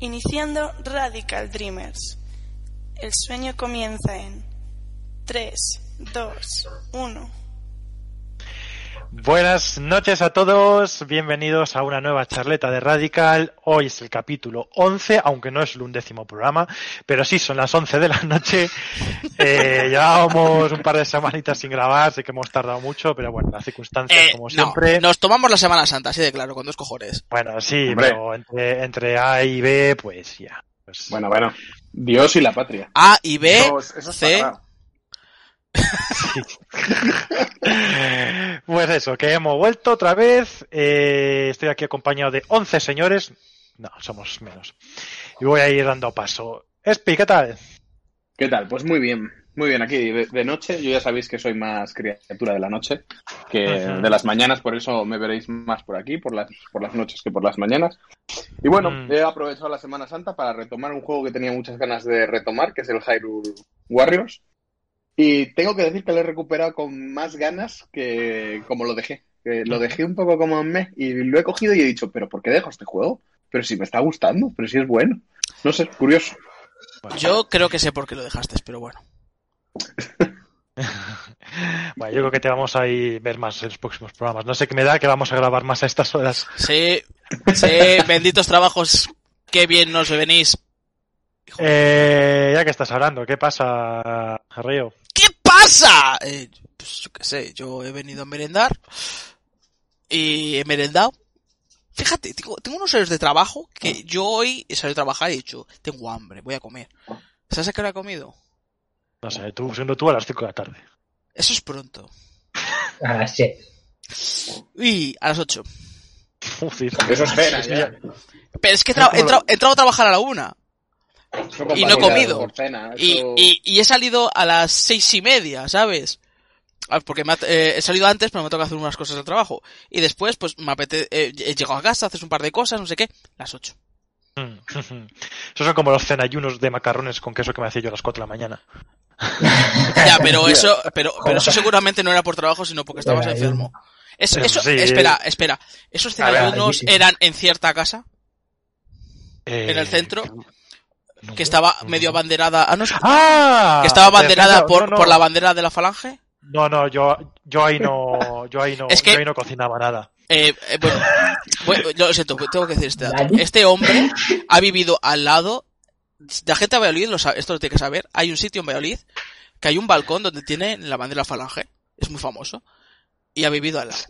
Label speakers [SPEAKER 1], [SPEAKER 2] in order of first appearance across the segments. [SPEAKER 1] Iniciando Radical Dreamers. El sueño comienza en 3, 2, 1.
[SPEAKER 2] Buenas noches a todos, bienvenidos a una nueva charleta de Radical. Hoy es el capítulo 11, aunque no es el undécimo programa, pero sí son las 11 de la noche. Eh, llevábamos un par de semanitas sin grabar, sé que hemos tardado mucho, pero bueno, las circunstancias
[SPEAKER 3] Eh,
[SPEAKER 2] como
[SPEAKER 3] no,
[SPEAKER 2] siempre.
[SPEAKER 3] Nos tomamos la Semana Santa, así de claro, con dos cojones.
[SPEAKER 2] Bueno, sí,
[SPEAKER 4] Hombre.
[SPEAKER 2] pero entre, entre A y B, pues ya. Pues,
[SPEAKER 4] Bueno, bueno. Dios y la patria.
[SPEAKER 3] A y B.
[SPEAKER 4] Dios, eso es
[SPEAKER 3] C.
[SPEAKER 4] sagrado.
[SPEAKER 2] Pues eso, que hemos vuelto otra vez. eh, estoy aquí acompañado de 11 señores. No, somos menos. Y voy a ir dando paso. Espi, ¿qué tal?
[SPEAKER 4] ¿Qué tal? Pues muy bien. Muy bien, aquí de, de noche. Yo ya sabéis que soy más criatura de la noche que
[SPEAKER 2] Ajá.
[SPEAKER 4] de las mañanas, por eso me veréis más por aquí, por las, por las noches que por las mañanas. Y bueno,
[SPEAKER 2] Mm.
[SPEAKER 4] he aprovechado la Semana Santa para retomar un juego que tenía muchas ganas de retomar, que es el Hyrule Warriors. Y tengo que decir que lo he recuperado con más ganas que como lo dejé. Que lo dejé un poco como en mes y lo he cogido y he dicho, ¿pero por qué dejo este juego? Pero si me está gustando, pero si es bueno. No sé, curioso.
[SPEAKER 2] Bueno,
[SPEAKER 3] Yo creo que sé por qué lo dejaste, pero bueno.
[SPEAKER 2] bueno, yo creo que te vamos a ir ver más en los próximos programas. No sé qué me da que vamos a grabar más a estas horas.
[SPEAKER 3] Sí, sí, benditos trabajos. Qué bien nos venís.
[SPEAKER 2] Eh, ya que estás hablando, ¿qué pasa, Río?
[SPEAKER 3] ¿Qué pasa? Eh, pues yo qué sé, yo he venido a merendar. Y he merendado. Fíjate, tengo, tengo unos horarios de trabajo que yo hoy he salido a trabajar y he dicho, tengo hambre, voy a comer. ¿Sabes a qué hora he comido?
[SPEAKER 2] No sé, tú siendo tú a las 5 de la tarde.
[SPEAKER 3] Eso es pronto.
[SPEAKER 5] A las 7.
[SPEAKER 3] Y a las 8.
[SPEAKER 2] Uf, dice.
[SPEAKER 4] Eso espera,
[SPEAKER 2] Sí,
[SPEAKER 4] ya.
[SPEAKER 3] Pero es que he tra- he tra- he entrado a trabajar a la una.
[SPEAKER 4] Eso
[SPEAKER 3] Y no he
[SPEAKER 4] compartido
[SPEAKER 3] comido.
[SPEAKER 4] por cena,
[SPEAKER 3] Y,
[SPEAKER 4] eso-
[SPEAKER 3] y- y he salido a las seis y media, ¿sabes? Ah, Porque me ha- eh, he salido antes, pero me toca hacer unas cosas al trabajo. Y después, pues me apetece. he llegado a casa, haces un par de cosas, no sé qué. Las ocho.
[SPEAKER 2] Mm, Esos son como los cenayunos de macarrones con queso que me hacía yo a las 4 de la mañana.
[SPEAKER 3] Ya, pero eso, pero, pero eso seguramente no era por trabajo, sino porque estabas
[SPEAKER 5] Era ahí.
[SPEAKER 3] enfermo. Es-
[SPEAKER 2] Pero
[SPEAKER 3] eso,
[SPEAKER 2] sí, eh.
[SPEAKER 3] espera, espera. ¿Esos
[SPEAKER 5] A ver,
[SPEAKER 3] cenayunos
[SPEAKER 5] ahí.
[SPEAKER 3] eran en cierta casa?
[SPEAKER 2] Eh,
[SPEAKER 3] En el centro,
[SPEAKER 2] no.
[SPEAKER 3] que estaba medio abanderada. Ah, no, es-
[SPEAKER 2] ¡Ah!
[SPEAKER 3] que estaba abanderada
[SPEAKER 2] Defensa-
[SPEAKER 3] por,
[SPEAKER 2] no, no.
[SPEAKER 3] por la bandera de la falange.
[SPEAKER 2] No, no, yo, yo ahí no, yo ahí no,
[SPEAKER 3] Es que-
[SPEAKER 2] yo ahí no cocinaba nada.
[SPEAKER 3] Eh, eh, bueno, bueno, yo lo siento, tengo que decir este dato.
[SPEAKER 5] ¿Nadie?
[SPEAKER 3] Este hombre ha vivido al lado. La gente de Valladolid, lo sa- esto lo tiene que saber. Hay un sitio en Valladolid que hay un balcón donde tiene la bandera falange. Es muy famoso. Y ha vivido al lado.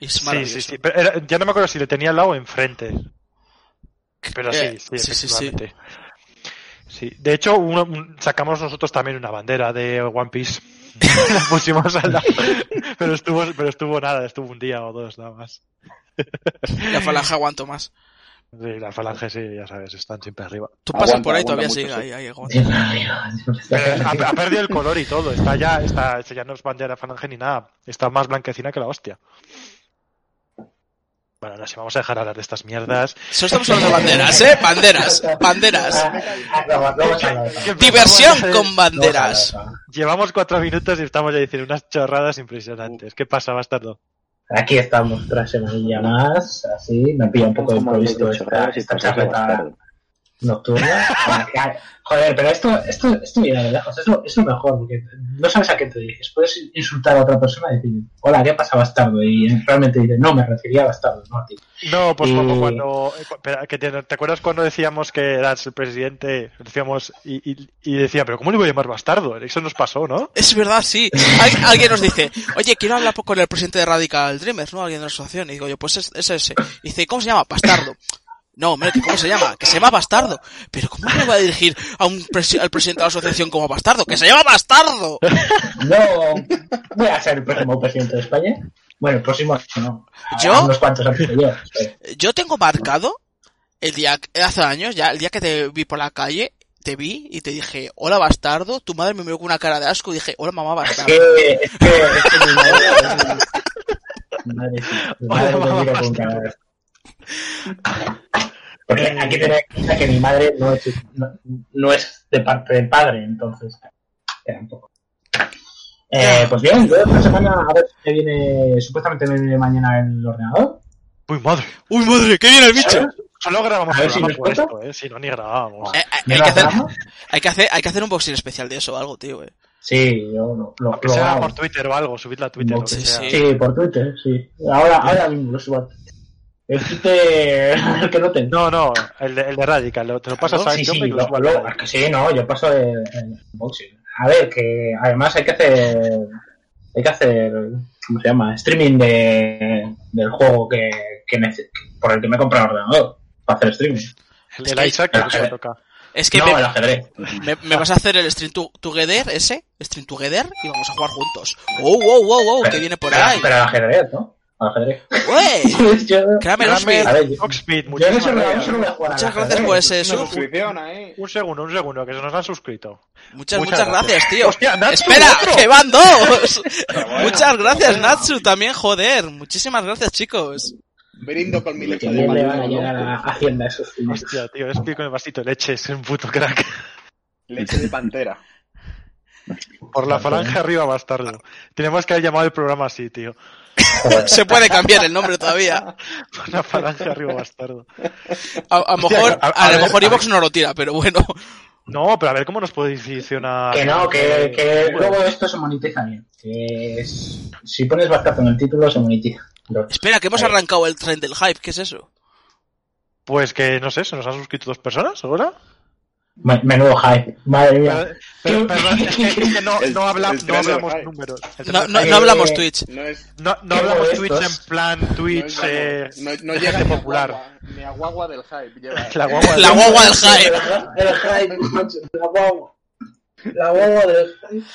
[SPEAKER 3] Y es
[SPEAKER 2] Sí,
[SPEAKER 3] maravilloso.
[SPEAKER 2] sí, sí. Pero era- ya no me acuerdo si le tenía al lado o enfrente. Pero sí,
[SPEAKER 3] Eh,
[SPEAKER 2] sí,
[SPEAKER 3] sí, sí, sí.
[SPEAKER 2] efectivamente. Sí. De hecho, uno- un- sacamos nosotros también una bandera de One Piece. La pusimos al lado. Pero estuvo, pero estuvo nada, estuvo un día o dos nada más.
[SPEAKER 3] La falange aguanto más.
[SPEAKER 2] Sí, la falange, sí, ya sabes, están siempre arriba.
[SPEAKER 3] Tú pasas
[SPEAKER 4] Aguanta,
[SPEAKER 3] por ahí y todavía
[SPEAKER 4] aguanta
[SPEAKER 3] sigue
[SPEAKER 4] mucho,
[SPEAKER 3] ahí, ahí aguanta.
[SPEAKER 5] Dios mío,
[SPEAKER 2] Pero Eh, ha, ha perdido el color y todo. Está ya, está, ya no es bandera falange ni nada. Está más blanquecina que la hostia. Bueno, no sé, vamos a dejar hablar de estas mierdas.
[SPEAKER 3] Solo estamos hablando de banderas, ¿eh? Banderas, banderas.
[SPEAKER 5] Ah, Vamos vamos a la otra.
[SPEAKER 2] Que empezamos a
[SPEAKER 3] Diversión
[SPEAKER 2] hacer-
[SPEAKER 3] con banderas.
[SPEAKER 5] Vamos a la otra.
[SPEAKER 2] Llevamos cuatro minutos y estamos ya diciendo unas chorradas impresionantes. ¿Qué pasa, bastardo?
[SPEAKER 5] Aquí estamos, otra semanilla más. Así, me pilla un poco
[SPEAKER 6] Como
[SPEAKER 5] improviso
[SPEAKER 6] los
[SPEAKER 5] esta,
[SPEAKER 6] chorradas y
[SPEAKER 5] esta
[SPEAKER 6] estamos aquí
[SPEAKER 5] charleta
[SPEAKER 6] bastardo.
[SPEAKER 5] nocturna. Ah, claro. Joder, pero esto, esto, esto viene de lejos. Es lo, es lo mejor, porque no sabes a qué te diriges. Puedes insultar a otra persona y decir, hola, ¿qué pasa, bastardo? Y realmente dice, no, me refería a bastardo, no a ti.
[SPEAKER 2] No, pues como
[SPEAKER 5] Y-
[SPEAKER 2] cuando. eh, cu- espera, que te, ¿te acuerdas cuando decíamos que eras el presidente? Decíamos, y, y, y decía, ¿pero cómo le voy a llamar bastardo? Eso nos pasó, ¿no?
[SPEAKER 3] Es verdad, sí. Al- alguien nos dice, oye, quiero hablar po- con el presidente de Radical Dreamers, ¿no? Alguien de la asociación. Y digo yo, pues es, es ese. Y dice, ¿cómo se llama? Bastardo. No, hombre, ¿que ¿cómo se llama? Que se llama Bastardo. Pero ¿cómo me voy a dirigir a un presi- al presidente de la asociación como Bastardo? ¡Que se llama Bastardo!
[SPEAKER 5] No voy a ser el próximo presidente de España. Bueno, el próximo no.
[SPEAKER 3] ¿Yo?
[SPEAKER 5] Habrá Unos cuantos antes que yo.
[SPEAKER 3] Yo tengo marcado el día, hace años ya, el día que te vi por la calle, te vi y te dije, hola Bastardo. Tu madre me miró con una cara de asco y dije, hola mamá
[SPEAKER 5] Es
[SPEAKER 3] Bastardo.
[SPEAKER 5] que, es que, es que mi madre, mi madre, mi madre me mira con cara. Porque aquí tenéis en cuenta que mi madre no es, no, no es de parte del padre, entonces queda un poco. Eh, pues bien, yo esta semana, a ver, me viene, supuestamente me viene mañana el ordenador.
[SPEAKER 2] Uy, madre.
[SPEAKER 3] ¡Uy, madre! ¡Qué viene el bicho!
[SPEAKER 2] Solo grabamos
[SPEAKER 5] A ver si
[SPEAKER 2] programa
[SPEAKER 5] nos
[SPEAKER 2] por
[SPEAKER 5] cuenta.
[SPEAKER 2] esto, ¿eh? Si no, ni grabábamos.
[SPEAKER 3] Eh, eh,
[SPEAKER 5] ¿Me
[SPEAKER 3] hay,
[SPEAKER 5] lo
[SPEAKER 3] que hacer,
[SPEAKER 5] grabamos?
[SPEAKER 3] hay, que hacer, hay que hacer un boxing especial de eso o algo, tío. eh.
[SPEAKER 5] Sí, yo lo, lo,
[SPEAKER 2] Aunque
[SPEAKER 5] lo
[SPEAKER 2] sea
[SPEAKER 5] hago.
[SPEAKER 2] por Twitter o algo, subidla a Twitter. lo que
[SPEAKER 3] Sí,
[SPEAKER 2] sea.
[SPEAKER 3] sí.
[SPEAKER 5] Sí, por Twitter, sí. Ahora, ahora mismo lo subo. a- El Twitter el que no tengo.
[SPEAKER 2] No, no, el de, el de Radical. lo- Te lo pasas a
[SPEAKER 5] sí, sí,
[SPEAKER 2] Jump y lo
[SPEAKER 5] lo-
[SPEAKER 2] subas
[SPEAKER 5] lo-
[SPEAKER 2] a
[SPEAKER 5] es que sí, no, yo paso de, de unboxing. A ver, que además hay que hacer, hay que hacer, ¿cómo se llama? Streaming de, del juego que, que nece- por el que me he comprado el ordenador para hacer streaming.
[SPEAKER 2] El
[SPEAKER 3] Es
[SPEAKER 2] del
[SPEAKER 3] que-
[SPEAKER 2] Isaac que no se
[SPEAKER 5] Ajá.
[SPEAKER 2] lo toca.
[SPEAKER 3] Es que
[SPEAKER 5] no,
[SPEAKER 3] me,
[SPEAKER 5] el ajedrez.
[SPEAKER 3] me- me vas a hacer el Stream to- Together ese, Stream Together, y vamos a jugar juntos. ¡Wow, wow, wow, wow! Uh, Que viene por
[SPEAKER 5] Pero-
[SPEAKER 3] ahí.
[SPEAKER 5] Pero el ajedrez, ¿no? El ajedrez.
[SPEAKER 3] ¡Wey!
[SPEAKER 5] Yo-
[SPEAKER 3] Créame,
[SPEAKER 2] Créame,
[SPEAKER 3] Osmi.
[SPEAKER 5] a ver, yo-
[SPEAKER 2] Oxfeed,
[SPEAKER 5] yo en
[SPEAKER 2] muchísimas
[SPEAKER 5] eso no-
[SPEAKER 2] gracias.
[SPEAKER 5] eso no voy a jugar al
[SPEAKER 3] Muchas gracias
[SPEAKER 5] ajedrez.
[SPEAKER 3] por ese
[SPEAKER 4] Una
[SPEAKER 3] sub.
[SPEAKER 4] suscripción ¿eh? ahí.
[SPEAKER 2] Un segundo, un segundo, que se nos han suscrito. Muchas
[SPEAKER 3] Muchas, muchas gracias, tío.
[SPEAKER 2] Hostia, Natsu,
[SPEAKER 3] Espera,
[SPEAKER 2] otro.
[SPEAKER 3] que van dos. muchas gracias, Natsu, también, joder. Muchísimas gracias, chicos.
[SPEAKER 4] Brindo con mi leche
[SPEAKER 5] Que
[SPEAKER 4] de
[SPEAKER 5] bien le van a
[SPEAKER 4] maduro.
[SPEAKER 5] llegar a la hacienda esos tíos.
[SPEAKER 2] Hostia, tío, es que con el vasito de leche es un puto crack.
[SPEAKER 4] Leche de pantera.
[SPEAKER 2] Por la falange arriba bastardo. Tenemos que haber llamado el programa así, tío.
[SPEAKER 5] Joder.
[SPEAKER 3] Se puede cambiar el nombre todavía.
[SPEAKER 2] Por la falange arriba bastardo.
[SPEAKER 3] A, a lo
[SPEAKER 2] Hostia,
[SPEAKER 3] mejor,
[SPEAKER 2] a-
[SPEAKER 3] a,
[SPEAKER 2] a
[SPEAKER 3] lo
[SPEAKER 2] ver,
[SPEAKER 3] mejor
[SPEAKER 2] a
[SPEAKER 3] Evox no lo tira, pero bueno.
[SPEAKER 2] No, pero a ver cómo nos puede posicionar.
[SPEAKER 5] Que Ah, no, que, que luego esto se monetiza bien. Que es- si pones Vazcazo en el título, se monetiza. Lo-
[SPEAKER 3] Espera, que hemos
[SPEAKER 5] A ver.
[SPEAKER 3] arrancado el tren del hype, ¿qué es eso?
[SPEAKER 2] Pues que no sé, se nos han suscrito dos personas ahora.
[SPEAKER 5] me- Menudo hype. Madre mía.
[SPEAKER 2] Pero- pero- perdón, es que, es que no,
[SPEAKER 4] El-
[SPEAKER 2] no, habla-
[SPEAKER 4] el
[SPEAKER 2] no
[SPEAKER 4] tren
[SPEAKER 2] hablamos
[SPEAKER 4] del hype.
[SPEAKER 2] números. El tren
[SPEAKER 3] No,
[SPEAKER 2] del
[SPEAKER 3] no,
[SPEAKER 2] hype.
[SPEAKER 3] no hablamos Twitch.
[SPEAKER 4] No es.
[SPEAKER 2] No- no
[SPEAKER 5] Qué
[SPEAKER 2] hablamos
[SPEAKER 5] modestos.
[SPEAKER 2] Twitch en plan
[SPEAKER 4] no, es
[SPEAKER 2] Twitch. eh,
[SPEAKER 4] vamos, no, no
[SPEAKER 2] de
[SPEAKER 4] llega
[SPEAKER 2] gente
[SPEAKER 4] ni a
[SPEAKER 2] popular.
[SPEAKER 4] guagua, ni a guagua del hype. Lleva.
[SPEAKER 2] La guagua.
[SPEAKER 3] La guagua del hype.
[SPEAKER 5] El hype, macho, la guagua. La guagua del hype.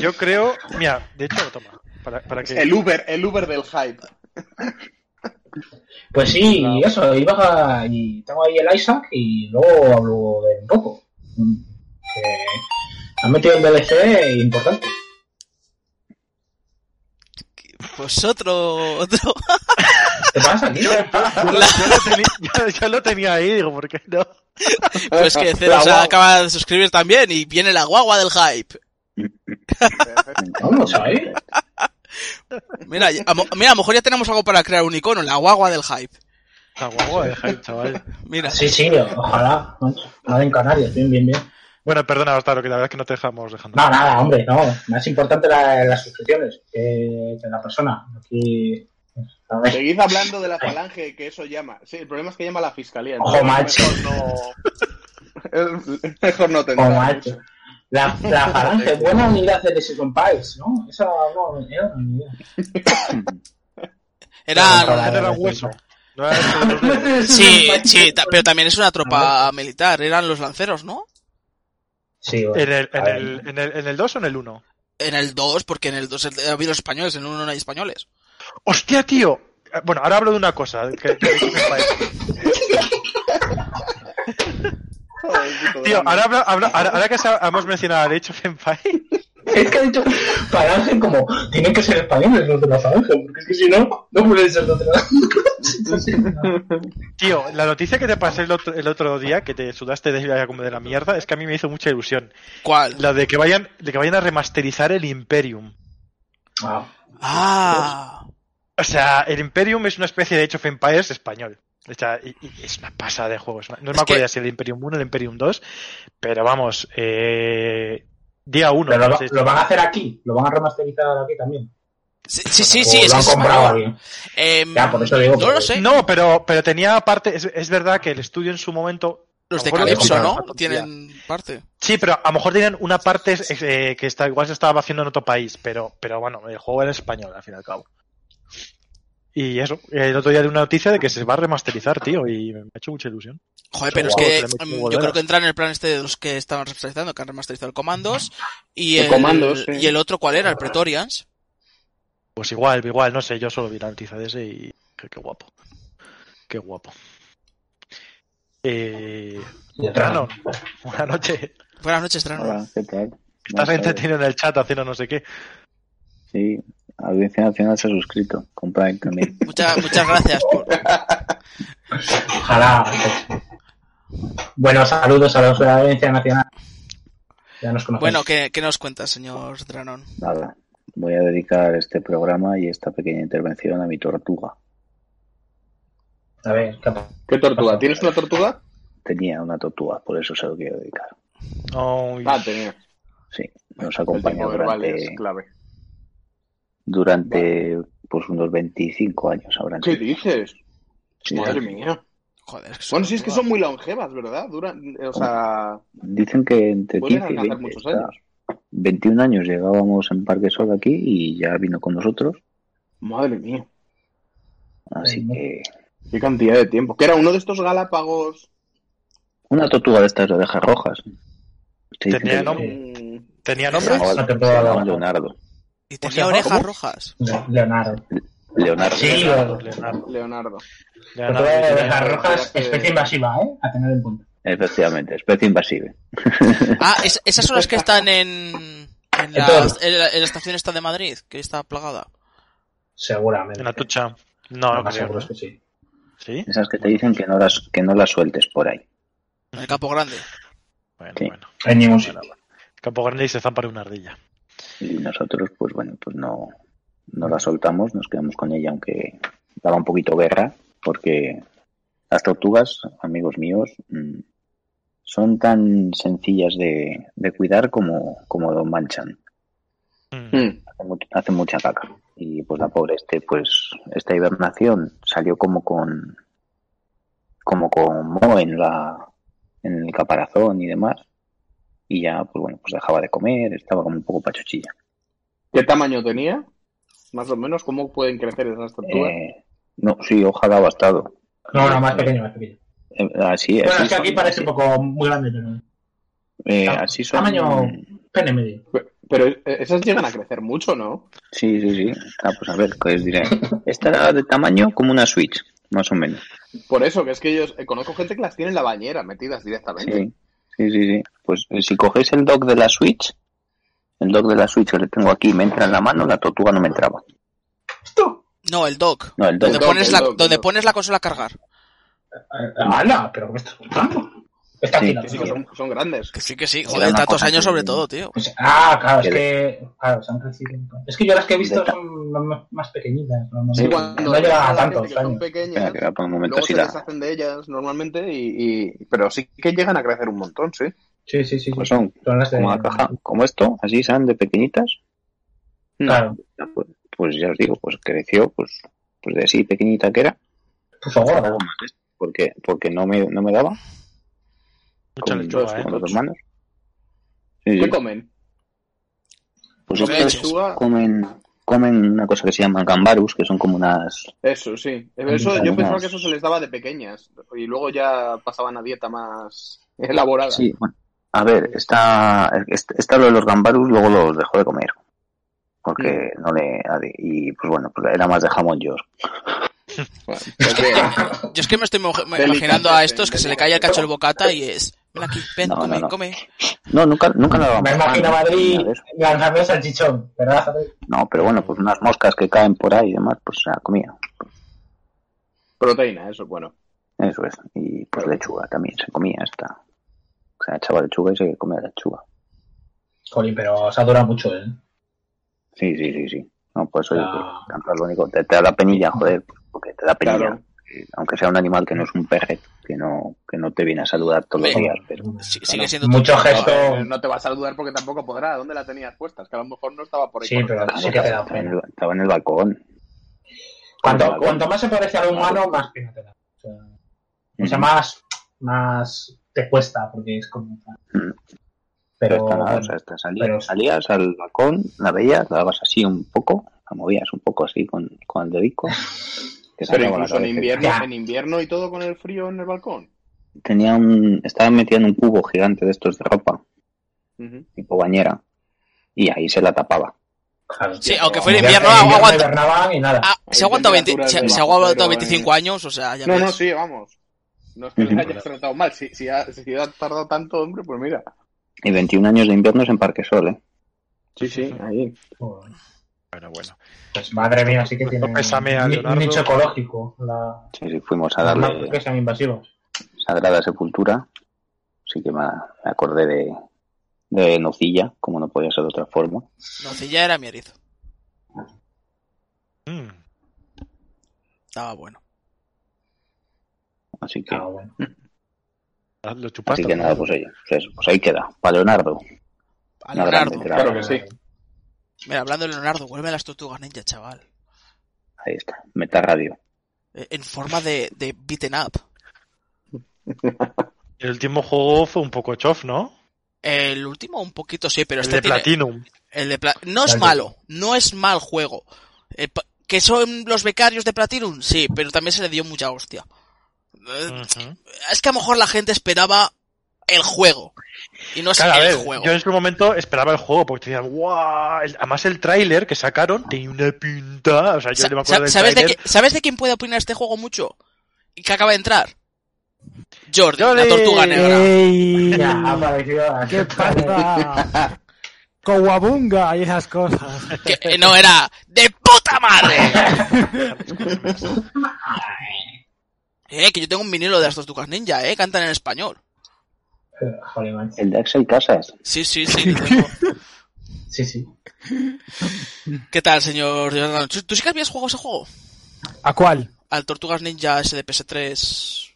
[SPEAKER 2] Yo creo. Mira, de hecho, toma. Para, para que.
[SPEAKER 4] El Uber, el Uber del hype.
[SPEAKER 5] Pues sí, y eso, iba a- y tengo ahí el Isaac y luego hablo de un poco. Mm, Que han metido un DLC importante.
[SPEAKER 3] Pues otro, otro.
[SPEAKER 5] ¿Qué pasa, tío?
[SPEAKER 2] Yo, lo tenía, yo- yo lo tenía ahí, digo, ¿por qué no?
[SPEAKER 3] Pues que Cero se acaba de suscribir también y viene la guagua del hype.
[SPEAKER 5] Vamos, ¿sabes?
[SPEAKER 3] Mira, ya- a, mo- mira, a lo mejor ya tenemos algo para crear un icono, la guagua del hype.
[SPEAKER 2] La guagua del hype, chaval.
[SPEAKER 3] Mira,
[SPEAKER 5] Sí, sí, ojalá. macho. Nada en Canarias, bien, bien, bien.
[SPEAKER 2] Bueno, perdona, Bastardo, que la verdad es que no te dejamos dejando.
[SPEAKER 5] No, nada, hombre, no. Más importante la- las suscripciones que, que la persona. Aquí. pues, a ver.
[SPEAKER 4] Seguid hablando de la falange, que eso llama. Sí, el problema es que llama la fiscalía.
[SPEAKER 5] Ojo,
[SPEAKER 4] entonces Mejor no, es mejor no
[SPEAKER 5] Como
[SPEAKER 4] tendrá.
[SPEAKER 5] macho. La, la falange, buena unidad de Second Pies, ¿no? Esa no, era una unidad.
[SPEAKER 3] era.
[SPEAKER 2] Era hueso. No era eso de los dedos.
[SPEAKER 3] Sí, sí, ta- pero también es una tropa militar, eran los lanceros, ¿no?
[SPEAKER 5] Sí, bueno.
[SPEAKER 2] ¿En el, en,
[SPEAKER 5] A ver.
[SPEAKER 2] el, en, el, ¿En el 2 o en el 1?
[SPEAKER 3] En el 2, porque en el 2 el- ha habido españoles, en el 1 no hay españoles.
[SPEAKER 2] ¡Hostia, tío! Eh, Bueno, ahora hablo de una cosa. Que, que- que sepáis.
[SPEAKER 4] Joder, puto
[SPEAKER 2] tío,
[SPEAKER 4] drama.
[SPEAKER 2] ahora, habla- habla- ahora, ahora que sa- hemos mencionado al hecho Senpai,
[SPEAKER 5] Es que ha dicho falange como. Tienen que ser españoles los de la falange, porque es que si no, no pueden ser de otra.
[SPEAKER 2] tío, la noticia que te pasé el otro, el otro día, que te sudaste de la, como de la mierda, es que a mí me hizo mucha ilusión.
[SPEAKER 3] ¿Cuál?
[SPEAKER 2] La de que vayan, de que vayan a remasterizar el Imperium.
[SPEAKER 5] Wow.
[SPEAKER 3] Ah,
[SPEAKER 2] O sea, el Imperium es una especie de Age of Empires español. O sea, y- y es una pasada de juegos. No me
[SPEAKER 3] Es
[SPEAKER 2] acuerdo
[SPEAKER 3] que-
[SPEAKER 2] ya si el Imperium 1 o el Imperium 2, pero vamos, eh, día 1.
[SPEAKER 5] Pero lo, va- lo van a hacer aquí, lo van a remasterizar aquí también.
[SPEAKER 3] sí, sí, sí, sí,
[SPEAKER 5] O
[SPEAKER 3] es
[SPEAKER 5] lo han
[SPEAKER 3] es
[SPEAKER 5] comprado
[SPEAKER 3] español.
[SPEAKER 5] alguien.
[SPEAKER 3] Em,
[SPEAKER 5] Ya, por eso digo,
[SPEAKER 3] No lo
[SPEAKER 5] porque-
[SPEAKER 3] sé.
[SPEAKER 2] No, pero, pero tenía parte, es, es verdad que el estudio en su momento...
[SPEAKER 3] Los de
[SPEAKER 2] Bueno,
[SPEAKER 3] Calypso,
[SPEAKER 5] compraron
[SPEAKER 3] ¿no?
[SPEAKER 2] esta tontería.
[SPEAKER 3] Tienen parte.
[SPEAKER 2] Sí, pero a lo mejor tenían una parte eh, que está, igual se estaba haciendo en otro país, pero, pero bueno, el juego era español al fin y al cabo. Y eso, el otro día de una noticia de que se va a remasterizar, tío, y me ha hecho mucha ilusión.
[SPEAKER 3] Joder, pero es
[SPEAKER 2] Wow,
[SPEAKER 3] que
[SPEAKER 2] tenemos que
[SPEAKER 3] em, yo
[SPEAKER 2] volver.
[SPEAKER 3] creo que entra en el plan este de los que estaban remasterizando, que han remasterizado el Commandos y
[SPEAKER 4] El
[SPEAKER 3] el,
[SPEAKER 4] Commandos, sí.
[SPEAKER 3] y el otro, ¿cuál era? El Pretorians.
[SPEAKER 2] Pues igual, igual, no sé, yo solo vi la noticia de ese y qué, qué guapo. Qué guapo. Eh, Ranon, buena noche.
[SPEAKER 3] Buenas noches, Trano.
[SPEAKER 6] Hola, ¿qué tal?
[SPEAKER 2] Estás
[SPEAKER 6] Buenas tardes.
[SPEAKER 2] entretenido en el chat haciendo no sé qué.
[SPEAKER 6] Sí, Audiencia Nacional se ha suscrito con Prime también.
[SPEAKER 3] Mucha- muchas gracias. por-
[SPEAKER 5] Ojalá. Bueno, saludos a los de la audiencia nacional. Ya nos conocemos.
[SPEAKER 3] Bueno, ¿qué, qué nos cuentas, señor Dranon?
[SPEAKER 6] Nada, voy a dedicar este programa y esta pequeña intervención a mi tortuga.
[SPEAKER 5] A ver, capaz.
[SPEAKER 4] ¿Qué tortuga? ¿Tienes una tortuga?
[SPEAKER 6] Tenía una tortuga, por eso se lo quiero dedicar.
[SPEAKER 2] Ay,
[SPEAKER 4] Ah, tenía.
[SPEAKER 6] Sí, nos
[SPEAKER 4] El
[SPEAKER 6] acompañó
[SPEAKER 4] tiempo verbal pues, es
[SPEAKER 6] durante,
[SPEAKER 4] clave.
[SPEAKER 6] durante pues unos 25 años habrán
[SPEAKER 4] ¿Qué
[SPEAKER 6] sido.
[SPEAKER 4] dices?
[SPEAKER 6] Sí,
[SPEAKER 4] Madre
[SPEAKER 6] sí.
[SPEAKER 4] mía.
[SPEAKER 3] Joder, es que
[SPEAKER 4] Bueno, sí, es que
[SPEAKER 3] tortugas.
[SPEAKER 4] son muy longevas, ¿verdad? Duran, o sea,
[SPEAKER 6] Dicen que entre
[SPEAKER 4] pueden
[SPEAKER 6] 15 y
[SPEAKER 4] alcanzar
[SPEAKER 6] 20,
[SPEAKER 4] muchos
[SPEAKER 6] está-
[SPEAKER 4] años.
[SPEAKER 6] 21 años llegábamos en Parque Sol aquí y ya vino con nosotros,
[SPEAKER 4] Madre mía.
[SPEAKER 6] así
[SPEAKER 5] Bueno.
[SPEAKER 6] que
[SPEAKER 4] Qué cantidad de tiempo. Que era uno de estos Galápagos.
[SPEAKER 6] una tortuga de estas de orejas rojas. Se dice
[SPEAKER 2] Tenía
[SPEAKER 6] que-
[SPEAKER 2] nombre.
[SPEAKER 4] mm,
[SPEAKER 2] ¿Tenía
[SPEAKER 6] se
[SPEAKER 2] nombre?
[SPEAKER 6] llamaba-
[SPEAKER 5] Esa
[SPEAKER 6] se
[SPEAKER 5] temporada.
[SPEAKER 6] llamaba Leonardo.
[SPEAKER 3] Y
[SPEAKER 2] ¿Cómo se
[SPEAKER 3] tenía
[SPEAKER 2] llama?
[SPEAKER 3] orejas
[SPEAKER 2] ¿Cómo?
[SPEAKER 3] rojas.
[SPEAKER 5] Le- Leonardo.
[SPEAKER 6] Leonardo.
[SPEAKER 5] Sí,
[SPEAKER 2] Leonardo,
[SPEAKER 5] lo-
[SPEAKER 2] Leonardo.
[SPEAKER 4] Leonardo.
[SPEAKER 2] Leonardo,
[SPEAKER 5] Pero
[SPEAKER 2] Leonardo.
[SPEAKER 5] las rojas,
[SPEAKER 4] espérate.
[SPEAKER 5] especie invasiva, ¿eh? A tener en cuenta.
[SPEAKER 6] Efectivamente, especie invasiva.
[SPEAKER 3] Ah, es- esas son las que están en. En la,
[SPEAKER 5] Entonces-
[SPEAKER 3] en la- en la estación esta de Madrid, que está plagada.
[SPEAKER 5] Seguramente.
[SPEAKER 2] En la tucha. No,
[SPEAKER 5] Lo
[SPEAKER 2] no
[SPEAKER 5] más
[SPEAKER 2] creo.
[SPEAKER 5] seguro es
[SPEAKER 2] ¿no?
[SPEAKER 5] que sí.
[SPEAKER 2] ¿Sí?
[SPEAKER 6] Esas que te dicen que no las que no las sueltes por ahí.
[SPEAKER 3] En el Campo Grande.
[SPEAKER 2] Bueno,
[SPEAKER 6] Sí.
[SPEAKER 2] bueno.
[SPEAKER 5] En ningún sitio.
[SPEAKER 2] Campo Grande y se zampa una ardilla.
[SPEAKER 6] Y nosotros, pues bueno, pues no, no la soltamos, nos quedamos con ella, aunque daba un poquito guerra, porque las tortugas, amigos míos, mm, son tan sencillas de, de cuidar como, como lo manchan.
[SPEAKER 2] Mm.
[SPEAKER 4] Mm.
[SPEAKER 6] Hacen mu- Hacen mucha caca. Y pues la pobre este, pues esta hibernación salió como con como con moho en la en el caparazón y demás. Y ya, pues bueno, pues dejaba de comer, estaba como un poco pachuchilla.
[SPEAKER 4] ¿Qué tamaño tenía? Más o menos, ¿cómo pueden crecer esas tortugas?
[SPEAKER 6] Eh, no, sí, ojalá bastado.
[SPEAKER 5] No, no, más pequeño, más pequeño.
[SPEAKER 6] Eh, así es.
[SPEAKER 5] Bueno, es que aquí parece un poco muy grande, pero. tam-
[SPEAKER 6] así son.
[SPEAKER 5] tamaño- Pene medio.
[SPEAKER 4] Pero eh, esas llegan a crecer mucho, ¿no?
[SPEAKER 6] Sí, sí, sí. Ah, pues a ver, ¿qué os diré? Esta era de tamaño como una Switch, más o menos.
[SPEAKER 4] Por eso, que es que yo eh, conozco gente que las tiene en la bañera metidas directamente.
[SPEAKER 6] Sí, sí, sí. sí. Pues eh, si cogéis el dock de la Switch, el dock de la Switch que le tengo aquí, me entra en la mano, la tortuga no me entraba.
[SPEAKER 3] No, el dock.
[SPEAKER 6] No, el dock.
[SPEAKER 3] Donde,
[SPEAKER 4] dock,
[SPEAKER 3] pones,
[SPEAKER 4] el
[SPEAKER 3] la,
[SPEAKER 4] dock, el
[SPEAKER 3] donde
[SPEAKER 4] dock.
[SPEAKER 3] pones la consola a cargar.
[SPEAKER 5] ¡Hala! Eh, ¿Pero qué me estás contando? Está
[SPEAKER 6] Sí,
[SPEAKER 5] aquí la
[SPEAKER 4] Que sí, que
[SPEAKER 5] tortuga.
[SPEAKER 4] son, son grandes.
[SPEAKER 3] Que sí, que sí.
[SPEAKER 6] Era
[SPEAKER 3] Joder,
[SPEAKER 6] una
[SPEAKER 3] tantos
[SPEAKER 6] cosa
[SPEAKER 3] años
[SPEAKER 6] que-
[SPEAKER 3] sobre todo, tío.
[SPEAKER 5] Pues- ah, claro, es
[SPEAKER 6] Que-
[SPEAKER 5] que. Claro, se han crecido. Es que yo las que he visto
[SPEAKER 6] De-
[SPEAKER 5] son más- más pequeñitas. No, no,
[SPEAKER 6] Sí,
[SPEAKER 5] no,
[SPEAKER 4] Cuando
[SPEAKER 5] no llegan a
[SPEAKER 4] la gente que
[SPEAKER 5] tantos
[SPEAKER 4] son
[SPEAKER 5] años.
[SPEAKER 6] Espera,
[SPEAKER 4] pequeñas,
[SPEAKER 6] que la pongo un momento
[SPEAKER 4] luego
[SPEAKER 6] así.
[SPEAKER 4] se
[SPEAKER 6] la-
[SPEAKER 4] deshacen de ellas normalmente, y, y- pero sí que llegan a crecer un montón, sí.
[SPEAKER 5] Sí, sí, sí. sí.
[SPEAKER 6] pues son
[SPEAKER 5] Son las de.
[SPEAKER 6] como la caja, como esto, así, son de pequeñitas.
[SPEAKER 5] Claro.
[SPEAKER 6] Pues, pues ya os digo, pues creció, pues, pues de así pequeñita que era,
[SPEAKER 5] Por favor.
[SPEAKER 6] porque, porque no me, no me daba
[SPEAKER 2] Mucha
[SPEAKER 6] con,
[SPEAKER 2] lechuga, ¿eh?
[SPEAKER 6] con los dos manos. Sí, sí.
[SPEAKER 4] ¿Qué comen?
[SPEAKER 6] Pues
[SPEAKER 3] Comen
[SPEAKER 6] estos
[SPEAKER 4] lechuga.
[SPEAKER 6] comen, comen una cosa que se llama gambarus, que son como unas
[SPEAKER 4] Eso, sí. Eso, yo
[SPEAKER 6] Algunas.
[SPEAKER 4] pensaba que eso se les daba de pequeñas, y luego ya pasaban a dieta más elaborada.
[SPEAKER 6] Sí, bueno. A ver, está, est- está lo de los gambarus, luego los dejó de comer. Porque no le. Y pues bueno, pues era más de jamón yo.
[SPEAKER 4] Bueno, pues bien.
[SPEAKER 3] Yo es que me estoy mo- imaginando
[SPEAKER 4] Delicatessen,
[SPEAKER 3] a estos que se le cae el cacho el bocata y es. Ven aquí, ven,
[SPEAKER 6] No, no,
[SPEAKER 3] come,
[SPEAKER 6] no.
[SPEAKER 3] come.
[SPEAKER 6] No, nunca, nunca lo
[SPEAKER 5] Me
[SPEAKER 6] vamos a-
[SPEAKER 5] imagino a Madrid
[SPEAKER 6] nada de eso.
[SPEAKER 5] lanzando el salchichón, ¿verdad?
[SPEAKER 6] No, pero bueno, pues unas moscas que caen por ahí y demás, pues se la comía.
[SPEAKER 4] Proteína, eso es bueno.
[SPEAKER 6] Eso es. Y pues lechuga también se comía esta. O sea, echaba lechuga y se comía lechuga.
[SPEAKER 5] Jolín, pero se ha durado mucho, ¿eh?
[SPEAKER 6] Sí, sí, sí, sí. No, pues oye,
[SPEAKER 5] Ah.
[SPEAKER 6] pues, cantar lo único. Te, te da la penilla, joder, porque te da penilla.
[SPEAKER 4] Claro.
[SPEAKER 6] Eh, Aunque sea un animal que no es un peje, que no, que no te viene a saludar todos los
[SPEAKER 3] Hombre.
[SPEAKER 6] días, pero.
[SPEAKER 3] Sí,
[SPEAKER 6] Claro.
[SPEAKER 3] sigue siendo
[SPEAKER 5] Mucho
[SPEAKER 3] tortuga.
[SPEAKER 5] gesto.
[SPEAKER 4] Eh, No te vas a saludar porque tampoco podrá. ¿Dónde la tenías puesta? Es que a lo mejor no estaba por ahí.
[SPEAKER 5] Sí,
[SPEAKER 4] correcta.
[SPEAKER 5] pero sí que te da
[SPEAKER 6] estaba, en
[SPEAKER 5] pena.
[SPEAKER 6] el, estaba en el balcón.
[SPEAKER 5] Cuanto, cuanto más se parece al humano, más pena te da. O sea, o sea, más, más te cuesta, porque es como.
[SPEAKER 6] Mm. Pero,
[SPEAKER 5] Pero.
[SPEAKER 6] esta nada, o
[SPEAKER 5] bueno,
[SPEAKER 6] sea, esta salía-
[SPEAKER 5] pero-
[SPEAKER 6] salías al balcón, la veías, la dabas así un poco, la movías un poco así con, con el dedico. que
[SPEAKER 4] Pero
[SPEAKER 6] sacaba la
[SPEAKER 4] incluso en
[SPEAKER 6] cabeza.
[SPEAKER 4] invierno,
[SPEAKER 5] Ya.
[SPEAKER 4] en invierno y todo con el frío en el balcón.
[SPEAKER 6] Tenía un, estaba metida en un cubo gigante de estos de ropa,
[SPEAKER 4] Ujú.
[SPEAKER 6] tipo bañera, y ahí se la tapaba.
[SPEAKER 5] claro.
[SPEAKER 3] Sí, aunque fuera
[SPEAKER 5] Como
[SPEAKER 3] invierno,
[SPEAKER 5] que en
[SPEAKER 3] aguanta.
[SPEAKER 5] hibernaban y nada.
[SPEAKER 3] Ah, se ha aguantado, 20
[SPEAKER 4] temperaturas
[SPEAKER 3] se,
[SPEAKER 4] de
[SPEAKER 3] se ha
[SPEAKER 4] bajo
[SPEAKER 3] aguantado
[SPEAKER 4] cero,
[SPEAKER 3] 25 años, o sea, ya pues,
[SPEAKER 4] No,
[SPEAKER 3] ves.
[SPEAKER 4] no, sí, vamos. No es que
[SPEAKER 6] Ujú.
[SPEAKER 4] la hayas tratado mal. Si, si, ha, si ha tardado tanto, hombre, pues mira.
[SPEAKER 6] Y 21 años de inviernos en Parquesol, ¿eh?
[SPEAKER 4] Sí, sí, ahí.
[SPEAKER 5] Joder,
[SPEAKER 2] Bueno, bueno.
[SPEAKER 5] Pues madre mía, sí que tiene
[SPEAKER 2] Pésame a
[SPEAKER 5] un ni-
[SPEAKER 2] Leonardo.
[SPEAKER 5] nicho ecológico. La,
[SPEAKER 6] Sí, sí, fuimos
[SPEAKER 4] Ah,
[SPEAKER 6] a
[SPEAKER 5] las marcas
[SPEAKER 6] darle
[SPEAKER 5] que sean invasivos.
[SPEAKER 6] Sagrada Sepultura. Así que me, me acordé de, de Nocilla, como no podía ser de otra forma.
[SPEAKER 3] No, sí, ya era mi erizo.
[SPEAKER 2] Mm.
[SPEAKER 3] Estaba bueno.
[SPEAKER 6] Así que,
[SPEAKER 5] Ah, bueno.
[SPEAKER 2] Ah, Lo chupaste.
[SPEAKER 6] así que nada, pues, ahí- pues- pues ahí queda. Para Leonardo.
[SPEAKER 3] A
[SPEAKER 6] Una
[SPEAKER 3] Leonardo.
[SPEAKER 6] grande,
[SPEAKER 4] Claro que sí.
[SPEAKER 3] Mira, hablando de Leonardo, vuelve a las tortugas ninja, chaval.
[SPEAKER 6] Ahí está. Meta radio.
[SPEAKER 3] Eh, En forma de, de beaten up.
[SPEAKER 2] El último juego fue un poco chof, ¿no?
[SPEAKER 3] El último un poquito sí, pero
[SPEAKER 2] el
[SPEAKER 3] este
[SPEAKER 2] de
[SPEAKER 3] tiene-
[SPEAKER 2] Platinum.
[SPEAKER 3] El de Pla- No es
[SPEAKER 5] Vale.
[SPEAKER 3] malo, no es mal juego. Eh, pa- ¿Que son los becarios de Platinum? Sí, pero también se le dio mucha hostia. Eh,
[SPEAKER 2] Ujú.
[SPEAKER 3] Es que a lo mejor la gente esperaba el juego. Y no es
[SPEAKER 2] Claro, a
[SPEAKER 3] el
[SPEAKER 2] ver,
[SPEAKER 3] juego.
[SPEAKER 2] yo en su momento esperaba el juego porque te decían, ¡guau! El- Además, el tráiler que sacaron tenía una pinta. O sea, yo
[SPEAKER 3] Sa-
[SPEAKER 2] no me acuerdo
[SPEAKER 3] sa-
[SPEAKER 2] del
[SPEAKER 3] ¿sabes, de
[SPEAKER 2] tráiler.
[SPEAKER 3] qué- ¿Sabes de quién puede opinar este juego mucho? Y que acaba de entrar. Jordi,
[SPEAKER 2] ¡Ole!
[SPEAKER 3] la tortuga negra.
[SPEAKER 7] ¡Ey!
[SPEAKER 5] Ya, apareció.
[SPEAKER 7] ¿Qué pasa? Coabunga y esas cosas.
[SPEAKER 3] Que eh, no era de puta madre. eh, que yo tengo un vinilo de las tortugas ninja, eh, cantan en español.
[SPEAKER 5] Joder, macho.
[SPEAKER 6] El de Axel Casas.
[SPEAKER 3] Sí, sí, sí, lo tengo.
[SPEAKER 5] Sí, sí.
[SPEAKER 3] ¿Qué tal, señor Jordan? ¿Tú, tú sí que habías jugado ese juego?
[SPEAKER 7] ¿A cuál?
[SPEAKER 3] Al Tortugas Ninja ese de PS3.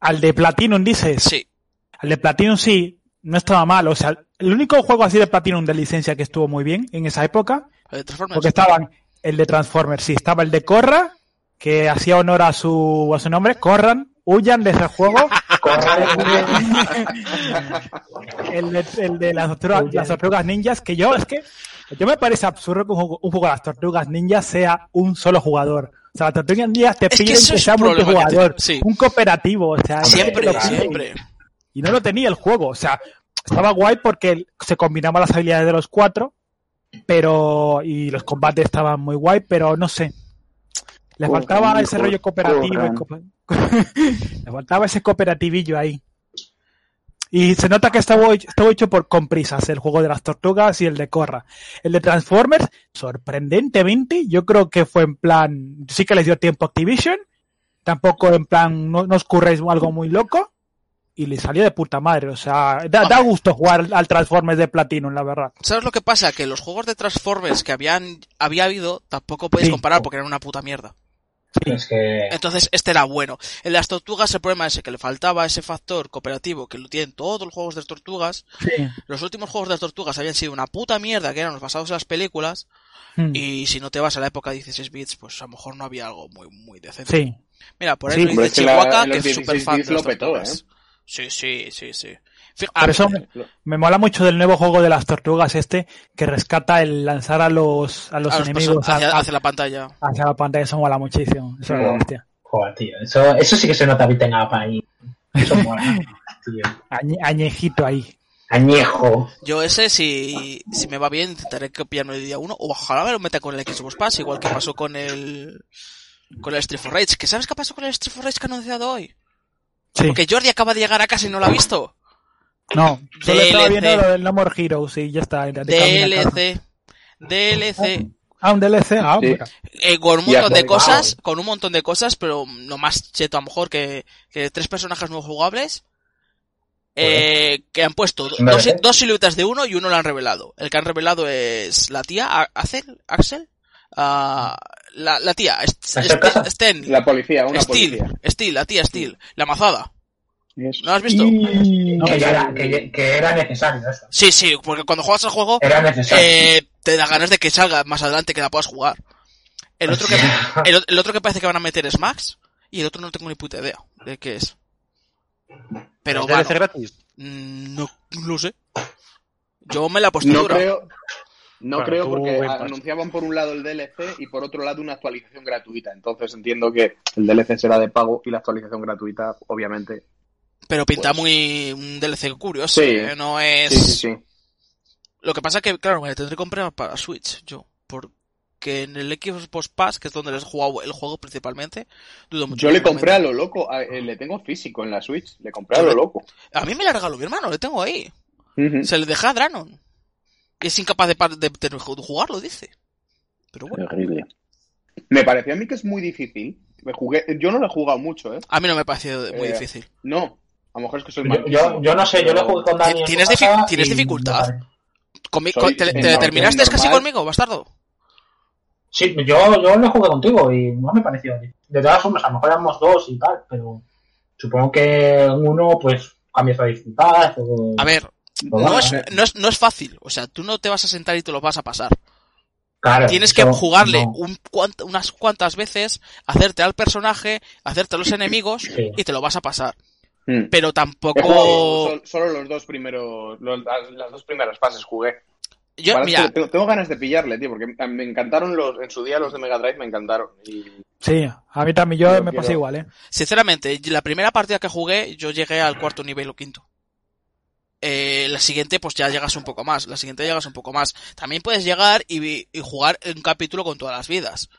[SPEAKER 7] ¿Al de Platinum dices?
[SPEAKER 3] Sí.
[SPEAKER 7] Al de Platinum sí, no estaba mal. O sea, el único juego así de Platinum de licencia que estuvo muy bien en esa época,
[SPEAKER 3] ¿El de Transformers?
[SPEAKER 7] porque estaban el de Transformers, sí, estaba el de Corra, que hacía honor a su, a su nombre, corran, huyan de ese juego, el de, el de las, tortugas, las tortugas ninjas, que yo, es que, yo me parece absurdo que un juego, un juego de las tortugas ninjas sea un solo jugador. O sea, las tortugas ninjas te
[SPEAKER 3] Es que
[SPEAKER 7] piden
[SPEAKER 3] eso
[SPEAKER 7] que,
[SPEAKER 3] es
[SPEAKER 7] sea
[SPEAKER 3] un problema que
[SPEAKER 7] multijugador,
[SPEAKER 3] te- sí.
[SPEAKER 7] un cooperativo, o sea,
[SPEAKER 3] Siempre,
[SPEAKER 7] es que lo piden.
[SPEAKER 3] siempre.
[SPEAKER 7] Y no lo tenía el juego. O sea, estaba guay porque se combinaban las habilidades de los cuatro. Pero. Y los combates estaban muy guay, pero no sé. Le
[SPEAKER 6] Corran,
[SPEAKER 7] faltaba ese
[SPEAKER 6] hijos,
[SPEAKER 7] rollo cooperativo.
[SPEAKER 6] corran.
[SPEAKER 7] copa- Le faltaba ese cooperativillo ahí. Y se nota que estaba, hecho- estaba hecho por con prisas el juego de las tortugas y el de Corra. El de Transformers, sorprendentemente, yo creo que fue en plan. Sí que les dio tiempo a Activision. Tampoco en plan, no, no os curréis algo muy loco y le salió de puta madre. O sea, da, da gusto jugar al Transformers de Platinum, la verdad.
[SPEAKER 3] ¿Sabes lo que pasa? Que los juegos de Transformers que habían había habido tampoco podéis
[SPEAKER 7] Sí.
[SPEAKER 3] comparar porque eran una puta mierda.
[SPEAKER 5] Es que.
[SPEAKER 3] Entonces, este era bueno. En las tortugas el problema es que le faltaba ese factor cooperativo que lo tienen todos los juegos de tortugas. Los últimos juegos de las tortugas habían sido una puta mierda que eran los basados en las películas.
[SPEAKER 7] Mm.
[SPEAKER 3] Y si no te vas a la época de 16 bits, pues a lo mejor no había algo muy, muy decente.
[SPEAKER 7] Sí.
[SPEAKER 3] Mira, por ahí
[SPEAKER 7] Sí,
[SPEAKER 3] nos
[SPEAKER 4] hombre,
[SPEAKER 3] dice
[SPEAKER 4] es que la-
[SPEAKER 3] Chihuahua,
[SPEAKER 4] en
[SPEAKER 3] que
[SPEAKER 4] los
[SPEAKER 3] es
[SPEAKER 4] 16
[SPEAKER 3] súper fan de
[SPEAKER 4] disco
[SPEAKER 3] las
[SPEAKER 4] lo petó, ¿eh?
[SPEAKER 3] tortugas. Sí, sí, sí, sí. Fí- ah,
[SPEAKER 7] Por eso me, me mola mucho del nuevo juego de las tortugas este, que rescata el lanzar a los, a los
[SPEAKER 3] a los
[SPEAKER 7] enemigos
[SPEAKER 3] perso- hacia,
[SPEAKER 7] a- a-
[SPEAKER 3] hacia la pantalla.
[SPEAKER 7] hacia la pantalla. Eso mola muchísimo. Eso es la
[SPEAKER 5] Mm.
[SPEAKER 7] hostia.
[SPEAKER 5] Joder, tío. Eso, eso sí que se nota beaten up ahí. Eso mola, tío.
[SPEAKER 7] Añe- añejito ahí.
[SPEAKER 5] Añejo.
[SPEAKER 3] Yo ese, si, si me va bien, intentaré copiarme el día uno, o ojalá me lo meta con el Xbox Pass, igual que pasó con el... Con el Street for Rage. ¿Qué sabes qué pasó con el Street for Rage que ha anunciado hoy?
[SPEAKER 7] Sí.
[SPEAKER 3] Porque Jordi acaba de llegar a casa y no lo ha visto.
[SPEAKER 7] No, solo estaba
[SPEAKER 3] DLC.
[SPEAKER 7] viendo lo del No More Heroes y ya está. de camino a casa.
[SPEAKER 3] DLC. DLC.
[SPEAKER 7] Ah, un DLC. Ah,
[SPEAKER 4] Sí.
[SPEAKER 7] mira.
[SPEAKER 3] Eh, con un
[SPEAKER 4] Y
[SPEAKER 3] montón de
[SPEAKER 4] actualizado.
[SPEAKER 3] cosas, con un montón de cosas, pero lo más cheto a lo mejor que, que tres personajes no jugables. eh, que han puesto do-
[SPEAKER 5] Vale.
[SPEAKER 3] dos, dos siluetas de uno y uno lo han revelado. El que han revelado es la tía A- Axel, Axel, Ah, la, la tía Est-
[SPEAKER 5] ¿Axel
[SPEAKER 3] Est-
[SPEAKER 5] Casa?
[SPEAKER 3] Sten,
[SPEAKER 4] La policía, una
[SPEAKER 3] Steel,
[SPEAKER 4] policía.
[SPEAKER 3] Steel, la tía Steel, la mazada.
[SPEAKER 6] Yes.
[SPEAKER 3] ¿No la has visto?
[SPEAKER 7] No,
[SPEAKER 5] que, ya era, que, que era necesario eso.
[SPEAKER 3] Sí, sí, porque cuando juegas al juego
[SPEAKER 5] Era necesario.
[SPEAKER 3] eh, te da ganas de que salga más adelante, que la puedas jugar. El otro que, el, o- el otro que parece que van a meter es Max, y el otro no tengo ni puta idea de qué es. Pero
[SPEAKER 2] ¿Es
[SPEAKER 3] bueno,
[SPEAKER 2] DLC gratis?
[SPEAKER 3] mm, no lo sé. Yo me la
[SPEAKER 4] No
[SPEAKER 3] postura.
[SPEAKER 4] creo, no
[SPEAKER 2] Bueno,
[SPEAKER 4] creo
[SPEAKER 2] tú
[SPEAKER 4] porque
[SPEAKER 2] buen
[SPEAKER 4] a-
[SPEAKER 2] paso.
[SPEAKER 4] anunciaban por un lado el DLC y por otro lado una actualización gratuita. Entonces entiendo que el DLC será de pago y la actualización gratuita, obviamente.
[SPEAKER 3] Pero pinta muy un DLC curioso.
[SPEAKER 4] Sí.
[SPEAKER 3] eh, No es.
[SPEAKER 4] Sí, sí, sí.
[SPEAKER 3] Lo que pasa que, claro, me la tendré que comprar para Switch, yo. Porque en el Xbox Pass, que es donde les he jugado el juego principalmente, dudo mucho.
[SPEAKER 4] Yo
[SPEAKER 3] que
[SPEAKER 4] le
[SPEAKER 3] lo
[SPEAKER 4] compré a
[SPEAKER 3] vendan.
[SPEAKER 4] lo loco, a- eh, le tengo físico en la Switch, le compré a
[SPEAKER 3] Yo
[SPEAKER 4] lo
[SPEAKER 3] le-
[SPEAKER 4] loco.
[SPEAKER 3] A mí me la regaló mi hermano, le tengo ahí.
[SPEAKER 4] Ujú.
[SPEAKER 3] Se le deja a Dranon. Y es incapaz de, pa- de, de jugarlo, dice. Pero bueno,
[SPEAKER 6] Horrible.
[SPEAKER 4] Me pareció a mí que es muy difícil. Me jugué, yo no lo he jugado mucho, ¿eh?
[SPEAKER 3] a mí no me pareció muy
[SPEAKER 4] Eh,
[SPEAKER 3] difícil.
[SPEAKER 4] No, a lo mejor es que soy
[SPEAKER 5] Yo,
[SPEAKER 4] malo.
[SPEAKER 5] yo, yo no sé, yo lo jugué con Dani. en
[SPEAKER 3] Tienes
[SPEAKER 5] su
[SPEAKER 3] dific-
[SPEAKER 5] casa
[SPEAKER 3] tienes
[SPEAKER 5] y-
[SPEAKER 3] dificultad. Conmi-
[SPEAKER 4] soy
[SPEAKER 3] con- ¿Te, te
[SPEAKER 4] normal,
[SPEAKER 3] terminaste casi
[SPEAKER 4] normal.
[SPEAKER 3] conmigo, bastardo?
[SPEAKER 5] Sí, yo, yo lo jugué contigo y no me pareció. De todas formas, a lo mejor éramos dos y tal, pero Supongo que uno, pues, cambias la dificultad o...
[SPEAKER 3] A ver,
[SPEAKER 5] o
[SPEAKER 3] no
[SPEAKER 5] va,
[SPEAKER 3] es,
[SPEAKER 5] eh.
[SPEAKER 3] no, es, no es fácil. O sea, tú no te vas a sentar y te lo vas a pasar.
[SPEAKER 5] Claro,
[SPEAKER 3] Tienes que
[SPEAKER 5] eso
[SPEAKER 3] jugarle
[SPEAKER 5] no.
[SPEAKER 3] un cuant- unas cuantas veces, hacerte al personaje, hacerte a los enemigos
[SPEAKER 5] Sí.
[SPEAKER 3] y te lo vas a pasar.
[SPEAKER 4] Mm.
[SPEAKER 3] Pero
[SPEAKER 4] He jugado
[SPEAKER 3] tampoco...
[SPEAKER 4] sol- solo los dos primeros, los- las, las dos primeras fases jugué.
[SPEAKER 3] Yo,
[SPEAKER 4] Para
[SPEAKER 3] mira,
[SPEAKER 4] esto tengo, tengo ganas de pillarle, tío, porque a- me encantaron los, en su día los de Mega Drive, me encantaron. Y
[SPEAKER 7] Sí, a mí también yo
[SPEAKER 4] Yo
[SPEAKER 7] me pasa
[SPEAKER 4] quiero-
[SPEAKER 7] igual, ¿eh?
[SPEAKER 3] Sinceramente, la primera partida que jugué, yo llegué al cuarto nivel o quinto. Eh, la siguiente, pues ya llegas un poco más. La siguiente llegas un poco más. También puedes llegar y, y jugar un capítulo con todas las vidas.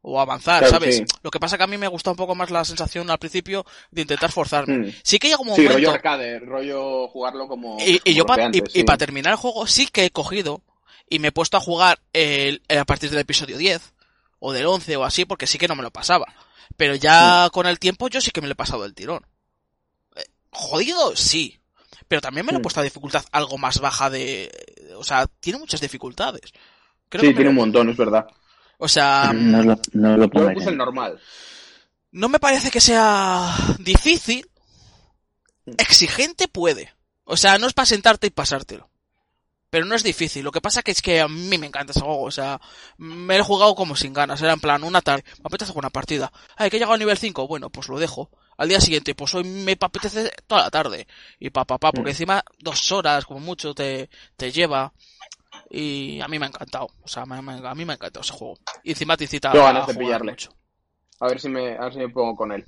[SPEAKER 3] O avanzar,
[SPEAKER 4] Claro,
[SPEAKER 3] ¿sabes?
[SPEAKER 4] sí.
[SPEAKER 3] Lo que pasa que a mí me gusta un poco más la sensación al principio de intentar forzarme.
[SPEAKER 4] Mm.
[SPEAKER 3] Sí que llega un
[SPEAKER 4] Sí,
[SPEAKER 3] momento.
[SPEAKER 4] rollo arcade, rollo jugarlo como.
[SPEAKER 3] Y, y yo pa-
[SPEAKER 4] como de
[SPEAKER 3] y-
[SPEAKER 4] antes,
[SPEAKER 3] y
[SPEAKER 4] sí.
[SPEAKER 3] para terminar el juego sí que he cogido y me he puesto a jugar el- el- a partir del episodio 10 o del 11 o así porque sí que no me lo pasaba. Pero ya con el tiempo yo sí que me lo he pasado el tirón. Eh, Jodido, sí. Pero también me lo he
[SPEAKER 4] Mm.
[SPEAKER 3] puesto a dificultad algo más baja de... O sea, tiene muchas dificultades. Creo
[SPEAKER 4] Sí,
[SPEAKER 3] que me
[SPEAKER 4] tiene
[SPEAKER 3] lo-
[SPEAKER 4] un montón, es verdad.
[SPEAKER 3] O sea,
[SPEAKER 6] No os lo, no
[SPEAKER 4] ah, Yo
[SPEAKER 6] os lo
[SPEAKER 4] lo
[SPEAKER 6] pongáis
[SPEAKER 4] puse
[SPEAKER 6] en-
[SPEAKER 4] el normal.
[SPEAKER 3] no me parece que sea difícil.
[SPEAKER 4] Mm.
[SPEAKER 3] Exigente puede. O sea, no es para sentarte y pasártelo. Pero no es difícil. Lo que pasa que es que a mí me encanta ese juego. O sea, me lo he jugado como sin ganas. Era en plan, una tarde. Me apetece jugar una partida. Ay, que he llegado al nivel 5. Bueno, pues lo dejo. Al día siguiente, pues hoy me apetece toda la tarde. Y pa, pa, pa. Porque
[SPEAKER 4] Mm.
[SPEAKER 3] encima dos horas, como mucho, te, te lleva. Y a mí me ha encantado. O sea, me- me- a mí me ha encantado ese juego. Y encima te incita
[SPEAKER 4] Tengo
[SPEAKER 3] a
[SPEAKER 4] ganas de
[SPEAKER 3] jugar
[SPEAKER 4] pillarle.
[SPEAKER 3] mucho.
[SPEAKER 4] A ver si me, a ver si me pongo con él.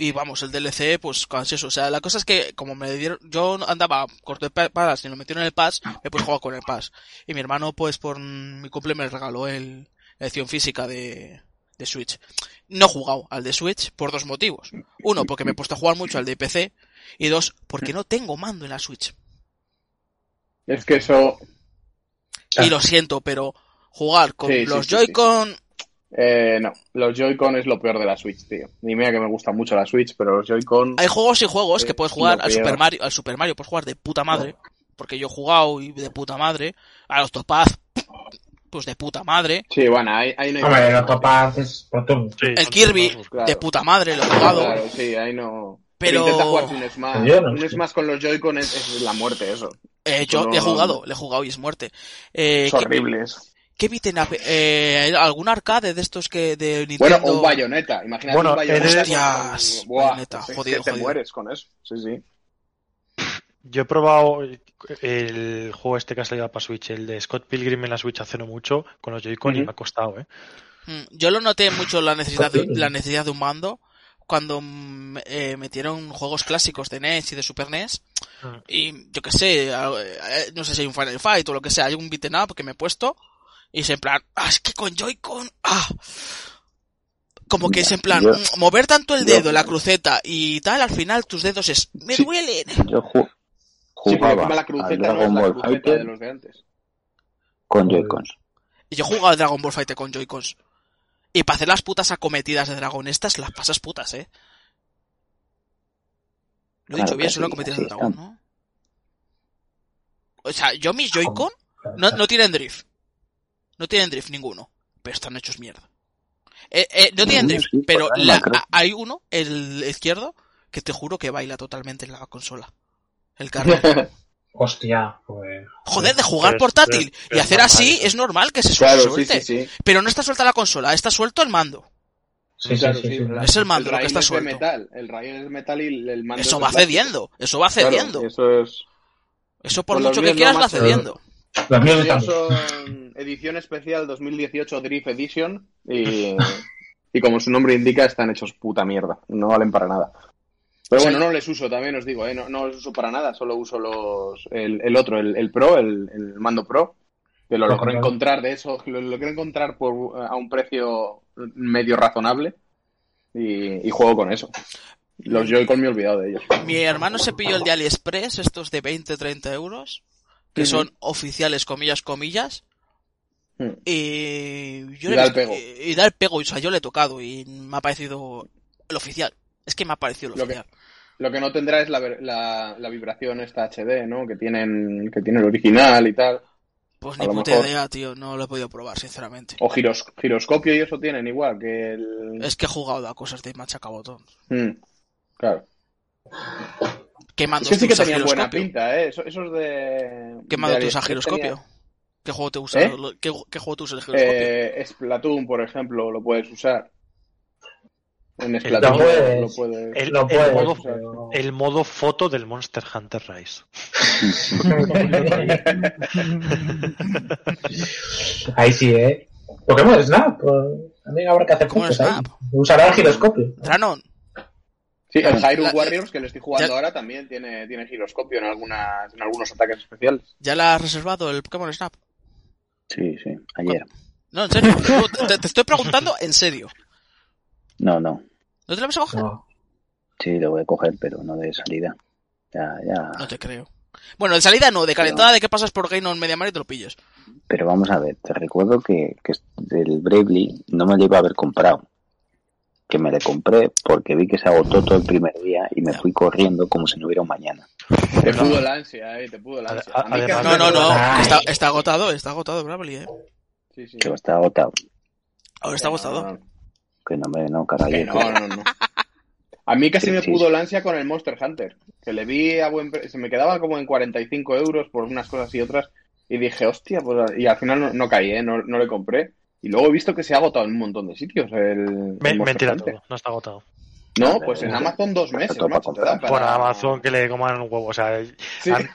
[SPEAKER 3] Y vamos, el DLC, pues casi eso. O sea, la cosa es que, como me dieron, yo andaba corto de pa- palas y lo metieron en el pass, me puse a jugar con el pass. Y mi hermano, pues por mm, mi cumple, me regaló el, la edición física de, de Switch. No he jugado al de Switch por dos motivos. Uno, porque me he puesto a jugar mucho al de PC. Y dos, porque no tengo mando en la Switch.
[SPEAKER 4] Es que eso.
[SPEAKER 3] Y lo siento, pero jugar con
[SPEAKER 4] Ah. Sí, sí,
[SPEAKER 3] los
[SPEAKER 4] sí, sí.
[SPEAKER 3] Joy-Con,
[SPEAKER 4] Eh, no, los Joy-Con es lo peor de la Switch, tío. Y mira que me gusta mucho la Switch, pero los Joy-Con.
[SPEAKER 3] Hay juegos y juegos que
[SPEAKER 4] Eh,
[SPEAKER 3] puedes jugar
[SPEAKER 4] lo
[SPEAKER 3] al
[SPEAKER 4] peor.
[SPEAKER 3] Super Mario, al Super Mario puedes jugar de puta madre, porque yo he jugado y de puta madre, al Octopath, pues de puta madre,
[SPEAKER 4] Sí, bueno, ahí, ahí no hay.
[SPEAKER 5] Hombre, lo topas es por turno.
[SPEAKER 2] Sí,
[SPEAKER 3] el
[SPEAKER 2] son
[SPEAKER 3] Kirby,
[SPEAKER 2] todos los-
[SPEAKER 4] claro.
[SPEAKER 3] de puta madre lo he jugado,
[SPEAKER 4] Claro, sí, ahí no.
[SPEAKER 3] Pero-
[SPEAKER 4] Intenta jugar un Smash.
[SPEAKER 5] Yo no
[SPEAKER 4] un
[SPEAKER 5] sé.
[SPEAKER 4] Smash con los Joy-Con es, es la muerte, eso.
[SPEAKER 3] Eh, yo
[SPEAKER 4] No,
[SPEAKER 3] le he jugado,
[SPEAKER 4] no.
[SPEAKER 3] le he jugado y es muerte. Eh,
[SPEAKER 4] Es
[SPEAKER 3] ¿qué,
[SPEAKER 4] horrible eso.
[SPEAKER 3] qué beat'em up? Eh, ¿Algún arcade de estos que de
[SPEAKER 4] Bueno,
[SPEAKER 3] Nintendo?
[SPEAKER 4] o un bayoneta, imagínate
[SPEAKER 2] Bueno,
[SPEAKER 4] un bayoneta.
[SPEAKER 2] eres-
[SPEAKER 4] con-
[SPEAKER 3] Hostias,
[SPEAKER 4] Buah,
[SPEAKER 3] Bayonetta,
[SPEAKER 4] es que
[SPEAKER 3] jodido,
[SPEAKER 4] te
[SPEAKER 3] jodido.
[SPEAKER 4] mueres con eso. Sí, sí.
[SPEAKER 2] Yo he probado el juego este que ha salido para Switch, el de Scott Pilgrim en la Switch hace no mucho, con los Joy-Con y
[SPEAKER 4] Ujú.
[SPEAKER 2] me ha costado, ¿eh?
[SPEAKER 3] Mm, Yo lo noté mucho la necesidad de, la necesidad de un mando cuando mm, eh, metieron juegos clásicos de NES y de Super NES.
[SPEAKER 2] Ah.
[SPEAKER 3] Y yo qué sé, a- eh, no sé si hay un Final Fight o lo que sea, hay un beaten up que me he puesto y es en plan, ah, es que con Joy-Con, ah. Como que es en plan,
[SPEAKER 6] Yo-
[SPEAKER 3] mm, mover tanto el
[SPEAKER 6] yo-
[SPEAKER 3] dedo, la cruceta y tal, al final tus dedos es, me
[SPEAKER 6] Sí.
[SPEAKER 3] duelen.
[SPEAKER 6] Yo ju-
[SPEAKER 4] Sí, pero
[SPEAKER 6] jugaba
[SPEAKER 4] encima la
[SPEAKER 6] al
[SPEAKER 4] cruceta no es
[SPEAKER 6] Dragon
[SPEAKER 4] la
[SPEAKER 6] Ball
[SPEAKER 4] cruceta de
[SPEAKER 6] Fighter
[SPEAKER 4] los de antes.
[SPEAKER 6] con Joy-Cons.
[SPEAKER 3] Y yo he jugado a Dragon Ball Fighter con Joy-Cons. Y para hacer las putas acometidas de Dragón, estas las pasas putas, eh. Lo he
[SPEAKER 6] Claro
[SPEAKER 3] dicho bien,
[SPEAKER 6] que
[SPEAKER 3] son
[SPEAKER 6] sí,
[SPEAKER 3] acometidas
[SPEAKER 6] así
[SPEAKER 3] de Dragón,
[SPEAKER 6] están.
[SPEAKER 3] ¿no? O sea, yo mis Joy-Con no, no tienen drift. No tienen drift ninguno. Pero están hechos mierda. Eh, eh, no tienen
[SPEAKER 6] Ninguno
[SPEAKER 3] drift,
[SPEAKER 6] sí,
[SPEAKER 3] pero
[SPEAKER 6] por
[SPEAKER 3] la-
[SPEAKER 6] alma, creo.
[SPEAKER 3] a- hay uno, el izquierdo, que te juro que baila totalmente en la consola. El carro.
[SPEAKER 5] Hostia, pues...
[SPEAKER 3] Joder, de jugar
[SPEAKER 2] Pero es-
[SPEAKER 3] portátil
[SPEAKER 2] pero-
[SPEAKER 3] y
[SPEAKER 2] pero es
[SPEAKER 3] hacer
[SPEAKER 2] normal
[SPEAKER 3] así
[SPEAKER 2] eso.
[SPEAKER 3] es normal que se
[SPEAKER 4] Claro, sí,
[SPEAKER 3] suelte.
[SPEAKER 4] sí, sí.
[SPEAKER 3] Pero no está suelta la consola, está suelto el mando.
[SPEAKER 5] Sí, sí,
[SPEAKER 4] Claro,
[SPEAKER 5] sí,
[SPEAKER 4] sí,
[SPEAKER 5] sí.
[SPEAKER 4] la-
[SPEAKER 3] Es el mando lo que
[SPEAKER 4] raíl
[SPEAKER 3] está
[SPEAKER 4] es de
[SPEAKER 3] suelto.
[SPEAKER 4] metal. El rayo es de metal y el mando
[SPEAKER 3] Eso
[SPEAKER 4] es de
[SPEAKER 3] va
[SPEAKER 4] plástico.
[SPEAKER 3] cediendo, eso va
[SPEAKER 4] Claro,
[SPEAKER 3] cediendo.
[SPEAKER 4] eso es...
[SPEAKER 3] Eso por
[SPEAKER 4] Pues los
[SPEAKER 3] mucho que
[SPEAKER 4] míos no,
[SPEAKER 3] quieras va
[SPEAKER 4] macho.
[SPEAKER 3] cediendo.
[SPEAKER 5] Los míos
[SPEAKER 4] Los míos
[SPEAKER 5] también.
[SPEAKER 4] son edición especial 2018 Drift Edition y, y como su nombre indica están hechos puta mierda, no valen para nada. Pero bueno, no les uso también, os digo, ¿eh? no, no los uso para nada, solo uso los el, el otro, el, el Pro, el, el mando Pro, que lo logré encontrar de eso, lo logré encontrar por, a un precio medio razonable y, y juego con eso. Los Joy-Con me he olvidado de ellos.
[SPEAKER 3] Mi hermano se pilló el de AliExpress, estos de 20-30 euros, que
[SPEAKER 4] Ujú.
[SPEAKER 3] son oficiales, comillas, comillas.
[SPEAKER 4] Mm.
[SPEAKER 3] Y, yo le
[SPEAKER 4] Y
[SPEAKER 3] he
[SPEAKER 4] da el
[SPEAKER 3] visto-
[SPEAKER 4] pego.
[SPEAKER 3] Y, y da el pego, o sea, yo le he tocado y me ha parecido el oficial. Es que me ha parecido el
[SPEAKER 4] Lo que-
[SPEAKER 3] oficial.
[SPEAKER 4] Lo que no tendrá es la, ver- la, la vibración esta HD, ¿no? Que tienen, que tiene el original y tal.
[SPEAKER 3] Pues
[SPEAKER 4] A
[SPEAKER 3] ni
[SPEAKER 4] lo
[SPEAKER 3] puta
[SPEAKER 4] mejor.
[SPEAKER 3] idea, tío. No lo he podido probar, sinceramente.
[SPEAKER 4] O giros- giroscopio y eso tienen igual que el...
[SPEAKER 3] Es que he jugado a cosas de machacabotón.
[SPEAKER 4] Mm, claro.
[SPEAKER 3] Quemando
[SPEAKER 4] Es que sí que
[SPEAKER 3] tus a
[SPEAKER 4] tenían buena
[SPEAKER 3] giroscopio.
[SPEAKER 4] pinta, ¿eh? Eso, esos de...
[SPEAKER 3] Quemando
[SPEAKER 4] de
[SPEAKER 3] tus a
[SPEAKER 4] AliExpress
[SPEAKER 3] giroscopio. ¿Qué juego te usa?
[SPEAKER 4] ¿Eh?
[SPEAKER 3] lo- ¿Qué, qué juego te usa el
[SPEAKER 4] tenía,
[SPEAKER 3] giroscopio?
[SPEAKER 4] eh, Splatoon, por ejemplo, lo puedes usar. En
[SPEAKER 2] Lo
[SPEAKER 4] Splatoon
[SPEAKER 5] puedes.
[SPEAKER 4] lo puedes...
[SPEAKER 3] eh,
[SPEAKER 2] El,
[SPEAKER 5] Lo
[SPEAKER 2] el
[SPEAKER 5] puedes,
[SPEAKER 2] modo,
[SPEAKER 5] pero-
[SPEAKER 2] el modo foto del Monster Hunter Rise.
[SPEAKER 7] ¿eh?
[SPEAKER 5] Ahí sí, ¿eh? Pokémon Snap. eh, También habrá que hacer
[SPEAKER 3] Pokémon
[SPEAKER 5] puntos ahí.
[SPEAKER 3] Snap.
[SPEAKER 5] Usará el giroscopio.
[SPEAKER 3] Dranon,
[SPEAKER 4] Sí, el Hyrule
[SPEAKER 3] La-
[SPEAKER 4] Warriors, que le estoy jugando
[SPEAKER 3] ya-
[SPEAKER 4] ahora, también tiene, tiene giroscopio en, algunas, en algunos ataques especiales.
[SPEAKER 3] ¿ya la has reservado el Pokémon Snap?
[SPEAKER 6] Sí, sí, ayer.
[SPEAKER 3] No, en serio. No, te, te estoy preguntando en serio.
[SPEAKER 6] No, no.
[SPEAKER 3] ¿No te la vas a coger?
[SPEAKER 5] No.
[SPEAKER 6] Sí, lo voy a coger, pero no de salida. Ya, ya.
[SPEAKER 3] No te creo. Bueno, de salida no, de calentada de que pasas por Game on Media Mar y te lo pillas.
[SPEAKER 6] Pero vamos a ver, te recuerdo que, que el Bravely no me lo iba a haber comprado. Que me lo compré porque vi que se agotó todo el primer día y me fui corriendo como si no hubiera un mañana.
[SPEAKER 4] Te pudo la ansia, eh, te pudo la
[SPEAKER 2] Ade-
[SPEAKER 4] ansia. A mí que
[SPEAKER 2] además-
[SPEAKER 4] hace-
[SPEAKER 3] No, no, no.
[SPEAKER 5] Ay.
[SPEAKER 3] Está, está agotado, está agotado, Bravely, eh.
[SPEAKER 4] Sí, sí.
[SPEAKER 6] Que está agotado.
[SPEAKER 3] Ahora está
[SPEAKER 4] No,
[SPEAKER 3] agotado.
[SPEAKER 4] Eh, no, no.
[SPEAKER 6] Que no me, no,
[SPEAKER 4] Que
[SPEAKER 6] caray.
[SPEAKER 4] no, no, no. A mí casi
[SPEAKER 6] Sí,
[SPEAKER 4] me
[SPEAKER 6] sí.
[SPEAKER 4] pudo la ansia con el Monster Hunter. Que le vi a buen pre- Se me quedaba como en 45 euros por unas cosas y otras. Y dije, hostia, pues. Y al final no, no caí, ¿eh? No, no le compré. Y luego he visto que se ha agotado en un montón de sitios. El, el
[SPEAKER 2] Me-
[SPEAKER 4] Monster
[SPEAKER 2] mentira
[SPEAKER 4] Hunter.
[SPEAKER 2] todo, no está agotado.
[SPEAKER 4] No, pues en Amazon dos meses,
[SPEAKER 6] todo para
[SPEAKER 4] macho, te da
[SPEAKER 6] comprar.
[SPEAKER 4] para-
[SPEAKER 2] Por Amazon que le coman un huevo. O sea,
[SPEAKER 4] Sí.
[SPEAKER 2] an-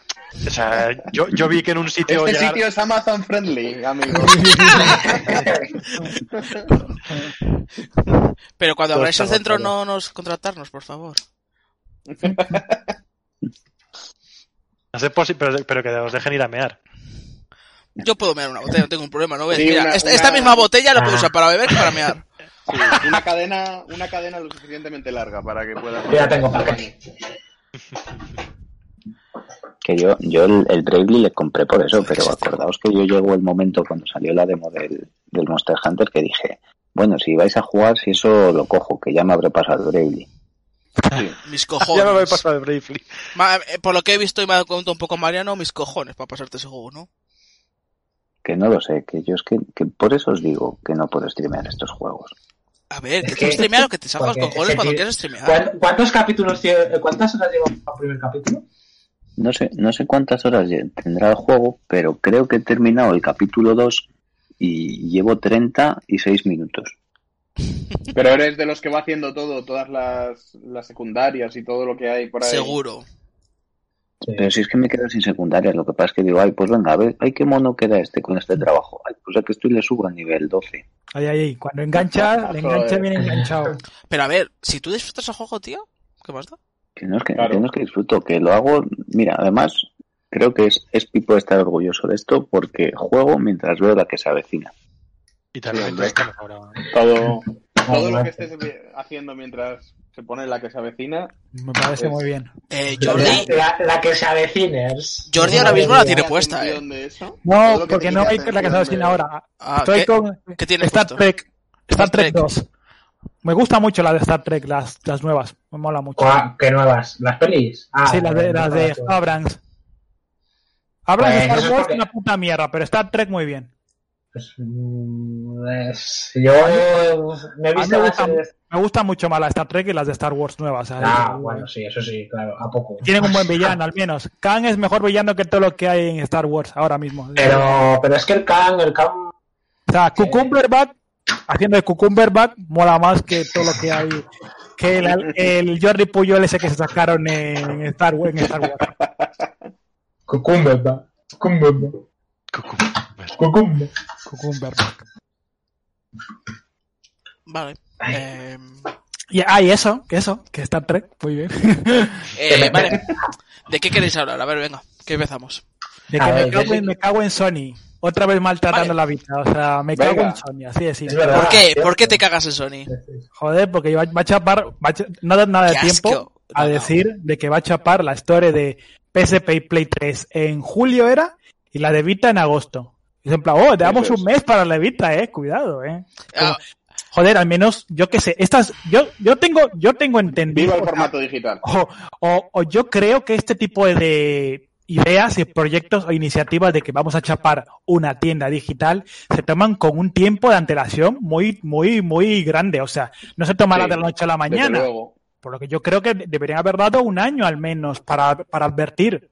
[SPEAKER 2] o sea, yo, yo vi que en un sitio,
[SPEAKER 4] Este
[SPEAKER 2] llegar-
[SPEAKER 4] sitio es Amazon friendly, amigo.
[SPEAKER 3] Pero cuando
[SPEAKER 2] Todo
[SPEAKER 3] abráis
[SPEAKER 2] está
[SPEAKER 3] el centro
[SPEAKER 2] agotado.
[SPEAKER 3] no nos contratarnos, por favor.
[SPEAKER 2] a ser posi- pero, pero que os dejen ir a mear.
[SPEAKER 3] Yo puedo mear una botella, no tengo un problema, ¿no ves?
[SPEAKER 4] Sí,
[SPEAKER 3] Mira,
[SPEAKER 4] una-
[SPEAKER 3] esta, esta
[SPEAKER 4] una-
[SPEAKER 3] misma botella la
[SPEAKER 2] Ah.
[SPEAKER 3] puedo usar para beber y para mear.
[SPEAKER 4] Sí, una cadena, una cadena lo suficientemente larga para que pueda.
[SPEAKER 5] Yo ya tengo paquete.
[SPEAKER 6] Que yo, yo el, el Bravely le compré por eso,
[SPEAKER 3] Joder,
[SPEAKER 6] pero
[SPEAKER 3] sí, sí.
[SPEAKER 6] acordaos que yo llegó el momento cuando salió la demo del, del Monster Hunter que dije, bueno, si vais a jugar, si eso lo cojo, que ya me habré pasado el Bravely.
[SPEAKER 3] Mis
[SPEAKER 2] Ya me voy a
[SPEAKER 3] cojones.
[SPEAKER 2] pasar el Bravely.
[SPEAKER 3] Ma- eh, por lo que he visto y me ha contado un poco Mariano, mis cojones para pasarte ese juego, ¿no?
[SPEAKER 6] Que no lo sé, que yo es que, que por eso os digo que no puedo streamear estos juegos.
[SPEAKER 3] A ver, que
[SPEAKER 5] Es
[SPEAKER 3] tú
[SPEAKER 5] que-
[SPEAKER 3] streamea lo que te salga los
[SPEAKER 5] porque-
[SPEAKER 3] cojones
[SPEAKER 5] es que
[SPEAKER 3] cuando
[SPEAKER 5] ti-
[SPEAKER 3] quieras streamear.
[SPEAKER 5] ¿Cuán- ¿Cuántos capítulos tiene- eh, ¿Cuántas horas lleva el primer capítulo?
[SPEAKER 6] No sé, no sé cuántas horas lle- tendrá el juego, pero creo que he terminado el capítulo 2 y llevo 36 minutos.
[SPEAKER 4] Pero eres de los que va haciendo todo, todas las, las secundarias y todo lo que hay por ahí.
[SPEAKER 3] Seguro.
[SPEAKER 6] Pero si es que me quedo sin secundarias, lo que pasa es que digo, ay, pues venga, a ver, ay, qué mono queda este con
[SPEAKER 3] Mm.
[SPEAKER 6] este trabajo. Ay, pues ya que estoy le subo al nivel 12.
[SPEAKER 7] Ahí, ahí. Cuando engancha, le engancha
[SPEAKER 4] Joder.
[SPEAKER 7] bien enganchado.
[SPEAKER 3] Pero a ver, si tú disfrutas el juego, tío, ¿qué más da?
[SPEAKER 6] Que no es que,
[SPEAKER 4] Claro.
[SPEAKER 6] que no es que disfruto, que lo hago. Mira, además, creo que es, es pipo estar orgulloso de esto porque juego mientras veo la que se avecina.
[SPEAKER 2] Y también
[SPEAKER 4] hombre.
[SPEAKER 2] estamos ahora.
[SPEAKER 4] Todo, todo
[SPEAKER 5] Ah,
[SPEAKER 4] lo que
[SPEAKER 5] vale.
[SPEAKER 4] estés haciendo mientras se pone la que se avecina.
[SPEAKER 7] Me parece muy bien.
[SPEAKER 3] Eh,
[SPEAKER 5] La,
[SPEAKER 3] Jordi,
[SPEAKER 5] la- la que se aveciners.
[SPEAKER 3] Jordi ahora mismo la tiene
[SPEAKER 4] Hay
[SPEAKER 3] puesta, eh.
[SPEAKER 4] atención de eso. Todo
[SPEAKER 7] No,
[SPEAKER 4] lo que
[SPEAKER 7] porque
[SPEAKER 4] te
[SPEAKER 7] no
[SPEAKER 4] quita
[SPEAKER 7] hay que la que
[SPEAKER 4] atención
[SPEAKER 7] sabes sin
[SPEAKER 4] de-
[SPEAKER 7] ahora.
[SPEAKER 3] Ah,
[SPEAKER 7] Estoy
[SPEAKER 3] ¿qué-
[SPEAKER 7] con
[SPEAKER 3] ¿qué tienes
[SPEAKER 7] Star
[SPEAKER 3] puesto?
[SPEAKER 7] Trek. Star
[SPEAKER 3] Star
[SPEAKER 7] Trek
[SPEAKER 3] Trek.
[SPEAKER 7] 2. Me gusta mucho la de Star Trek, las, las nuevas. Me mola mucho.
[SPEAKER 5] Guau, Ah, ¿Qué nuevas? ¿Las pelis? Ah,
[SPEAKER 7] sí, las de,
[SPEAKER 5] no,
[SPEAKER 7] las
[SPEAKER 5] no,
[SPEAKER 7] de
[SPEAKER 5] no, no.
[SPEAKER 7] Abrams. Abrams
[SPEAKER 5] Pues,
[SPEAKER 7] Star
[SPEAKER 5] eso es
[SPEAKER 7] Wars
[SPEAKER 5] porque-
[SPEAKER 7] una puta mierda, pero Star Trek muy bien.
[SPEAKER 5] Pues, mm, es- yo eh, me he
[SPEAKER 7] A mí
[SPEAKER 5] visto
[SPEAKER 7] me
[SPEAKER 5] las
[SPEAKER 7] gusta,
[SPEAKER 5] series-
[SPEAKER 7] me gusta mucho más la de Star Trek y las de Star Wars nuevas. ¿sabes?
[SPEAKER 5] Ah, bueno, sí, eso sí, claro, a poco.
[SPEAKER 7] Tienen un buen villano, al menos. Khan es mejor villano que todo lo que hay en Star Wars ahora mismo.
[SPEAKER 5] Pero, pero es que el Khan, el Khan.
[SPEAKER 7] O sea, Cucumberbatch, haciendo de Cucumberbatch, mola más que todo lo que hay. Que el, el Jordi Puyol ese que se sacaron en Star Wars. En Star Wars.
[SPEAKER 5] Cucumberba. Cucumberba. Cucumber.
[SPEAKER 7] Cucumberbatch.
[SPEAKER 3] Vale. Eh,
[SPEAKER 7] Y, ah, y eso, que eso, que Star Trek, muy bien.
[SPEAKER 3] eh, vale. ¿De qué queréis hablar? A ver, venga, que empezamos.
[SPEAKER 7] De
[SPEAKER 5] A
[SPEAKER 7] que me
[SPEAKER 5] ver, yo
[SPEAKER 7] cago,
[SPEAKER 5] sí
[SPEAKER 7] en,
[SPEAKER 5] que-
[SPEAKER 7] me cago en Sony. Otra vez maltratando
[SPEAKER 3] Vale.
[SPEAKER 7] la vida. O sea, me
[SPEAKER 4] Venga.
[SPEAKER 7] cago en Sony, así de simple.
[SPEAKER 5] Es verdad.
[SPEAKER 3] ¿Por qué?
[SPEAKER 5] cierto.
[SPEAKER 3] ¿Por qué te cagas en Sony?
[SPEAKER 7] Joder, porque va, va a chapar, va a cha- no da nada de
[SPEAKER 3] Qué
[SPEAKER 7] tiempo
[SPEAKER 3] asco.
[SPEAKER 7] a
[SPEAKER 3] No, no.
[SPEAKER 7] decir de que va a chapar la historia de PSP y Play 3 en julio era y la de Vita en agosto. Y es en plan, oh, te damos
[SPEAKER 4] Eso es.
[SPEAKER 7] un mes para la Vita, eh, cuidado, eh.
[SPEAKER 3] Ah,
[SPEAKER 7] Joder, al menos, yo qué sé, estas, yo, yo tengo, yo tengo entendido.
[SPEAKER 4] Viva el
[SPEAKER 7] o sea,
[SPEAKER 4] formato digital.
[SPEAKER 7] o, o- o yo creo que este tipo de, ideas y proyectos o iniciativas de que vamos a chapar una tienda digital se toman con un tiempo de antelación muy, muy, muy grande. O sea, no se tomará
[SPEAKER 4] Sí,
[SPEAKER 7] de la noche a la
[SPEAKER 4] Desde
[SPEAKER 7] mañana.
[SPEAKER 4] luego.
[SPEAKER 7] Por lo que yo creo que deberían haber dado un año al menos para, para advertir.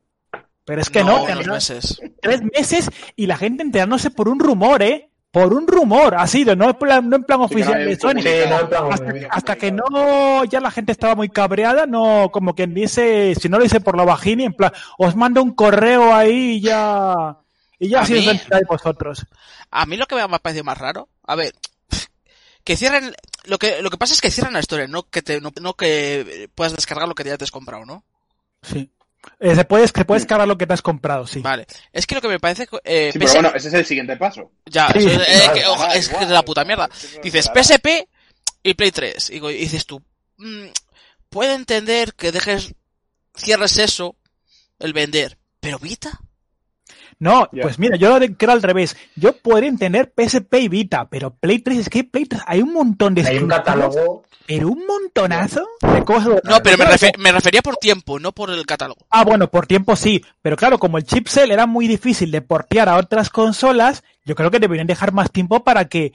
[SPEAKER 7] Pero es que no,
[SPEAKER 3] unos
[SPEAKER 7] tardaron
[SPEAKER 3] meses.
[SPEAKER 7] tres meses y la gente enterándose por un rumor, ¿eh? Por un rumor, ha sido, no, en plan- no en plan
[SPEAKER 4] Sí, que no
[SPEAKER 7] oficial
[SPEAKER 4] hay
[SPEAKER 7] de
[SPEAKER 4] un
[SPEAKER 7] Sony.
[SPEAKER 4] comunicado.
[SPEAKER 5] Sí, no, en plan
[SPEAKER 7] Hasta,
[SPEAKER 5] oficial.
[SPEAKER 7] hasta que no, ya la gente estaba muy cabreada, no, como quien dice, si no lo hice por la vagina, en plan, os mando un correo ahí y ya, y ya
[SPEAKER 3] ¿A
[SPEAKER 7] así
[SPEAKER 3] mí?
[SPEAKER 7] os enteráis vosotros.
[SPEAKER 3] A mí lo que me ha parecido más raro, a ver, que cierren, lo que, lo que pasa es que cierran la historia, no que te, no, no que puedas descargar lo que ya te has comprado, ¿no?
[SPEAKER 7] Sí. Eh, se puede, se puede escalar lo que te has comprado, sí.
[SPEAKER 3] Vale. Es que lo que me parece, eh,
[SPEAKER 4] Sí, pero
[SPEAKER 3] pese-
[SPEAKER 4] bueno, ese es el siguiente paso.
[SPEAKER 3] ya,
[SPEAKER 7] Sí,
[SPEAKER 3] eso es, eh,
[SPEAKER 5] claro,
[SPEAKER 3] que, ojo,
[SPEAKER 4] claro,
[SPEAKER 3] es que
[SPEAKER 4] igual,
[SPEAKER 3] es la puta mierda.
[SPEAKER 4] igual,
[SPEAKER 3] Dices
[SPEAKER 4] claro.
[SPEAKER 3] PSP y Play 3. Y, digo- y dices tú, mm, puedo entender que dejes, cierres eso, el vender, pero Vita.
[SPEAKER 7] No,
[SPEAKER 4] Ya.
[SPEAKER 7] pues mira, yo lo de- creo al revés. Yo podría entender PSP y Vita, pero Play 3, es que Play 3 hay un montón de
[SPEAKER 5] Hay un
[SPEAKER 7] exclusivos,
[SPEAKER 5] catálogo.
[SPEAKER 7] pero un montonazo de cosas.
[SPEAKER 3] No, pero me,
[SPEAKER 7] Claro,
[SPEAKER 3] refe- me refería por tiempo, no por el catálogo.
[SPEAKER 7] Ah, bueno, por tiempo sí, pero claro, como el chip cell era muy difícil de portear a otras consolas, yo creo que deberían dejar más tiempo para que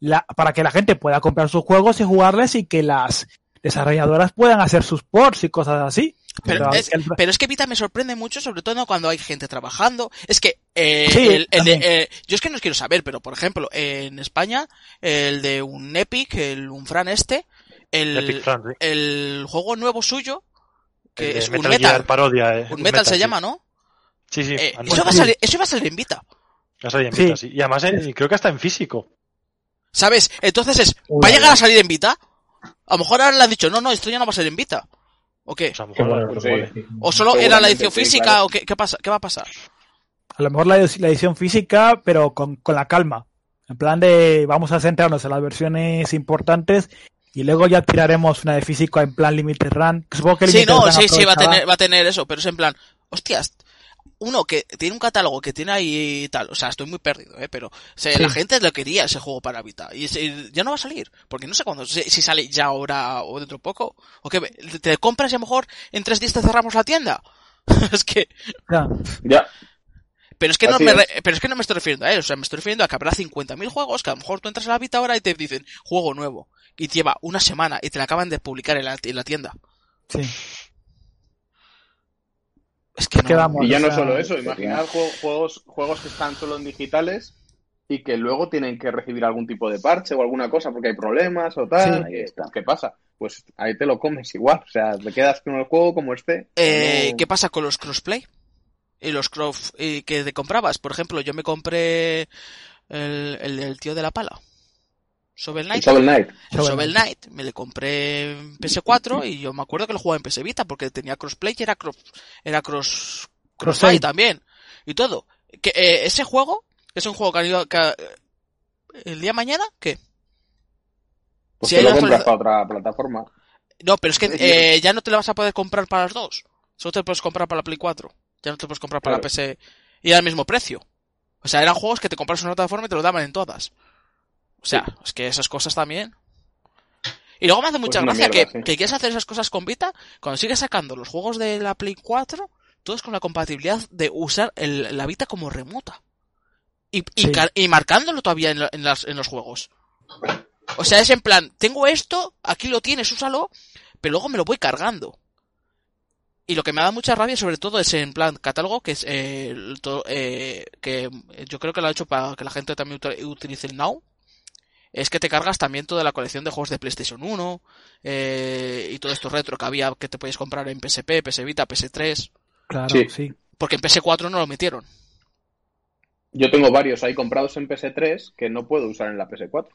[SPEAKER 7] la, para que la gente pueda comprar sus juegos y jugarles y que las desarrolladoras puedan hacer sus ports y cosas así.
[SPEAKER 3] Pero,
[SPEAKER 7] Pero
[SPEAKER 3] es,
[SPEAKER 7] el-
[SPEAKER 3] pero es que Vita me sorprende mucho, sobre todo cuando hay gente trabajando. Es que eh,
[SPEAKER 7] Sí,
[SPEAKER 3] el- el de-
[SPEAKER 7] también.
[SPEAKER 3] eh, yo es que no quiero saber, pero por ejemplo, en España, el de un Epic, el un Fran este, el,
[SPEAKER 2] Epic Fran, sí.
[SPEAKER 3] el juego nuevo suyo, que
[SPEAKER 2] El de
[SPEAKER 3] es un
[SPEAKER 2] Metal
[SPEAKER 3] metal,
[SPEAKER 2] Gear parodia, eh.
[SPEAKER 3] un metal se
[SPEAKER 2] sí.
[SPEAKER 3] llama, ¿no?
[SPEAKER 2] Sí, sí.
[SPEAKER 3] Eh,
[SPEAKER 2] anual.
[SPEAKER 3] eso, va a salir, eso va a salir en Vita,
[SPEAKER 2] Va a salir en
[SPEAKER 7] Sí.
[SPEAKER 2] Vita, sí. Y además eh, creo que hasta en físico.
[SPEAKER 3] ¿sabes? Entonces es,
[SPEAKER 5] Uy,
[SPEAKER 3] ¿va a
[SPEAKER 5] la
[SPEAKER 3] llegar a
[SPEAKER 5] verdad.
[SPEAKER 3] salir en Vita? A lo mejor ahora le han dicho, no, no, esto ya no va a salir en Vita. ¿O qué?
[SPEAKER 2] O sea, a lo
[SPEAKER 5] Qué
[SPEAKER 2] mejor-
[SPEAKER 5] bueno,
[SPEAKER 4] pues
[SPEAKER 5] qué bueno,
[SPEAKER 4] sí.
[SPEAKER 5] sí.
[SPEAKER 3] ¿O solo era la edición
[SPEAKER 4] seguramente sí,
[SPEAKER 3] física?
[SPEAKER 4] claro.
[SPEAKER 3] ¿O qué, qué pasa? ¿Qué va a pasar?
[SPEAKER 7] a lo mejor la, edi- la edición física, pero con, con la calma. En plan de vamos a centrarnos en las versiones importantes y luego ya tiraremos una de físico en plan Limited Run. que Supongo que
[SPEAKER 3] Sí,
[SPEAKER 7] Limited
[SPEAKER 3] no,
[SPEAKER 7] Run
[SPEAKER 3] sí, sí, va a,
[SPEAKER 7] aprovechará.
[SPEAKER 3] tener, va a tener eso, pero es en plan, hostias, uno que tiene un catálogo que tiene ahí y tal, o sea, estoy muy perdido, ¿eh? pero o sea, la gente lo quería ese juego para Vita, y se- ya no va a salir, porque no sé cuándo, si, si sale ya ahora o dentro de poco, o que te compras y a lo mejor en tres días te cerramos la tienda. es que,
[SPEAKER 7] O sea,
[SPEAKER 4] Ya,
[SPEAKER 3] pero es que no
[SPEAKER 4] Así
[SPEAKER 3] me,
[SPEAKER 4] es.
[SPEAKER 3] re- pero es que no me estoy refiriendo a eso, o sea, me estoy refiriendo a que habrá 50.000 juegos que a lo mejor tú entras a la Vita ahora y te dicen juego nuevo, y lleva una semana y te la acaban de publicar en la, en la tienda.
[SPEAKER 7] sí.
[SPEAKER 3] Es que no,
[SPEAKER 7] Quedamos.
[SPEAKER 4] y ya
[SPEAKER 7] o
[SPEAKER 4] no
[SPEAKER 7] sea,
[SPEAKER 4] solo eso, imaginad jue- juegos, juegos que están solo en digitales y que luego tienen que recibir algún tipo de parche o alguna cosa porque hay problemas o tal.
[SPEAKER 6] Sí.
[SPEAKER 4] ¿Qué-
[SPEAKER 6] Ahí está.
[SPEAKER 4] ¿Qué pasa? Pues ahí te lo comes igual, o sea, te quedas con el juego como esté.
[SPEAKER 3] Eh,
[SPEAKER 4] No-
[SPEAKER 3] ¿Qué pasa con los crossplay? Y los cross y que te comprabas. Por ejemplo, yo me compré el, el, el tío de la pala. Shovel
[SPEAKER 4] El
[SPEAKER 3] Knight.
[SPEAKER 4] Shovel Knight.
[SPEAKER 3] El Shovel Knight. Me le compré en PS4 y yo me acuerdo que lo jugaba en PS Vita porque tenía crossplay y era cross, era cross, crossplay
[SPEAKER 7] Cross-save.
[SPEAKER 3] también. Y todo. Que, eh, ese juego es un juego que, han ido- que eh, el día de mañana, ¿qué?
[SPEAKER 4] Pues
[SPEAKER 3] Sí,
[SPEAKER 4] te
[SPEAKER 3] hay
[SPEAKER 4] lo
[SPEAKER 3] una
[SPEAKER 4] compras
[SPEAKER 3] actualiza-
[SPEAKER 4] para otra plataforma.
[SPEAKER 3] No, pero es que eh, ya no te la vas a poder comprar para las dos. Solo te la puedes comprar para la Play 4. Ya no te puedes comprar para
[SPEAKER 4] Claro.
[SPEAKER 3] la PS. Y al mismo precio. O sea, eran juegos que te compras en una plataforma y te lo daban en todas. O sea, es que esas cosas también. Y luego me hace mucha
[SPEAKER 4] Pues una
[SPEAKER 3] gracia
[SPEAKER 4] mierda,
[SPEAKER 3] que,
[SPEAKER 4] sí.
[SPEAKER 3] que quieres hacer esas cosas con Vita cuando sigues sacando los juegos de la Play 4, todos con la compatibilidad de usar el- la Vita como remota. Y, y,
[SPEAKER 7] Sí.
[SPEAKER 3] car- y marcándolo todavía en, la- en las- en los juegos. O sea, es en plan, tengo esto, aquí lo tienes, úsalo, pero luego me lo voy cargando. Y lo que me da mucha rabia, sobre todo, es en plan catálogo, que es eh, el to- eh, que yo creo que lo ha hecho para que la gente también ut- utilice el Now. Es que te cargas también toda la colección de juegos de PlayStation 1 eh, y todo esto retro que había que te podías comprar en PSP, PS Vita, PS3.
[SPEAKER 7] Claro,
[SPEAKER 4] Sí.
[SPEAKER 7] sí.
[SPEAKER 3] Porque en PS4 no lo metieron.
[SPEAKER 4] Yo tengo varios ahí comprados en PS3 que no puedo usar en la PS4.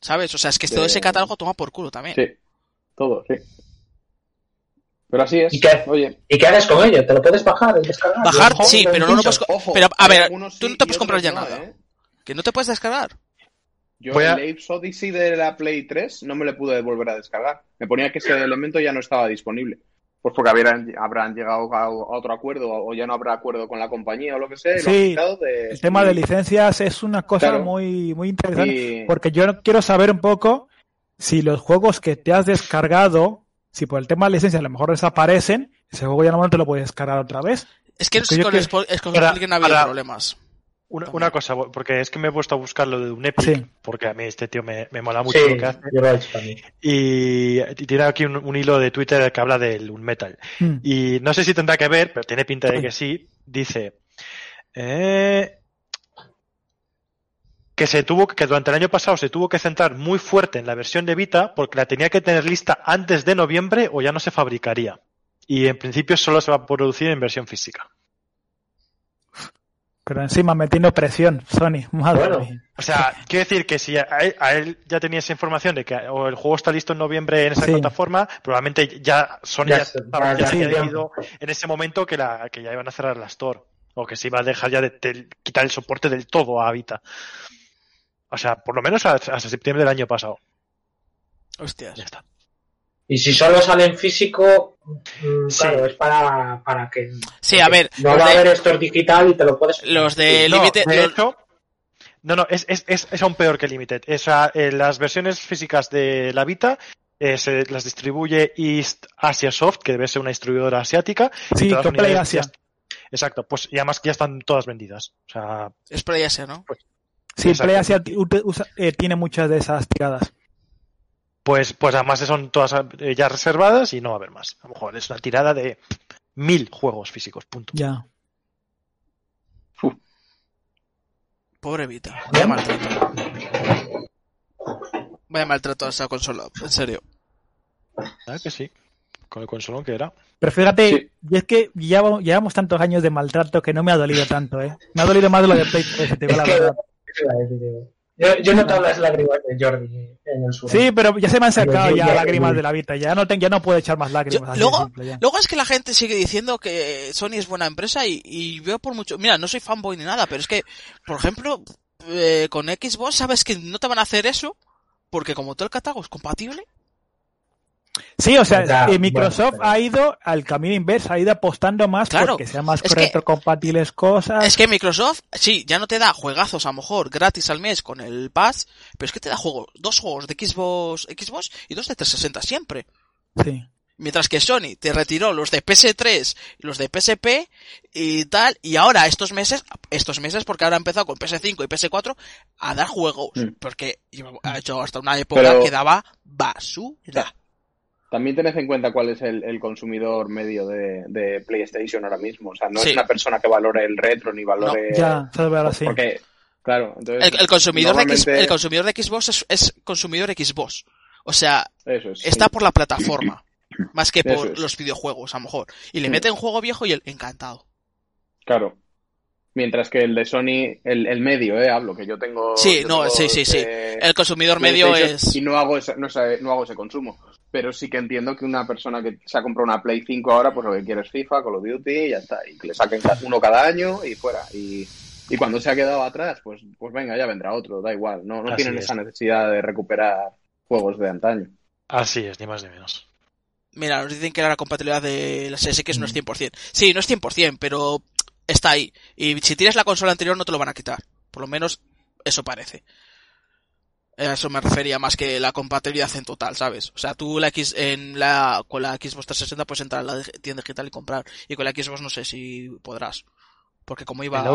[SPEAKER 3] ¿Sabes? O sea, es que todo
[SPEAKER 4] Eh,
[SPEAKER 3] ese catálogo toma por culo también.
[SPEAKER 4] Sí, todo, sí. Pero así es.
[SPEAKER 5] ¿Y qué?
[SPEAKER 4] Oye,
[SPEAKER 5] ¿Y qué haces con ello? ¿Te lo puedes bajar? y descargar?
[SPEAKER 3] Bajar,
[SPEAKER 5] Ojo,
[SPEAKER 3] sí, pero no lo
[SPEAKER 5] pincho.
[SPEAKER 3] puedes. co-
[SPEAKER 4] ojo,
[SPEAKER 3] Pero, a
[SPEAKER 4] hay
[SPEAKER 3] ver,
[SPEAKER 4] algunos
[SPEAKER 3] tú
[SPEAKER 4] sí
[SPEAKER 3] no te
[SPEAKER 4] y
[SPEAKER 3] puedes
[SPEAKER 4] otros
[SPEAKER 3] comprar ya
[SPEAKER 4] no,
[SPEAKER 3] nada.
[SPEAKER 4] ¿eh?
[SPEAKER 3] Que no te puedes descargar.
[SPEAKER 4] Yo
[SPEAKER 2] Voy a-
[SPEAKER 4] el Apes Odyssey de la Play 3 no me le pude volver a descargar. Me ponía que ese elemento ya no estaba disponible. Pues porque habrán, habrán llegado a, a otro acuerdo o ya no habrá acuerdo con la compañía o lo que sea. y lo
[SPEAKER 7] Sí,
[SPEAKER 4] han quitado de-
[SPEAKER 7] El tema de ¿eh? licencias es una cosa
[SPEAKER 4] Claro.
[SPEAKER 7] muy, muy interesante.
[SPEAKER 4] y-
[SPEAKER 7] Porque yo quiero saber un poco si los juegos que te has descargado, si por el tema de licencia a lo mejor desaparecen, ese juego ya no te lo puedes descargar otra vez.
[SPEAKER 3] Es que,
[SPEAKER 7] Porque yo
[SPEAKER 3] con
[SPEAKER 7] que-
[SPEAKER 3] el spo- es con
[SPEAKER 2] para-
[SPEAKER 3] Split no había
[SPEAKER 2] para-
[SPEAKER 3] problemas.
[SPEAKER 2] Una, una cosa, porque es que me he puesto a buscar lo de un Epic,
[SPEAKER 7] Sí.
[SPEAKER 2] porque a mí este tío me, me mola mucho
[SPEAKER 5] Sí,
[SPEAKER 2] lo que hace.
[SPEAKER 5] yo lo he hecho también.
[SPEAKER 2] Y y tiene aquí un, un hilo de Twitter que habla del Unmetal.
[SPEAKER 7] Mm.
[SPEAKER 2] Y no sé si tendrá que ver, pero tiene pinta de que sí. Dice eh, que se tuvo que durante el año pasado se tuvo que centrar muy fuerte en la versión de Vita porque la tenía que tener lista antes de noviembre o ya no se fabricaría. Y en principio solo se va a producir en versión física.
[SPEAKER 7] Pero encima metiendo presión, Sony. Madre
[SPEAKER 5] Bueno.
[SPEAKER 7] mía.
[SPEAKER 2] O sea, quiero decir que si a a él, a él ya tenía esa información de que o el juego está listo en noviembre en esa
[SPEAKER 7] Sí.
[SPEAKER 2] plataforma, probablemente ya Sony
[SPEAKER 5] Ya
[SPEAKER 2] ya,
[SPEAKER 5] se-
[SPEAKER 2] estaba-
[SPEAKER 5] ya-
[SPEAKER 2] ya
[SPEAKER 5] ya
[SPEAKER 2] había
[SPEAKER 5] tenía-
[SPEAKER 2] decidido en ese momento que, la, que ya iban a cerrar la store o que se iba a dejar ya de, de quitar el soporte del todo a Vita. O sea, por lo menos hasta hasta septiembre del año pasado.
[SPEAKER 3] Hostias.
[SPEAKER 2] Ya está.
[SPEAKER 5] Y si solo sale en físico, mm,
[SPEAKER 2] Sí.
[SPEAKER 5] claro, es para, para que.
[SPEAKER 3] Sí, a ver.
[SPEAKER 5] No
[SPEAKER 3] los
[SPEAKER 5] va a
[SPEAKER 3] de-
[SPEAKER 5] haber store digital y te lo puedes.
[SPEAKER 3] Los Eh, de
[SPEAKER 2] No,
[SPEAKER 3] Limited.
[SPEAKER 2] de
[SPEAKER 3] los-
[SPEAKER 2] hecho, no, no, es, es, es, es aún peor que Limited. Esa, eh, las versiones físicas de la Vita eh, se las distribuye East Asia Soft, que debe ser una distribuidora asiática. y
[SPEAKER 7] Sí,
[SPEAKER 2] todas las
[SPEAKER 7] que Play
[SPEAKER 2] unidades ya
[SPEAKER 7] Asia.
[SPEAKER 2] est- Exacto, pues y además que ya están todas vendidas. O sea,
[SPEAKER 3] Es para ya sea, ¿no?
[SPEAKER 7] Sí,
[SPEAKER 2] Exacto.
[SPEAKER 7] Play Asia ti- ut- usa- eh, tiene muchas de esas tiradas.
[SPEAKER 2] pues, pues además son todas eh, ya reservadas y no va a haber más. A lo mejor es una tirada de mil juegos físicos, punto.
[SPEAKER 7] Ya.
[SPEAKER 3] Pobre Vita. Vaya maltrato. Vaya maltrato a esa consola. En serio.
[SPEAKER 2] Ah, que sí. Con el consolón que era.
[SPEAKER 7] Pero fíjate,
[SPEAKER 4] Sí.
[SPEAKER 7] y es que llevamos, llevamos tantos años de maltrato que no me ha dolido tanto, ¿eh? Me ha dolido más de lo de Play 3, si te digo
[SPEAKER 5] Es
[SPEAKER 7] la
[SPEAKER 5] que-
[SPEAKER 7] verdad.
[SPEAKER 5] Yo, yo noto las lágrimas de Jordi en el sur.
[SPEAKER 7] Sí, pero ya se me han sacado
[SPEAKER 5] Yo-
[SPEAKER 7] ya
[SPEAKER 5] yo-
[SPEAKER 7] lágrimas de la vida. Ya no, te- ya no puedo echar más lágrimas.
[SPEAKER 3] Yo-
[SPEAKER 7] así de
[SPEAKER 3] luego,
[SPEAKER 7] simple, ya.
[SPEAKER 3] luego es que la gente sigue diciendo que Sony es buena empresa y, y veo por mucho. Mira, no soy fanboy ni nada, pero es que, por ejemplo, eh, con Xbox sabes que no te van a hacer eso porque como todo el catálogo es compatible.
[SPEAKER 7] Sí, o sea,
[SPEAKER 5] Ya,
[SPEAKER 7] eh, Microsoft
[SPEAKER 5] bueno, pero-
[SPEAKER 7] ha ido al camino inverso, ha ido apostando más
[SPEAKER 3] Claro,
[SPEAKER 7] porque sean más
[SPEAKER 3] es que-
[SPEAKER 7] retrocompatibles cosas.
[SPEAKER 3] Es que Microsoft, sí, ya no te da juegazos a lo mejor gratis al mes con el Pass, pero es que te da juegos, dos juegos de Xbox, Xbox y dos de 360 siempre.
[SPEAKER 7] Sí.
[SPEAKER 3] Mientras que Sony te retiró los de PS3, los de PSP y tal, y ahora estos meses, estos meses porque ahora ha empezado con PS5 y PS4 a dar juegos,
[SPEAKER 4] Mm.
[SPEAKER 3] porque lleva- ha hecho hasta una época
[SPEAKER 4] Pero-
[SPEAKER 3] que daba basura.
[SPEAKER 4] También tened en cuenta cuál es el, el consumidor medio de, de PlayStation ahora mismo. O sea, no
[SPEAKER 3] Sí.
[SPEAKER 4] es una persona que valore el retro ni valore. Pues
[SPEAKER 7] Ya, eso es verdad, sí.
[SPEAKER 4] Porque, claro, entonces.
[SPEAKER 3] El, el consumidor de X-
[SPEAKER 4] normalmente-
[SPEAKER 3] el consumidor de Xbox es, es consumidor Xbox. O sea,
[SPEAKER 4] Eso es.
[SPEAKER 3] está por la plataforma, más que
[SPEAKER 4] Eso
[SPEAKER 3] por
[SPEAKER 4] es.
[SPEAKER 3] los videojuegos a lo mejor. Y le
[SPEAKER 4] Sí.
[SPEAKER 3] meten juego viejo y el encantado.
[SPEAKER 4] Claro. Mientras que el de Sony, el, el medio, eh, hablo, que yo tengo.
[SPEAKER 3] Sí,
[SPEAKER 4] yo
[SPEAKER 3] no,
[SPEAKER 4] tengo,
[SPEAKER 3] sí, sí, sí.
[SPEAKER 4] eh,
[SPEAKER 3] El consumidor medio
[SPEAKER 4] PlayStation
[SPEAKER 3] es...
[SPEAKER 4] Y no hago, esa- no, esa- no hago ese consumo. Pero sí que entiendo que una persona que se ha comprado una Play 5 ahora, pues lo que quiere es FIFA, Call of Duty, y ya está. Y que le saquen ca- uno cada año y fuera. Y, y cuando se ha quedado atrás, pues, pues venga, ya vendrá otro, da igual. No, no
[SPEAKER 2] Así
[SPEAKER 4] tienen
[SPEAKER 2] es.
[SPEAKER 4] esa necesidad de recuperar juegos de antaño.
[SPEAKER 2] Así es, ni más ni menos.
[SPEAKER 3] Mira, nos dicen que la compatibilidad de las SX
[SPEAKER 4] Mm.
[SPEAKER 3] no es 100%. Sí, no es 100%, pero está ahí. Y si tienes la consola anterior no te lo van a quitar. Por lo menos eso parece. A Eso me refería más que la compatibilidad en total, ¿sabes? O sea, tú la X en la con la Xbox 360 puedes entrar a la dig- tienda digital y comprar y con la Xbox no sé si podrás. Porque como iba
[SPEAKER 2] El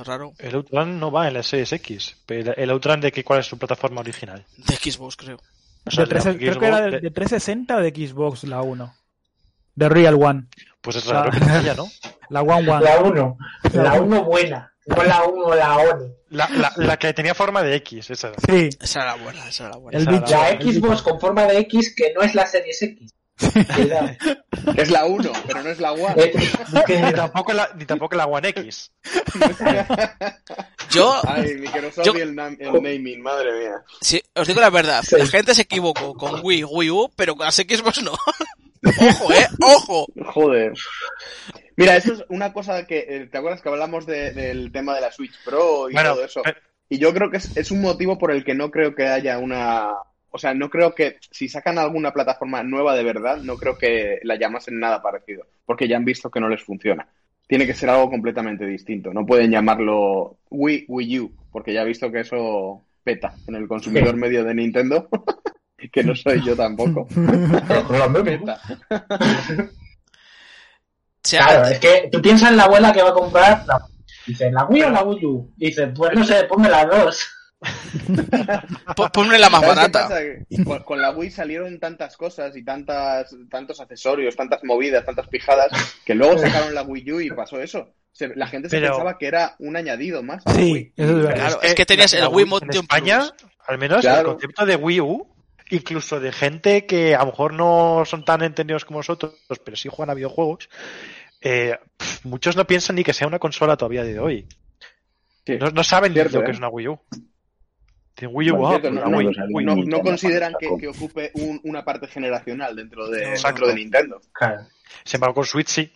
[SPEAKER 3] a- raro
[SPEAKER 2] El Outrun no va en la Series X. pero El Outrun de que, cuál es su plataforma original.
[SPEAKER 3] de Xbox, creo.
[SPEAKER 2] O sea,
[SPEAKER 7] De tres-
[SPEAKER 2] la
[SPEAKER 7] creo
[SPEAKER 2] Xbox,
[SPEAKER 7] que era de,
[SPEAKER 2] de-
[SPEAKER 7] de 360 o de Xbox la 1. De Real One.
[SPEAKER 2] Pues es
[SPEAKER 7] sea,
[SPEAKER 2] raro que no haya, ¿no?
[SPEAKER 7] La One One.
[SPEAKER 5] La 1. La 1 buena. No la 1, la 1.
[SPEAKER 2] La, la- la que tenía forma de X, esa.
[SPEAKER 7] Sí,
[SPEAKER 3] Esa era la buena, esa era la buena.
[SPEAKER 7] el
[SPEAKER 2] Esa
[SPEAKER 7] bicho.
[SPEAKER 5] La
[SPEAKER 2] el
[SPEAKER 5] Xbox con forma de X que no es la Series X. Cuidado.
[SPEAKER 4] Es la 1, pero no es la 1.
[SPEAKER 5] Eh, que-
[SPEAKER 2] Ni tampoco la, ni tampoco la One X.
[SPEAKER 3] Yo
[SPEAKER 4] Ay, Microsoft
[SPEAKER 3] Yo-
[SPEAKER 4] y el, nam- el naming, madre mía.
[SPEAKER 3] Sí, os digo la verdad,
[SPEAKER 5] Sí.
[SPEAKER 3] la gente se equivocó con Wii, Wii U, pero con las Xbox no. ojo, eh, ojo.
[SPEAKER 4] Joder. Mira, eso es una cosa que. eh, ¿Te acuerdas que hablamos de- del tema de la Switch Pro y
[SPEAKER 2] Bueno, eh,
[SPEAKER 4] todo eso?
[SPEAKER 2] pe-
[SPEAKER 4] Y yo creo que es, es un motivo por el que no creo que haya una. O sea, no creo que si sacan alguna plataforma nueva de verdad, no creo que la llamasen nada parecido, porque ya han visto que no les funciona. Tiene que ser algo completamente distinto. No pueden llamarlo Wii, Wii U, porque ya he visto que eso peta en el consumidor
[SPEAKER 5] Sí.
[SPEAKER 4] medio de Nintendo, que no soy yo tampoco.
[SPEAKER 5] Pero con los memes.
[SPEAKER 4] Peta.
[SPEAKER 3] Se ha-
[SPEAKER 5] Claro, eh. es que tú piensas en la abuela que va a comprar la... Dice, ¿la Wii o la Wii U? Dice, pues no sé, ponme las dos.
[SPEAKER 3] po- ponme la más
[SPEAKER 4] ¿Sabes qué
[SPEAKER 3] barata.
[SPEAKER 4] pasa? Que Con, con la Wii salieron tantas cosas y tantas, tantos accesorios, tantas movidas, tantas pijadas, que luego sacaron la Wii U y pasó eso. Se- la gente se
[SPEAKER 2] Pero-
[SPEAKER 4] pensaba que era un añadido más. a la
[SPEAKER 7] Sí,
[SPEAKER 4] Wii.
[SPEAKER 7] eso es verdad.
[SPEAKER 3] Claro, es que tenías
[SPEAKER 2] la-
[SPEAKER 3] el
[SPEAKER 2] la Wii
[SPEAKER 3] Wiimote
[SPEAKER 2] en
[SPEAKER 3] de un
[SPEAKER 2] España,
[SPEAKER 3] plus.
[SPEAKER 2] al menos el
[SPEAKER 4] Claro.
[SPEAKER 2] concepto de Wii U, incluso de gente que a lo mejor no son tan entendidos como nosotros, pero sí juegan a videojuegos, eh, pf, muchos no piensan ni que sea una consola todavía de hoy.
[SPEAKER 4] Sí.
[SPEAKER 2] No, no saben ni
[SPEAKER 4] Cierto,
[SPEAKER 2] lo
[SPEAKER 4] ¿eh?
[SPEAKER 2] que es una Wii U. Tienen Wii U,
[SPEAKER 6] Bueno,
[SPEAKER 2] ah,
[SPEAKER 4] cierto,
[SPEAKER 2] pues
[SPEAKER 4] no-
[SPEAKER 2] una
[SPEAKER 4] no-
[SPEAKER 2] Wii,
[SPEAKER 6] no-
[SPEAKER 2] Wii
[SPEAKER 4] No,
[SPEAKER 2] U.
[SPEAKER 4] no consideran que, que ocupe un- una parte generacional dentro de,
[SPEAKER 3] Exacto.
[SPEAKER 4] dentro de Nintendo.
[SPEAKER 5] Claro.
[SPEAKER 2] Sin embargo, con Switch sí.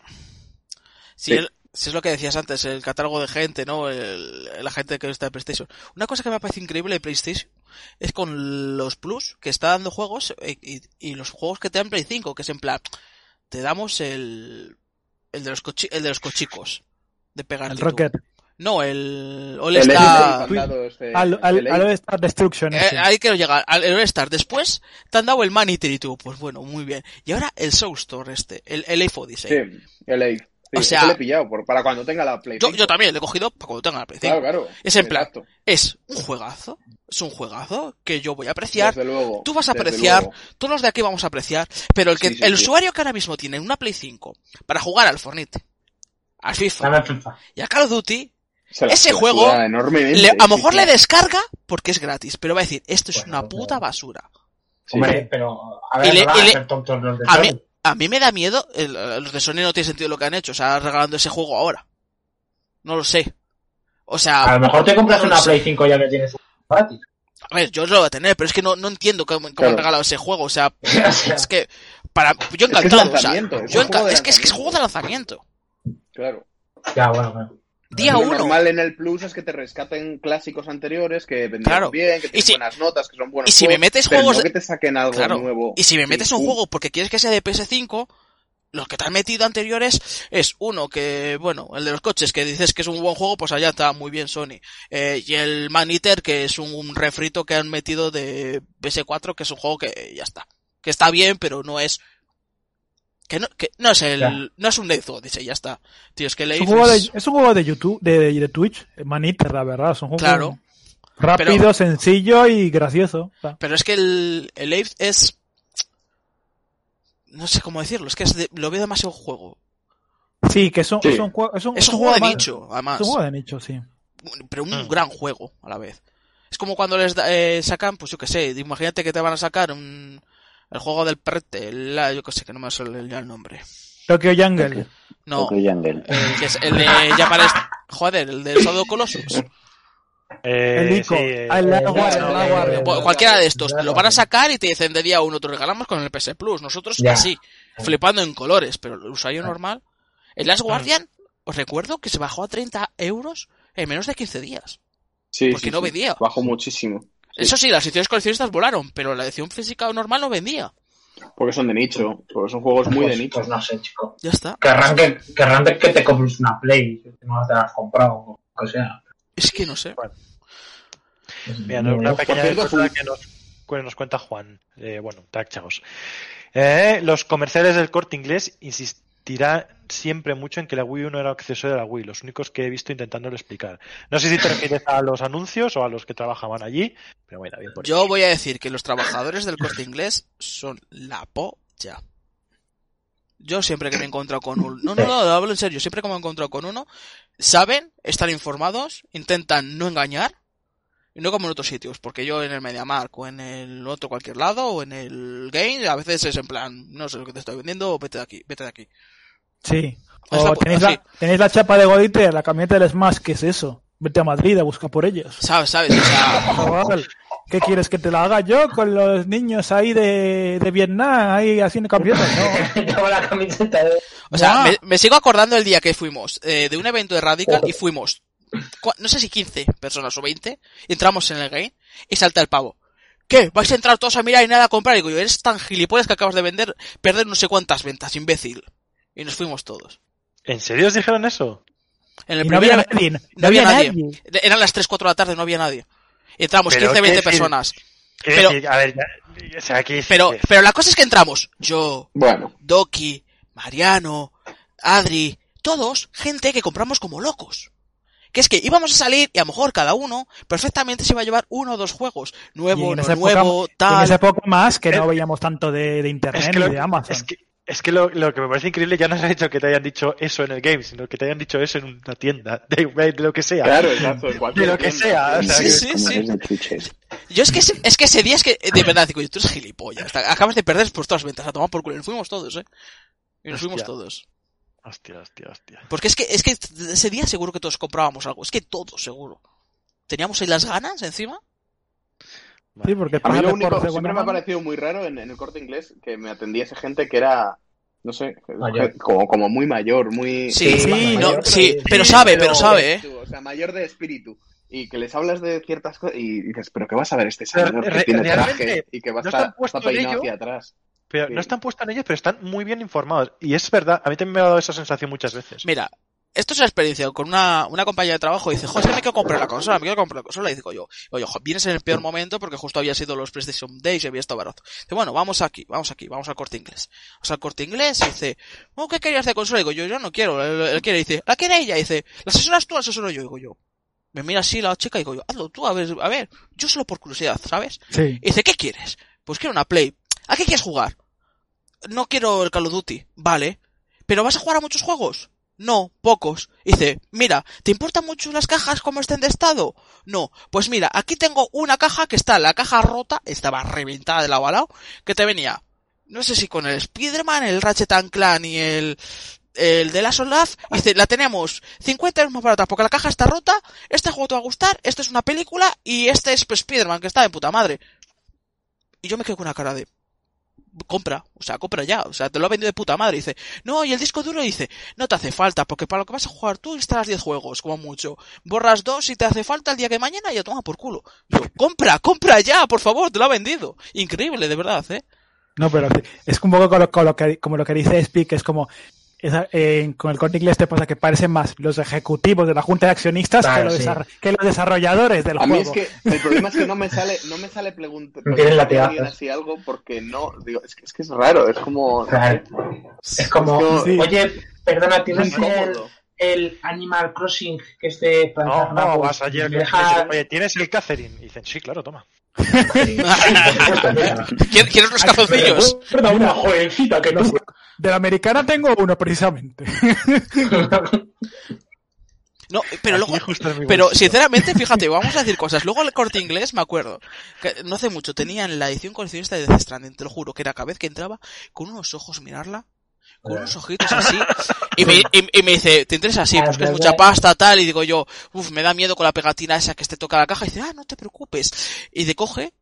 [SPEAKER 3] Si,
[SPEAKER 4] Sí.
[SPEAKER 3] el- si es lo que decías antes, el catálogo de gente, ¿no? El- la gente que está de PlayStation. Una cosa que me parece increíble de PlayStation es con los plus que está dando juegos eh, y, y los juegos que te dan Play 5, que es en plan, te damos el, el, de, los cochi- el de los cochicos. De pegarte
[SPEAKER 7] El
[SPEAKER 3] tú.
[SPEAKER 7] Rocket.
[SPEAKER 3] No, el All
[SPEAKER 4] El
[SPEAKER 3] Star.
[SPEAKER 4] Ace, el mandado, este-
[SPEAKER 7] Al, al,
[SPEAKER 4] el Ace.
[SPEAKER 7] al All Star Destruction.
[SPEAKER 3] Eh,
[SPEAKER 7] ese.
[SPEAKER 3] ahí quiero llegar, al All Star. Después te han dado el Man Eater y tú, pues bueno, muy bien. Y ahora el Soulstorm este, el, el Life Odyssey.
[SPEAKER 4] Sí, el Ace. Sí,
[SPEAKER 3] O sea-
[SPEAKER 4] ese lo he pillado por- para cuando tenga la Play.
[SPEAKER 3] Yo,
[SPEAKER 4] 5.
[SPEAKER 3] yo también lo he cogido para cuando tenga la Play 5.
[SPEAKER 4] Claro, claro.
[SPEAKER 3] Es en plan,
[SPEAKER 4] Exacto.
[SPEAKER 3] Es un juegazo, es un juegazo que yo voy a apreciar,
[SPEAKER 4] Desde luego.
[SPEAKER 3] tú vas a
[SPEAKER 4] desde
[SPEAKER 3] apreciar,
[SPEAKER 4] luego.
[SPEAKER 3] todos los de aquí vamos a apreciar, pero el que
[SPEAKER 4] Sí, sí,
[SPEAKER 3] el
[SPEAKER 4] sí.
[SPEAKER 3] usuario que ahora mismo tiene una Play 5 para jugar al Fortnite, al FIFA
[SPEAKER 5] Dame FIFA.
[SPEAKER 3] y al Call of Duty,
[SPEAKER 4] Se la-
[SPEAKER 3] ese
[SPEAKER 4] se la
[SPEAKER 3] juego
[SPEAKER 4] suda enormemente,
[SPEAKER 3] le- a lo
[SPEAKER 4] sí,
[SPEAKER 3] mejor
[SPEAKER 4] sí.
[SPEAKER 3] le descarga porque es gratis, pero va a decir, esto es
[SPEAKER 5] Bueno,
[SPEAKER 3] una
[SPEAKER 5] pero-
[SPEAKER 3] puta basura.
[SPEAKER 4] Sí.
[SPEAKER 5] Hombre, pero a ver,
[SPEAKER 3] Y le-
[SPEAKER 5] no van
[SPEAKER 3] y
[SPEAKER 5] a
[SPEAKER 3] le-
[SPEAKER 5] ser tontos los de
[SPEAKER 3] a
[SPEAKER 5] Sony.
[SPEAKER 3] mí- A mí me da miedo, el- los de Sony no tiene sentido lo que han hecho, o sea, regalando ese juego ahora. No lo sé. O sea,
[SPEAKER 5] A lo mejor te compras
[SPEAKER 3] no
[SPEAKER 5] una
[SPEAKER 3] sé.
[SPEAKER 5] Play 5 ya que tienes un gratis.
[SPEAKER 3] A ver, yo lo voy a tener, pero es que no, no entiendo cómo, cómo
[SPEAKER 4] Claro.
[SPEAKER 3] han regalado ese juego. O sea, es que para yo
[SPEAKER 4] Es que es
[SPEAKER 3] encantado, o sea,
[SPEAKER 4] lanzamiento, es
[SPEAKER 3] yo
[SPEAKER 4] un juego
[SPEAKER 3] enca-
[SPEAKER 4] de
[SPEAKER 3] es que es que es
[SPEAKER 4] lanzamiento.
[SPEAKER 3] juego de lanzamiento.
[SPEAKER 4] Claro.
[SPEAKER 5] Ya, bueno, bueno.
[SPEAKER 3] Día
[SPEAKER 4] lo
[SPEAKER 3] uno.
[SPEAKER 4] normal en el Plus es que te rescaten clásicos anteriores que vendieron
[SPEAKER 3] Claro.
[SPEAKER 4] bien, que tienen
[SPEAKER 3] si-
[SPEAKER 4] buenas notas, que son buenos
[SPEAKER 3] y si me
[SPEAKER 4] juegos,
[SPEAKER 3] metes
[SPEAKER 4] pero
[SPEAKER 3] juegos
[SPEAKER 4] no
[SPEAKER 3] de-
[SPEAKER 4] que te saquen algo
[SPEAKER 3] Claro.
[SPEAKER 4] nuevo.
[SPEAKER 3] Y si me
[SPEAKER 4] Sí,
[SPEAKER 3] metes un
[SPEAKER 4] pum.
[SPEAKER 3] juego porque quieres que sea de PS5, los que te han metido anteriores es uno que, bueno, el de los coches que dices que es un buen juego, pues allá está muy bien Sony. Eh, y el Man Eater que es un, refrito que han metido de PS4 que es un juego que ya está. Que está bien, pero no es que no, que no es el,
[SPEAKER 5] Ya.
[SPEAKER 3] no es un Nexo, dice, ya está. Tío, es que
[SPEAKER 7] Es
[SPEAKER 3] Leif
[SPEAKER 7] un, juego de,
[SPEAKER 3] es-
[SPEAKER 7] es un juego de YouTube, de, de Twitch, Maniter, la verdad. Es un juego
[SPEAKER 3] Claro.
[SPEAKER 7] rápido,
[SPEAKER 3] Pero-
[SPEAKER 7] sencillo y gracioso. O sea,
[SPEAKER 3] Pero es que el, el Ape es. No sé cómo decirlo, es que es de- lo veo demasiado juego.
[SPEAKER 7] Sí, que es un,
[SPEAKER 4] Sí.
[SPEAKER 7] es un juego, es un,
[SPEAKER 3] Es un juego de nicho, además.
[SPEAKER 7] Es un juego de nicho, sí.
[SPEAKER 3] Pero un gran juego a la vez. Es como cuando les da- eh, sacan, pues yo qué sé, imagínate que te van a sacar un. El juego del perrete, el- la- yo qué sé, que no me sale ya el nombre.
[SPEAKER 7] Tokyo Jungle.
[SPEAKER 3] No,
[SPEAKER 6] Ok, Yandel.
[SPEAKER 3] el, que es- el de Japanese. Joder, el del Shadow Colossus.
[SPEAKER 2] Eh,
[SPEAKER 7] el Ico.
[SPEAKER 2] sí, eh,
[SPEAKER 7] Ah, el Light
[SPEAKER 5] eh,
[SPEAKER 7] Warrior,
[SPEAKER 4] eh,
[SPEAKER 7] Light Warrior.
[SPEAKER 4] eh,
[SPEAKER 3] Cu- Pues Cualquiera de estos, te lo van a sacar y te dicen de día uno, te regalamos con el PS Plus. Nosotros
[SPEAKER 5] Ya.
[SPEAKER 3] así, flipando en colores, pero el usuario normal. El Last Guardian, os recuerdo que se bajó a 30 euros en menos de 15 días.
[SPEAKER 4] Sí,
[SPEAKER 3] porque no vendía.
[SPEAKER 4] Bajó muchísimo. Sí.
[SPEAKER 3] Eso sí, las ediciones coleccionistas volaron, pero la edición física normal no vendía.
[SPEAKER 4] Porque son de nicho. Porque son juegos muy de
[SPEAKER 5] Pues-
[SPEAKER 4] nicho.
[SPEAKER 5] Pues no sé, chico.
[SPEAKER 3] Ya está.
[SPEAKER 5] Querrán que, querrán que te compres una Play, que no te la has comprado, o lo que sea.
[SPEAKER 3] Es que no sé.
[SPEAKER 2] Mira, no, una pequeña
[SPEAKER 4] cierto,
[SPEAKER 2] cosa
[SPEAKER 4] tú-
[SPEAKER 2] que nos, que nos cuenta Juan. Eh, bueno, tac, chavos. Eh, los comerciales del corte inglés insistirán siempre mucho en que la Wii U no era accesorio de la Wii, los únicos que he visto intentándolo explicar. No sé si te refieres a los anuncios o a los que trabajaban allí, pero bueno, bien por
[SPEAKER 3] Yo voy a decir que los trabajadores del corte inglés son la polla. Yo siempre que me he encontrado con uno, no, no, no, lo hablo en serio, siempre que me he encontrado con uno, saben, están informados, intentan no engañar, y no como en otros sitios, porque yo en el MediaMark o en el otro cualquier lado o en el Game, a veces es en plan, no sé lo que te estoy vendiendo, vete de aquí, vete de aquí.
[SPEAKER 7] Sí.
[SPEAKER 3] Es la
[SPEAKER 7] O
[SPEAKER 3] pu-
[SPEAKER 7] tenéis,
[SPEAKER 3] sí.
[SPEAKER 7] la, tenéis la chapa de Godite, la camioneta del Smash, ¿qué es eso? Vete a Madrid a buscar por ellos.
[SPEAKER 3] ¿Sabes? ¿Sabes? O sea,
[SPEAKER 7] Chaval, ¿Qué quieres que te la haga yo con los niños ahí de, de Vietnam, ahí haciendo camionetas? No.
[SPEAKER 5] Llevo la camiseta de...
[SPEAKER 3] o sea
[SPEAKER 7] Buah.
[SPEAKER 3] me, me sigo acordando el día que fuimos eh, de un evento de Radical y fuimos, cua- no sé si 15 personas o 20, y entramos en el game y salta el pavo. ¿Qué? ¿Vais a entrar todos a mirar y nada a comprar? Y digo yo, eres tan gilipollas que acabas de vender, perder no sé cuántas ventas, imbécil. Y nos fuimos todos.
[SPEAKER 2] ¿En serio os dijeron eso?
[SPEAKER 3] En el
[SPEAKER 7] Y no
[SPEAKER 3] primer
[SPEAKER 7] había
[SPEAKER 3] eve-
[SPEAKER 7] nadie.
[SPEAKER 3] no había nadie. De- Eran las 3, 4 de la tarde, no había nadie. Entramos
[SPEAKER 2] Pero,
[SPEAKER 3] 15, 20
[SPEAKER 2] ¿qué decir?
[SPEAKER 3] personas.
[SPEAKER 2] Quiero
[SPEAKER 3] Pero-
[SPEAKER 2] decir, a ver, ya- o sea, aquí
[SPEAKER 3] Pero,
[SPEAKER 2] sí que-
[SPEAKER 3] pero la cosa es que entramos. Yo,
[SPEAKER 4] Bueno,
[SPEAKER 3] Doki, Mariano, Adri, todos, gente que compramos como locos. Que es que íbamos a salir y a lo mejor cada uno perfectamente se iba a llevar uno o dos juegos.
[SPEAKER 7] Y
[SPEAKER 3] Nuevo,
[SPEAKER 7] en
[SPEAKER 3] no
[SPEAKER 7] esa época-
[SPEAKER 3] nuevo,
[SPEAKER 7] En
[SPEAKER 3] tal.
[SPEAKER 7] esa época más que
[SPEAKER 2] Es-
[SPEAKER 7] no veíamos tanto de, de internet
[SPEAKER 2] Es que
[SPEAKER 7] ni
[SPEAKER 2] lo-
[SPEAKER 7] de Amazon.
[SPEAKER 2] Es que, es que lo, lo que me parece increíble ya no es el hecho que te hayan dicho eso en el game, sino que te hayan dicho eso en una tienda, de, de lo que sea.
[SPEAKER 4] Claro, exacto. en
[SPEAKER 2] de
[SPEAKER 4] cualquier
[SPEAKER 2] lo que
[SPEAKER 4] tienda.
[SPEAKER 2] sea. o sea,
[SPEAKER 3] Ah, Sí,
[SPEAKER 2] que-
[SPEAKER 3] sí,
[SPEAKER 6] como
[SPEAKER 3] sí.
[SPEAKER 6] eres de chuches.
[SPEAKER 3] Yo es que, ese- es que ese día es que, de verdad, digo, tú eres gilipollas. te- Acabas de perder pues todas las ventas. A tomar por culo. Y nos fuimos todos, eh. Y nos fuimos
[SPEAKER 2] Hostia.
[SPEAKER 3] todos.
[SPEAKER 2] Hostia, hostia, hostia.
[SPEAKER 3] Porque es que, es que ese día seguro que todos comprábamos algo. Es que todos, seguro. Teníamos ahí las ganas encima.
[SPEAKER 7] Sí, porque
[SPEAKER 4] A mí lo
[SPEAKER 7] pagaste por
[SPEAKER 4] único
[SPEAKER 7] segunda
[SPEAKER 4] siempre me ha
[SPEAKER 7] mano.
[SPEAKER 4] parecido muy raro en, en el corte inglés que me atendiese gente que era, no sé,
[SPEAKER 5] Mayor.
[SPEAKER 4] como, como muy mayor, muy...
[SPEAKER 3] Sí,
[SPEAKER 5] Sí,
[SPEAKER 3] sí,
[SPEAKER 5] mayor,
[SPEAKER 3] no,
[SPEAKER 5] pero-
[SPEAKER 3] sí,
[SPEAKER 5] sí,
[SPEAKER 3] pero sabe, pero
[SPEAKER 4] de
[SPEAKER 3] sabe, eh.
[SPEAKER 4] espíritu, O sea, mayor de espíritu. Y que les hablas de ciertas cosas y dices, pero ¿qué vas a ver este
[SPEAKER 2] Pero
[SPEAKER 4] señor que
[SPEAKER 2] re-
[SPEAKER 4] tiene
[SPEAKER 2] realmente,
[SPEAKER 4] traje y que va a
[SPEAKER 2] ¿no
[SPEAKER 4] estar
[SPEAKER 2] están puestos
[SPEAKER 4] está peinado
[SPEAKER 2] en ello?
[SPEAKER 4] hacia atrás?
[SPEAKER 2] Pero
[SPEAKER 4] Sí.
[SPEAKER 2] no están puestos en ellos, pero están muy bien informados. Y es verdad, a mí también me ha dado esa sensación muchas veces.
[SPEAKER 3] Mira, esto es una experiencia con una, una compañía de trabajo. Dice, jo, es que me quiero comprar la consola, me quiero comprar la consola. Y digo yo, oye, jo, vienes en el peor momento porque justo había sido los PlayStation Days y había estado barato. Dice, bueno, vamos aquí, vamos aquí, vamos al corte inglés. Vamos al corte inglés y dice, oh, ¿qué querías de consola? digo yo, yo no quiero. Él, él quiere, dice, la quiere ella. dice, ¿la asesoras tú, la asesoro yo? Digo yo. Me mira así la chica y digo yo, hazlo tú, a ver, a ver. Yo solo por curiosidad, ¿sabes?
[SPEAKER 7] Sí.
[SPEAKER 3] Y dice, ¿qué quieres? Pues quiero una Play. ¿A qué quieres jugar? No quiero el Call of Duty. Vale. ¿Pero vas a jugar a muchos juegos? No, pocos. Y dice, mira, ¿te importan mucho las cajas como estén de estado? No. Pues mira, aquí tengo una caja que está, la caja rota, estaba reventada de lado a lado, que te venía, no sé si con el Spider-Man, el Ratchet and Clan y el... El de la Solaf, dice, la tenemos 50 euros más barata porque la caja está rota, este juego te va a gustar, esta es una película y este es Spider-Man que está de puta madre. Y yo me quedo con una cara de. Compra, o sea, compra ya, o sea, te lo ha vendido de puta madre. Y dice, no, y el disco duro y dice, no te hace falta, porque para lo que vas a jugar tú instalas 10 juegos, como mucho. Borras dos y te hace falta el día que mañana y ya toma por culo. Yo, compra, compra ya, por favor, te lo ha vendido. Increíble, de verdad, ¿eh?
[SPEAKER 7] No, pero es un poco con lo- con lo que- como lo que dice Speak, que es como. esa- eh, con el corte inglés te pasa que parecen más los ejecutivos de la junta de accionistas
[SPEAKER 5] Claro,
[SPEAKER 7] que, los
[SPEAKER 5] sí.
[SPEAKER 7] desarro- que los desarrolladores del
[SPEAKER 4] A mí
[SPEAKER 7] juego.
[SPEAKER 4] es que el problema es que no me sale, no me sale pregun-
[SPEAKER 5] tienen
[SPEAKER 4] preguntar
[SPEAKER 5] latigazos.
[SPEAKER 4] a alguien así algo porque no, digo, es que es, que es raro, es como...
[SPEAKER 5] Claro. Es como,
[SPEAKER 4] Sí.
[SPEAKER 5] oye, perdona,
[SPEAKER 4] no es
[SPEAKER 5] ¿tienes el,
[SPEAKER 4] cómodo.
[SPEAKER 5] el Animal Crossing que es de
[SPEAKER 2] No,
[SPEAKER 5] Fantasma?
[SPEAKER 2] no,
[SPEAKER 5] Pues,
[SPEAKER 2] vas ayer.
[SPEAKER 5] deja-
[SPEAKER 2] Oye, ¿tienes el Catherine? Y dicen, sí, claro, toma.
[SPEAKER 3] ¿Quier- ¿Quieres
[SPEAKER 2] Ah,
[SPEAKER 3] los calzoncillos?
[SPEAKER 5] Recuerda una jovencita que no...
[SPEAKER 7] De la americana tengo uno, precisamente.
[SPEAKER 3] No, pero
[SPEAKER 2] Aquí
[SPEAKER 3] luego,
[SPEAKER 2] justo en mi
[SPEAKER 3] Pero
[SPEAKER 2] bolsillo.
[SPEAKER 3] sinceramente, fíjate, vamos a decir cosas. Luego el corte inglés, me acuerdo, que no hace mucho, tenían la edición coleccionista de Death Stranding, te lo juro, que era cada vez que entraba, con unos ojos mirarla, con unos ojitos así, y me, y- y me dice, ¿te interesa así?
[SPEAKER 5] Ah,
[SPEAKER 3] Pues que es
[SPEAKER 5] ¿verdad?
[SPEAKER 3] mucha pasta, tal, y digo yo, uff, me da miedo con la pegatina esa que esté toca la caja, y dice, ah, no te preocupes, y te coge,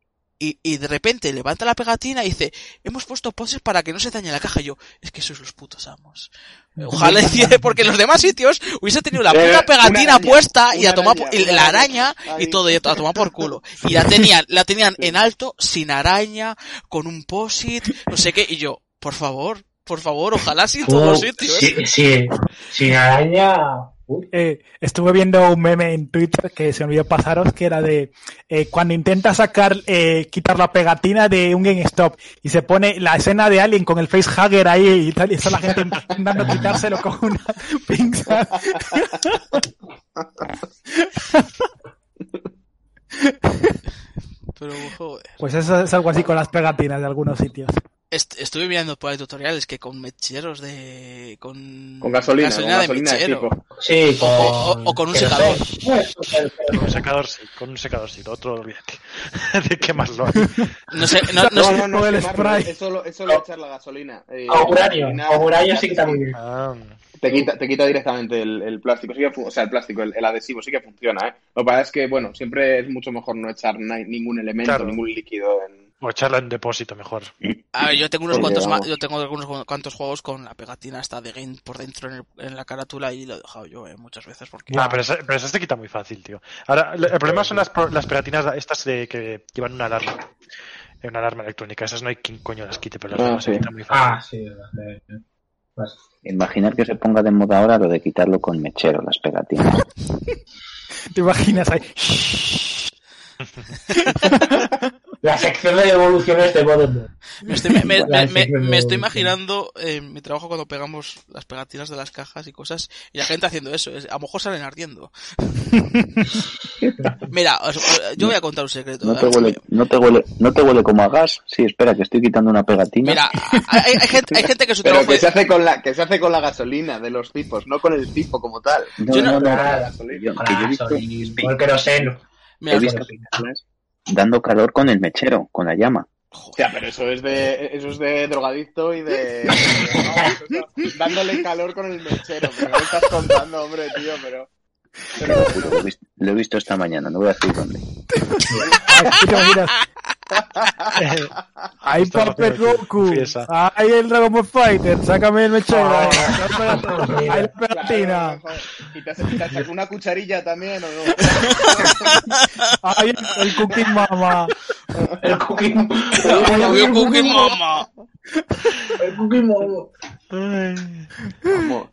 [SPEAKER 3] y, y de repente levanta la pegatina y dice, hemos puesto poses para que no se dañe la caja, y yo, es que sois los putos amos. Ojalá hiciera, porque en los demás sitios hubiese tenido la
[SPEAKER 4] Eh,
[SPEAKER 3] puta
[SPEAKER 4] una
[SPEAKER 3] pegatina
[SPEAKER 4] araña,
[SPEAKER 3] puesta y
[SPEAKER 4] una
[SPEAKER 3] a tomar por-
[SPEAKER 4] araña,
[SPEAKER 3] y
[SPEAKER 4] una
[SPEAKER 3] la
[SPEAKER 4] araña.
[SPEAKER 3] araña y
[SPEAKER 4] Ahí.
[SPEAKER 3] todo y a to- a tomar por culo. Y la tenían, la tenían
[SPEAKER 4] Sí.
[SPEAKER 3] en alto, sin araña, con un posit, no sé qué, y yo, por favor, por favor, ojalá sin todos los sitios.
[SPEAKER 5] sí, sí, sin araña... Uh,
[SPEAKER 7] Eh, estuve viendo un meme en Twitter que se me olvidó pasaros, que era de eh, cuando intenta sacar, eh, quitar la pegatina de un GameStop y se pone la escena de Alien con el facehugger ahí y tal, y está la gente intentando quitárselo con una pinza.
[SPEAKER 3] Pero joder.
[SPEAKER 7] Pues eso es algo así con las pegatinas de algunos sitios.
[SPEAKER 3] Est- estuve mirando por ahí tutoriales que con mecheros de. con.
[SPEAKER 4] Con gasolina, con
[SPEAKER 3] de
[SPEAKER 4] gasolina de
[SPEAKER 3] mechero.
[SPEAKER 4] tipo.
[SPEAKER 5] sí, con...
[SPEAKER 3] o- o con un secador.
[SPEAKER 2] Con un secador sí, con un secador sí, lo otro olvídate. De quemarlo. ahí.
[SPEAKER 3] No sé, no, no sé-
[SPEAKER 4] No, no, no,
[SPEAKER 7] Con el
[SPEAKER 4] quemarlo,
[SPEAKER 7] spray.
[SPEAKER 4] Eso lo, eso lo echar la gasolina. eh,
[SPEAKER 5] A uranio,
[SPEAKER 4] gasolina,
[SPEAKER 5] a uranio Ah, sí que está muy bien.
[SPEAKER 2] Ah,
[SPEAKER 4] Te quita, te quita directamente el, el plástico, sí que fu- o sea, el plástico, el, el adhesivo sí que funciona, ¿eh? Lo que pasa es que, bueno, siempre es mucho mejor no echar na- ningún elemento,
[SPEAKER 2] Claro.
[SPEAKER 4] ningún líquido en...
[SPEAKER 2] o echarla en depósito mejor.
[SPEAKER 3] A ver, yo tengo unos
[SPEAKER 4] Oye,
[SPEAKER 3] cuantos ma-
[SPEAKER 4] vamos.
[SPEAKER 3] yo tengo algunos cu- cuantos juegos con la pegatina esta de Game por dentro en, el- en la carátula y lo he dejado yo eh, muchas veces porque
[SPEAKER 2] Ah, pero, esa, pero esa se quita muy fácil, tío. Ahora, lo- el problema son las, pro- las pegatinas estas de que llevan una alarma. Eh, Una alarma electrónica. Esas no hay quien coño las quite, pero las
[SPEAKER 4] Ah,
[SPEAKER 2] demás se
[SPEAKER 4] sí.
[SPEAKER 2] quitan muy fácil.
[SPEAKER 5] Ah, sí, eh, eh. Pues,
[SPEAKER 6] Imaginar que se ponga de moda ahora lo de quitarlo con mechero, las pegatinas.
[SPEAKER 7] ¿Te imaginas ahí?
[SPEAKER 5] La sección de evoluciones de Voldemort.
[SPEAKER 3] Me estoy, me- me-
[SPEAKER 5] Bueno,
[SPEAKER 3] me-
[SPEAKER 5] sí, pero-
[SPEAKER 3] me estoy imaginando eh, mi trabajo cuando pegamos las pegatinas de las cajas y cosas y la gente haciendo eso. es- A lo mejor salen ardiendo. Mira, os- os- yo voy a contar un secreto.
[SPEAKER 6] No te huele, no te huele, no te huele como a gas. Sí, espera, que estoy quitando una pegatina.
[SPEAKER 3] Mira, hay, hay gente, hay gente que su
[SPEAKER 4] Pero
[SPEAKER 3] trabajo
[SPEAKER 4] que
[SPEAKER 3] es...
[SPEAKER 4] se, hace con la, que se hace con la gasolina de los tipos, no con el tipo como tal.
[SPEAKER 6] no,
[SPEAKER 3] yo no-
[SPEAKER 6] no, no,
[SPEAKER 5] Nada,
[SPEAKER 6] que yo- que yo he
[SPEAKER 5] Hola,
[SPEAKER 6] visto-
[SPEAKER 5] soy por queroseno.
[SPEAKER 3] Mira,
[SPEAKER 6] he visto personas dando calor con el mechero, con la llama.
[SPEAKER 4] O sea, pero eso es de, eso es de drogadicto y de... no, eso es dándole calor con el mechero. Pero no me estás contando, hombre, tío, pero...
[SPEAKER 6] Te lo juro, Lo he visto- lo he visto esta mañana, no voy a decir dónde.
[SPEAKER 7] Ay, ¿qué te imaginas?
[SPEAKER 4] Ah.
[SPEAKER 7] Ay,
[SPEAKER 2] Está
[SPEAKER 7] Papel
[SPEAKER 2] bastante
[SPEAKER 7] Goku.
[SPEAKER 2] fiesa.
[SPEAKER 7] Ay, el Dragon Ball Fighter. Sácame el mechero.
[SPEAKER 5] Ah.
[SPEAKER 7] Ay, la
[SPEAKER 4] Claro,
[SPEAKER 7] pegatina.
[SPEAKER 4] joder. ¿Y te has, te has- una cucharilla también o no?
[SPEAKER 7] Ay, el Cookie Mama.
[SPEAKER 5] El cookie.
[SPEAKER 3] Yo veo Cookie Mama.
[SPEAKER 5] El cookie momo.
[SPEAKER 4] Vamos.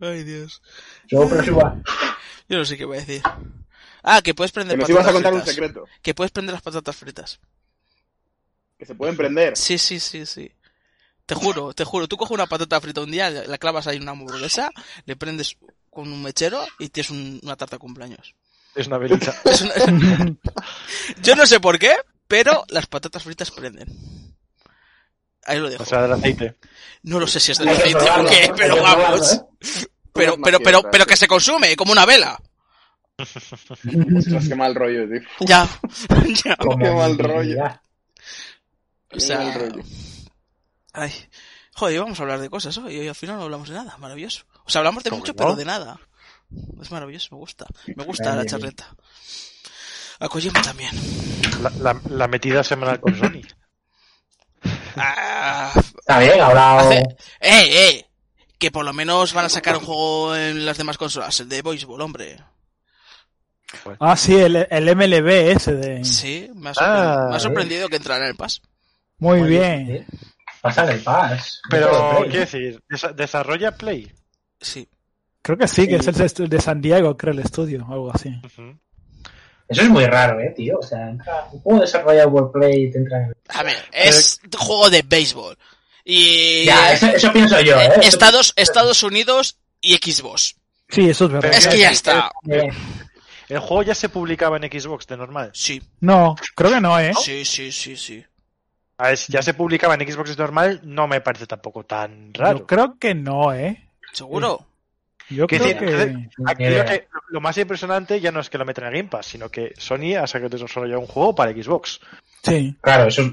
[SPEAKER 3] Ay, Dios.
[SPEAKER 5] Yo, pero es igual.
[SPEAKER 3] Yo no sé qué voy a decir. Ah, que puedes
[SPEAKER 4] Que
[SPEAKER 3] prender
[SPEAKER 4] nos
[SPEAKER 3] patatas
[SPEAKER 4] ibas a contar un
[SPEAKER 3] fritas.
[SPEAKER 4] secreto.
[SPEAKER 3] Que puedes prender las patatas fritas.
[SPEAKER 4] Que se pueden prender.
[SPEAKER 3] Sí, sí, sí, sí. Te juro, te juro. Tú coges una patata frita un día, la clavas ahí en una hamburguesa, le prendes con un mechero y tienes un- una tarta de cumpleaños.
[SPEAKER 2] Es una velita.
[SPEAKER 3] Es una- Yo no sé por qué, pero las patatas fritas prenden. Ahí lo dejo.
[SPEAKER 2] O sea, del aceite.
[SPEAKER 3] no lo sé si es del
[SPEAKER 5] Hay que
[SPEAKER 3] aceite o
[SPEAKER 5] probarlo,
[SPEAKER 3] qué,
[SPEAKER 5] hay
[SPEAKER 3] pero
[SPEAKER 5] que probarlo,
[SPEAKER 3] vamos.
[SPEAKER 5] ¿eh?
[SPEAKER 3] Pero, pero, pero, pero que se consume, como una vela.
[SPEAKER 4] Ostras, qué mal rollo, tío.
[SPEAKER 3] Ya. ya.
[SPEAKER 5] Como
[SPEAKER 4] Qué mal
[SPEAKER 5] mi
[SPEAKER 4] rollo.
[SPEAKER 5] dignidad.
[SPEAKER 3] O sea,
[SPEAKER 4] mal rollo.
[SPEAKER 3] ay. Joder, íbamos a hablar de cosas hoy y al final no hablamos de nada. Maravilloso. O sea, hablamos de
[SPEAKER 2] ¿Cómo
[SPEAKER 3] mucho,
[SPEAKER 2] no?
[SPEAKER 3] pero de nada. Es maravilloso, me gusta. Me gusta la
[SPEAKER 5] Ay, ay, ay.
[SPEAKER 3] charleta. A Kojima también.
[SPEAKER 2] La, la- la metida semanal con Sony.
[SPEAKER 3] Ah,
[SPEAKER 5] Está bien, ahora.
[SPEAKER 3] hace- ¡Eh, eh! Que por lo menos van a sacar un juego en las demás consolas. El de Voiceball, hombre.
[SPEAKER 7] Ah, sí, el, el MLB ese de.
[SPEAKER 3] Sí, me ha sorprendido,
[SPEAKER 2] Ah,
[SPEAKER 3] me ha
[SPEAKER 2] eh.
[SPEAKER 3] sorprendido que entrara en el pass.
[SPEAKER 7] Muy bien.
[SPEAKER 5] ¿eh? Pasa del pass.
[SPEAKER 2] Pero,
[SPEAKER 5] Play.
[SPEAKER 2] quiero decir, desa- desarrolla Play.
[SPEAKER 3] Sí.
[SPEAKER 7] Creo que sí, que es el estu- de San Diego, creo, el estudio, o algo así.
[SPEAKER 2] Ujú.
[SPEAKER 5] Eso es muy raro, eh, tío. O sea, entra un juego desarrollado por Play y te entra en el-
[SPEAKER 3] A ver, es juego de béisbol. Y.
[SPEAKER 5] Ya, eso, eso pienso yo, eh.
[SPEAKER 3] eh,
[SPEAKER 5] Eso-
[SPEAKER 3] Estados, Estados Unidos y Xbox.
[SPEAKER 7] Sí, eso es verdad.
[SPEAKER 3] Es que ya está.
[SPEAKER 5] Eh,
[SPEAKER 2] El juego ya se publicaba en Xbox de normal.
[SPEAKER 3] Sí,
[SPEAKER 7] No, creo que no, ¿eh?
[SPEAKER 3] sí, sí, sí, sí.
[SPEAKER 2] A ver, si ya se publicaba en Xbox de normal, no me parece tampoco tan
[SPEAKER 7] Yo
[SPEAKER 2] raro.
[SPEAKER 7] creo que no, ¿eh?
[SPEAKER 3] ¿Seguro?
[SPEAKER 7] Yo
[SPEAKER 2] ¿Qué
[SPEAKER 7] creo
[SPEAKER 2] tiene?
[SPEAKER 7] que.
[SPEAKER 2] Aquí
[SPEAKER 5] ni idea.
[SPEAKER 2] lo, Ah, que- lo más impresionante ya no es que lo metan en Game Pass, sino que Sony ha sacado desarrollado un juego para Xbox.
[SPEAKER 7] Sí.
[SPEAKER 5] Claro, eso,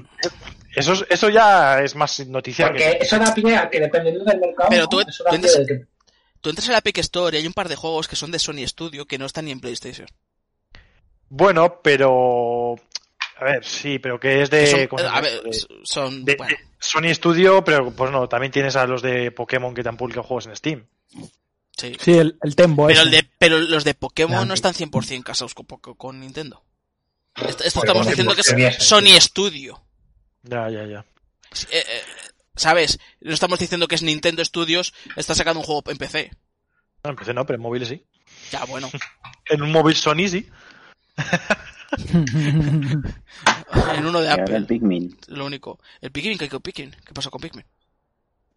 [SPEAKER 2] Eso, es- eso ya es más noticia
[SPEAKER 5] porque
[SPEAKER 2] que.
[SPEAKER 5] eso da pie a que dependiendo del mercado.
[SPEAKER 3] Pero tú-
[SPEAKER 5] eso da
[SPEAKER 3] tú
[SPEAKER 5] pie
[SPEAKER 3] entras-
[SPEAKER 5] de que-
[SPEAKER 3] Tú entras a la Epic Store y hay un par de juegos que son de Sony Studio que no están ni en PlayStation.
[SPEAKER 2] Bueno, pero. A ver, sí, pero que es
[SPEAKER 3] Que
[SPEAKER 2] de.
[SPEAKER 3] son-
[SPEAKER 2] Eh, ¿cómo se
[SPEAKER 3] a
[SPEAKER 2] llama?
[SPEAKER 3] ver,
[SPEAKER 2] De-
[SPEAKER 3] son...
[SPEAKER 2] de-
[SPEAKER 3] bueno,
[SPEAKER 2] de Sony Studio, pero pues no, también tienes a los de Pokémon que te han publicado juegos en Steam.
[SPEAKER 3] sí.
[SPEAKER 7] Sí, el, el Tembo
[SPEAKER 2] Pues,
[SPEAKER 3] Pero,
[SPEAKER 7] ese.
[SPEAKER 3] el de,
[SPEAKER 2] eh.
[SPEAKER 3] pero los de Pokémon
[SPEAKER 5] Claro.
[SPEAKER 3] no están 100% casados con, Poco- con Nintendo. Esto, esto
[SPEAKER 5] Joder,
[SPEAKER 3] estamos
[SPEAKER 5] ¿cómo
[SPEAKER 3] diciendo que
[SPEAKER 5] se
[SPEAKER 3] es
[SPEAKER 5] viese?
[SPEAKER 3] Sony Studio.
[SPEAKER 2] Ya, ya, ya.
[SPEAKER 3] Eh, eh, ¿Sabes? No estamos diciendo que es Nintendo Studios, está sacando un juego en PC.
[SPEAKER 2] No, en PC pues no, pero en móvil sí.
[SPEAKER 3] Ya, bueno.
[SPEAKER 2] En un móvil Sony sí.
[SPEAKER 3] En uno de
[SPEAKER 6] Y ahora el
[SPEAKER 3] Apple.
[SPEAKER 6] Pikmin.
[SPEAKER 3] Lo único. El Pikmin, ¿qué, qué Pikmin? ¿Qué pasó con Pikmin?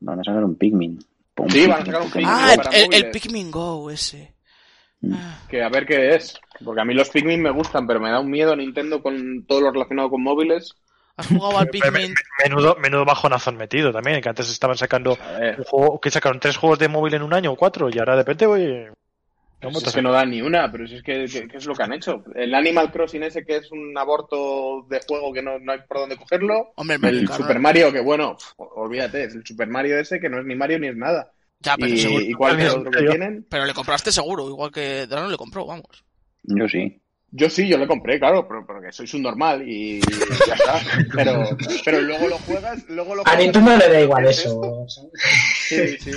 [SPEAKER 6] Van a sacar un Pikmin. Un
[SPEAKER 4] Sí, van a sacar un
[SPEAKER 6] Pokémon.
[SPEAKER 4] Pikmin.
[SPEAKER 3] Ah,
[SPEAKER 4] para
[SPEAKER 3] el- el, el
[SPEAKER 4] móviles.
[SPEAKER 3] Pikmin Go ese.
[SPEAKER 6] Mm.
[SPEAKER 3] Ah,
[SPEAKER 4] Que a ver qué es. Porque a mí los Pikmin me gustan, pero me da un miedo Nintendo con todo lo relacionado con móviles.
[SPEAKER 3] ¿Has jugado al
[SPEAKER 2] Me-
[SPEAKER 3] Pikmin?
[SPEAKER 2] Menudo, menudo bajonazo han metido también, que antes estaban sacando
[SPEAKER 4] A ver,
[SPEAKER 2] un juego, que sacaron tres juegos de móvil en un año o cuatro, y ahora de repente, oye, no
[SPEAKER 4] si
[SPEAKER 2] montas
[SPEAKER 4] es que no dan ni una, pero si es que, que- que es lo que han hecho. El Animal Crossing ese que es un aborto de juego que no, no hay por dónde cogerlo.
[SPEAKER 3] Hombre, el
[SPEAKER 4] El
[SPEAKER 3] Mario Kart,
[SPEAKER 4] Super
[SPEAKER 3] ¿no?
[SPEAKER 4] Mario, que bueno, o- olvídate, es el Super Mario ese que no es ni Mario ni es nada.
[SPEAKER 3] Ya, Ah, pero,
[SPEAKER 4] Y,
[SPEAKER 3] seguro-
[SPEAKER 4] y cualquier
[SPEAKER 2] Mario es
[SPEAKER 4] otro que
[SPEAKER 2] Mario.
[SPEAKER 4] tienen.
[SPEAKER 3] pero le compraste seguro, igual que Drano le compró, vamos.
[SPEAKER 6] Yo sí.
[SPEAKER 4] Yo sí, yo le compré, claro, pero porque soy un normal y ya está. Pero, pero luego lo juegas, luego lo
[SPEAKER 5] A
[SPEAKER 4] juegas.
[SPEAKER 5] Nintendo le da igual
[SPEAKER 4] ¿Es
[SPEAKER 5] eso.
[SPEAKER 4] esto?
[SPEAKER 5] o sea,
[SPEAKER 4] Sí, sí.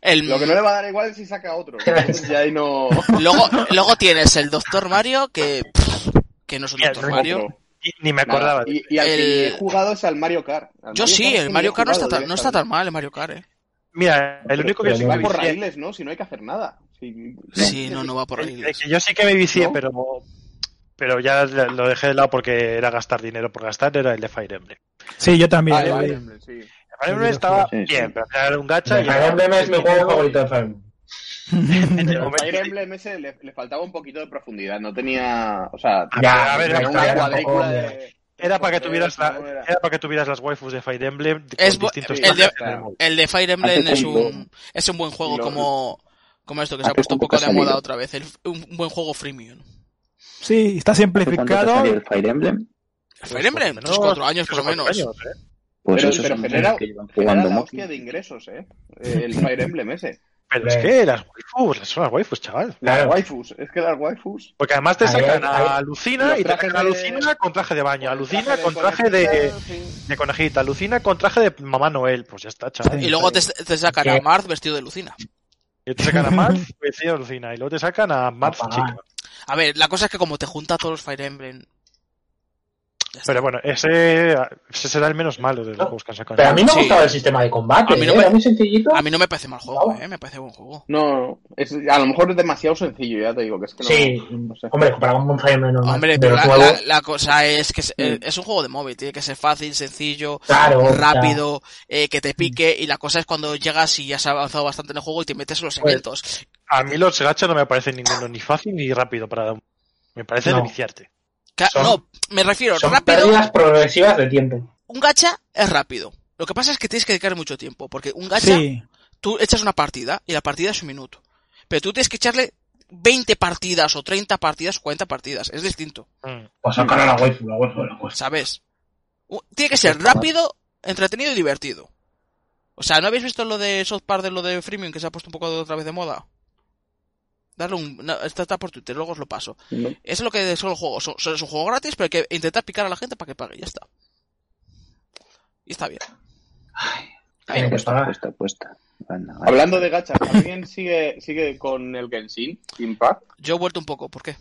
[SPEAKER 3] El,
[SPEAKER 4] Lo que no le va a dar igual es si saca otro. Entonces ya ahí no.
[SPEAKER 3] luego, luego tienes el Doctor Mario, que, pff, que no es un
[SPEAKER 2] Mira,
[SPEAKER 3] Doctor
[SPEAKER 2] no
[SPEAKER 3] Mario.
[SPEAKER 4] Otro.
[SPEAKER 2] Ni, ni me
[SPEAKER 4] Nada.
[SPEAKER 2] acordaba.
[SPEAKER 4] Y, y al que
[SPEAKER 3] El-
[SPEAKER 4] he jugado es al Mario Kart. Al
[SPEAKER 3] Yo sí,
[SPEAKER 4] Kart
[SPEAKER 3] el Mario
[SPEAKER 4] he
[SPEAKER 3] Kart no está,
[SPEAKER 4] jugado eh,
[SPEAKER 3] tan, no está tan mal, el Mario Kart, eh.
[SPEAKER 2] Mira, el único que
[SPEAKER 5] Pero
[SPEAKER 2] sí que
[SPEAKER 4] directamente. Va por
[SPEAKER 2] me vicié-
[SPEAKER 4] raíles, ¿no? Si no hay que hacer nada. Si-
[SPEAKER 3] Sí, no, no va por
[SPEAKER 2] el-
[SPEAKER 3] ahí.
[SPEAKER 2] el que yo sí que me vicié,
[SPEAKER 4] ¿No?
[SPEAKER 2] pero pero ya lo dejé de lado porque era gastar dinero por gastar, era el de Fire Emblem.
[SPEAKER 7] Sí, yo también.
[SPEAKER 4] Ah, el
[SPEAKER 7] yo-
[SPEAKER 4] Fire Emblem, sí.
[SPEAKER 2] El Fire Emblem estaba
[SPEAKER 6] Sí, sí.
[SPEAKER 2] bien, pero era un gacha y
[SPEAKER 5] Fire Emblem es mi juego favorito de Fire Emblem.
[SPEAKER 2] en el momento-
[SPEAKER 4] Fire Emblem ese le, le faltaba un poquito de profundidad, no tenía, o sea,
[SPEAKER 2] Ya, a pues ver,
[SPEAKER 4] era
[SPEAKER 2] era
[SPEAKER 4] una
[SPEAKER 2] para-
[SPEAKER 4] cuadrícula
[SPEAKER 5] tampoco,
[SPEAKER 4] de...
[SPEAKER 2] Era para que tuvieras la-
[SPEAKER 4] no era-
[SPEAKER 2] era para que tuvieras las waifus de Fire Emblem con
[SPEAKER 3] Es bu-
[SPEAKER 2] distintos
[SPEAKER 3] el de-
[SPEAKER 2] trajes.
[SPEAKER 3] El de Fire Emblem
[SPEAKER 6] Hace
[SPEAKER 3] es
[SPEAKER 6] tiempo.
[SPEAKER 3] un, es un buen juego
[SPEAKER 4] Y lo-
[SPEAKER 3] como, como esto que se ha
[SPEAKER 6] hace
[SPEAKER 3] puesto un
[SPEAKER 6] tiempo
[SPEAKER 3] poco
[SPEAKER 6] que ha
[SPEAKER 3] de
[SPEAKER 6] salido.
[SPEAKER 3] moda otra vez. el- un, un buen juego freemium.
[SPEAKER 2] Pues
[SPEAKER 7] Sí, está
[SPEAKER 6] ¿Hace cuánto que
[SPEAKER 7] simplificado.
[SPEAKER 6] salió el Fire Emblem?
[SPEAKER 3] Fire Emblem,
[SPEAKER 2] Pues,
[SPEAKER 3] tres,
[SPEAKER 2] por lo
[SPEAKER 3] cuatro años por lo
[SPEAKER 2] tres o
[SPEAKER 3] menos.
[SPEAKER 2] cuatro años, ¿eh?
[SPEAKER 6] Pues
[SPEAKER 4] Pero-
[SPEAKER 6] eso
[SPEAKER 4] pero
[SPEAKER 6] son
[SPEAKER 4] genera-
[SPEAKER 6] los que llevan
[SPEAKER 4] Era
[SPEAKER 6] jugando
[SPEAKER 4] la
[SPEAKER 6] mucho.
[SPEAKER 4] hostia de ingresos, ¿eh? El Fire Emblem ese.
[SPEAKER 2] Pero es
[SPEAKER 5] Sí.
[SPEAKER 2] que las waifus, son las waifus, chaval.
[SPEAKER 5] Claro.
[SPEAKER 4] Waifus, es que las waifus...
[SPEAKER 2] Porque además te
[SPEAKER 5] A ver,
[SPEAKER 2] sacan
[SPEAKER 5] a ver.
[SPEAKER 2] a Lucina
[SPEAKER 4] Los
[SPEAKER 2] y te
[SPEAKER 4] trajes
[SPEAKER 2] sacan a
[SPEAKER 4] de-
[SPEAKER 2] Lucina con traje de baño, a Lucina con traje
[SPEAKER 4] conejita,
[SPEAKER 2] de,
[SPEAKER 4] sí.
[SPEAKER 2] de conejita, a Lucina con traje de mamá Noel. Pues ya está, chaval.
[SPEAKER 3] Y luego te, te sacan a
[SPEAKER 5] ¿Qué?
[SPEAKER 3] Marth vestido de Lucina.
[SPEAKER 2] Y te sacan a Marth, vestido de Lucina. Y luego te sacan a Marth,
[SPEAKER 5] Papá.
[SPEAKER 2] chica.
[SPEAKER 3] A ver, la cosa es que como te junta a todos los Fire Emblem. ya está.
[SPEAKER 2] Pero bueno, ese, ese será el menos malo de los juegos que han sacado.
[SPEAKER 5] Pero a mí me
[SPEAKER 3] Sí.
[SPEAKER 5] gustaba el sistema de combate.
[SPEAKER 3] A mí no
[SPEAKER 5] ¿eh?
[SPEAKER 3] me-
[SPEAKER 5] Era muy sencillito.
[SPEAKER 3] A mí no me parece mal juego, eh, me parece buen juego.
[SPEAKER 4] No, no, es, a lo mejor es demasiado sencillo, ya te digo, que es que no...
[SPEAKER 5] Sí,
[SPEAKER 4] no sé.
[SPEAKER 5] hombre, comparado con un Fire Emblem normal.
[SPEAKER 3] Hombre,
[SPEAKER 5] pero
[SPEAKER 3] pero la,
[SPEAKER 5] juego- Mm.
[SPEAKER 3] la- la cosa es que es, eh, es un juego de móvil, tiene que ser fácil, sencillo,
[SPEAKER 5] Claro,
[SPEAKER 3] rápido, eh, que te pique, y la cosa es cuando llegas y ya has avanzado bastante en el juego y te metes en los
[SPEAKER 5] Pues-
[SPEAKER 3] eventos.
[SPEAKER 2] A mí los gachas no me parecen ninguno ni fácil ni rápido para... Me parece
[SPEAKER 5] No.
[SPEAKER 2] de viciarte.
[SPEAKER 3] Ca-
[SPEAKER 5] son-
[SPEAKER 3] no, me refiero,
[SPEAKER 5] Son
[SPEAKER 3] rápido,
[SPEAKER 5] pérdidas progresivas de tiempo.
[SPEAKER 3] un gacha es rápido. Lo que pasa es que tienes que dedicar mucho tiempo, porque un gacha,
[SPEAKER 7] Sí.
[SPEAKER 3] tú echas una partida y la partida es un minuto. Pero tú tienes que echarle 20 partidas o 30 partidas o 40 partidas, es distinto,
[SPEAKER 2] Mm.
[SPEAKER 5] Pues sacar a la waifu, la waifu, la waifu.
[SPEAKER 3] ¿sabes? U- Tiene que ser rápido, entretenido y divertido. O sea, ¿no habéis visto lo de South Park de lo de Freemium que se ha puesto un poco otra vez de moda? Darle un... no, está, está por Twitter, luego os lo paso.
[SPEAKER 6] No.
[SPEAKER 3] Eso es lo que son los juegos. Son- son- Es un juego gratis, pero hay que intentar picar a la gente para que pague, ya está. Y está bien.
[SPEAKER 5] Ay, me
[SPEAKER 3] pues,
[SPEAKER 6] Apuesta,
[SPEAKER 5] gustaba.
[SPEAKER 6] apuesta, apuesta. Anda, anda.
[SPEAKER 4] Hablando de gachas, ¿alguien sigue, sigue con el Genshin Impact?
[SPEAKER 3] Yo he vuelto un poco, ¿por qué?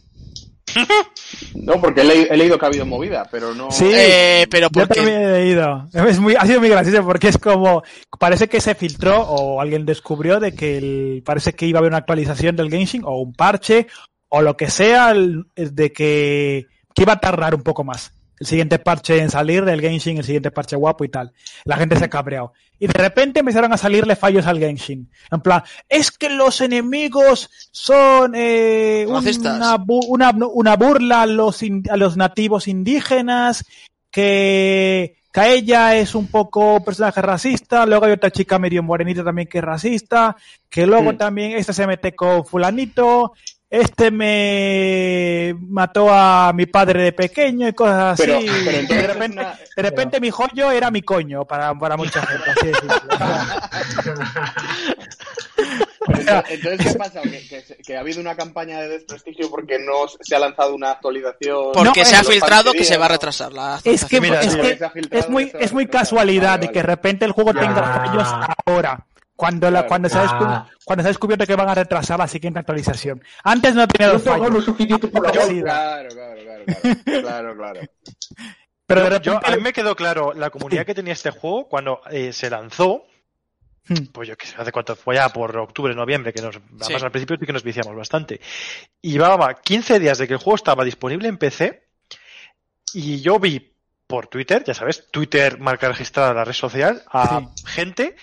[SPEAKER 4] No, porque he, le- he leído que ha habido movida, pero no...
[SPEAKER 7] Sí.
[SPEAKER 3] Eh, pero
[SPEAKER 7] Yo
[SPEAKER 3] porque
[SPEAKER 7] también he ido. Es muy, ha sido muy gracioso porque es como. Parece que se filtró o alguien descubrió de que el- parece que iba a haber una actualización del Genshin o un parche o lo que sea el- el de que, que iba a tardar un poco más. El siguiente parche en salir del Genshin, el siguiente parche guapo y tal. La gente se ha cabreado. Y de repente empezaron a salirle fallos al Genshin. En plan, es que los enemigos son eh,
[SPEAKER 3] Racistas.
[SPEAKER 7] una, bu- una, una burla a los, in- a los nativos indígenas que, que a ella es un poco personaje racista, luego hay otra chica medio morenita también que es racista, que luego
[SPEAKER 4] Mm.
[SPEAKER 7] también este se mete con fulanito, este me mató a mi padre de pequeño y cosas así.
[SPEAKER 4] Pero, pero
[SPEAKER 7] Y de
[SPEAKER 4] entonces
[SPEAKER 7] repente,
[SPEAKER 4] es una-
[SPEAKER 7] de repente mi joyo era mi coño para, para mucha gente. así de simple.
[SPEAKER 4] Entonces, entonces, ¿qué ha pasado? ¿Que, que se- que ha habido una campaña de desprestigio porque no se ha lanzado una actualización.
[SPEAKER 3] porque
[SPEAKER 7] No,
[SPEAKER 3] se
[SPEAKER 7] eh,
[SPEAKER 3] ha
[SPEAKER 4] los
[SPEAKER 3] filtrado que
[SPEAKER 4] fans
[SPEAKER 3] se va a
[SPEAKER 4] querían, ¿no?
[SPEAKER 3] retrasar la
[SPEAKER 7] es que,
[SPEAKER 2] Mira, sí,
[SPEAKER 7] es, que
[SPEAKER 4] porque se ha filtrado
[SPEAKER 7] es muy,
[SPEAKER 4] que se
[SPEAKER 7] es muy
[SPEAKER 4] va a retrasar.
[SPEAKER 7] casualidad
[SPEAKER 4] Ah, Vale,
[SPEAKER 7] y que de
[SPEAKER 4] vale.
[SPEAKER 7] repente el juego
[SPEAKER 5] Ya.
[SPEAKER 7] tenga fallos ahora. Cuando, la,
[SPEAKER 4] Claro.
[SPEAKER 7] cuando, se ha descu-
[SPEAKER 5] Ah.
[SPEAKER 7] cuando se ha descubierto que van a retrasar la siguiente actualización. Antes no tenía los
[SPEAKER 5] Yo tengo
[SPEAKER 7] fallos,
[SPEAKER 5] un sustituto por la
[SPEAKER 7] Yo-
[SPEAKER 5] waifu.
[SPEAKER 4] Claro, claro, claro, claro, claro, claro.
[SPEAKER 2] Este
[SPEAKER 7] pero de
[SPEAKER 2] Yo- yo-
[SPEAKER 7] repente...
[SPEAKER 2] a mí me quedó claro la comunidad que tenía este juego cuando eh, se lanzó.
[SPEAKER 7] Hmm.
[SPEAKER 2] Pues yo que sé, hace cuánto fue ya por octubre, noviembre, que nos, además
[SPEAKER 3] Sí.
[SPEAKER 2] al principio sí que nos viciamos bastante. Y vamos, 15 días de que el juego estaba disponible en PC y yo vi por Twitter, ya sabes, Twitter marca registrada la red social, a gente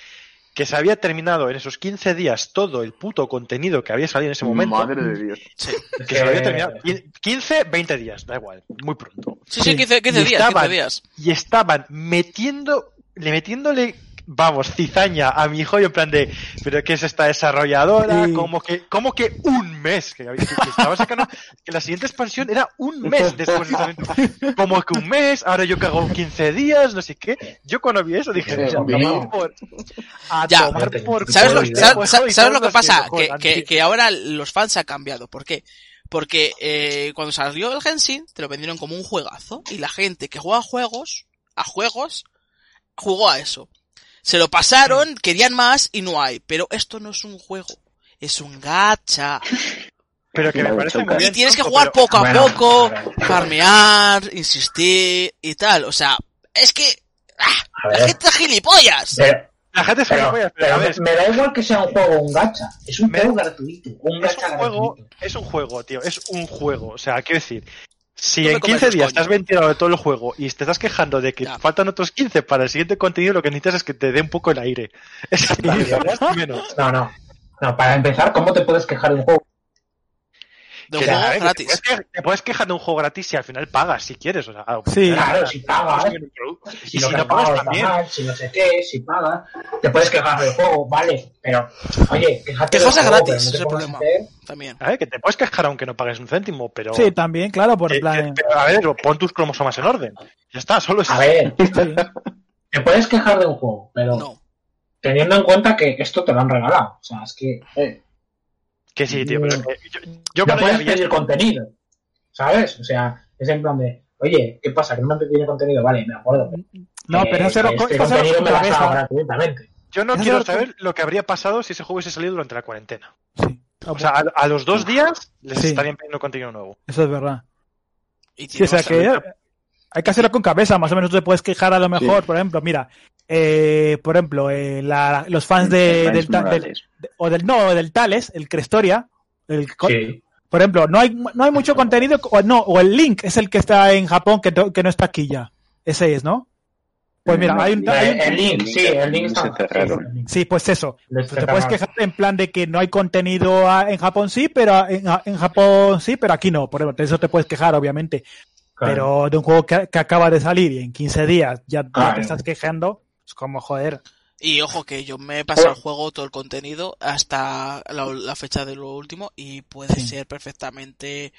[SPEAKER 2] que se había terminado en esos 15 días todo el puto contenido que había salido en ese momento.
[SPEAKER 4] Madre de Dios.
[SPEAKER 2] Que se lo había terminado. 15, 20 días, da igual, muy pronto.
[SPEAKER 3] Sí, sí,
[SPEAKER 7] Sí.
[SPEAKER 3] 15, 15
[SPEAKER 2] Y
[SPEAKER 3] días,
[SPEAKER 2] estaban-
[SPEAKER 3] 15 días.
[SPEAKER 2] y estaban metiendo, le metiéndole, vamos, cizaña a mi hijo y en plan de, pero ¿qué es esta desarrolladora?
[SPEAKER 7] Sí.
[SPEAKER 2] Como que, como que un mes que, que estaba sacando, que la siguiente expansión era un mes después. de- Como que un mes, ahora yo cago 15 días, no sé qué. Yo cuando vi eso dije,
[SPEAKER 4] Sí,
[SPEAKER 2] "Ya,
[SPEAKER 4] hombre.
[SPEAKER 2] no, por- a
[SPEAKER 3] Ya.
[SPEAKER 2] tomar por
[SPEAKER 3] ¿Sabes
[SPEAKER 2] culo
[SPEAKER 3] lo,
[SPEAKER 2] este
[SPEAKER 3] sa-
[SPEAKER 2] juego
[SPEAKER 3] sa-
[SPEAKER 2] y
[SPEAKER 3] sabes lo
[SPEAKER 2] todos
[SPEAKER 3] que
[SPEAKER 2] los
[SPEAKER 3] pasa?
[SPEAKER 2] lo
[SPEAKER 3] Que,
[SPEAKER 2] juegan,
[SPEAKER 3] que-
[SPEAKER 2] tío".
[SPEAKER 3] que ahora los fans han cambiado. ¿Por qué? Porque eh, cuando salió el Genshin, te lo vendieron como un juegazo. Y la gente que juega a juegos, a juegos, jugó a eso. Se lo pasaron, querían más y no hay. Pero esto no es un juego. Es un gacha.
[SPEAKER 2] Pero que me
[SPEAKER 6] Lo
[SPEAKER 2] parece muy
[SPEAKER 6] chocan.
[SPEAKER 2] bien.
[SPEAKER 3] Y tienes que
[SPEAKER 2] tonto,
[SPEAKER 3] jugar
[SPEAKER 2] pero-
[SPEAKER 3] poco a
[SPEAKER 5] Bueno,
[SPEAKER 3] poco,
[SPEAKER 5] claro.
[SPEAKER 3] farmear, insistir y tal. O sea, es que
[SPEAKER 5] A
[SPEAKER 3] la
[SPEAKER 5] ver,
[SPEAKER 3] gente es gilipollas.
[SPEAKER 5] pero-
[SPEAKER 2] La gente se
[SPEAKER 5] pero-
[SPEAKER 2] lo voy a hacer,
[SPEAKER 5] pero
[SPEAKER 2] a ver,
[SPEAKER 5] me da igual que sea un juego o un gacha. Es un
[SPEAKER 2] Me-
[SPEAKER 5] juego gratuito. Un
[SPEAKER 2] es
[SPEAKER 5] gacha
[SPEAKER 2] un juego,
[SPEAKER 5] gratuito.
[SPEAKER 2] es un juego, tío, es un juego. O sea, quiero decir, Si
[SPEAKER 3] No me
[SPEAKER 2] en
[SPEAKER 3] comáis
[SPEAKER 2] 15
[SPEAKER 3] los
[SPEAKER 2] días
[SPEAKER 3] coños.
[SPEAKER 2] estás has ventilado de todo el juego y te estás quejando de que
[SPEAKER 3] Ya.
[SPEAKER 2] faltan otros 15 para el siguiente contenido, lo que necesitas es que te dé un poco el aire. Es más o menos.
[SPEAKER 5] No, no. No, para empezar, ¿cómo te puedes quejar de un juego?
[SPEAKER 3] De un
[SPEAKER 2] Que nada, eh,
[SPEAKER 3] juego
[SPEAKER 2] que Te
[SPEAKER 3] gratis.
[SPEAKER 2] puedes, que- te puedes quejar de un juego gratis y al final pagas si quieres. O sea, ah,
[SPEAKER 7] Sí.
[SPEAKER 5] Claro, si pagas,
[SPEAKER 2] pues, un producto.
[SPEAKER 5] si,
[SPEAKER 2] y
[SPEAKER 5] lo
[SPEAKER 2] si
[SPEAKER 5] que
[SPEAKER 2] no
[SPEAKER 5] has pagado
[SPEAKER 2] pagas
[SPEAKER 5] está
[SPEAKER 2] también.
[SPEAKER 5] mal, si no sé qué, si pagas, te puedes quejar del juego, vale, pero, oye, quejate del
[SPEAKER 3] Quejarse
[SPEAKER 5] juego,
[SPEAKER 3] gratis,
[SPEAKER 5] pero no
[SPEAKER 3] ese
[SPEAKER 5] te
[SPEAKER 3] es el
[SPEAKER 5] pongas a
[SPEAKER 3] problema.
[SPEAKER 5] hacer-
[SPEAKER 3] También.
[SPEAKER 2] A ver, que te puedes quejar aunque no pagues un céntimo, pero.
[SPEAKER 7] Sí, también, claro, por
[SPEAKER 2] que-
[SPEAKER 7] en plan.
[SPEAKER 2] que- Eh, pero, a ver, pon tus cromosomas en orden. Ya está, solo es.
[SPEAKER 5] A ver,
[SPEAKER 7] sí.
[SPEAKER 5] te puedes quejar de un juego, pero
[SPEAKER 3] No.
[SPEAKER 5] teniendo en cuenta que esto te lo han regalado, o sea, es que eh,
[SPEAKER 2] Que sí, tío, pero es que yo, yo
[SPEAKER 5] no
[SPEAKER 2] cuando ya
[SPEAKER 5] puedes
[SPEAKER 2] vi
[SPEAKER 5] pedir
[SPEAKER 2] esto-
[SPEAKER 5] contenido, ¿sabes? O sea, es en plan de, oye, ¿qué pasa? ¿Que no me han pedido contenido? Vale, me acuerdo.
[SPEAKER 7] No,
[SPEAKER 2] eh,
[SPEAKER 7] pero eso
[SPEAKER 5] no
[SPEAKER 7] no
[SPEAKER 5] este
[SPEAKER 7] eso no
[SPEAKER 5] contenido me lo has
[SPEAKER 7] cabeza.
[SPEAKER 5] dado gratuitamente.
[SPEAKER 2] yo no
[SPEAKER 7] Eso
[SPEAKER 2] quiero
[SPEAKER 7] lo-
[SPEAKER 2] saber lo que habría pasado si ese juego hubiese salido durante la cuarentena.
[SPEAKER 7] Sí.
[SPEAKER 2] O sea, a, a los dos días les
[SPEAKER 7] Sí.
[SPEAKER 2] estarían pidiendo contenido nuevo.
[SPEAKER 7] eso es verdad.
[SPEAKER 3] Y
[SPEAKER 7] Sí, o sea que
[SPEAKER 2] bastante.
[SPEAKER 7] eh, hay que hacerlo con cabeza, más o menos tú te puedes quejar a lo mejor, por ejemplo, mira, eh, por ejemplo, eh, la- los fans de,
[SPEAKER 6] Miles
[SPEAKER 7] del, ta- del-
[SPEAKER 6] Morales.
[SPEAKER 7] de- o del no, del Tales, el Crestoria, el, co-
[SPEAKER 5] Sí.
[SPEAKER 7] por ejemplo, no hay, no hay mucho contenido, o no, o el Link es el que está en Japón que, no- que no está aquí ya. Ese es, ¿no? Pues mira,
[SPEAKER 6] No,
[SPEAKER 7] hay un,
[SPEAKER 6] no,
[SPEAKER 7] hay
[SPEAKER 5] El,
[SPEAKER 7] un-
[SPEAKER 5] Eh, el link, sí, el link está.
[SPEAKER 6] Se cerraron.
[SPEAKER 5] sí, el link.
[SPEAKER 7] sí, pues eso.
[SPEAKER 5] Les
[SPEAKER 7] Pues te puedes
[SPEAKER 5] cerraron.
[SPEAKER 7] quejar en plan de que no hay contenido ah, en Japón sí, pero ah, en, en Japón sí, pero aquí no. Por ejemplo, de eso te puedes quejar, obviamente.
[SPEAKER 5] Claro.
[SPEAKER 7] Pero de un juego que, que acaba de salir y en 15 días ya, ya
[SPEAKER 5] Claro.
[SPEAKER 7] te estás quejando, es como joder.
[SPEAKER 3] Y ojo que yo me he pasado el juego, todo el contenido, hasta la, la fecha de lo último, y puede
[SPEAKER 7] Sí.
[SPEAKER 3] ser perfectamente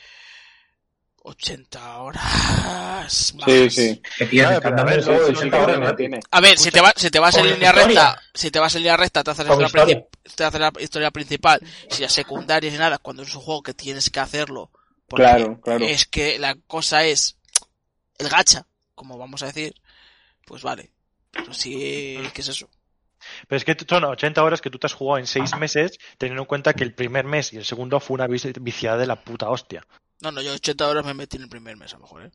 [SPEAKER 3] 80 horas más.
[SPEAKER 4] Sí, sí.
[SPEAKER 5] Que tío,
[SPEAKER 2] Claro,
[SPEAKER 5] te
[SPEAKER 2] pero
[SPEAKER 5] están
[SPEAKER 2] a
[SPEAKER 5] dando
[SPEAKER 2] ver,
[SPEAKER 5] el juego
[SPEAKER 2] lo-
[SPEAKER 5] de
[SPEAKER 2] lo
[SPEAKER 5] 80
[SPEAKER 4] Creo
[SPEAKER 5] horas
[SPEAKER 4] que
[SPEAKER 5] gratis.
[SPEAKER 4] tiene.
[SPEAKER 3] A ver, si te, va- si te vas en
[SPEAKER 5] Con
[SPEAKER 3] línea
[SPEAKER 5] historia.
[SPEAKER 3] recta, si te vas en línea recta, te haces la
[SPEAKER 5] Con
[SPEAKER 3] historia,
[SPEAKER 5] historia.
[SPEAKER 3] princip- te haces la historia principal, si las secundarias y nada, cuando es un juego que tienes que hacerlo. porque
[SPEAKER 4] Claro, claro.
[SPEAKER 3] Es que la cosa es el gacha, como vamos a decir, pues vale. Pero sí, ¿qué es eso?
[SPEAKER 2] Pero es que son 80 horas que tú te has jugado en 6 meses, teniendo en cuenta que el primer mes y el segundo fue una vici- viciada de la puta hostia.
[SPEAKER 3] No, no, yo 80 horas me metí en el primer mes, a lo mejor, ¿eh?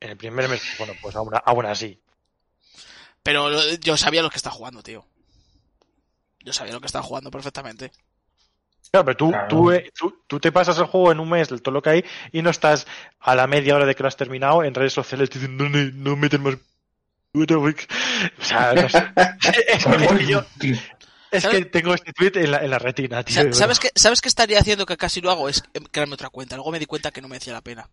[SPEAKER 2] En el primer mes, bueno, pues aún, aún así.
[SPEAKER 3] Pero lo- yo sabía lo que estaba jugando, tío. Yo sabía lo que estaba jugando perfectamente.
[SPEAKER 2] Claro, pero tú,
[SPEAKER 5] Claro.
[SPEAKER 2] tú, eh, tú, tú te pasas el juego en un mes, todo lo que hay, y no estás a la media hora de que lo has terminado en redes sociales diciendo, no, no, no meten más... O sea, no sé. es, que yo- es que
[SPEAKER 3] ¿Sabes?
[SPEAKER 2] tengo este tweet en la, en la retina, tío.
[SPEAKER 3] Sa- ¿Sabes qué, ¿Sabes qué estaría haciendo que casi lo hago? Es em, crearme otra cuenta. Luego me di cuenta que no me hacía la pena.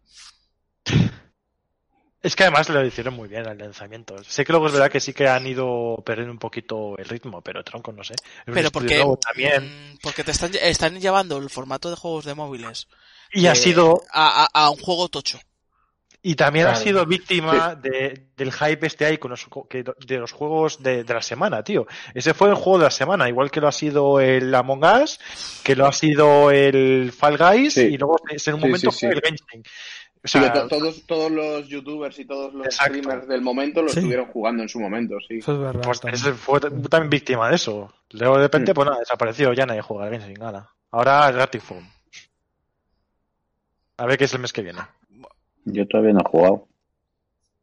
[SPEAKER 2] Es que además lo hicieron muy bien al lanzamiento. Sé que luego es verdad que sí que han ido perdiendo un poquito el ritmo, pero tronco, no sé. Es un
[SPEAKER 3] Pero
[SPEAKER 2] estudio
[SPEAKER 3] porque,
[SPEAKER 2] nuevo también.
[SPEAKER 3] mm, porque te están, están llevando el formato de juegos de móviles
[SPEAKER 2] Y ha
[SPEAKER 3] eh,
[SPEAKER 2] sido,
[SPEAKER 3] a, a- a un juego tocho.
[SPEAKER 2] y también ha
[SPEAKER 5] claro.
[SPEAKER 2] sido víctima de- del hype este ahí con los, que- de los juegos de, de la semana, tío. Ese fue el juego de la semana, igual que lo ha sido el Among Us, que lo ha sido el Fall Guys,
[SPEAKER 4] Sí.
[SPEAKER 2] y luego en un
[SPEAKER 4] Sí,
[SPEAKER 2] momento
[SPEAKER 4] sí,
[SPEAKER 2] fue
[SPEAKER 4] sí.
[SPEAKER 2] el Genshin. O
[SPEAKER 4] Sí,
[SPEAKER 2] sea,
[SPEAKER 4] que to- todos, todos los youtubers y todos los
[SPEAKER 2] Ah, Exacto.
[SPEAKER 4] streamers del momento lo
[SPEAKER 7] Sí.
[SPEAKER 4] estuvieron jugando en su momento, sí.
[SPEAKER 7] Eso es verdad.
[SPEAKER 2] pues
[SPEAKER 7] también.
[SPEAKER 2] ese fue t- también víctima de eso. Luego de repente,
[SPEAKER 4] Mm.
[SPEAKER 2] pues nada, desapareció, ya nadie juega al Genshin, nada. Ahora el Gratifone. A ver qué es el mes que viene.
[SPEAKER 6] Yo todavía no he
[SPEAKER 7] Oh.
[SPEAKER 6] jugado.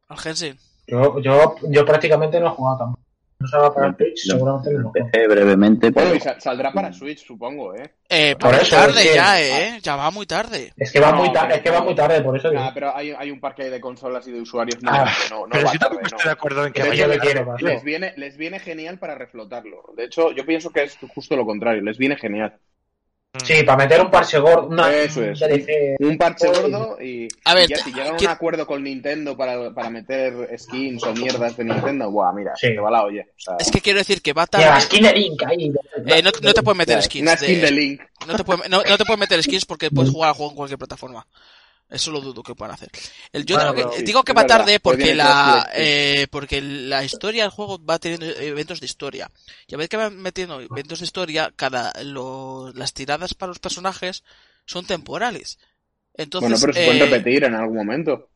[SPEAKER 3] Al Genshin.
[SPEAKER 5] Yo, yo, yo prácticamente no he jugado tampoco. No salga para
[SPEAKER 6] Lo
[SPEAKER 5] el Twitch,
[SPEAKER 6] lo-
[SPEAKER 5] seguramente no
[SPEAKER 6] lo
[SPEAKER 5] lo juego.
[SPEAKER 6] empecé brevemente,
[SPEAKER 4] Bueno,
[SPEAKER 6] pero
[SPEAKER 4] y sa- saldrá para
[SPEAKER 7] Mm.
[SPEAKER 4] Switch, supongo, ¿eh?
[SPEAKER 3] Eh,
[SPEAKER 5] Por
[SPEAKER 3] va muy
[SPEAKER 5] eso,
[SPEAKER 3] tarde
[SPEAKER 5] es que-
[SPEAKER 3] ya, ¿eh? Ya va muy tarde.
[SPEAKER 5] Es que va
[SPEAKER 4] No,
[SPEAKER 5] muy tarde,
[SPEAKER 4] pero-
[SPEAKER 5] es que va muy tarde, por eso digo.
[SPEAKER 4] Nah, pero hay, hay un parque de consolas y de usuarios. No,
[SPEAKER 5] Ah,
[SPEAKER 4] no, no,
[SPEAKER 2] Pero
[SPEAKER 4] va
[SPEAKER 2] si
[SPEAKER 4] tarde,
[SPEAKER 2] tampoco
[SPEAKER 4] no.
[SPEAKER 2] estoy de acuerdo en que
[SPEAKER 4] Pero
[SPEAKER 2] vaya
[SPEAKER 5] yo
[SPEAKER 2] a
[SPEAKER 5] le
[SPEAKER 2] llegar.
[SPEAKER 5] quiero más.
[SPEAKER 4] Les viene, les viene genial para reflotarlo. De hecho, yo pienso que es justo lo contrario. Les viene genial.
[SPEAKER 5] Sí, para meter un parche gordo, una
[SPEAKER 4] Eso es.
[SPEAKER 5] DLC.
[SPEAKER 4] Un parche
[SPEAKER 5] Oye.
[SPEAKER 4] gordo y,
[SPEAKER 3] A ver,
[SPEAKER 4] y ya si llegan a un
[SPEAKER 3] ¿qué-
[SPEAKER 4] acuerdo con Nintendo para, para meter skins o mierdas de Nintendo, buah, mira,
[SPEAKER 5] Sí.
[SPEAKER 4] te va la olla. O sea,
[SPEAKER 3] Es que quiero decir que va
[SPEAKER 5] Y a la
[SPEAKER 3] tarde.
[SPEAKER 5] skin de Link ahí.
[SPEAKER 3] Eh, no, no te puedes meter
[SPEAKER 4] ya,
[SPEAKER 3] skins.
[SPEAKER 4] una skin
[SPEAKER 3] de-
[SPEAKER 4] de Link.
[SPEAKER 3] No te puedes no, no te puedes meter skins porque puedes jugar al juego en cualquier plataforma. Eso lo dudo que puedan hacer. El, yo
[SPEAKER 2] Bueno,
[SPEAKER 3] digo, que,
[SPEAKER 4] pero-
[SPEAKER 3] digo que
[SPEAKER 4] es
[SPEAKER 3] va
[SPEAKER 4] verdad,
[SPEAKER 3] tarde
[SPEAKER 4] pues
[SPEAKER 3] porque
[SPEAKER 4] viene
[SPEAKER 3] la
[SPEAKER 4] crossplay, sí.
[SPEAKER 3] eh, porque la historia del juego va teniendo eventos de historia. Y a vez que van metiendo eventos de historia, cada lo- las tiradas para los personajes son temporales. Entonces,
[SPEAKER 4] bueno, pero se
[SPEAKER 3] eh,
[SPEAKER 4] pueden repetir en algún momento.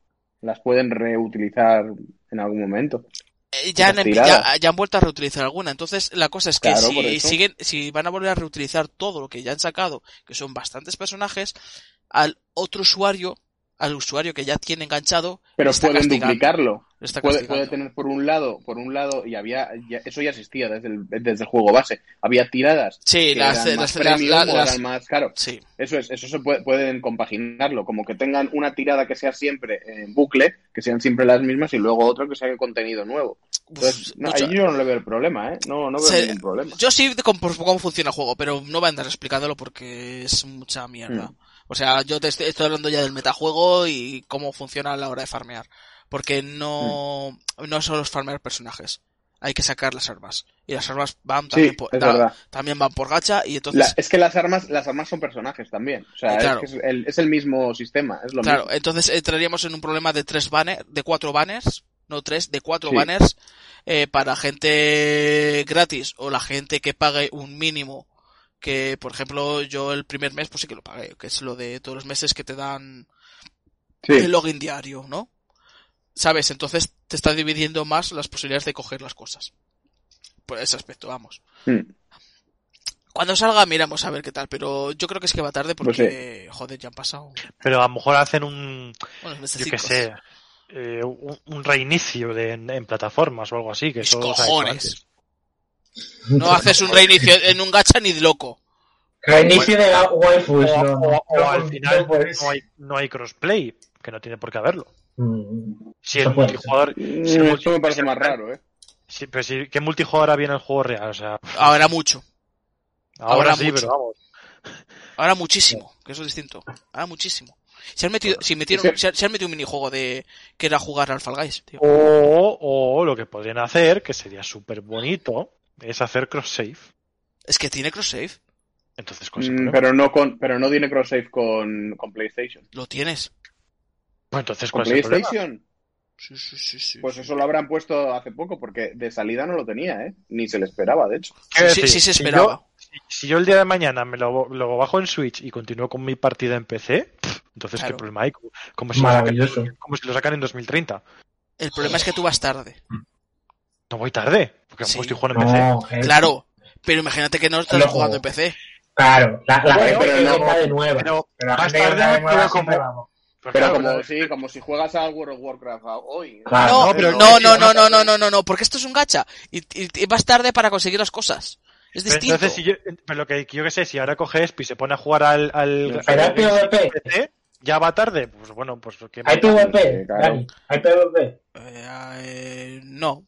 [SPEAKER 4] Las pueden reutilizar en algún momento.
[SPEAKER 3] eh, ya, han,
[SPEAKER 4] esas
[SPEAKER 3] em-
[SPEAKER 4] tiradas.
[SPEAKER 3] ya- ya han vuelto a reutilizar alguna. Entonces, la cosa es que
[SPEAKER 4] Claro, por
[SPEAKER 3] si
[SPEAKER 4] eso.
[SPEAKER 3] siguen, si van a volver a reutilizar todo lo que ya han sacado, que son bastantes personajes, al otro usuario, al usuario que ya tiene enganchado,
[SPEAKER 4] Pero
[SPEAKER 3] le está
[SPEAKER 4] pueden
[SPEAKER 3] castigando.
[SPEAKER 4] duplicarlo.
[SPEAKER 3] Está
[SPEAKER 4] puede,
[SPEAKER 3] castigando.
[SPEAKER 4] puede tener por un lado, por un lado, y había, ya- eso ya existía desde el, desde el juego base. Había tiradas
[SPEAKER 3] Sí,
[SPEAKER 4] que
[SPEAKER 3] las,
[SPEAKER 4] eran
[SPEAKER 3] las,
[SPEAKER 4] más
[SPEAKER 3] las,
[SPEAKER 4] premium
[SPEAKER 3] las-
[SPEAKER 4] o
[SPEAKER 3] las-
[SPEAKER 4] eran más caro.
[SPEAKER 3] sí.
[SPEAKER 4] Eso es, eso se puede- pueden compaginarlo, como que tengan una tirada que sea siempre en bucle, que sean siempre las mismas, y luego otro que sea contenido nuevo. Entonces,
[SPEAKER 3] Uf,
[SPEAKER 4] no,
[SPEAKER 3] mucho-
[SPEAKER 4] ahí yo no le veo el problema, ¿eh? No, no veo
[SPEAKER 3] Pues, Se-
[SPEAKER 4] ningún problema.
[SPEAKER 3] Yo sí de cómo, cómo funciona el juego, pero no voy a andar explicándolo porque es mucha mierda.
[SPEAKER 4] Mm.
[SPEAKER 3] O sea, yo te estoy, estoy hablando ya del metajuego y cómo funciona a la hora de farmear. Porque no,
[SPEAKER 4] Mm.
[SPEAKER 3] no solo es farmear personajes. Hay que sacar las armas. Y las armas van también,
[SPEAKER 4] Sí,
[SPEAKER 3] por,
[SPEAKER 4] es
[SPEAKER 3] ta-
[SPEAKER 4] verdad.
[SPEAKER 3] también van por gacha y
[SPEAKER 4] La-
[SPEAKER 3] entonces...
[SPEAKER 4] es que las armas, las armas son personajes también. O sea,
[SPEAKER 3] Eh,
[SPEAKER 4] es
[SPEAKER 3] claro.
[SPEAKER 4] que es, el, es el mismo sistema, es lo
[SPEAKER 3] Claro,
[SPEAKER 4] mismo.
[SPEAKER 3] entonces entraríamos en un problema de tres banners, de cuatro banners, no tres, de cuatro
[SPEAKER 4] Sí.
[SPEAKER 3] banners eh, para gente gratis o la gente que pague un mínimo. Que, por ejemplo, yo el primer mes, pues sí que lo pagué, que es lo de todos los meses que te dan el
[SPEAKER 4] Sí,
[SPEAKER 3] login diario, ¿no? ¿Sabes? Entonces te está dividiendo más las posibilidades de coger las cosas. Por ese aspecto, vamos.
[SPEAKER 4] Mm.
[SPEAKER 3] Cuando salga miramos a ver qué tal, pero yo creo que es que va tarde porque,
[SPEAKER 4] Pues
[SPEAKER 3] joder, ya han pasado
[SPEAKER 2] Pero a lo mejor hacen un,
[SPEAKER 3] unos meses.
[SPEAKER 2] yo qué sé, eh, un, un reinicio de, en, en plataformas o algo así, que
[SPEAKER 3] Mis
[SPEAKER 2] eso se ha hecho
[SPEAKER 3] cojones.
[SPEAKER 2] antes.
[SPEAKER 3] No haces un reinicio en un gacha ni de loco.
[SPEAKER 5] Reinicio de la
[SPEAKER 2] O,
[SPEAKER 5] waifus, Pues no.
[SPEAKER 2] o- o
[SPEAKER 5] no,
[SPEAKER 2] al
[SPEAKER 5] no
[SPEAKER 2] final
[SPEAKER 5] puedes.
[SPEAKER 2] no hay, no hay crossplay, que no tiene por qué haberlo.
[SPEAKER 5] Mm,
[SPEAKER 2] Si el
[SPEAKER 5] No puede ser.
[SPEAKER 2] multijugador.
[SPEAKER 4] Mm,
[SPEAKER 2] si el
[SPEAKER 4] Esto me
[SPEAKER 2] multi-
[SPEAKER 4] parece más raro, ¿eh?
[SPEAKER 2] si- pero si- ¿Qué multijugador había en el juego real? O sea,
[SPEAKER 3] Ahora mucho.
[SPEAKER 2] ahora,
[SPEAKER 3] Ahora
[SPEAKER 2] sí,
[SPEAKER 3] mucho.
[SPEAKER 2] pero vamos.
[SPEAKER 3] Ahora muchísimo. Que eso es distinto. Ahora muchísimo. Se han metido, si metieron,
[SPEAKER 4] Ese-
[SPEAKER 3] se han, se han metido un minijuego de que era jugar al Fall Guys, tío.
[SPEAKER 2] O, o lo que podrían hacer, que sería súper bonito, es hacer cross-save.
[SPEAKER 3] Es que tiene cross save.
[SPEAKER 2] Entonces, con ese
[SPEAKER 4] Mm,
[SPEAKER 2] problema.
[SPEAKER 4] Pero no con, pero no tiene cross-save con, con PlayStation.
[SPEAKER 3] Lo tienes.
[SPEAKER 2] Pues entonces,
[SPEAKER 4] ¿Con
[SPEAKER 2] ¿cuál es el problema?
[SPEAKER 4] PlayStation?
[SPEAKER 3] Sí, sí, sí, sí.
[SPEAKER 4] Pues eso lo habrán puesto hace poco, porque de salida no lo tenía, ¿eh? Ni se le esperaba, de hecho.
[SPEAKER 2] Quiero
[SPEAKER 3] Sí,
[SPEAKER 2] decir,
[SPEAKER 3] sí se
[SPEAKER 2] si yo-
[SPEAKER 3] esperaba.
[SPEAKER 2] Si, si yo el día de mañana me lo, lo bajo en Switch y continúo con mi partida en PC, pff, entonces
[SPEAKER 3] Claro.
[SPEAKER 2] ¿qué problema hay? Como- Como si, lo sacan,
[SPEAKER 5] Maravilloso.
[SPEAKER 2] como si lo sacan en 2030.
[SPEAKER 3] El problema es que tú vas tarde.
[SPEAKER 2] No voy tarde, porque a lo
[SPEAKER 3] Sí.
[SPEAKER 2] mejor estoy jugando en PC.
[SPEAKER 5] No, eh,
[SPEAKER 3] Claro. Pero imagínate que no estás
[SPEAKER 5] Loco.
[SPEAKER 3] jugando en PC.
[SPEAKER 5] Claro, la, la
[SPEAKER 4] Bueno,
[SPEAKER 5] gente que
[SPEAKER 4] pero no-
[SPEAKER 5] venga de nueva.
[SPEAKER 2] Pero
[SPEAKER 5] Pero la
[SPEAKER 2] más
[SPEAKER 5] gente que venga
[SPEAKER 2] tarde,
[SPEAKER 5] de nueva
[SPEAKER 2] pero como...
[SPEAKER 5] siempre vamos.
[SPEAKER 2] pero
[SPEAKER 4] Pero
[SPEAKER 2] claro,
[SPEAKER 4] como,
[SPEAKER 2] pero-
[SPEAKER 4] sí, como si juegas a World of Warcraft a- hoy.
[SPEAKER 5] Claro.
[SPEAKER 3] No,
[SPEAKER 2] Ah, no, pero-
[SPEAKER 3] no, no, no, no, no, no, no, no, porque esto es un gacha. Y, y- y vas tarde para conseguir las cosas.
[SPEAKER 2] pero
[SPEAKER 3] Es distinto.
[SPEAKER 2] entonces, si yo, pero lo que yo que sé, si ahora coge Espi y se pone a jugar al, al,
[SPEAKER 5] Pero hay
[SPEAKER 2] al-
[SPEAKER 5] PvP,
[SPEAKER 2] PC, ya va tarde. Pues bueno, pues que
[SPEAKER 5] hay
[SPEAKER 4] Sí,
[SPEAKER 5] PvP,
[SPEAKER 4] claro.
[SPEAKER 5] Dani, hay PvP.
[SPEAKER 3] Eh, eh, no.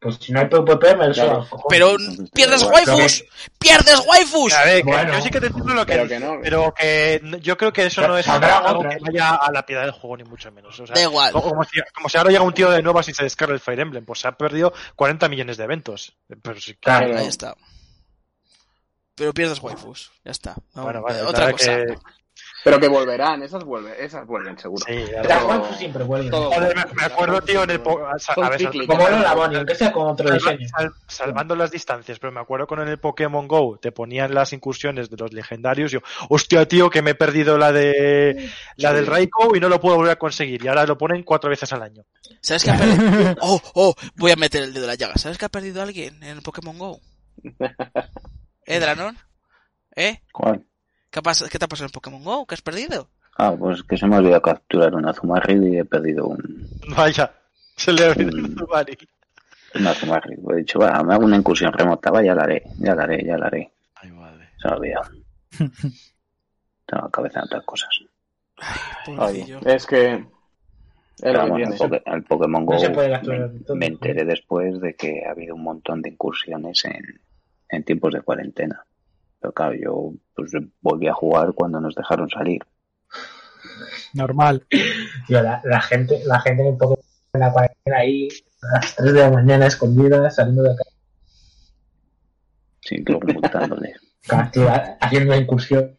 [SPEAKER 5] Pues si no hay PvP, me lo
[SPEAKER 4] Claro.
[SPEAKER 5] suelo. cojones.
[SPEAKER 3] Pero
[SPEAKER 6] entonces,
[SPEAKER 3] pierdes
[SPEAKER 6] pero
[SPEAKER 5] bueno.
[SPEAKER 3] waifus. ¡Pierdes waifus!
[SPEAKER 2] A ver, que
[SPEAKER 5] Bueno.
[SPEAKER 2] yo sí que te entiendo lo que
[SPEAKER 4] Pero
[SPEAKER 2] dices,
[SPEAKER 4] que no.
[SPEAKER 2] pero que no- yo creo que eso
[SPEAKER 5] Pero
[SPEAKER 2] no es
[SPEAKER 5] habrá
[SPEAKER 2] algo
[SPEAKER 5] otra.
[SPEAKER 2] que vaya a la piedad del juego, ni mucho menos. O sea,
[SPEAKER 3] Da igual.
[SPEAKER 2] co- Como si, como si ahora llega un tío de nuevas y se descarga el Fire Emblem, pues se ha perdido 40 millones de eventos. Pero sí que-
[SPEAKER 5] Claro.
[SPEAKER 3] Ahí está. Pero pierdes waifus. Ya está. No,
[SPEAKER 2] Bueno, vale,
[SPEAKER 3] eh, otra
[SPEAKER 2] nada
[SPEAKER 3] cosa.
[SPEAKER 2] que-
[SPEAKER 4] Pero que volverán, esas vuelven, esas vuelven seguro.
[SPEAKER 2] sí, ya-
[SPEAKER 5] Las waifus siempre vuelven.
[SPEAKER 4] Todo
[SPEAKER 2] Joder,
[SPEAKER 4] vuelve.
[SPEAKER 2] me, me acuerdo, tío, en el. po- o sea,
[SPEAKER 4] Son
[SPEAKER 2] a ver, sal-
[SPEAKER 4] cíclicas.
[SPEAKER 5] Como no la Bonnie, aunque sea con otro
[SPEAKER 2] salva-
[SPEAKER 5] diseño.
[SPEAKER 2] sal- salvando las distancias, pero me acuerdo cuando en el Pokémon Go te ponían las incursiones de los legendarios. Yo, hostia, tío, que me he perdido la de la del Raikou y no lo puedo volver a conseguir. Y ahora lo ponen cuatro veces al año.
[SPEAKER 3] ¿Sabes qué ha perdido? Oh, oh, voy a meter el dedo en la llaga. ¿Sabes qué ha perdido alguien en el Pokémon Go? ¿Eh, Dranon? ¿Eh?
[SPEAKER 6] ¿Cuál?
[SPEAKER 3] ¿Qué, ha pas- ¿Qué te ha pasado en Pokémon Go? ¿Qué has perdido?
[SPEAKER 6] Ah, pues que se me ha olvidado capturar una Zumarrill y he perdido un,
[SPEAKER 2] Vaya, se le ha olvidado
[SPEAKER 6] Mm.
[SPEAKER 2] el Bari.
[SPEAKER 6] una Zumarrill. He dicho, va, me hago una incursión remota, va, ya la haré, ya la haré, ya la haré.
[SPEAKER 8] Ay, madre.
[SPEAKER 6] Se me ha olvidado. Tengo la cabeza en otras cosas.
[SPEAKER 3] Pobrecillo.
[SPEAKER 4] Ay, es que. es
[SPEAKER 6] Pero
[SPEAKER 4] lo que tiene.
[SPEAKER 6] vamos, el, Poké- el Pokémon Go
[SPEAKER 5] No se puede capturar
[SPEAKER 6] me,
[SPEAKER 5] todo.
[SPEAKER 6] me enteré después de que ha habido un montón de incursiones en, en tiempos de cuarentena. Pero claro, yo pues, volví a jugar cuando nos dejaron salir.
[SPEAKER 7] Normal.
[SPEAKER 5] Tío, la, la gente, la gente en Pokémon en la cuarentena ahí, a las 3 de la mañana escondida, saliendo de acá,
[SPEAKER 6] Sí, preguntándoles.
[SPEAKER 5] captura- haciendo una incursión.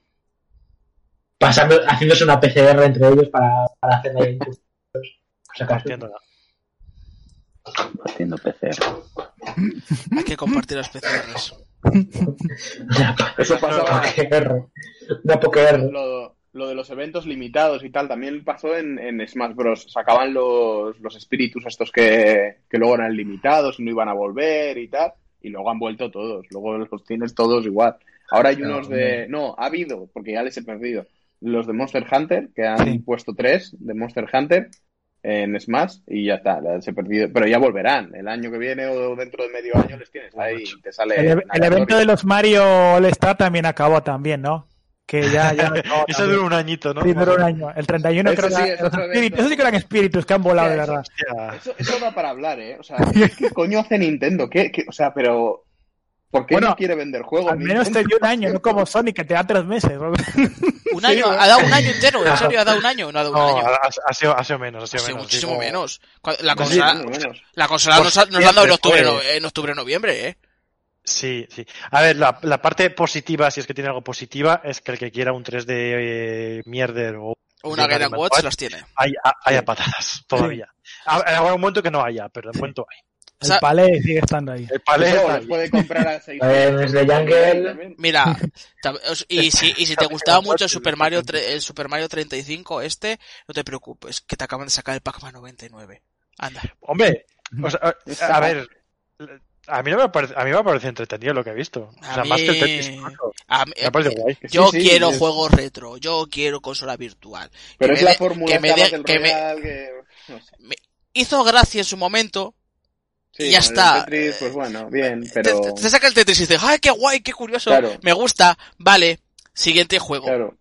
[SPEAKER 5] Pasando, haciéndose una PCR entre ellos para, para hacer la incursión. Por si acaso.
[SPEAKER 2] Partiéndola.
[SPEAKER 6] haciendo PCR.
[SPEAKER 3] Hay que compartir las PCRs.
[SPEAKER 5] Una
[SPEAKER 4] Eso pasaba.
[SPEAKER 5] PCR. Una PCR.
[SPEAKER 4] Lo, lo de los eventos limitados y tal también pasó en, en Smash Bros. Sacaban los, los espíritus estos que, que luego eran limitados y no iban a volver y tal. Y luego han vuelto todos. Luego los tienes todos igual. Ahora hay unos de. No, ha habido, porque ya les he perdido. Los de Monster Hunter, que han
[SPEAKER 7] Sí.
[SPEAKER 4] puesto tres de Monster Hunter. en Smash y ya está, las he perdido. Pero ya volverán, el año que viene o dentro de medio año les tienes ahí, te sale...
[SPEAKER 7] El, e- el
[SPEAKER 4] aleatorio.
[SPEAKER 7] evento de los Mario All Star también acabó también, ¿no? Que ya, ya. no,
[SPEAKER 2] Eso
[SPEAKER 7] también.
[SPEAKER 2] duró un añito, ¿no?
[SPEAKER 7] Sí, duró un año. El 31
[SPEAKER 4] Eso
[SPEAKER 7] creo que
[SPEAKER 4] sí,
[SPEAKER 7] era-
[SPEAKER 4] es
[SPEAKER 7] los
[SPEAKER 4] otro
[SPEAKER 7] espíritus-
[SPEAKER 4] evento.
[SPEAKER 7] Eso sí que eran espíritus que han volado, de
[SPEAKER 4] Sí,
[SPEAKER 7] verdad.
[SPEAKER 2] Hostia.
[SPEAKER 4] Eso, eso da para hablar, ¿eh? O sea, ¿qué coño hace Nintendo? ¿Qué, qué- o sea, pero... ¿Por qué
[SPEAKER 7] Bueno,
[SPEAKER 4] no quiere vender juegos?
[SPEAKER 7] Al menos te
[SPEAKER 4] Nintendo?
[SPEAKER 7] dio un año, no como Sonic, que te da tres meses.
[SPEAKER 3] Un año, ha dado un año entero, en serio, ha dado un año, no ha dado un
[SPEAKER 2] No,
[SPEAKER 3] año.
[SPEAKER 2] ha, ha sido, ha sido menos, ha
[SPEAKER 3] Ha
[SPEAKER 2] sido
[SPEAKER 3] sido
[SPEAKER 2] menos.
[SPEAKER 3] muchísimo
[SPEAKER 2] digo,
[SPEAKER 3] menos. Cuando- La
[SPEAKER 4] Sí,
[SPEAKER 3] consola,
[SPEAKER 4] más o menos.
[SPEAKER 3] la consola
[SPEAKER 2] Por
[SPEAKER 3] nos, ha- nos la han dado en
[SPEAKER 2] siempre
[SPEAKER 3] octubre,
[SPEAKER 2] fue.
[SPEAKER 3] no- en octubre, noviembre, ¿eh?
[SPEAKER 2] Sí, sí. A ver, la, la parte positiva, si es que tiene algo positiva, es que el que quiera un 3D eh, mierder o
[SPEAKER 3] O una
[SPEAKER 2] Sí,
[SPEAKER 3] Game
[SPEAKER 2] Game
[SPEAKER 3] Watch
[SPEAKER 2] Watch.
[SPEAKER 3] las tiene.
[SPEAKER 2] hay, a- hay a patadas todavía. Ha- Habrá un momento que no haya, pero de momento hay.
[SPEAKER 3] O sea,
[SPEAKER 7] El palé sigue estando ahí.
[SPEAKER 2] El palé
[SPEAKER 4] Eso
[SPEAKER 2] está
[SPEAKER 4] los
[SPEAKER 2] bien.
[SPEAKER 4] puede comprar a
[SPEAKER 5] A ver, desde Jungle.
[SPEAKER 4] También.
[SPEAKER 3] Mira, tam- os- y si, y si te gustaba mucho el Super Mario tre- el Super Mario 35 este, no te preocupes, que te acaban de sacar el Pac-Man 99. Anda.
[SPEAKER 2] Hombre, o sea, a, a ver, a mí, no me parece, a mí me parece entretenido lo que he visto. O sea,
[SPEAKER 3] A
[SPEAKER 2] más que el
[SPEAKER 3] mí-
[SPEAKER 2] Tetris 4.
[SPEAKER 3] A mí-
[SPEAKER 2] Me parece guay.
[SPEAKER 3] yo
[SPEAKER 4] Sí, sí,
[SPEAKER 3] quiero
[SPEAKER 4] es-
[SPEAKER 3] juegos retro, yo quiero consola virtual. que
[SPEAKER 4] Pero es
[SPEAKER 3] me
[SPEAKER 4] la
[SPEAKER 3] dé-
[SPEAKER 4] fórmula
[SPEAKER 3] que me dé-
[SPEAKER 4] Battle
[SPEAKER 3] que me-
[SPEAKER 4] Royale que- no sé.
[SPEAKER 3] Hizo gracia en su momento.
[SPEAKER 4] Sí,
[SPEAKER 3] Y ya
[SPEAKER 4] el
[SPEAKER 3] está.
[SPEAKER 4] Tetris, pues bueno, bien, pero...
[SPEAKER 3] Te, te saca el Tetris y dices, ¡ay, qué guay, qué curioso!
[SPEAKER 4] Claro.
[SPEAKER 3] Me gusta, vale, siguiente juego.
[SPEAKER 4] Claro.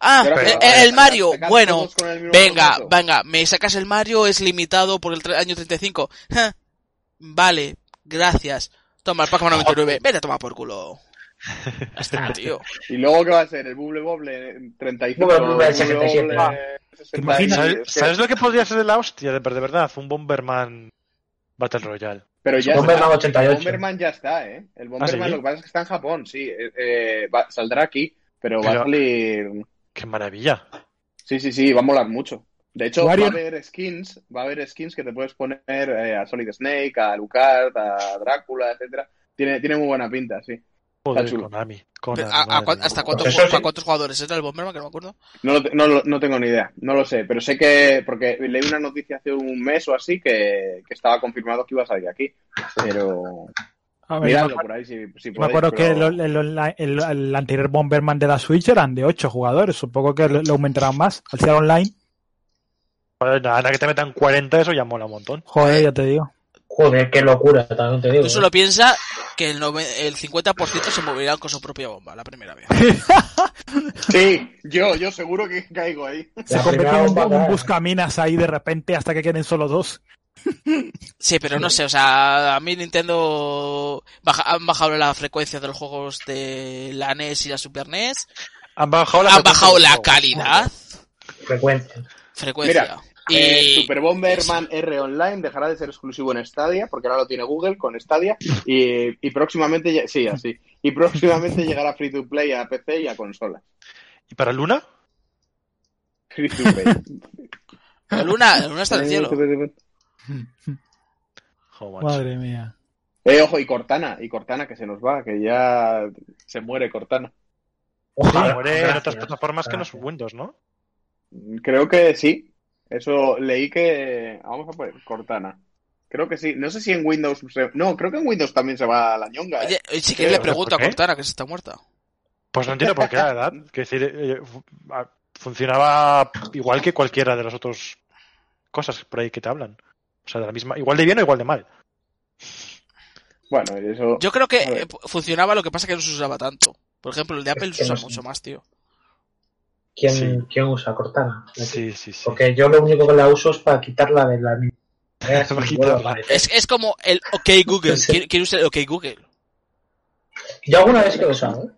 [SPEAKER 3] Ah,
[SPEAKER 4] Pero
[SPEAKER 3] el,
[SPEAKER 4] claro, ahora
[SPEAKER 3] el
[SPEAKER 4] sacar-
[SPEAKER 3] Mario,
[SPEAKER 4] sacar
[SPEAKER 3] bueno,
[SPEAKER 4] todos con el mismo
[SPEAKER 3] venga,
[SPEAKER 4] formato.
[SPEAKER 3] venga, me sacas el Mario, es limitado por el tre- año 35. Ja, vale, gracias. Toma, el Pac-Man 99, vete a tomar por culo. Ya está, tío.
[SPEAKER 4] ¿Y luego qué va a ser? ¿El Bubble Bobble 35?
[SPEAKER 5] Bubble Bobble
[SPEAKER 4] el
[SPEAKER 5] 67.
[SPEAKER 4] Bubble
[SPEAKER 5] Ah,
[SPEAKER 4] 60,
[SPEAKER 7] ¿te imaginas?
[SPEAKER 4] y-
[SPEAKER 2] ¿Sabes,
[SPEAKER 4] es que-
[SPEAKER 2] sabes lo que podría ser de la hostia? De, de verdad, un Bomberman Battle Royale.
[SPEAKER 4] Pero ya
[SPEAKER 5] Bomberman
[SPEAKER 4] está.
[SPEAKER 5] 88.
[SPEAKER 4] Bomberman ya está, ¿eh?
[SPEAKER 7] Ah,
[SPEAKER 4] El Bomberman
[SPEAKER 2] ¿sí?
[SPEAKER 4] lo que pasa es que está en Japón, sí. eh, eh, va- saldrá aquí, pero, va
[SPEAKER 2] Pero-
[SPEAKER 4] a salir...
[SPEAKER 2] ¡Qué maravilla!
[SPEAKER 4] Sí, sí, sí, va a molar mucho. De hecho,
[SPEAKER 7] Wario-
[SPEAKER 4] va a haber skins, va a haber skins que te puedes poner eh, a Solid Snake, a Lucard, a Drácula, etcétera. Tiene, tiene muy buena pinta, sí.
[SPEAKER 2] Joder,
[SPEAKER 4] Está chulo.
[SPEAKER 2] Konami. Konami,
[SPEAKER 3] Pero, ¿a- a
[SPEAKER 2] madre
[SPEAKER 3] cuán-
[SPEAKER 2] mía.
[SPEAKER 3] ¿Hasta cuántos,
[SPEAKER 5] cuánto? Pues
[SPEAKER 3] ju-
[SPEAKER 5] eso sí.
[SPEAKER 3] a cuántos jugadores era el Bomberman? Que no me acuerdo.
[SPEAKER 4] No, lo te- no, lo- no tengo ni idea, no lo sé, pero sé que, porque leí una noticia hace un mes o así que, que estaba confirmado que iba a salir aquí. Pero
[SPEAKER 7] A ver,
[SPEAKER 4] miradlo
[SPEAKER 7] yo
[SPEAKER 4] por ahí si, si
[SPEAKER 7] me
[SPEAKER 4] podéis.
[SPEAKER 7] acuerdo que
[SPEAKER 4] pero-
[SPEAKER 7] el, el online- el- el anterior Bomberman de la Switch eran de 8 jugadores. Supongo que lo, lo aumentarán más. Al ser online,
[SPEAKER 2] Joder, nada, nada que te metan 40, eso ya mola un montón.
[SPEAKER 7] joder, ya te digo.
[SPEAKER 5] Joder, qué locura, también te digo.
[SPEAKER 3] Tú solo piensa que el, nove- el 50% se moverán con su propia bomba la primera vez.
[SPEAKER 4] Sí, yo, yo seguro que caigo ahí.
[SPEAKER 7] Se convierte en un, un buscaminas ahí de repente hasta que queden solo dos.
[SPEAKER 3] Sí, pero no sé, o sea, a mí Nintendo baja- han bajado la frecuencia de los juegos de la NES y la Super NES,
[SPEAKER 2] Han bajado la,
[SPEAKER 3] han
[SPEAKER 2] frecuencia
[SPEAKER 3] bajado
[SPEAKER 2] del
[SPEAKER 3] la
[SPEAKER 2] juego.
[SPEAKER 3] calidad,
[SPEAKER 5] Frecuencia.
[SPEAKER 3] frecuencia. Y
[SPEAKER 4] Eh, Super Bomberman R Online dejará de ser exclusivo en Stadia, porque ahora lo tiene Google con Stadia, y, y próximamente, lle- sí, así, y próximamente llegará Free to Play a PC y a consola.
[SPEAKER 2] ¿Y para Luna?
[SPEAKER 4] Free to Play.
[SPEAKER 3] la luna, la luna está en
[SPEAKER 4] Eh,
[SPEAKER 3] el cielo.
[SPEAKER 2] Jo, macho.
[SPEAKER 7] Madre mía.
[SPEAKER 4] Eh, ojo, y Cortana, y Cortana que se nos va, que ya se muere Cortana.
[SPEAKER 2] Sí, Ah.
[SPEAKER 5] Ojalá.
[SPEAKER 2] muere en
[SPEAKER 5] gracias.
[SPEAKER 2] otras plataformas que no es
[SPEAKER 5] gracias.
[SPEAKER 2] Windows, ¿no?
[SPEAKER 4] Creo que sí. Eso leí que. Vamos a poner Cortana. Creo que sí. No sé si en Windows. se- No, creo que en Windows también se va a la ñonga. ¿eh?
[SPEAKER 3] Oye, si quieres le pregunto a
[SPEAKER 2] ¿Por qué?
[SPEAKER 3] Cortana que se está muerta.
[SPEAKER 2] Pues no entiendo por qué, la verdad. Que decir, eh, fu- a- funcionaba igual que cualquiera de las otras cosas por ahí que te hablan. O sea, de la misma, igual de bien o igual de mal.
[SPEAKER 4] Bueno, eso.
[SPEAKER 3] Yo creo que
[SPEAKER 4] A ver.
[SPEAKER 3] eh, funcionaba, lo que pasa que no se usaba tanto. Por ejemplo, el de Apple se
[SPEAKER 5] que
[SPEAKER 3] usa
[SPEAKER 5] no sé.
[SPEAKER 3] mucho más, tío.
[SPEAKER 5] ¿Quién,
[SPEAKER 2] Sí.
[SPEAKER 5] ¿Quién usa Cortana?
[SPEAKER 2] Sí, sí, sí.
[SPEAKER 5] Porque yo lo único que la uso es para quitarla de la Eh, misma.
[SPEAKER 2] Para quitarla.
[SPEAKER 3] Es, es como el OK Google.
[SPEAKER 5] Sí.
[SPEAKER 3] ¿Quiere, quiere usar el OK Google?
[SPEAKER 5] Yo alguna vez que lo he usado. ¿eh?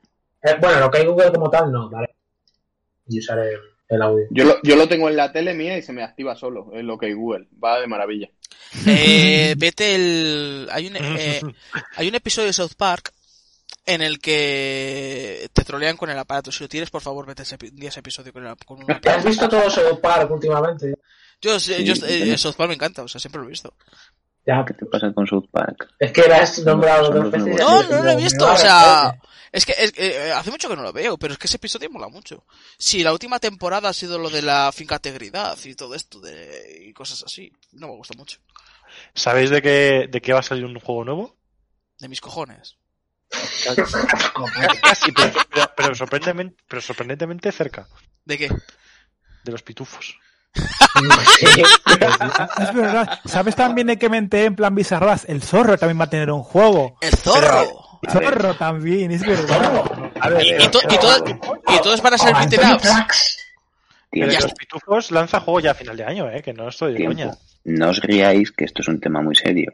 [SPEAKER 5] Eh, Bueno, lo que hay Google como tal, no, vale. Y usar el, el audio.
[SPEAKER 4] Yo lo, yo lo tengo en la tele mía y se me activa solo. Es lo que Google. Va de maravilla.
[SPEAKER 3] Eh, vete el... Hay un, eh, hay un episodio de South Park en el que te trolean con el aparato. Si lo tienes, por favor, vete ese, epi- di ese episodio con, el ap- con un
[SPEAKER 5] ¿Te has
[SPEAKER 3] aparato.
[SPEAKER 5] visto todo South Park últimamente?
[SPEAKER 3] Yo, sé- yo
[SPEAKER 4] Sí,
[SPEAKER 3] eh,
[SPEAKER 4] bueno.
[SPEAKER 3] South Park me encanta, o sea, siempre lo he visto.
[SPEAKER 5] Ya,
[SPEAKER 6] ¿Qué te pasa con South Park?
[SPEAKER 5] es que la has nombrado
[SPEAKER 6] Son
[SPEAKER 5] dos
[SPEAKER 6] los
[SPEAKER 5] veces.
[SPEAKER 3] No,
[SPEAKER 6] nuevos.
[SPEAKER 5] y-
[SPEAKER 3] no lo he visto,
[SPEAKER 5] Vale,
[SPEAKER 3] o sea,
[SPEAKER 5] vale.
[SPEAKER 3] es que es que, eh, hace mucho que no lo veo, pero es que ese episodio mola mucho. Sí, la última temporada ha sido lo de la finca integridad y todo esto de y cosas así, no me gusta mucho.
[SPEAKER 2] ¿Sabéis de qué, de qué va a salir un juego nuevo?
[SPEAKER 3] De mis cojones.
[SPEAKER 2] Casi, pero, pero- pero sorprendentemente, pero sorprendentemente cerca
[SPEAKER 3] ¿De qué?
[SPEAKER 2] de los pitufos.
[SPEAKER 5] Sí.
[SPEAKER 7] Ah, Es verdad. ¿Sabes también de qué me enteré en plan Bizarras? El zorro también va a tener un juego.
[SPEAKER 3] El zorro.
[SPEAKER 6] A ver,
[SPEAKER 7] Zorro también, es verdad.
[SPEAKER 6] a ver,
[SPEAKER 3] Y, y to- y todas- y todos van a ser beaten
[SPEAKER 5] Antonio
[SPEAKER 3] ups.
[SPEAKER 5] Flax.
[SPEAKER 6] tiempo,
[SPEAKER 2] Pero
[SPEAKER 3] Ya.
[SPEAKER 2] los pitufos lanza juego ya a final de año, ¿eh? que no estoy de
[SPEAKER 6] tiempo.
[SPEAKER 2] coña.
[SPEAKER 6] No os riáis que esto es un tema muy serio.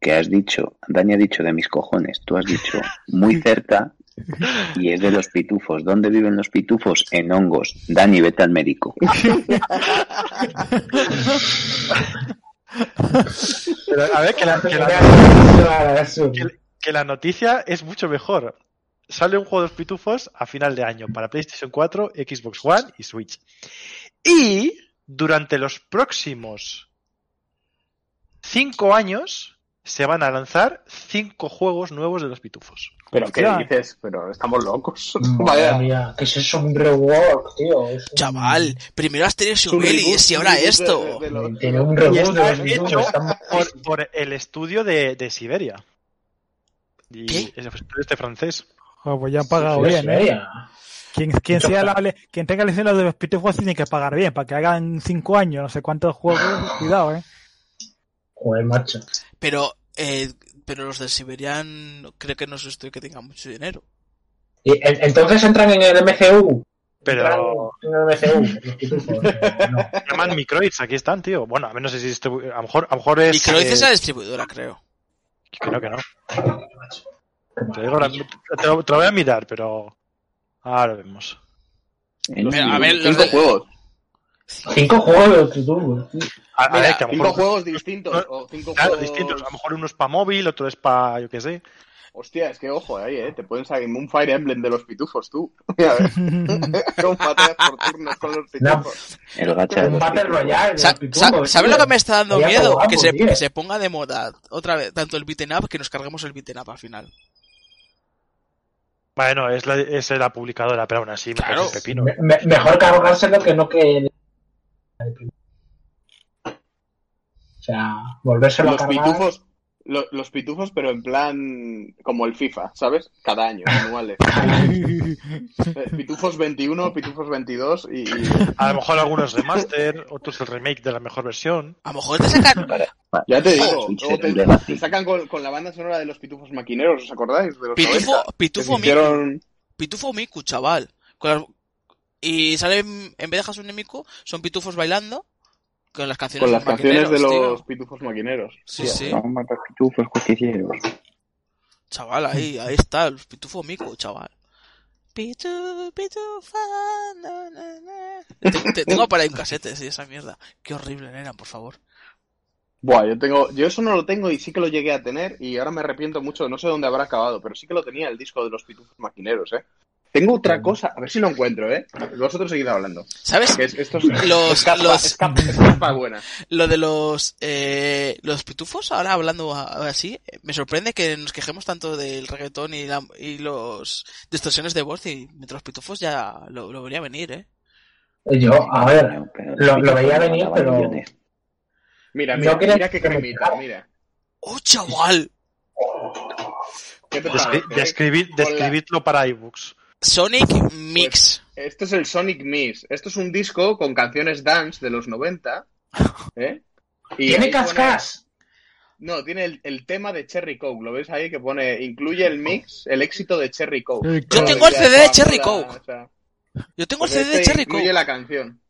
[SPEAKER 6] Que has dicho, Dani ha dicho de mis cojones, tú has dicho muy cerca y es de los pitufos. ¿Dónde viven los pitufos? En hongos. Dani, vete al médico.
[SPEAKER 2] Pero, a ver, que la, que la-
[SPEAKER 5] Claro,
[SPEAKER 2] que la noticia es mucho mejor. Sale un juego de los pitufos a final de año para PlayStation 4, Xbox One y Switch. Y durante los próximos cinco años se van a lanzar cinco juegos nuevos de los pitufos.
[SPEAKER 4] Pero ¿qué
[SPEAKER 7] Hostia.
[SPEAKER 4] dices? Pero estamos locos.
[SPEAKER 5] Madre
[SPEAKER 4] Vaya.
[SPEAKER 5] mía, que eso es un rework, tío. es un-
[SPEAKER 3] Chaval, primero has tenido
[SPEAKER 4] es un
[SPEAKER 3] Shubelis
[SPEAKER 4] reboot,
[SPEAKER 3] y ahora
[SPEAKER 4] un reboot de-
[SPEAKER 3] esto.
[SPEAKER 4] de- de lo-
[SPEAKER 5] Tiene un
[SPEAKER 2] Y
[SPEAKER 5] rework
[SPEAKER 2] está
[SPEAKER 5] de los
[SPEAKER 2] hecho
[SPEAKER 5] mismos, está-
[SPEAKER 2] por, por el estudio de, de Siberia. Y
[SPEAKER 3] ¿Qué?
[SPEAKER 2] el estudio este francés.
[SPEAKER 7] Joder, pues ya han pagado
[SPEAKER 5] Sí,
[SPEAKER 7] bien, ¿eh?
[SPEAKER 5] sería.
[SPEAKER 7] Quien, quien sea la, quien tenga licencia de los pitufos tiene que pagar bien para que hagan cinco años, no sé cuántos juegos. Cuidado, ¿eh?
[SPEAKER 5] Joder, macho.
[SPEAKER 3] Pero, eh, pero los de Siberian creo que no es esto que tengan mucho dinero.
[SPEAKER 5] Y, en- entonces entran en el MCU.
[SPEAKER 2] Pero
[SPEAKER 5] Entran en el MCU. los pitufos, eh, no.
[SPEAKER 2] llaman Microids, aquí están, tío. Bueno, a menos si este- a lo mejor, a lo mejor es.
[SPEAKER 3] Y creo que
[SPEAKER 2] eh,
[SPEAKER 3] es la distribuidora, creo.
[SPEAKER 2] Que no, que no. Te, digo ahora- te lo, te lo voy a mirar, pero ahora vemos.
[SPEAKER 6] En
[SPEAKER 3] Pero,
[SPEAKER 6] un-
[SPEAKER 3] a ver, los
[SPEAKER 4] Cinco
[SPEAKER 3] de-
[SPEAKER 4] juegos.
[SPEAKER 5] Cinco juegos de los pitufos.
[SPEAKER 2] A, a
[SPEAKER 3] Mira,
[SPEAKER 2] ver, que a lo
[SPEAKER 4] Cinco
[SPEAKER 2] mejor,
[SPEAKER 4] juegos distintos. O cinco
[SPEAKER 2] claro,
[SPEAKER 4] juegos
[SPEAKER 2] distintos. A lo mejor uno es para móvil, otro es para, yo qué sé.
[SPEAKER 4] Hostia, es que ojo ahí, ¿eh? Te pueden salir un Fire Emblem de los pitufos, tú. Mira, a ver. Son batallas por turnos con los pitufos.
[SPEAKER 6] el gacha de
[SPEAKER 5] Un
[SPEAKER 6] los
[SPEAKER 5] Battle
[SPEAKER 6] pitufos.
[SPEAKER 5] Royale. de
[SPEAKER 3] Sa-
[SPEAKER 5] los pitufos,
[SPEAKER 3] sa- ¿Sabes
[SPEAKER 5] tío.
[SPEAKER 3] lo que me está dando
[SPEAKER 5] Sería
[SPEAKER 3] miedo?
[SPEAKER 5] guapo,
[SPEAKER 3] que, se,
[SPEAKER 5] tío.
[SPEAKER 3] que se ponga de moda otra vez, tanto el beaten up que nos carguemos el beaten up al final.
[SPEAKER 2] Bueno, es la, es la publicadora, pero aún así me
[SPEAKER 3] Claro.
[SPEAKER 2] parece un pepino.
[SPEAKER 5] Me- me- mejor cargárselo que no que. O sea, volvérselo
[SPEAKER 4] Los
[SPEAKER 5] a cargar.
[SPEAKER 4] pitufos. lo- los pitufos, pero en plan. Como el FIFA, ¿sabes? Cada año, anuales. Eh, Pitufos 21, pitufos 22 y. y-
[SPEAKER 2] A lo mejor algunos remaster, otros el remake de la mejor versión.
[SPEAKER 3] A lo mejor te sacan.
[SPEAKER 6] Pa-
[SPEAKER 4] Ya te
[SPEAKER 6] para
[SPEAKER 4] digo,
[SPEAKER 6] Switch
[SPEAKER 4] luego
[SPEAKER 6] era
[SPEAKER 4] te,
[SPEAKER 6] un Legacy.
[SPEAKER 4] te sacan con, con la banda sonora de los pitufos maquineros, ¿os acordáis? De los
[SPEAKER 3] Pitufo,
[SPEAKER 4] 90, que se
[SPEAKER 3] pitufo, Miku,
[SPEAKER 4] hicieron-
[SPEAKER 3] pitufo Miku, chaval. Con las- Y salen, en vez de Jason y Miku, son pitufos bailando con las canciones,
[SPEAKER 4] con
[SPEAKER 3] de
[SPEAKER 4] las
[SPEAKER 3] los
[SPEAKER 4] canciones de
[SPEAKER 3] maquineros,
[SPEAKER 4] los
[SPEAKER 3] tío.
[SPEAKER 4] pitufos maquineros.
[SPEAKER 3] Sí, sí,
[SPEAKER 6] Vamos a matar pitufos justicieros.
[SPEAKER 3] chaval, ahí, ahí está, los pitufo Miku, chaval. Pitu, pitufa, na, na, na. Te- te- Tengo para ahí un casete, sí, esa mierda. Qué horrible eran, por favor.
[SPEAKER 4] Buah, yo tengo, yo eso no lo tengo y sí que lo llegué a tener y ahora me arrepiento mucho, no sé dónde habrá acabado, pero sí que lo tenía el disco de los pitufos maquineros, eh. Tengo otra cosa, a ver si lo encuentro, eh. Vosotros seguid hablando.
[SPEAKER 3] ¿Sabes?
[SPEAKER 4] Que es- esto es
[SPEAKER 3] Los,
[SPEAKER 4] escapa-
[SPEAKER 3] los,
[SPEAKER 4] escapa- escapa buena.
[SPEAKER 3] Lo de los eh, los pitufos, ahora hablando a- así, eh, me sorprende que nos quejemos tanto del reggaetón y, la, y los distorsiones de voz y mientras los pitufos ya lo, lo venía a venir, ¿eh?
[SPEAKER 5] Yo, a ver,
[SPEAKER 6] Pero
[SPEAKER 5] lo- lo
[SPEAKER 6] pitufos
[SPEAKER 5] veía
[SPEAKER 6] no
[SPEAKER 5] venir,
[SPEAKER 6] daban
[SPEAKER 5] pero-
[SPEAKER 6] millones.
[SPEAKER 4] Mira,
[SPEAKER 5] Yo
[SPEAKER 4] mira,
[SPEAKER 5] quería-
[SPEAKER 4] mira qué cremita, mira.
[SPEAKER 3] ¡Oh, chaval!
[SPEAKER 4] ¿Qué te
[SPEAKER 2] Descri-
[SPEAKER 4] parece, eh?
[SPEAKER 2] describid-
[SPEAKER 4] Con la-
[SPEAKER 2] describidlo para ebooks.
[SPEAKER 3] Sonic
[SPEAKER 4] Pues,
[SPEAKER 3] Mix.
[SPEAKER 4] Este es el Sonic Miss. Esto es un disco con canciones dance de los 90. ¿eh? Y
[SPEAKER 5] ¿Tiene
[SPEAKER 4] ahí pone-
[SPEAKER 5] cascas?
[SPEAKER 4] No, tiene el, el tema de Cherry Coke. Lo ves ahí que pone. Incluye el mix, el éxito de Cherry Coke.
[SPEAKER 7] Yo
[SPEAKER 4] Claro,
[SPEAKER 3] tengo el
[SPEAKER 4] ya
[SPEAKER 3] CD de
[SPEAKER 4] está
[SPEAKER 3] Cherry
[SPEAKER 4] pura,
[SPEAKER 3] Coke.
[SPEAKER 4] o sea,
[SPEAKER 3] Yo tengo el
[SPEAKER 4] pues
[SPEAKER 3] CD de
[SPEAKER 4] este
[SPEAKER 3] Cherry
[SPEAKER 4] Incluye
[SPEAKER 3] Coke.
[SPEAKER 4] la canción.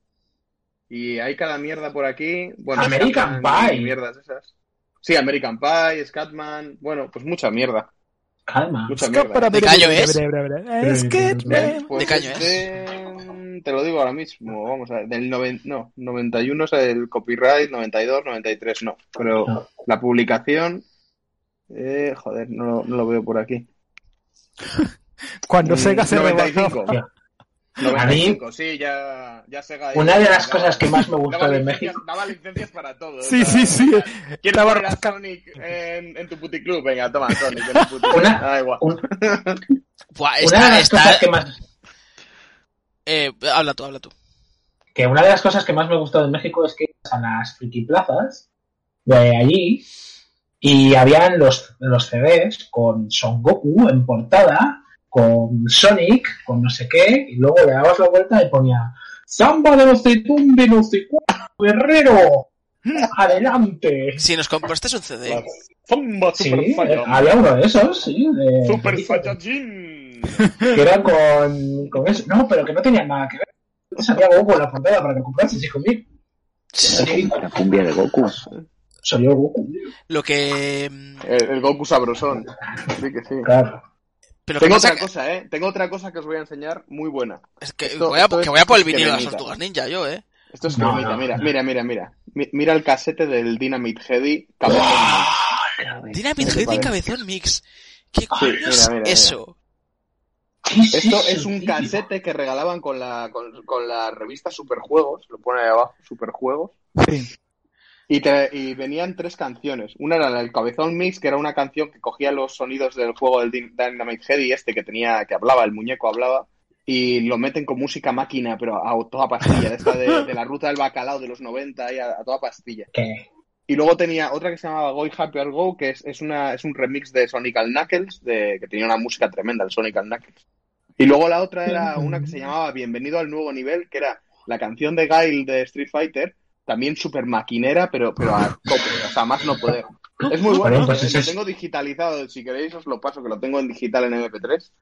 [SPEAKER 4] Y hay cada mierda por aquí. Bueno,
[SPEAKER 5] Ah, American
[SPEAKER 4] Scatman y
[SPEAKER 5] Pie.
[SPEAKER 4] Mierdas esas. Sí, American Pie, Scatman. Bueno, pues mucha mierda.
[SPEAKER 5] Calma.
[SPEAKER 4] Mucha
[SPEAKER 7] que
[SPEAKER 4] mierda.
[SPEAKER 3] ¿De callo es?
[SPEAKER 7] Es que
[SPEAKER 4] Eh,
[SPEAKER 7] me-
[SPEAKER 4] pues
[SPEAKER 3] ¿De caño ¿eh?
[SPEAKER 4] este, Te lo digo ahora mismo, vamos a ver, del noven- no, 91 es el copyright, 92, 93 no, pero
[SPEAKER 5] No.
[SPEAKER 4] la publicación, eh, joder, no, lo- no lo veo por aquí.
[SPEAKER 7] cuando Sega
[SPEAKER 4] Mm,
[SPEAKER 7] se rebajó.
[SPEAKER 4] 95.
[SPEAKER 5] Ya.
[SPEAKER 4] 95, sí, ya, ya Sega
[SPEAKER 5] Una de las
[SPEAKER 4] daba-
[SPEAKER 5] cosas que más me gustó
[SPEAKER 4] daba
[SPEAKER 5] de
[SPEAKER 4] licencias-
[SPEAKER 5] México.
[SPEAKER 4] Daba licencias para todo.
[SPEAKER 7] Sí,
[SPEAKER 4] o sea,
[SPEAKER 7] sí, sí.
[SPEAKER 4] ¿Quieres
[SPEAKER 7] Estaba
[SPEAKER 4] poner a
[SPEAKER 7] rasca-
[SPEAKER 4] Sonic en, en tu puticlub? Venga, toma, Sonic en tu puticlub.
[SPEAKER 5] Una-
[SPEAKER 4] Da igual.
[SPEAKER 5] un-
[SPEAKER 3] Buah,
[SPEAKER 5] una de
[SPEAKER 3] está,
[SPEAKER 5] las
[SPEAKER 3] está-
[SPEAKER 5] cosas que más
[SPEAKER 3] eh, habla tú, habla tú.
[SPEAKER 5] que una de las cosas que más me gustó de México es que ibas a las friki plazas de allí y habían los, los CDs con Son Goku en portada, con Sonic, con no sé qué, y luego le dabas la vuelta y ponía Samba de los Zetún de no sé cuánto, guerrero. Adelante.
[SPEAKER 3] Si nos compraste un CD.
[SPEAKER 4] Zomba Super
[SPEAKER 5] Sí, eh,
[SPEAKER 4] Saiyan.
[SPEAKER 5] había uno de esos, sí. de-
[SPEAKER 4] Super
[SPEAKER 5] de-
[SPEAKER 4] Saiyajin.
[SPEAKER 5] Que era con, con eso. No, pero que no tenía nada que ver. No salía Goku en la pantalla para que comprases, hijo mío. Sí,
[SPEAKER 6] La cumbia de Goku.
[SPEAKER 5] salió Goku.
[SPEAKER 3] Lo que. mm,
[SPEAKER 4] El, el Goku sabrosón. Sí que sí.
[SPEAKER 5] Claro.
[SPEAKER 3] Pero que
[SPEAKER 4] Tengo
[SPEAKER 3] pasa
[SPEAKER 4] otra
[SPEAKER 3] que-
[SPEAKER 4] cosa, ¿eh? Tengo otra cosa que os voy a enseñar muy buena.
[SPEAKER 3] es que,
[SPEAKER 4] esto-
[SPEAKER 3] voy a,
[SPEAKER 4] esto
[SPEAKER 3] que
[SPEAKER 4] es
[SPEAKER 3] voy a por el
[SPEAKER 4] que
[SPEAKER 3] vinilo de las
[SPEAKER 4] venga.
[SPEAKER 3] tortugas ninja, yo, eh.
[SPEAKER 4] Esto es
[SPEAKER 5] No,
[SPEAKER 4] cremita,
[SPEAKER 5] no,
[SPEAKER 4] mira,
[SPEAKER 5] no.
[SPEAKER 4] mira, mira, mira. Mi- mira el casete del Dynamite Heady. Cabezón.
[SPEAKER 3] Dynamite
[SPEAKER 4] ¿Qué te
[SPEAKER 3] Head y
[SPEAKER 4] parece?
[SPEAKER 3] Cabezón Mix. ¿Qué coño
[SPEAKER 4] Ah, mira,
[SPEAKER 3] es
[SPEAKER 4] mira, mira.
[SPEAKER 3] eso?
[SPEAKER 4] Esto es un casete que regalaban con la, con, con la revista Superjuegos, lo pone ahí abajo, Superjuegos.
[SPEAKER 7] Sí.
[SPEAKER 4] Y, te- y venían tres canciones. Una era la del Cabezón Mix, que era una canción que cogía los sonidos del juego del Dyn- Dynamite Heady, este que tenía, que hablaba, el muñeco hablaba, y lo meten con música máquina, pero a toda pastilla, de esta de, de la ruta del bacalao de los 90 y a- a toda pastilla.
[SPEAKER 5] Que-
[SPEAKER 4] Y luego tenía otra que se llamaba Go Happy or Go, que es, es, una, es un remix de Sonic and Knuckles, de, que tenía una música tremenda, el Sonic and Knuckles. Y luego la otra era una que se llamaba Bienvenido al Nuevo Nivel, que era la canción de Guile de Street Fighter, también super maquinera, pero, pero a tope, o sea, más no poder. Es muy bueno,
[SPEAKER 5] Bueno, pues
[SPEAKER 4] lo-
[SPEAKER 5] eso
[SPEAKER 4] lo
[SPEAKER 5] es-
[SPEAKER 4] tengo digitalizado, si queréis os lo paso, que lo tengo en digital en MP3,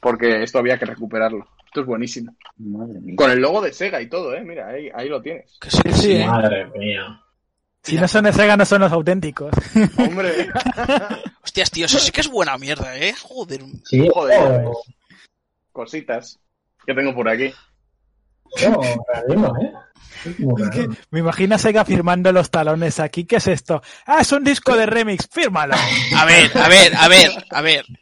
[SPEAKER 4] porque esto había que recuperarlo. Esto es buenísimo.
[SPEAKER 6] Madre mía.
[SPEAKER 4] Con el logo de Sega y todo, ¿eh? Mira, ahí, ahí lo tienes.
[SPEAKER 3] Que sí, que
[SPEAKER 7] Sí,
[SPEAKER 3] sí,
[SPEAKER 7] ¿eh?
[SPEAKER 3] ¿eh?
[SPEAKER 5] Madre mía.
[SPEAKER 7] Si no son de Sega, no son los auténticos.
[SPEAKER 4] Hombre,
[SPEAKER 3] Hostias, tío, eso sí que es buena mierda, eh. Joder.
[SPEAKER 5] Sí,
[SPEAKER 4] Joder.
[SPEAKER 5] joder.
[SPEAKER 4] cositas que tengo por aquí.
[SPEAKER 5] No, rarísimo, ¿eh? Muy
[SPEAKER 7] Es que
[SPEAKER 5] raro.
[SPEAKER 7] me imagino a Sega firmando los talones aquí. ¿Qué es esto? Ah, es un disco de remix. Fírmalo.
[SPEAKER 3] A ver, a ver, a ver, a ver.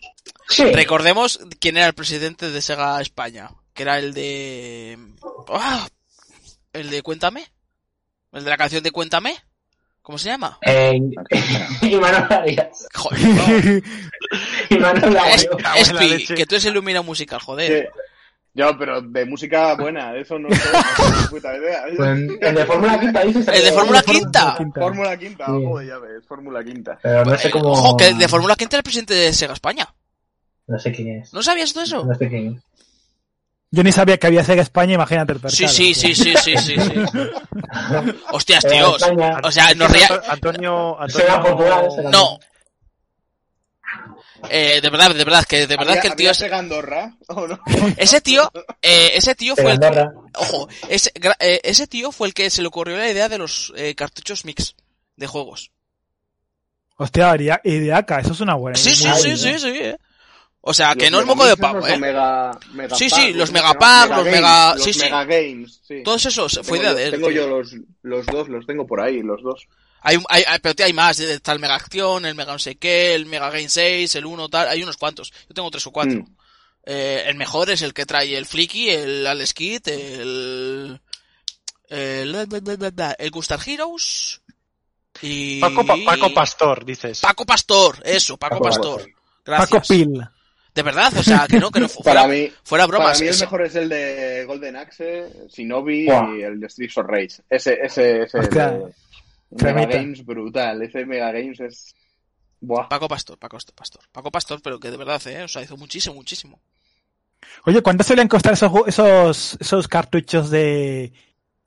[SPEAKER 5] Sí,
[SPEAKER 3] Recordemos quién era el presidente de Sega España. Que era el de. ¡Ah! El de Cuéntame. El de la canción de Cuéntame. ¿Cómo se llama?
[SPEAKER 5] Eh, y Manuel Arias.
[SPEAKER 3] Joder. no.
[SPEAKER 5] Y
[SPEAKER 3] Es-
[SPEAKER 5] Manuel Arias.
[SPEAKER 2] buena
[SPEAKER 3] Espi,
[SPEAKER 2] leche.
[SPEAKER 3] que tú eres el Lumina musical, joder. Eh,
[SPEAKER 4] Que- Yo, pero de música buena, de eso no tengo ni puta idea.
[SPEAKER 5] Pues, El de Fórmula Quinta dices.
[SPEAKER 3] El de Fórmula Quinta.
[SPEAKER 4] Fórmula quinta,
[SPEAKER 5] Sí.
[SPEAKER 4] ojo de llaves, Fórmula quinta.
[SPEAKER 5] Pero no
[SPEAKER 3] Eh,
[SPEAKER 5] sé cómo.
[SPEAKER 3] Ojo, que el de Fórmula Quinta era el presidente de Sega España.
[SPEAKER 5] No sé quién es.
[SPEAKER 3] ¿No sabías tú eso?
[SPEAKER 5] No sé quién es.
[SPEAKER 7] Yo ni sabía que había Sega España, imagínate el
[SPEAKER 3] Sí,
[SPEAKER 7] mercado.
[SPEAKER 3] sí, sí, sí, sí, sí, sí. Hostias,
[SPEAKER 5] Pero
[SPEAKER 3] tíos.
[SPEAKER 5] España,
[SPEAKER 3] O sea, nos reía...
[SPEAKER 2] Antonio,
[SPEAKER 5] Será Portugal, será-
[SPEAKER 2] Antonio,
[SPEAKER 3] No. Eh, de verdad, de verdad, que de verdad
[SPEAKER 4] ¿Había-
[SPEAKER 3] que el tío
[SPEAKER 4] había
[SPEAKER 3] es...
[SPEAKER 4] Sega Andorra, ¿o no?
[SPEAKER 3] Ese tío, eh, ese tío
[SPEAKER 5] pero
[SPEAKER 3] fue el...
[SPEAKER 5] Andorra.
[SPEAKER 3] Ojo, ese, gra- eh, ese tío fue el que se le ocurrió la idea de los eh, cartuchos mix de juegos.
[SPEAKER 7] Hostia, Iria- Ideaca, eso es una buena
[SPEAKER 3] Sí, sí,
[SPEAKER 7] idea.
[SPEAKER 3] sí, sí, sí. eh. O sea, que
[SPEAKER 4] Los
[SPEAKER 3] no es moco de
[SPEAKER 4] Megamixes,
[SPEAKER 3] pavo,
[SPEAKER 4] los
[SPEAKER 3] eh.
[SPEAKER 4] Omega- Megapack,
[SPEAKER 3] Sí, sí, los
[SPEAKER 4] ¿cómo se llama?
[SPEAKER 3] Megapack, los
[SPEAKER 4] Megagames,
[SPEAKER 3] Mega-
[SPEAKER 4] los
[SPEAKER 3] sí, sí.
[SPEAKER 4] Megagames, sí.
[SPEAKER 3] Todos esos, fue
[SPEAKER 4] tengo
[SPEAKER 3] idea de
[SPEAKER 4] yo,
[SPEAKER 3] él.
[SPEAKER 4] tengo
[SPEAKER 3] tío.
[SPEAKER 4] yo los, los dos, los tengo por ahí, los dos.
[SPEAKER 3] Hay, un- hay, hay- pero tío, hay más, eh, está el Mega Acción, el Mega no sé qué, el Mega Game 6, el 1, tal, hay unos cuantos. Yo tengo tres o cuatro.
[SPEAKER 4] Mm.
[SPEAKER 3] Eh, el mejor es el que trae el Flicky, el Alex Kid, el... El, bla, bla, bla, bla, bla, el Gunstar Heroes y...
[SPEAKER 2] Paco, Pa- Paco Pastor, dices.
[SPEAKER 3] Paco Pastor, eso, Paco,
[SPEAKER 5] Paco
[SPEAKER 3] Pastor. Gracias.
[SPEAKER 7] Paco Pil.
[SPEAKER 3] De verdad, o sea, que no, que no fu- fuera,
[SPEAKER 4] Para mí,
[SPEAKER 3] fuera bromas.
[SPEAKER 4] para mí el
[SPEAKER 3] eso.
[SPEAKER 4] mejor es el de Golden Axe, Shinobi
[SPEAKER 5] Buah.
[SPEAKER 4] y el de Streets of Rage. Ese, ese, ese.
[SPEAKER 7] Hostia,
[SPEAKER 4] de-
[SPEAKER 7] cremita.
[SPEAKER 4] Megagames brutal, ese Megagames es... Buah.
[SPEAKER 3] Paco Pastor, Paco Pastor, Paco Pastor, pero que de verdad, eh, o sea, hizo muchísimo, muchísimo.
[SPEAKER 7] Oye, ¿cuánto suelen costar esos, ju- esos, esos cartuchos de,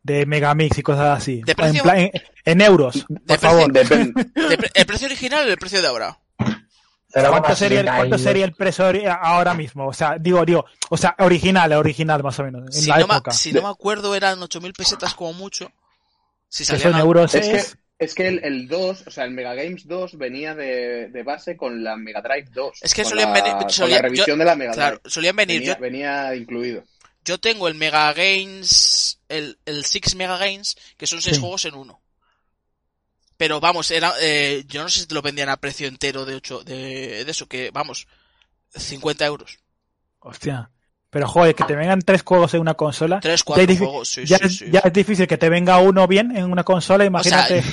[SPEAKER 7] de Megamix y cosas así?
[SPEAKER 3] ¿De precio?
[SPEAKER 7] En, plan- en- en euros, por
[SPEAKER 3] precio?
[SPEAKER 7] favor.
[SPEAKER 4] Depende.
[SPEAKER 3] De pre- el precio original y el precio de ahora.
[SPEAKER 5] Será
[SPEAKER 7] ¿Cuánto
[SPEAKER 5] más
[SPEAKER 7] sería, el, cuánto
[SPEAKER 5] 70 y-
[SPEAKER 7] sería el precio ori- ahora mismo? O sea, digo, digo, o sea, original, original más o menos, en
[SPEAKER 3] Si
[SPEAKER 7] la
[SPEAKER 3] no, me,
[SPEAKER 7] época.
[SPEAKER 3] si no me acuerdo, eran 8.000 pesetas como mucho. Si
[SPEAKER 7] Que
[SPEAKER 3] salían
[SPEAKER 7] son
[SPEAKER 3] a-
[SPEAKER 7] euros
[SPEAKER 4] Es que,
[SPEAKER 7] es-
[SPEAKER 4] es que el, el 2, o sea, el Mega Games 2 venía de, de base con la Mega Drive 2.
[SPEAKER 3] Es que
[SPEAKER 4] con
[SPEAKER 3] solían
[SPEAKER 4] la,
[SPEAKER 3] venir-
[SPEAKER 4] con
[SPEAKER 3] solían-
[SPEAKER 4] la revisión
[SPEAKER 3] yo-
[SPEAKER 4] de la Mega
[SPEAKER 3] Claro,
[SPEAKER 4] Drive.
[SPEAKER 3] solían venir.
[SPEAKER 4] Venía,
[SPEAKER 3] Yo,
[SPEAKER 4] venía incluido.
[SPEAKER 3] yo tengo el Mega Games, el, el Six Mega Games, que son seis
[SPEAKER 7] Sí.
[SPEAKER 3] juegos en uno. Pero vamos, era, eh, yo no sé si te lo vendían a precio entero de ocho, de, de eso, que vamos, 50 euros.
[SPEAKER 7] Hostia. Pero joder, que te vengan tres juegos en una consola.
[SPEAKER 3] Tres,
[SPEAKER 7] ya es
[SPEAKER 3] cuatro
[SPEAKER 7] difí-
[SPEAKER 3] juegos, sí,
[SPEAKER 7] ya,
[SPEAKER 3] sí,
[SPEAKER 7] es,
[SPEAKER 3] sí.
[SPEAKER 7] ya es difícil que te venga uno bien en una consola,
[SPEAKER 3] sea,
[SPEAKER 7] imagínate.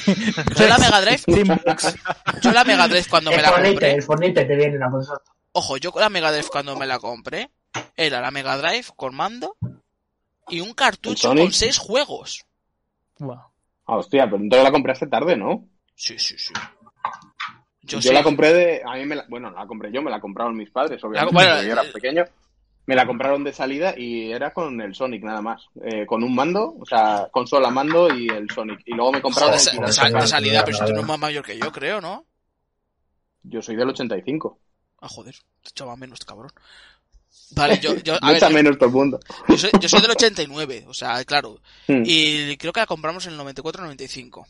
[SPEAKER 3] Yo la Mega Drive,
[SPEAKER 7] Team Box.
[SPEAKER 3] yo la Mega Drive cuando me
[SPEAKER 5] El
[SPEAKER 3] la
[SPEAKER 5] Fornite,
[SPEAKER 3] compré.
[SPEAKER 5] el Fornite te viene en la consola.
[SPEAKER 3] Ojo, yo con la Mega Drive cuando me la compré, era la Mega Drive con mando y un cartucho
[SPEAKER 4] ¿El Sonic?
[SPEAKER 3] con seis juegos.
[SPEAKER 7] Buah.
[SPEAKER 4] Ah, hostia, pero entonces la compraste tarde, ¿no?
[SPEAKER 3] Sí, sí, sí.
[SPEAKER 4] Yo,
[SPEAKER 3] sí.
[SPEAKER 4] la compré de... A mí me la, bueno, no la compré yo, me la compraron mis padres, obviamente,
[SPEAKER 3] bueno,
[SPEAKER 4] porque yo era
[SPEAKER 3] eh,
[SPEAKER 4] pequeño. Me la compraron de salida y era con el Sonic nada más. Eh, con un mando, o sea, consola, mando y el Sonic. Y luego me
[SPEAKER 3] Pero
[SPEAKER 4] compraron.
[SPEAKER 3] de,
[SPEAKER 4] el
[SPEAKER 3] sa-
[SPEAKER 4] Killer
[SPEAKER 3] de sa- de
[SPEAKER 4] Sonic.
[SPEAKER 3] salida, pero si tú no eres más mayor que yo, creo, ¿no?
[SPEAKER 4] Yo soy del 85.
[SPEAKER 3] Ah, joder, te echaba menos, este cabrón. Vale, yo, yo, a
[SPEAKER 4] Me
[SPEAKER 3] ver,
[SPEAKER 4] echa
[SPEAKER 3] yo-
[SPEAKER 4] menos todo el mundo.
[SPEAKER 3] yo soy, yo soy del 89, o sea, claro.
[SPEAKER 4] Hmm.
[SPEAKER 3] Y creo que la compramos en el 94-95.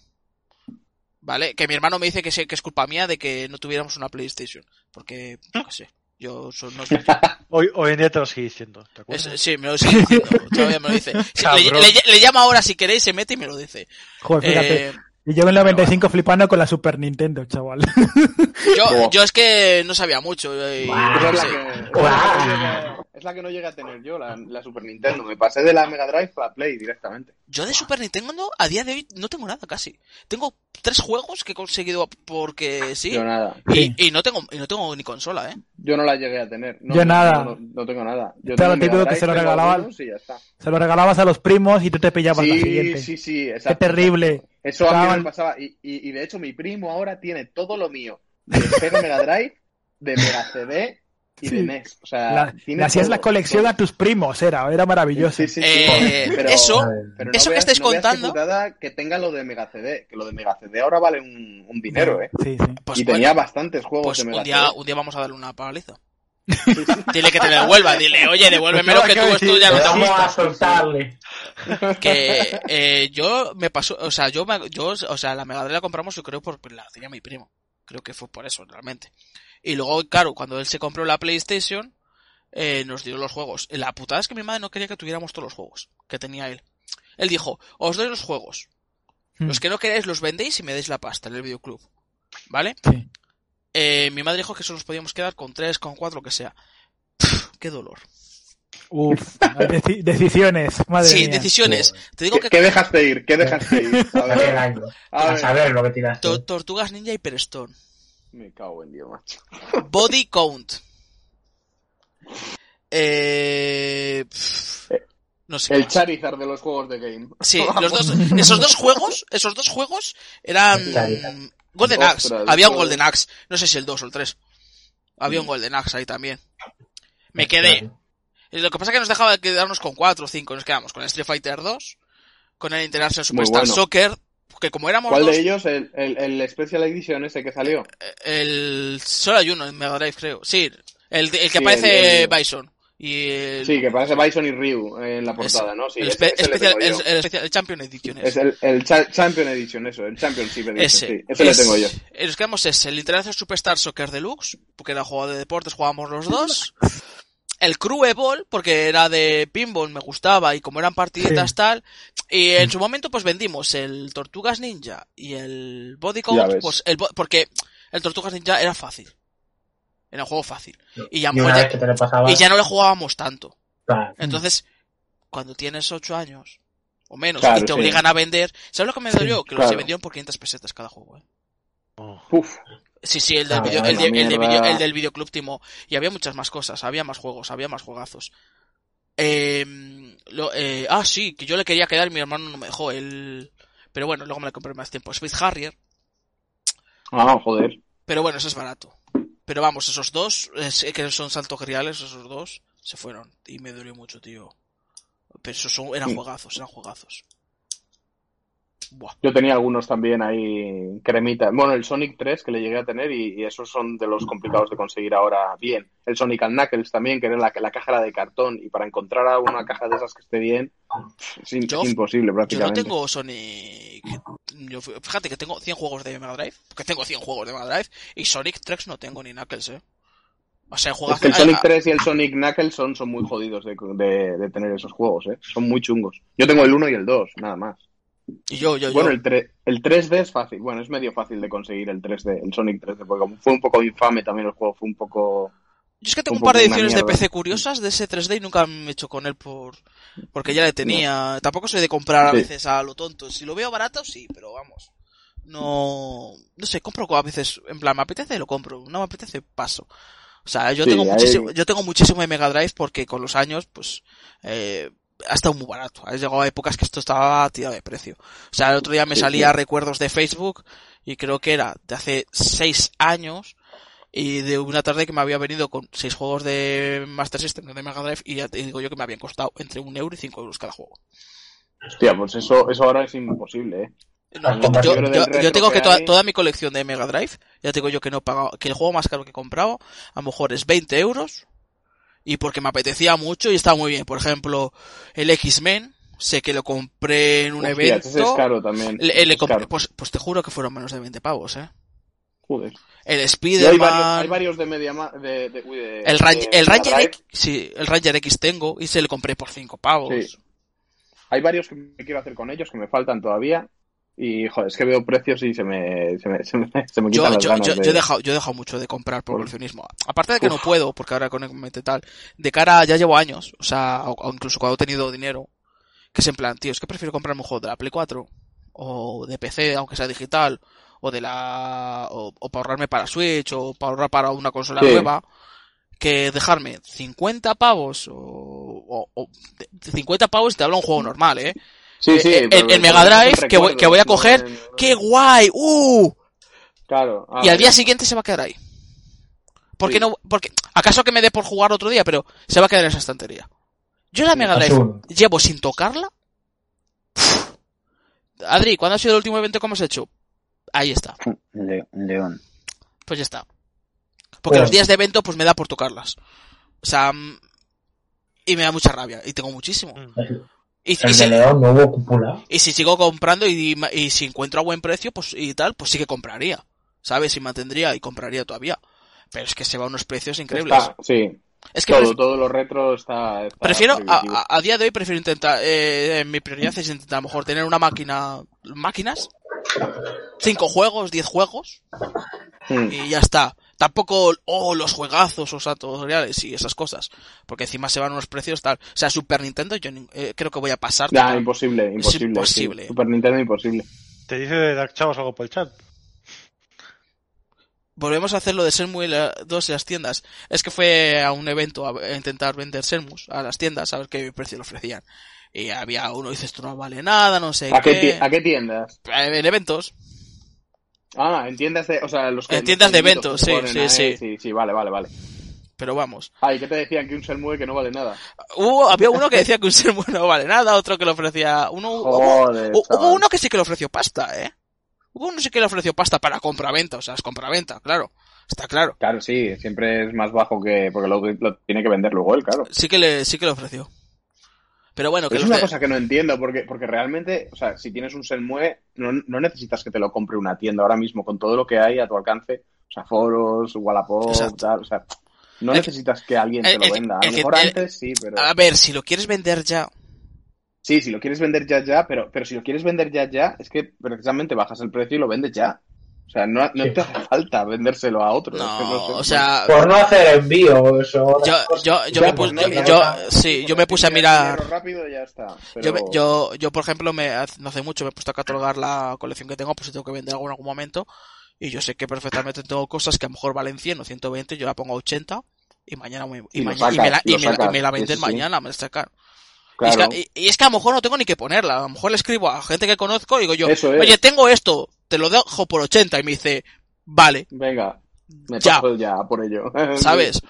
[SPEAKER 3] ¿Vale? Que mi hermano me dice que, se- que es culpa mía de que no tuviéramos una PlayStation. Porque, no sé, yo so- no soy...
[SPEAKER 2] Hoy, hoy en día te lo sigo diciendo, ¿te acuerdas?
[SPEAKER 3] es- sí, me lo sigue diciendo, todavía me lo dice. Sí, le,
[SPEAKER 2] Cabrón.
[SPEAKER 3] le- le llama ahora si queréis, se mete y me lo dice.
[SPEAKER 7] Joder, Pues fíjate.
[SPEAKER 3] Eh,
[SPEAKER 7] y yo en el 95 flipando con la Super Nintendo, chaval.
[SPEAKER 3] yo, yo es que no sabía mucho. eh, y-
[SPEAKER 5] Guau.
[SPEAKER 3] no
[SPEAKER 4] Esa es,
[SPEAKER 3] sé.
[SPEAKER 4] la que, esa es la que no llegué- es la que no llegué a tener yo, la, la Super Nintendo. Me pasé de la Mega Drive a Play directamente.
[SPEAKER 3] Yo de Super Nintendo a día de hoy no tengo nada casi. Tengo tres juegos que he conseguido porque sí.
[SPEAKER 4] Yo nada.
[SPEAKER 7] Sí.
[SPEAKER 3] Y, y no tengo y no tengo ni consola, ¿eh?
[SPEAKER 4] Yo no la llegué a tener. No,
[SPEAKER 7] Yo
[SPEAKER 4] no,
[SPEAKER 7] nada.
[SPEAKER 4] No, no tengo nada. Yo
[SPEAKER 7] Claro,
[SPEAKER 4] tengo
[SPEAKER 7] típico
[SPEAKER 4] Mega
[SPEAKER 7] que se lo
[SPEAKER 4] tengo
[SPEAKER 7] regalaban.
[SPEAKER 4] algunos Y ya está.
[SPEAKER 7] Se lo regalabas a los primos y tú te pillabas la
[SPEAKER 4] Sí,
[SPEAKER 7] siguiente.
[SPEAKER 4] sí, sí,
[SPEAKER 7] Qué
[SPEAKER 4] exacto.
[SPEAKER 7] terrible.
[SPEAKER 4] Eso a mí
[SPEAKER 7] Estaban-
[SPEAKER 4] me pasaba. Y, y, y de hecho, mi primo ahora tiene todo lo mío: de Sega Mega Drive, de Mega CD y de
[SPEAKER 7] Sí.
[SPEAKER 4] NES. O sea,
[SPEAKER 7] La-
[SPEAKER 4] tiene
[SPEAKER 7] le hacías
[SPEAKER 4] todo,
[SPEAKER 7] la colección
[SPEAKER 4] todo.
[SPEAKER 7] a tus primos, era, era maravilloso.
[SPEAKER 4] Sí, sí, sí,
[SPEAKER 3] Eh,
[SPEAKER 4] pero-
[SPEAKER 3] eso-
[SPEAKER 4] pero
[SPEAKER 3] eso que
[SPEAKER 4] veas-
[SPEAKER 3] estáis
[SPEAKER 4] veas qué
[SPEAKER 3] contando-
[SPEAKER 4] putada que tenga lo de Mega CD, que lo de Mega CD ahora vale un, un dinero, ¿eh?
[SPEAKER 7] Sí, sí.
[SPEAKER 3] Pues
[SPEAKER 4] y
[SPEAKER 3] bueno,
[SPEAKER 4] tenía bastantes juegos
[SPEAKER 3] pues
[SPEAKER 4] de Mega
[SPEAKER 3] un día,
[SPEAKER 4] CD.
[SPEAKER 3] un día vamos a darle una paliza. Dile que te lo devuelva, dile, oye, devuélveme lo
[SPEAKER 2] Pues
[SPEAKER 3] que
[SPEAKER 2] te lo acabo de
[SPEAKER 3] tú esto
[SPEAKER 2] decir.
[SPEAKER 3] ya no te
[SPEAKER 5] Vamos
[SPEAKER 3] gusta.
[SPEAKER 5] a soltarle.
[SPEAKER 3] Que eh, yo me pasó, o sea, yo, me- yo, o sea, la Mega Drive la compramos yo creo porque la tenía mi primo. Creo que fue por eso, realmente. Y luego, claro, cuando él se compró la PlayStation, eh, nos dio los juegos. La putada es que mi madre no quería que tuviéramos todos los juegos que tenía él. Él dijo, os doy los juegos.
[SPEAKER 7] Hmm.
[SPEAKER 3] Los que no queréis los vendéis y me dais la pasta en el videoclub. ¿Vale?
[SPEAKER 7] Sí.
[SPEAKER 3] Eh, mi madre dijo que solo nos podíamos quedar con tres, con cuatro, lo que sea. Pff, qué dolor.
[SPEAKER 7] Uf, deci- decisiones, madre
[SPEAKER 3] sí,
[SPEAKER 7] mía.
[SPEAKER 3] decisiones. Te digo
[SPEAKER 4] ¿Qué,
[SPEAKER 3] que
[SPEAKER 4] qué dejaste ir? ¿Qué dejaste ir? A
[SPEAKER 5] A ver,
[SPEAKER 4] ver,
[SPEAKER 5] algo.
[SPEAKER 4] a
[SPEAKER 5] A
[SPEAKER 4] ver.
[SPEAKER 5] saber lo que tiraste.
[SPEAKER 3] to- Tortugas Ninja y Perestón.
[SPEAKER 4] Me cago en Dios, macho.
[SPEAKER 3] Body Count. Eh, pff, no sé.
[SPEAKER 4] El
[SPEAKER 3] más.
[SPEAKER 4] Charizard de los juegos de game.
[SPEAKER 3] Sí, los dos, esos dos juegos, esos dos juegos eran Golden Axe.
[SPEAKER 4] Ostras,
[SPEAKER 3] Había un
[SPEAKER 4] joder.
[SPEAKER 3] Golden Axe. No sé si el 2 o el 3. Había un Golden Axe ahí también. Me quedé. Y Lo que pasa es que nos dejaba de quedarnos con 4 o 5. Nos quedamos con el Street Fighter 2, con el International
[SPEAKER 4] Muy
[SPEAKER 3] Superstar
[SPEAKER 4] bueno.
[SPEAKER 3] Soccer, que como éramos
[SPEAKER 4] ¿Cuál
[SPEAKER 3] dos,
[SPEAKER 4] de ellos? El, el, el Special Edition ese que salió.
[SPEAKER 3] el solo hay uno en Mega Drive, creo. Sí, el, de- el que
[SPEAKER 4] Sí,
[SPEAKER 3] aparece
[SPEAKER 4] el- el-
[SPEAKER 3] Bison. Y el,
[SPEAKER 4] Sí, que parece Bison y Ryu en la portada, ¿no? Sí,
[SPEAKER 3] el,
[SPEAKER 4] ese-
[SPEAKER 3] espe-
[SPEAKER 4] ese le
[SPEAKER 3] especial,
[SPEAKER 4] tengo
[SPEAKER 3] el,
[SPEAKER 4] yo.
[SPEAKER 3] el especial- el Champion Edition.
[SPEAKER 4] Es
[SPEAKER 3] ese.
[SPEAKER 4] el, el Cha- Champion Edition, eso, el Championship Edition,
[SPEAKER 3] Ese.
[SPEAKER 4] sí, ese
[SPEAKER 3] Es-
[SPEAKER 4] le tengo yo.
[SPEAKER 3] eh, Nos quedamos ese, el International Superstar Soccer Deluxe, porque era juego de deportes, jugábamos los dos. El Crue Ball, porque era de pinball, me gustaba, y como eran partiditas
[SPEAKER 7] Sí.
[SPEAKER 3] tal. Y
[SPEAKER 4] Mm.
[SPEAKER 3] en su momento, pues vendimos el Tortugas Ninja y el Body
[SPEAKER 4] Ya
[SPEAKER 3] Count,
[SPEAKER 4] ves.
[SPEAKER 3] pues, el bo- porque el Tortugas Ninja era fácil. Era un juego fácil. Y ya,
[SPEAKER 5] Y
[SPEAKER 3] pues
[SPEAKER 5] una
[SPEAKER 3] ya-
[SPEAKER 5] vez que te lo pasabas.
[SPEAKER 3] y ya no le jugábamos tanto.
[SPEAKER 5] pa,
[SPEAKER 3] Entonces, cuando tienes 8 años o menos
[SPEAKER 4] Mm. Claro,
[SPEAKER 3] y te
[SPEAKER 4] sí.
[SPEAKER 3] obligan a vender, ¿sabes lo que me dolió? que los
[SPEAKER 4] claro.
[SPEAKER 3] se vendieron por 500 pesetas cada juego. ¿eh?
[SPEAKER 2] Oh.
[SPEAKER 4] Uf,
[SPEAKER 3] Sí, sí, el del,
[SPEAKER 5] Ah,
[SPEAKER 3] video-
[SPEAKER 4] vaya
[SPEAKER 3] el, de- el de
[SPEAKER 4] mierda.
[SPEAKER 3] video- el del videoclub Timo. Y había muchas más cosas, había más juegos, había más juegazos. Eh, lo- eh, ah, sí, que yo le quería quedar y mi hermano no me dejó. El... Pero bueno, luego me la compré más tiempo. Speed Harrier.
[SPEAKER 4] ah, joder.
[SPEAKER 3] Pero bueno, eso es barato. Pero vamos, esos dos, eh, sé que son saltos reales, esos dos, se fueron. Y me dolió mucho, tío. Pero esos son, eran
[SPEAKER 4] Mm.
[SPEAKER 3] juegazos, eran juegazos. Buah.
[SPEAKER 4] Yo tenía algunos también ahí, cremita. Bueno, el Sonic 3 que le llegué a tener y, y esos son de los complicados de conseguir ahora bien. El Sonic and Knuckles también, que era la, la caja era de cartón y para encontrar a una caja de esas que esté bien es, in-
[SPEAKER 3] Yo-
[SPEAKER 4] es imposible
[SPEAKER 3] Yo no
[SPEAKER 4] prácticamente.
[SPEAKER 3] tengo Sonic. yo fui- fíjate que tengo 100 juegos de Mega Drive. Porque tengo 100 juegos de Mega Drive. Y Sonic 3 no tengo ni Knuckles, eh. O sea, juega.
[SPEAKER 4] Es que el Sonic 3 y el Sonic Knuckles son, son muy jodidos de, de- de tener esos juegos, ¿eh? Son muy chungos. Yo tengo el 1 y el 2, nada más.
[SPEAKER 3] Y yo, yo, yo.
[SPEAKER 4] Bueno, el, tre- el 3D es fácil. Bueno, es medio fácil de conseguir el 3D, el Sonic 3D, porque como fue un poco infame también el juego, fue un poco...
[SPEAKER 3] Yo es que tengo un
[SPEAKER 4] un
[SPEAKER 3] par de
[SPEAKER 4] poco una
[SPEAKER 3] ediciones de
[SPEAKER 4] mierda.
[SPEAKER 3] PC curiosas de ese 3D y nunca me he hecho con él por porque ya le tenía. Tampoco soy de comprar a
[SPEAKER 4] Sí.
[SPEAKER 3] veces a lo tonto. Si lo veo barato, sí, pero vamos. No, no sé, compro a veces, en plan, me apetece, lo compro, no me apetece, paso. O sea, yo
[SPEAKER 4] Sí,
[SPEAKER 3] tengo
[SPEAKER 4] ahí-
[SPEAKER 3] muchísimo, yo tengo muchísimo de Mega Drive porque con los años, pues, eh, ha estado muy barato. Ha llegado a épocas que esto estaba tirado de precio. O sea, el otro día me
[SPEAKER 4] Sí,
[SPEAKER 3] salía
[SPEAKER 4] sí.
[SPEAKER 3] recuerdos de Facebook y creo que era de hace seis años y de una tarde que me había venido con seis juegos de Master System, no de Mega Drive, y ya te digo yo que me habían costado entre un euro y cinco euros cada juego.
[SPEAKER 4] Hostia, pues eso, eso ahora es imposible, ¿eh?
[SPEAKER 3] No,
[SPEAKER 4] Como
[SPEAKER 3] yo,
[SPEAKER 4] libro del
[SPEAKER 3] yo-
[SPEAKER 4] retro
[SPEAKER 3] yo tengo que
[SPEAKER 4] que
[SPEAKER 3] toda,
[SPEAKER 4] hay.
[SPEAKER 3] toda mi colección de Mega Drive, ya te digo yo que no he pagado, que el juego más caro que he comprado, a lo mejor es 20 euros, y porque me apetecía mucho y estaba muy bien. Por ejemplo, el X-Men, sé que lo compré en un
[SPEAKER 4] Hostia,
[SPEAKER 3] evento.
[SPEAKER 4] ese es caro también.
[SPEAKER 3] le- le
[SPEAKER 4] es
[SPEAKER 3] compré-
[SPEAKER 4] caro.
[SPEAKER 3] pues, pues te juro que fueron menos de 20 pavos, eh.
[SPEAKER 4] Joder.
[SPEAKER 3] El
[SPEAKER 4] Y hay, varios, hay
[SPEAKER 3] Spider-Man,
[SPEAKER 4] varios de media ma- de, de- uy, de-
[SPEAKER 3] el, Ran-
[SPEAKER 4] de
[SPEAKER 3] el
[SPEAKER 4] Mega
[SPEAKER 3] Ranger
[SPEAKER 4] Drive.
[SPEAKER 3] X, sí, el Ranger X tengo y se lo compré por 5 pavos.
[SPEAKER 4] Sí. Hay varios que me quiero hacer con ellos, que me faltan todavía. Y, joder, es que veo precios y se me, se me, se me, se me
[SPEAKER 3] yo,
[SPEAKER 4] quitan las
[SPEAKER 3] yo,
[SPEAKER 4] ganas
[SPEAKER 3] yo,
[SPEAKER 4] de-
[SPEAKER 3] yo he dejado, yo he dejado mucho de comprar por
[SPEAKER 4] Por-
[SPEAKER 3] coleccionismo. Aparte de que no
[SPEAKER 4] Uf.
[SPEAKER 3] puedo, porque ahora con el mente tal. De cara, ya llevo años, o sea, o, o incluso cuando he tenido dinero, que es en plan, tío, es que prefiero comprarme un juego de la Play 4, o de PC, aunque sea digital, o de la, o, o para ahorrarme para Switch, o para ahorrar para una consola
[SPEAKER 4] Sí.
[SPEAKER 3] nueva, que dejarme 50 pavos, o, o, o de- de 50 pavos te habla un juego normal, eh.
[SPEAKER 4] Sí, sí.
[SPEAKER 3] eh, eh,
[SPEAKER 4] pero
[SPEAKER 3] el
[SPEAKER 4] son-
[SPEAKER 3] Mega
[SPEAKER 4] son
[SPEAKER 3] Drive que voy- que voy a
[SPEAKER 4] recuerdos,
[SPEAKER 3] coger,
[SPEAKER 4] no-
[SPEAKER 3] ¡Qué guay! ¡Uh!
[SPEAKER 4] Claro. ah,
[SPEAKER 3] y al día
[SPEAKER 4] vale.
[SPEAKER 3] siguiente se va a quedar ahí. Porque
[SPEAKER 4] Sí.
[SPEAKER 3] no, porque acaso que me dé por jugar otro día, pero se va a quedar en esa estantería. Yo la Mega
[SPEAKER 5] Así
[SPEAKER 3] Drive
[SPEAKER 5] uno.
[SPEAKER 3] llevo sin tocarla. Pff. Adri, ¿cuándo ha sido el último evento que hemos hecho? Ahí está,
[SPEAKER 6] Le- León.
[SPEAKER 3] pues ya está. Porque
[SPEAKER 5] Bueno.
[SPEAKER 3] los días de evento pues me da por tocarlas. O sea, mm, y me da mucha rabia y tengo muchísimo. Y, y
[SPEAKER 5] Mm. El de
[SPEAKER 3] se-
[SPEAKER 5] León no hubo cúpula.
[SPEAKER 3] y si sigo comprando y, y si encuentro a buen precio pues y tal, pues sí que compraría. ¿Sabes? Y mantendría y compraría todavía. Pero es que se va a unos precios increíbles.
[SPEAKER 4] Está- sí,
[SPEAKER 3] es que
[SPEAKER 4] todo,
[SPEAKER 3] pref-
[SPEAKER 4] todo lo retro está. está
[SPEAKER 3] prefiero, a,
[SPEAKER 4] prohibitivo.
[SPEAKER 3] a- a día de hoy prefiero intentar, eh, eh, mi prioridad es intentar a lo mejor tener una máquina, máquinas, cinco juegos, diez juegos
[SPEAKER 4] Mm.
[SPEAKER 3] y ya está. Tampoco, oh, los juegazos, o sea, todos reales y esas cosas. Porque encima se van unos precios tal. O sea, Super Nintendo yo ni- eh, creo que voy a pasar.
[SPEAKER 4] Nah, imposible, imposible.
[SPEAKER 3] imposible.
[SPEAKER 4] sí. Super Nintendo, imposible.
[SPEAKER 2] ¿Te dice Dark Chavos algo por el chat?
[SPEAKER 3] Volvemos a hacer lo de Senmu y la- dos en las tiendas. Es que fue a un evento a, a intentar vender Senmus a las tiendas, a ver qué precio le ofrecían. Y había uno, dice, esto no vale nada, no sé
[SPEAKER 4] ¿A qué,
[SPEAKER 3] qué.
[SPEAKER 4] ti- ¿A qué tiendas?
[SPEAKER 3] Eh, En eventos.
[SPEAKER 4] Ah, en tiendas de. O sea, los que.
[SPEAKER 3] En tiendas de
[SPEAKER 4] pequeñitos que
[SPEAKER 3] eventos,
[SPEAKER 4] se
[SPEAKER 3] sí,
[SPEAKER 4] ponen
[SPEAKER 3] sí,
[SPEAKER 4] ahí,
[SPEAKER 3] sí.
[SPEAKER 4] Sí, sí, vale, vale, vale.
[SPEAKER 3] Pero vamos.
[SPEAKER 4] Ah, ¿y qué te decían que un Shenmue que no vale nada?
[SPEAKER 3] Hubo, había uno que decía que un sermo no vale nada, otro que le ofrecía. Uno, hubo,
[SPEAKER 4] Joder.
[SPEAKER 3] hu- hubo
[SPEAKER 4] chaval.
[SPEAKER 3] uno que sí que le ofreció pasta, ¿eh? Hubo uno sí que le ofreció pasta para compraventa, o sea, es compraventa, claro. Está claro.
[SPEAKER 4] Claro, sí, siempre es más bajo que. Porque lo, lo tiene que vender luego él, claro.
[SPEAKER 3] Sí que le, sí que le ofreció. Pero bueno, que
[SPEAKER 4] Es
[SPEAKER 3] los
[SPEAKER 4] una
[SPEAKER 3] de-
[SPEAKER 4] cosa que no entiendo, porque, porque realmente, o sea, si tienes un Shenmue, no, no necesitas que te lo compre una tienda ahora mismo, con todo lo que hay a tu alcance, o sea, foros, Wallapop,
[SPEAKER 3] Exacto.
[SPEAKER 4] tal, o sea, no
[SPEAKER 3] El que-
[SPEAKER 4] necesitas que alguien
[SPEAKER 3] el-
[SPEAKER 4] te lo
[SPEAKER 3] el-
[SPEAKER 4] venda. A
[SPEAKER 3] el
[SPEAKER 4] lo
[SPEAKER 3] que- eh,
[SPEAKER 4] mejor
[SPEAKER 3] el-
[SPEAKER 4] antes sí, pero...
[SPEAKER 3] A ver, si lo quieres vender ya,
[SPEAKER 4] Sí, si lo quieres vender ya, ya, pero, pero si lo quieres vender ya, ya, es que precisamente bajas el precio y lo vendes ya. O sea, no, no
[SPEAKER 5] Sí.
[SPEAKER 4] te hace falta vendérselo a otro. es que
[SPEAKER 3] no,
[SPEAKER 4] sé.
[SPEAKER 3] o sea,
[SPEAKER 5] Por no hacer envíos o
[SPEAKER 3] yo,
[SPEAKER 5] otras cosas.
[SPEAKER 3] yo, yo
[SPEAKER 4] Ya,
[SPEAKER 3] me
[SPEAKER 4] pues
[SPEAKER 3] puse,
[SPEAKER 4] no,
[SPEAKER 3] yo,
[SPEAKER 4] ya
[SPEAKER 3] yo-
[SPEAKER 5] está.
[SPEAKER 3] sí, yo me
[SPEAKER 4] Porque
[SPEAKER 3] puse a
[SPEAKER 4] si quieres
[SPEAKER 3] mirar,
[SPEAKER 4] dinero rápido, ya está.
[SPEAKER 3] yo, me-
[SPEAKER 4] pero-
[SPEAKER 3] yo, yo, por ejemplo, me, hace- no hace mucho me he puesto a catalogar la colección que tengo, pues si tengo que vender algo en algún momento, y yo sé que perfectamente tengo cosas que a lo mejor valen 100 o 120, yo la pongo a 80, y mañana me, y
[SPEAKER 4] Y
[SPEAKER 3] mañana- y
[SPEAKER 4] lo
[SPEAKER 3] me la,
[SPEAKER 4] sacas,
[SPEAKER 3] y
[SPEAKER 4] lo
[SPEAKER 3] me la- y me la
[SPEAKER 4] sacas,
[SPEAKER 3] venden
[SPEAKER 4] sí, sí, sí.
[SPEAKER 3] mañana, me la sacan. Y es
[SPEAKER 4] claro.
[SPEAKER 3] que- Y, y es que a lo mejor no tengo ni que ponerla, a lo mejor le escribo a gente que conozco y digo yo,
[SPEAKER 4] Eso es.
[SPEAKER 3] oye, tengo esto, te lo dejo por 80, y me dice, vale,
[SPEAKER 4] Venga, me
[SPEAKER 3] Ya.
[SPEAKER 4] paso ya por ello.
[SPEAKER 3] ¿sabes?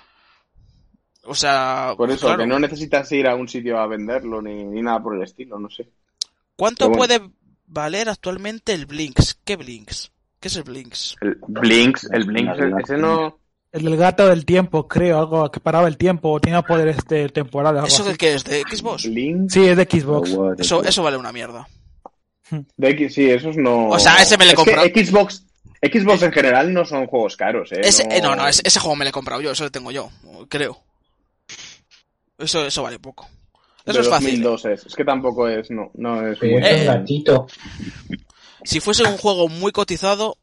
[SPEAKER 3] O sea,
[SPEAKER 4] Por eso,
[SPEAKER 3] claro.
[SPEAKER 4] que no necesitas ir a un sitio a venderlo ni, ni nada por el estilo, no sé.
[SPEAKER 3] ¿Cuánto
[SPEAKER 4] Pero bueno.
[SPEAKER 3] puede valer actualmente el Blinks? ¿Qué Blinks? ¿Qué es el Blinks?
[SPEAKER 4] El Blinks,
[SPEAKER 6] el Blinks, el- ese no-
[SPEAKER 7] El del gato del tiempo, creo, algo que paraba el tiempo o tenía poderes este, temporales. Algo
[SPEAKER 3] ¿Eso
[SPEAKER 7] así.
[SPEAKER 3] qué, qué es? ¿De Xbox?
[SPEAKER 4] Blinks.
[SPEAKER 7] Sí, es de Xbox.
[SPEAKER 6] Power,
[SPEAKER 3] Eso, eso vale una mierda.
[SPEAKER 4] De X, sí, esos no.
[SPEAKER 3] O sea, ese me lo he
[SPEAKER 4] Es que
[SPEAKER 3] comprado.
[SPEAKER 4] Xbox, Xbox en general no son juegos caros, ¿eh?
[SPEAKER 3] Ese, eh, no, no, ese, ese juego me lo he comprado yo, eso lo tengo yo, creo. Eso, eso vale poco.
[SPEAKER 4] de
[SPEAKER 3] Eso es fácil.
[SPEAKER 4] 2002 es. Es que tampoco es, no, no es.
[SPEAKER 5] Pero
[SPEAKER 4] muy-
[SPEAKER 5] es un
[SPEAKER 3] Eh.
[SPEAKER 5] gatito.
[SPEAKER 3] Si fuese un juego muy cotizado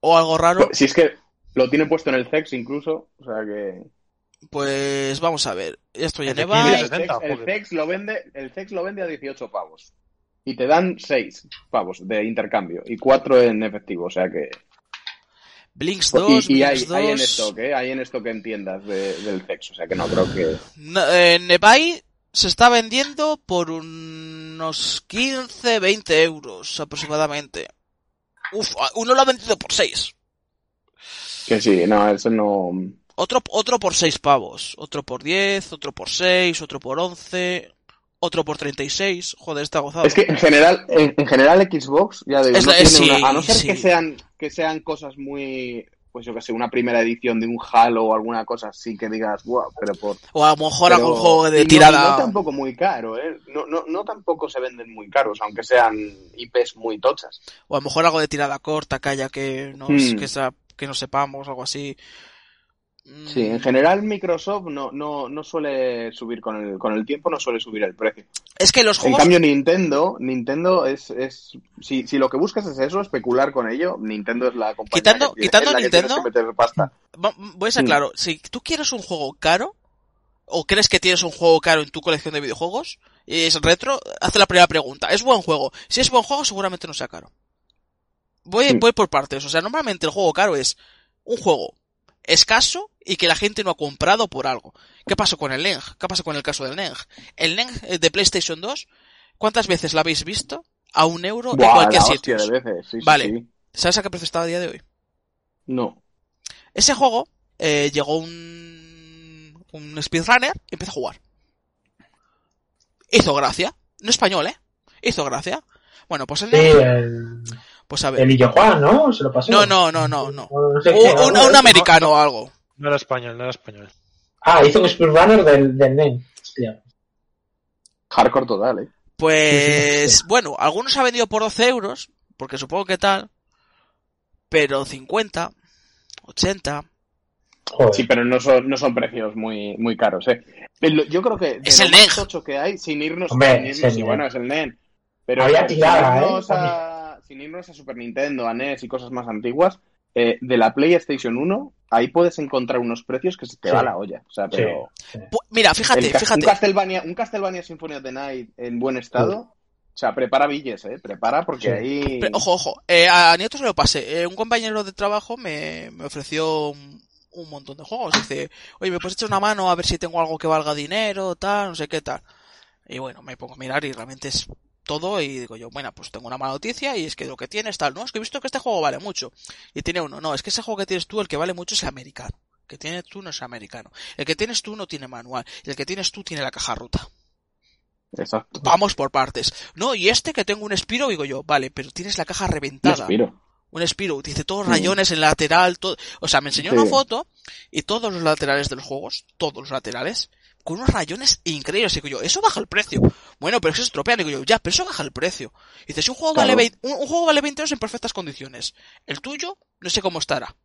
[SPEAKER 3] o algo raro,
[SPEAKER 4] Si es que lo tiene puesto en el sex incluso, o sea que.
[SPEAKER 3] pues vamos a ver. Ya estoy en
[SPEAKER 2] El de
[SPEAKER 3] Eva.
[SPEAKER 4] Mira,
[SPEAKER 2] Ay.
[SPEAKER 4] el, sex,
[SPEAKER 2] 60,
[SPEAKER 4] el
[SPEAKER 2] joder.
[SPEAKER 4] sex lo vende, el sex lo vende a 18 pavos. Y te dan 6 pavos de intercambio y 4 en efectivo, o sea que.
[SPEAKER 3] Blinks
[SPEAKER 4] Pues,
[SPEAKER 3] 2,
[SPEAKER 4] y y hay,
[SPEAKER 3] Blinks
[SPEAKER 4] hay en
[SPEAKER 3] 2.
[SPEAKER 4] stock, ¿eh? Hay en stock en tiendas de- del sexo, o sea que no creo que...
[SPEAKER 3] No, eh, Nebai se está vendiendo por unos 15, 20 ah, euros aproximadamente. Uf, a- uno lo ha vendido por 6.
[SPEAKER 4] Que sí, no, eso no.
[SPEAKER 3] Otro, otro por 6 pavos, otro por 10, otro por 6, otro por 11, otro por 36. Joder, está gozado.
[SPEAKER 4] Es que en general, en, en general Xbox, ya digo,
[SPEAKER 3] Es
[SPEAKER 4] no
[SPEAKER 3] la-
[SPEAKER 4] tiene
[SPEAKER 3] sí,
[SPEAKER 4] una- a no ser
[SPEAKER 3] sí.
[SPEAKER 4] que sean, que sean cosas muy, pues yo que sé, una primera edición de un Halo o alguna cosa así que digas, wow, pero por
[SPEAKER 3] O a lo mejor
[SPEAKER 4] Pero-
[SPEAKER 3] algún juego
[SPEAKER 4] y
[SPEAKER 3] de
[SPEAKER 4] no-
[SPEAKER 3] tirada.
[SPEAKER 4] No, tampoco muy caro, ¿eh? No, no, no tampoco se venden muy caros, aunque sean IPs muy tochas.
[SPEAKER 3] O a lo mejor algo de tirada corta, calla, que no,
[SPEAKER 4] Hmm.
[SPEAKER 3] que sa- que no sepamos, algo así. Mm,
[SPEAKER 4] Sí, en general Microsoft no, no, no suele subir con el, con el tiempo, no suele subir el precio.
[SPEAKER 3] Es que los
[SPEAKER 4] En
[SPEAKER 3] juegos.
[SPEAKER 4] cambio Nintendo, Nintendo es, es si, si lo que buscas es eso, especular con ello, Nintendo es la compañía
[SPEAKER 3] Quitando-
[SPEAKER 4] que tiene-
[SPEAKER 3] quitando
[SPEAKER 4] en la que
[SPEAKER 3] Nintendo-
[SPEAKER 4] tienes que meter pasta.
[SPEAKER 3] Va- Voy a ser
[SPEAKER 4] Hmm.
[SPEAKER 3] claro, si tú quieres un juego caro, o crees que tienes un juego caro en tu colección de videojuegos, y es retro, hace la primera pregunta. ¿Es buen juego? Si es buen juego, seguramente no sea caro. Voy,
[SPEAKER 4] Hmm.
[SPEAKER 3] voy por partes. O sea, normalmente el juego caro es un juego escaso y que la gente no ha comprado por algo. ¿Qué pasó con el NEG? ¿Qué pasó con el caso del NEG? El NEG eh, de PlayStation 2, ¿cuántas veces la habéis visto? A un euro en
[SPEAKER 4] Buah,
[SPEAKER 3] cualquier
[SPEAKER 4] la
[SPEAKER 3] sitio.
[SPEAKER 4] hostia de veces, sí, sí,
[SPEAKER 3] Vale.
[SPEAKER 4] sí.
[SPEAKER 3] ¿Sabes a qué precio está a día de hoy?
[SPEAKER 4] No.
[SPEAKER 3] Ese juego eh, llegó un, un speedrunner y empezó a jugar. Hizo gracia. No español, ¿eh? Hizo gracia. Bueno, pues el
[SPEAKER 5] Sí,
[SPEAKER 3] negro-
[SPEAKER 5] el,
[SPEAKER 3] Pues a ver.
[SPEAKER 5] el Illo Juan, ¿no? Se lo pasó.
[SPEAKER 3] No, no, no, no, Uh, no.
[SPEAKER 5] O no sé qué,
[SPEAKER 3] Un, un-
[SPEAKER 5] algo.
[SPEAKER 3] un americano o algo.
[SPEAKER 2] No era español, no era español.
[SPEAKER 5] Ah, hizo un speedrunner del, del NEM. Hostia.
[SPEAKER 4] Hardcore total, eh.
[SPEAKER 3] Pues bueno, algunos ha vendido por 12 euros, porque supongo que tal. Pero 50, 80,
[SPEAKER 5] Joder.
[SPEAKER 4] Sí, pero no son, no son precios muy, muy caros, ¿eh? Pero Yo creo que de
[SPEAKER 3] Es
[SPEAKER 4] lo
[SPEAKER 3] el
[SPEAKER 4] más
[SPEAKER 3] Nen.
[SPEAKER 4] tocho que hay, sin irnos,
[SPEAKER 5] Hombre,
[SPEAKER 4] sin irnos-
[SPEAKER 5] es el
[SPEAKER 4] sí,
[SPEAKER 5] Nen.
[SPEAKER 4] bueno, es el NEN. Pero
[SPEAKER 5] Había
[SPEAKER 4] sin
[SPEAKER 5] tirada, ¿eh?
[SPEAKER 4] irnos a- sin irnos a Super Nintendo, a NES y cosas más antiguas, eh, de la PlayStation 1, ahí puedes encontrar unos precios que se te
[SPEAKER 5] Sí.
[SPEAKER 4] va la olla. O sea, pero...
[SPEAKER 3] Pu- Mira,
[SPEAKER 4] el
[SPEAKER 3] fíjate,
[SPEAKER 4] ca- Un
[SPEAKER 3] fíjate.
[SPEAKER 4] Castlevania, un Castlevania Symphony of the Night en buen estado, o sea, prepara billes, ¿eh? Prepara porque
[SPEAKER 5] Sí.
[SPEAKER 4] ahí...
[SPEAKER 3] Mm. Pe- ojo, ojo. Eh, a Nieto se lo pasé. Eh, un compañero de trabajo me, me ofreció un, un montón de juegos. Dice, oye, ¿me puedes echar una mano a ver si tengo algo que valga dinero, tal, no sé qué tal? Y bueno, me pongo a mirar y realmente es todo y digo yo, bueno, pues tengo una mala noticia y es que lo que tienes tal, no, es que he visto que este juego vale mucho. Y tiene uno, no, es que ese juego que tienes tú, el que vale mucho es el americano. El que tienes tú no es americano. El que tienes tú no tiene manual. Y el que tienes tú tiene la caja ruta
[SPEAKER 4] Exacto.
[SPEAKER 3] vamos por partes. No, y este que tengo un Spiro, digo yo, vale, pero tienes la caja
[SPEAKER 4] Me
[SPEAKER 3] reventada.
[SPEAKER 4] inspiro.
[SPEAKER 3] Un Spiro, dice todos
[SPEAKER 4] Mm.
[SPEAKER 3] rayones en lateral, todo. O sea, me enseñó
[SPEAKER 4] Sí.
[SPEAKER 3] una foto y todos los laterales de los juegos, todos los laterales, con unos rayones increíbles. Digo yo, eso baja el precio. Bueno, pero es que se estropean. Digo yo, ya, pero eso baja el precio. Dice, si un juego,
[SPEAKER 4] Claro.
[SPEAKER 3] vale 20, un, un juego vale 20 euros en perfectas condiciones, el tuyo, no sé cómo estará.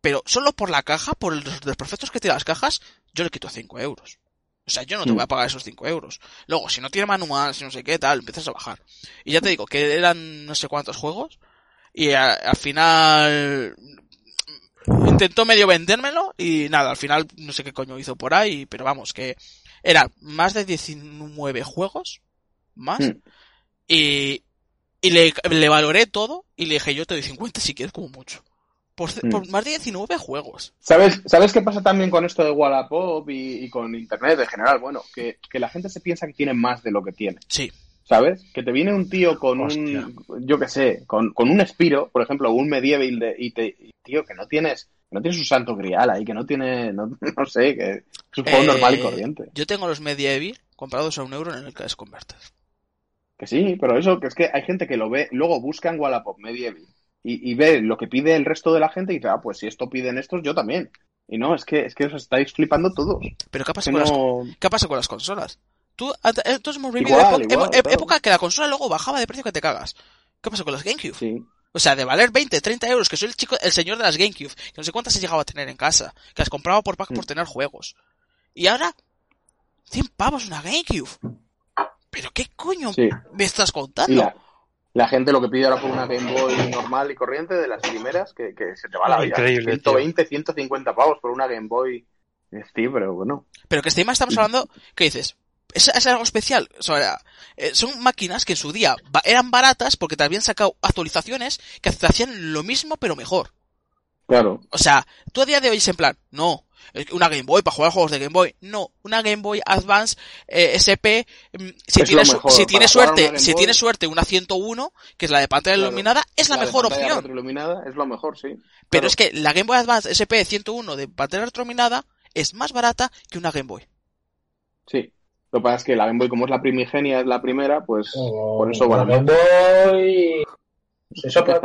[SPEAKER 3] Pero solo por la caja, por los desperfectos que tiene las cajas, yo le quito 5 euros. O sea, yo no te
[SPEAKER 4] Mm.
[SPEAKER 3] voy a pagar esos 5 euros. Luego, si no tiene manual, si no sé qué, tal, empiezas a bajar. Y ya te digo, que eran no sé cuántos juegos. Y a- al final mm, intentó medio vendérmelo y nada, al final no sé qué coño hizo por ahí, pero vamos, que eran más de 19 juegos, más,
[SPEAKER 4] Mm.
[SPEAKER 3] y, y le, le valoré todo y le dije yo te doy 50 si quieres como mucho. Por, ce-
[SPEAKER 4] Mm.
[SPEAKER 3] por más de 19 juegos.
[SPEAKER 4] ¿Sabes, ¿Sabes qué pasa también con esto de Wallapop y, y con Internet en general? Bueno, que, que la gente se piensa que tiene más de lo que tiene,
[SPEAKER 3] Sí,
[SPEAKER 4] ¿sabes? Que te viene un tío con
[SPEAKER 2] Hostia.
[SPEAKER 4] un, yo qué sé, con, con un Espiro, por ejemplo, o un Medieval, de, y, te, y, tío, que no tienes no tienes un santo grial ahí, que no tiene, no, no sé, que es un juego
[SPEAKER 3] Eh,
[SPEAKER 4] normal y corriente.
[SPEAKER 3] yo tengo los Medieval comprados a un euro en el que Converter.
[SPEAKER 4] Que sí, pero eso, que es que hay gente que lo ve, luego busca en Wallapop Medieval y, y ve lo que pide el resto de la gente y dice, ah, pues si esto piden estos, yo también. Y no, es que, es que os estáis flipando todos.
[SPEAKER 3] Pero ¿qué pasa
[SPEAKER 4] Que
[SPEAKER 3] con, las,
[SPEAKER 4] no...
[SPEAKER 3] ¿qué pasa con las consolas? Tú, ante- eh, tú hemos vivido
[SPEAKER 4] Igual,
[SPEAKER 3] epo-
[SPEAKER 4] igual,
[SPEAKER 3] epo- ep-
[SPEAKER 4] claro.
[SPEAKER 3] época que la consola luego bajaba de precio que te cagas. ¿Qué pasó con las GameCube?
[SPEAKER 4] Sí.
[SPEAKER 3] O sea, de valer 20, 30 euros, que soy el chico, el señor de las GameCube, que no sé cuántas he llegado a tener en casa, que las compraba por pack por
[SPEAKER 4] Mm.
[SPEAKER 3] tener juegos. Y ahora, 100 pavos una GameCube. ¿Pero qué coño
[SPEAKER 4] Sí.
[SPEAKER 3] me estás
[SPEAKER 4] Y
[SPEAKER 3] contando?
[SPEAKER 4] la, la gente lo que pide ahora por una Game Boy normal y corriente, de las primeras, que, que se te va la vida.
[SPEAKER 2] Increíble,
[SPEAKER 4] 120, 150 pavos por una Game Boy. Sí, pero bueno.
[SPEAKER 3] Pero que encima
[SPEAKER 4] Mm.
[SPEAKER 3] estamos hablando, ¿qué dices? Es, es algo especial. O sea, eh, son máquinas que en su día ba- eran baratas porque te habían sacado actualizaciones que te hacían lo mismo pero mejor.
[SPEAKER 4] Claro.
[SPEAKER 3] O sea, tú a día de hoy es en plan, no, es que una Game Boy para jugar juegos de Game Boy. No, una Game Boy Advance eh, SP, mm, si
[SPEAKER 4] Es
[SPEAKER 3] tienes,
[SPEAKER 4] lo
[SPEAKER 3] su-
[SPEAKER 4] mejor,
[SPEAKER 3] si
[SPEAKER 4] para
[SPEAKER 3] tienes
[SPEAKER 4] jugar una
[SPEAKER 3] suerte,
[SPEAKER 4] Game
[SPEAKER 3] si
[SPEAKER 4] Boy.
[SPEAKER 3] tienes suerte, una 101, que es la de pantalla
[SPEAKER 4] Claro.
[SPEAKER 3] iluminada, es la,
[SPEAKER 4] de
[SPEAKER 3] mejor
[SPEAKER 4] pantalla
[SPEAKER 3] opción.
[SPEAKER 4] retroiluminada es lo mejor, sí.
[SPEAKER 3] Pero
[SPEAKER 4] claro.
[SPEAKER 3] es que la Game Boy Advance SP 101 de pantalla retroiluminada es más barata que una Game Boy.
[SPEAKER 4] Sí. Lo que pasa es que la Game Boy, como es la primigenia, es la primera, pues por eso
[SPEAKER 5] bueno.
[SPEAKER 4] vale.
[SPEAKER 5] Game Boy. Pues Eso por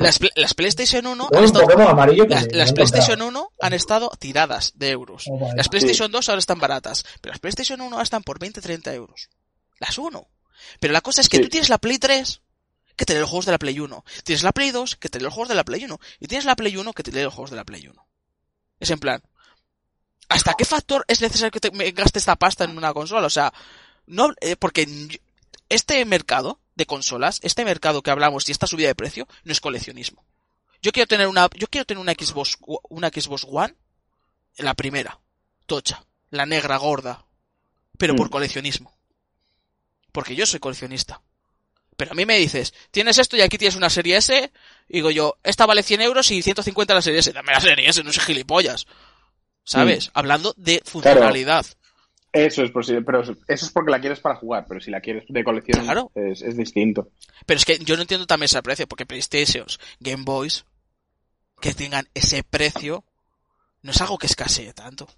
[SPEAKER 3] Las, pla- las PlayStation 1 han
[SPEAKER 5] Un
[SPEAKER 3] estado-
[SPEAKER 5] Pokémon amarillo que
[SPEAKER 3] las,
[SPEAKER 5] me
[SPEAKER 3] las
[SPEAKER 5] he
[SPEAKER 3] PlayStation
[SPEAKER 5] encontrado.
[SPEAKER 3] 1 han estado tiradas de euros.
[SPEAKER 5] Oh, vale.
[SPEAKER 3] Las PlayStation 2 ahora están baratas, pero las PlayStation 1 ahora están por 20-30 euros. Las 1. Pero la cosa es que
[SPEAKER 4] Sí.
[SPEAKER 3] tú tienes la Play 3 que te lee los juegos de la Play 1. Tienes la Play 2 que te lee los juegos de la Play 1. Y tienes la Play 1 que te lee los juegos de la Play 1. Es en plan, ¿hasta qué factor es necesario que te me gaste esta pasta en una consola? O sea, no, eh, porque yo- este mercado de consolas, este mercado que hablamos y esta subida de precio, no es coleccionismo. Yo quiero tener una, yo quiero tener una Xbox, una Xbox One, la primera, tocha, la negra gorda, pero por
[SPEAKER 4] Mm.
[SPEAKER 3] coleccionismo. Porque yo soy coleccionista. Pero a mí me dices, tienes esto y aquí tienes una serie S, y digo yo, esta vale 100 euros y 150 la serie S, dame la serie S, no soy gilipollas. ¿Sabes? Hablando de funcionalidad.
[SPEAKER 4] Eso es posible, pero eso es porque la quieres para jugar, pero si la quieres de colección
[SPEAKER 3] Claro.
[SPEAKER 4] es, es distinto.
[SPEAKER 3] Pero es que yo no entiendo también ese precio, porque PlayStation, Game Boys, que tengan ese precio, no es algo que escasee tanto.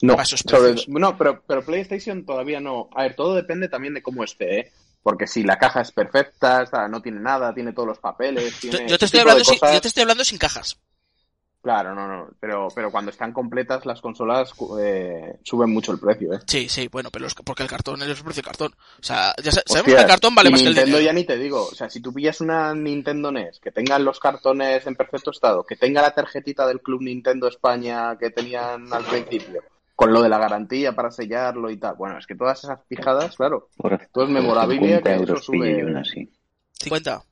[SPEAKER 4] No,
[SPEAKER 3] Para sus
[SPEAKER 4] sobre-
[SPEAKER 3] precios.
[SPEAKER 4] no pero, pero PlayStation todavía no. A ver, todo depende también de cómo esté, ¿eh? Porque si la caja es perfecta, está- no tiene nada, tiene todos los papeles,
[SPEAKER 3] Yo-
[SPEAKER 4] tiene
[SPEAKER 3] yo, te
[SPEAKER 4] ese
[SPEAKER 3] estoy
[SPEAKER 4] tipo de
[SPEAKER 3] hablando sin,
[SPEAKER 4] cosas.
[SPEAKER 3] yo te estoy hablando sin cajas.
[SPEAKER 4] Claro, no, no. Pero, pero cuando están completas las consolas cu- eh, suben mucho el precio, ¿eh?
[SPEAKER 3] Sí, sí, bueno, pero es que- porque el cartón es el precio del cartón. O sea, ya sa- sabemos que
[SPEAKER 4] Hostias,
[SPEAKER 3] el cartón vale
[SPEAKER 4] y
[SPEAKER 3] más que el E
[SPEAKER 4] Nintendo
[SPEAKER 3] dinero.
[SPEAKER 4] ya ni te digo, o sea, si tú pillas una Nintendo NES que tenga los cartones en perfecto estado, que tenga la tarjetita del Club Nintendo España que tenían al principio, con lo de la garantía para sellarlo y tal, bueno, es que todas esas pijadas, claro,
[SPEAKER 6] Por
[SPEAKER 4] todo es memorabilia
[SPEAKER 6] 50
[SPEAKER 4] que eso
[SPEAKER 6] euros pillé yo una,
[SPEAKER 4] sube.
[SPEAKER 6] sí.
[SPEAKER 3] 50.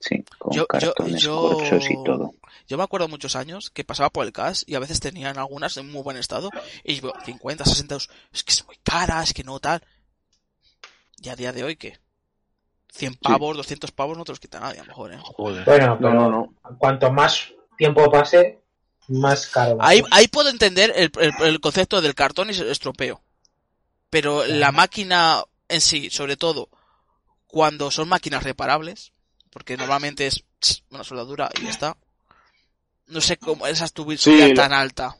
[SPEAKER 6] Sí, con
[SPEAKER 3] Yo- yo-
[SPEAKER 6] cartones,
[SPEAKER 3] yo-
[SPEAKER 6] corchos y todo.
[SPEAKER 3] Yo me acuerdo muchos años que pasaba por el cash y a veces tenían algunas en muy buen estado. Y yo, 50, 60 euros. Es que es muy cara, es que no tal. Y a día de hoy, ¿qué? 100 pavos, 200 pavos no te los quita nadie, a lo mejor, ¿eh?
[SPEAKER 2] Joder.
[SPEAKER 5] Bueno,
[SPEAKER 4] No,
[SPEAKER 5] pero
[SPEAKER 4] no, no.
[SPEAKER 5] cuanto más tiempo pase, más caro. va a
[SPEAKER 3] Ahí,
[SPEAKER 5] ser.
[SPEAKER 3] ahí puedo entender el, el- el concepto del cartón y el estropeo. Pero la máquina en sí, sobre todo cuando son máquinas reparables, porque normalmente es ps, una soldadura y ya está. No sé cómo esas tubi-
[SPEAKER 4] Sí,
[SPEAKER 3] subida
[SPEAKER 4] lo-
[SPEAKER 3] tan alta.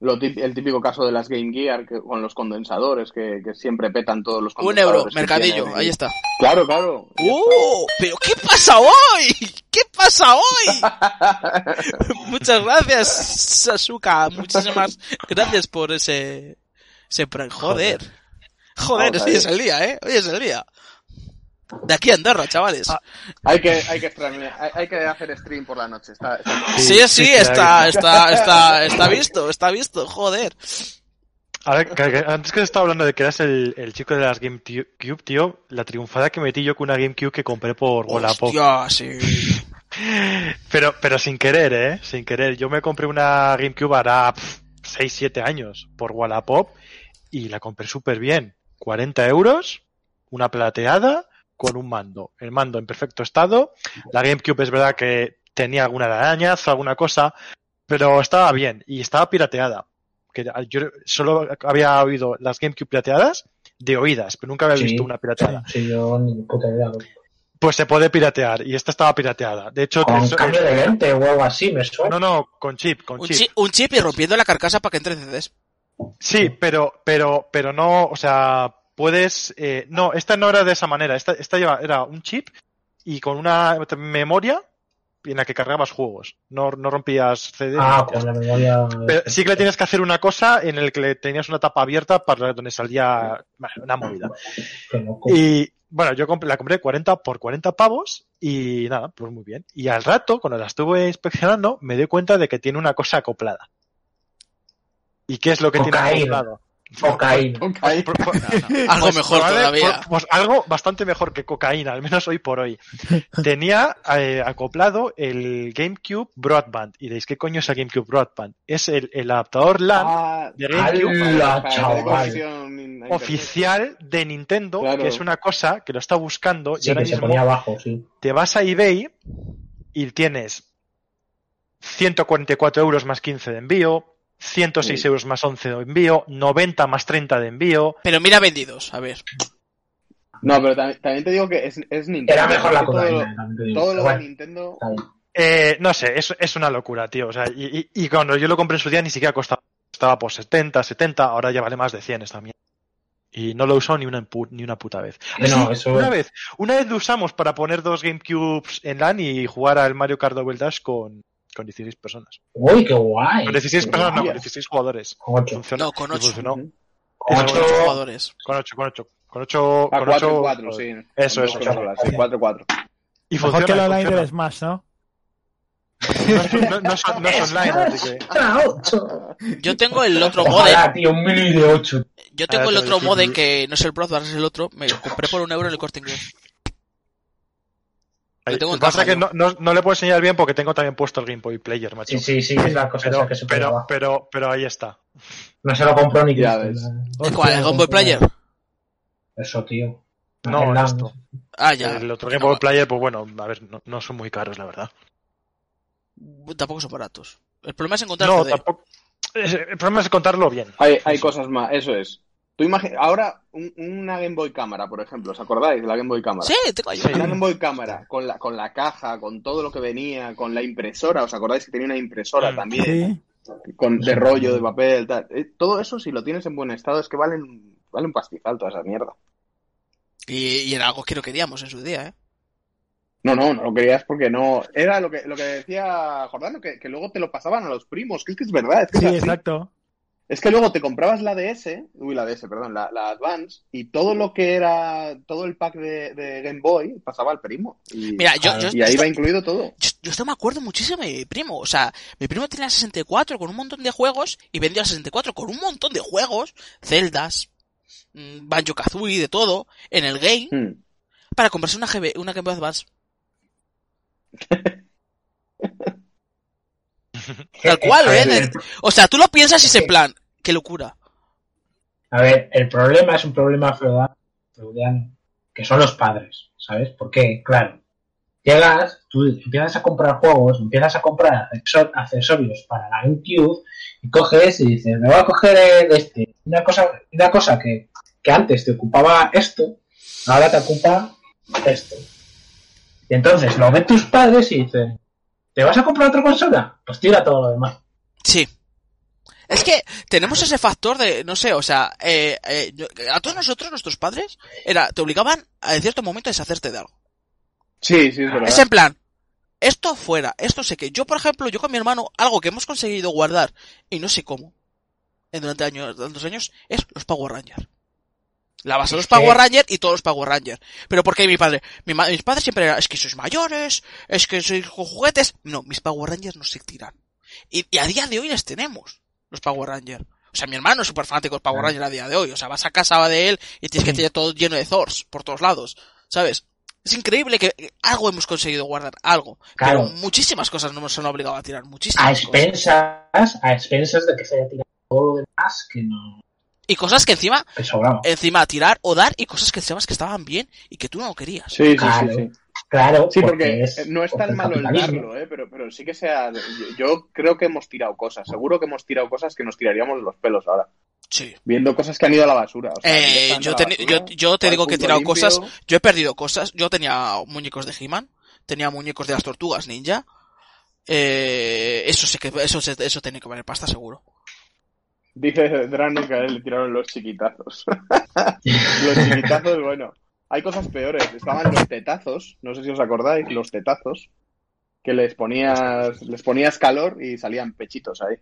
[SPEAKER 4] Lo tip- el típico caso de las Game Gear que- con los condensadores que, que siempre petan todos los
[SPEAKER 3] Un
[SPEAKER 4] condensadores.
[SPEAKER 3] euro,
[SPEAKER 4] que
[SPEAKER 3] mercadillo,
[SPEAKER 4] tienen.
[SPEAKER 3] ahí está.
[SPEAKER 4] Claro, claro.
[SPEAKER 3] ¡Oh! ¿Pero qué pasa hoy? ¿Qué pasa hoy? Muchas gracias, Sasuka. Muchísimas gracias por ese. ese prank. Joder. Joder,
[SPEAKER 4] Vamos
[SPEAKER 3] hoy
[SPEAKER 4] ahí.
[SPEAKER 3] es el día, ¿eh? Hoy es el día. De aquí a Andorra, chavales.
[SPEAKER 2] Ah,
[SPEAKER 4] Hay que, hay que streamear, hay, hay que hacer stream por la noche. Está, está-
[SPEAKER 3] sí, sí,
[SPEAKER 2] sí, sí,
[SPEAKER 3] está,
[SPEAKER 2] ahí.
[SPEAKER 3] está, está, está visto, está visto, joder.
[SPEAKER 2] A ver, que- que antes que te estaba hablando de que eras el, el chico de las GameCube, tío, la triunfada que metí yo con una GameCube que compré por Wallapop.
[SPEAKER 3] Hostia, sí.
[SPEAKER 2] Pero, pero sin querer, ¿eh? Sin querer. Yo me compré una GameCube hará 6, 7 años por Wallapop y la compré súper bien. 40 euros, una plateada con un mando. El mando en perfecto estado. La GameCube es verdad que tenía alguna arañazo, alguna cosa, pero estaba bien y estaba pirateada. Que yo solo había oído las GameCube pirateadas de oídas, pero nunca había
[SPEAKER 5] Sí.
[SPEAKER 2] visto una pirateada.
[SPEAKER 5] Sí, yo ni puta idea. güey.
[SPEAKER 2] Pues se puede piratear y esta estaba pirateada. De hecho,
[SPEAKER 5] Con
[SPEAKER 2] eso-
[SPEAKER 5] cambio de lente o algo así, me suena.
[SPEAKER 2] no, no, con chip, con
[SPEAKER 3] Un
[SPEAKER 2] chip.
[SPEAKER 3] chip, un chip y rompiendo la carcasa para que entre CDs.
[SPEAKER 2] Sí, pero, pero, pero no, o sea, puedes. eh, no, esta no era de esa manera. Esta, esta lleva, era un chip y con una memoria en la que cargabas juegos. No, no rompías CD.
[SPEAKER 5] Ah, con la memoria.
[SPEAKER 2] Pero sí que le tienes que hacer una cosa en el que le tenías una tapa abierta para donde salía bueno, una
[SPEAKER 5] Ah,
[SPEAKER 2] movida.
[SPEAKER 5] Qué loco.
[SPEAKER 2] Y bueno, yo compré- la compré 40 por 40 pavos y nada, pues muy bien. Y al rato, cuando la estuve inspeccionando, me di cuenta de que tiene una cosa acoplada. ¿Y qué es lo que tiene
[SPEAKER 5] Cocaína.
[SPEAKER 2] acoplado?
[SPEAKER 5] Cocaína.
[SPEAKER 4] Ok.
[SPEAKER 2] Pro- pro-
[SPEAKER 3] Algo
[SPEAKER 2] pues,
[SPEAKER 3] mejor
[SPEAKER 2] probable-
[SPEAKER 3] todavía.
[SPEAKER 2] pro- Pues algo bastante mejor que cocaína, al menos hoy por hoy. Tenía eh, acoplado el GameCube Broadband. Y diréis, ¿qué coño es el GameCube Broadband? Es el, el adaptador LAN
[SPEAKER 4] Ah,
[SPEAKER 2] de
[SPEAKER 5] al-
[SPEAKER 2] GameCube
[SPEAKER 5] ¡Hala,
[SPEAKER 4] para- para
[SPEAKER 5] chaval!
[SPEAKER 4] hacer conexión in- a internet.
[SPEAKER 2] oficial de Nintendo,
[SPEAKER 4] Claro.
[SPEAKER 2] que es una cosa que lo está buscando. y
[SPEAKER 5] Sí,
[SPEAKER 2] ahora
[SPEAKER 5] que se
[SPEAKER 2] mismo
[SPEAKER 5] ponía abajo, sí.
[SPEAKER 2] te vas a eBay y tienes 144 euros más 15 de envío, 106
[SPEAKER 4] Sí.
[SPEAKER 2] euros más 11 de envío, 90 más 30 de envío.
[SPEAKER 3] Pero mira vendidos, a ver.
[SPEAKER 4] No, pero tam- también te digo que es, es Nintendo.
[SPEAKER 5] Era mejor la
[SPEAKER 4] Todo,
[SPEAKER 5] cocaína, también te digo.
[SPEAKER 4] todo lo de
[SPEAKER 5] Bueno,
[SPEAKER 4] Nintendo.
[SPEAKER 5] está bien.
[SPEAKER 2] Eh, no sé, es, es una locura, tío. O sea, y, y- y cuando yo lo compré en su día ni siquiera costaba, costaba por 70, 70, ahora ya vale más de 100 esta mierda. Y no lo he usado ni una, pu- ni una puta vez.
[SPEAKER 5] Eh,
[SPEAKER 2] Sí,
[SPEAKER 5] No, eso
[SPEAKER 2] Una vez, una vez lo usamos para poner dos GameCubes en LAN y jugar al Mario Kart Double Dash con, con 16 personas.
[SPEAKER 5] Uy, qué guay.
[SPEAKER 2] Con 16
[SPEAKER 5] Qué
[SPEAKER 2] personas, no,
[SPEAKER 5] guay.
[SPEAKER 2] con 16 jugadores.
[SPEAKER 5] Con ocho.
[SPEAKER 2] Funcionó,
[SPEAKER 3] No, con
[SPEAKER 2] y
[SPEAKER 3] ocho.
[SPEAKER 2] funcionó.
[SPEAKER 5] Con
[SPEAKER 2] Eso,
[SPEAKER 5] ocho-
[SPEAKER 3] Ocho jugadores.
[SPEAKER 2] Con 8, con 8. Con 8,
[SPEAKER 4] A
[SPEAKER 2] con 8.
[SPEAKER 4] 4-4, Ah, sí.
[SPEAKER 2] Eso,
[SPEAKER 4] Con
[SPEAKER 2] eso,
[SPEAKER 4] dos
[SPEAKER 2] eso.
[SPEAKER 4] consolas, sí, 4-4.
[SPEAKER 2] Y
[SPEAKER 7] Mejor
[SPEAKER 2] funciona.
[SPEAKER 7] que el online
[SPEAKER 2] funciona.
[SPEAKER 7] del Smash, ¿no?
[SPEAKER 2] No, no son, no son online, así que.
[SPEAKER 5] Era ocho.
[SPEAKER 3] Yo tengo el otro modem.
[SPEAKER 5] Ojalá, tío, un mini de ocho.
[SPEAKER 3] Yo tengo
[SPEAKER 2] Ah,
[SPEAKER 3] el
[SPEAKER 2] eso
[SPEAKER 3] otro
[SPEAKER 2] es-
[SPEAKER 3] modem que no es el Broadband, es el otro. Me lo compré por un euro en el corte inglés. Lo tengo en
[SPEAKER 2] pasa
[SPEAKER 3] caja
[SPEAKER 2] que
[SPEAKER 3] yo.
[SPEAKER 2] no, no, no le puedo enseñar bien porque tengo también puesto el Game Boy Player, macho.
[SPEAKER 5] Sí, sí, sí, es la cosa esa
[SPEAKER 2] Pero,
[SPEAKER 5] que se pone
[SPEAKER 2] pero,
[SPEAKER 5] abajo.
[SPEAKER 2] pero, pero ahí está.
[SPEAKER 5] No se lo compró ni
[SPEAKER 4] Ya
[SPEAKER 5] Cristo,
[SPEAKER 4] ves.
[SPEAKER 5] la-
[SPEAKER 3] ¿Cuál? ¿El Game Boy Player?
[SPEAKER 5] Eso, tío.
[SPEAKER 2] No,
[SPEAKER 5] El
[SPEAKER 2] esto.
[SPEAKER 5] Lam-
[SPEAKER 3] Ah, ya.
[SPEAKER 2] El otro
[SPEAKER 3] Que
[SPEAKER 2] Game
[SPEAKER 3] no
[SPEAKER 2] Boy
[SPEAKER 3] va-
[SPEAKER 2] Player, pues bueno, a ver, no, no son muy caros, la verdad.
[SPEAKER 3] Tampoco son baratos. El problema es encontrar
[SPEAKER 2] No,
[SPEAKER 3] CD.
[SPEAKER 2] tampoco. es- El problema es contarlo bien.
[SPEAKER 4] Hay, hay cosas más, eso es. Tú imagi- ahora un- una Game Boy cámara, por ejemplo, ¿os acordáis de la Game Boy cámara?
[SPEAKER 3] Sí, tengo ahí.
[SPEAKER 2] Sí.
[SPEAKER 4] Una Game Boy cámara con la con la caja, con todo lo que venía, con la impresora, ¿os acordáis que tenía una impresora
[SPEAKER 2] Mm.
[SPEAKER 4] también?
[SPEAKER 7] Sí.
[SPEAKER 4] con de rollo, de papel, tal. Eh, todo eso si lo tienes en buen estado es que valen vale un pastizal toda esa mierda.
[SPEAKER 3] Y, y era algo que no queríamos en su día, ¿eh?
[SPEAKER 4] No, no, no lo querías porque no. Era lo que, lo que decía Jordano, que, que luego te lo pasaban a los primos, que es que es verdad. Es que,
[SPEAKER 7] Sí,
[SPEAKER 4] es así.
[SPEAKER 7] exacto.
[SPEAKER 4] Es que luego te comprabas la DS, uy, la DS, perdón, la, la Advance, y todo lo que era, todo el pack de, de Game Boy pasaba al primo. Y,
[SPEAKER 3] Mira, yo, yo,
[SPEAKER 4] y ahí
[SPEAKER 3] esto-
[SPEAKER 4] va incluido todo.
[SPEAKER 3] yo, yo esto me acuerdo muchísimo de mi primo. O sea, mi primo tenía la 64 con un montón de juegos y vendió la 64 con un montón de juegos, Zeldas, mm, Banjo Kazooie, de todo, en el game,
[SPEAKER 4] Hmm.
[SPEAKER 3] para comprarse una, GB, una Game Boy Advance. Tal cual,
[SPEAKER 5] A
[SPEAKER 3] ¿eh?
[SPEAKER 5] ver,
[SPEAKER 3] O sea, tú lo piensas y es en plan, qué locura.
[SPEAKER 5] A ver, el problema es un problema feudal, feudal, que son los padres, ¿sabes? Porque, claro, llegas, tú empiezas a comprar juegos, empiezas a comprar accesor- accesorios para la GameCube y coges y dices, me voy a coger el este. Una cosa, una cosa que, que antes te ocupaba esto, ahora te ocupa esto. Y entonces lo ven tus padres y dicen, ¿te vas a comprar otra consola? Pues tira todo lo demás.
[SPEAKER 3] Sí. Es que tenemos ese factor de, no sé, o sea, eh, eh, yo- a todos nosotros, nuestros padres, era, te obligaban a en cierto momento a deshacerte de algo.
[SPEAKER 4] Sí, sí, es verdad.
[SPEAKER 3] Es en plan, esto fuera, esto sé que. Yo, por ejemplo, yo con mi hermano, algo que hemos conseguido guardar, y no sé cómo, en durante años, tantos años, es los Power Rangers. La base de los
[SPEAKER 5] Es que-
[SPEAKER 3] Power Rangers y todos los Power Rangers. Pero porque mi padre, mi ma- mis padres siempre eran, es que sois mayores, es que sois con juguetes. No, mis Power Rangers no se tiran. Y, y a día de hoy les tenemos, los Power Rangers. O sea, mi hermano es súper fanático de los Power
[SPEAKER 5] Claro.
[SPEAKER 3] Rangers a día de hoy. O sea, vas a casa de él y tienes que tener todo lleno de Zors por todos lados, ¿sabes? Es increíble que que algo hemos conseguido guardar, algo.
[SPEAKER 5] Claro. Ah,
[SPEAKER 3] Pero muchísimas cosas no nos han obligado a tirar,
[SPEAKER 5] a
[SPEAKER 3] muchísimas cosas.
[SPEAKER 5] expensas, a expensas de que se haya tirado todo lo demás que no
[SPEAKER 3] Y cosas que encima,
[SPEAKER 5] que sobraba.
[SPEAKER 3] encima tirar o dar, y cosas que sabes que estaban bien y que tú no querías.
[SPEAKER 4] Sí, sí,
[SPEAKER 5] Claro.
[SPEAKER 4] sí, sí.
[SPEAKER 5] Claro,
[SPEAKER 4] Sí, porque
[SPEAKER 5] es-
[SPEAKER 4] eh, no es
[SPEAKER 5] porque
[SPEAKER 4] tan malo el
[SPEAKER 5] capitalismo.
[SPEAKER 4] darlo, ¿eh? pero, pero sí que sea. Yo, yo creo que hemos tirado cosas, seguro que hemos tirado cosas que nos tiraríamos los pelos ahora,
[SPEAKER 3] Sí.
[SPEAKER 4] viendo cosas que han ido a la basura. o sea,
[SPEAKER 3] Eh,
[SPEAKER 4] directamente
[SPEAKER 3] yo
[SPEAKER 4] a la
[SPEAKER 3] te-
[SPEAKER 4] basura,
[SPEAKER 3] yo- yo te
[SPEAKER 4] al
[SPEAKER 3] digo que he
[SPEAKER 4] punto
[SPEAKER 3] tirado
[SPEAKER 4] limpio.
[SPEAKER 3] cosas- Yo he perdido cosas, yo tenía muñecos de He-Man, tenía muñecos de las tortugas ninja. Eh, eso sí que, eso, se- eso tenía que valer pasta seguro.
[SPEAKER 4] Dice Drano que a él le tiraron los chiquitazos. los chiquitazos, bueno. Hay cosas peores. Estaban los tetazos, no sé si os acordáis, los tetazos, que les ponías, les ponías calor y salían pechitos ahí.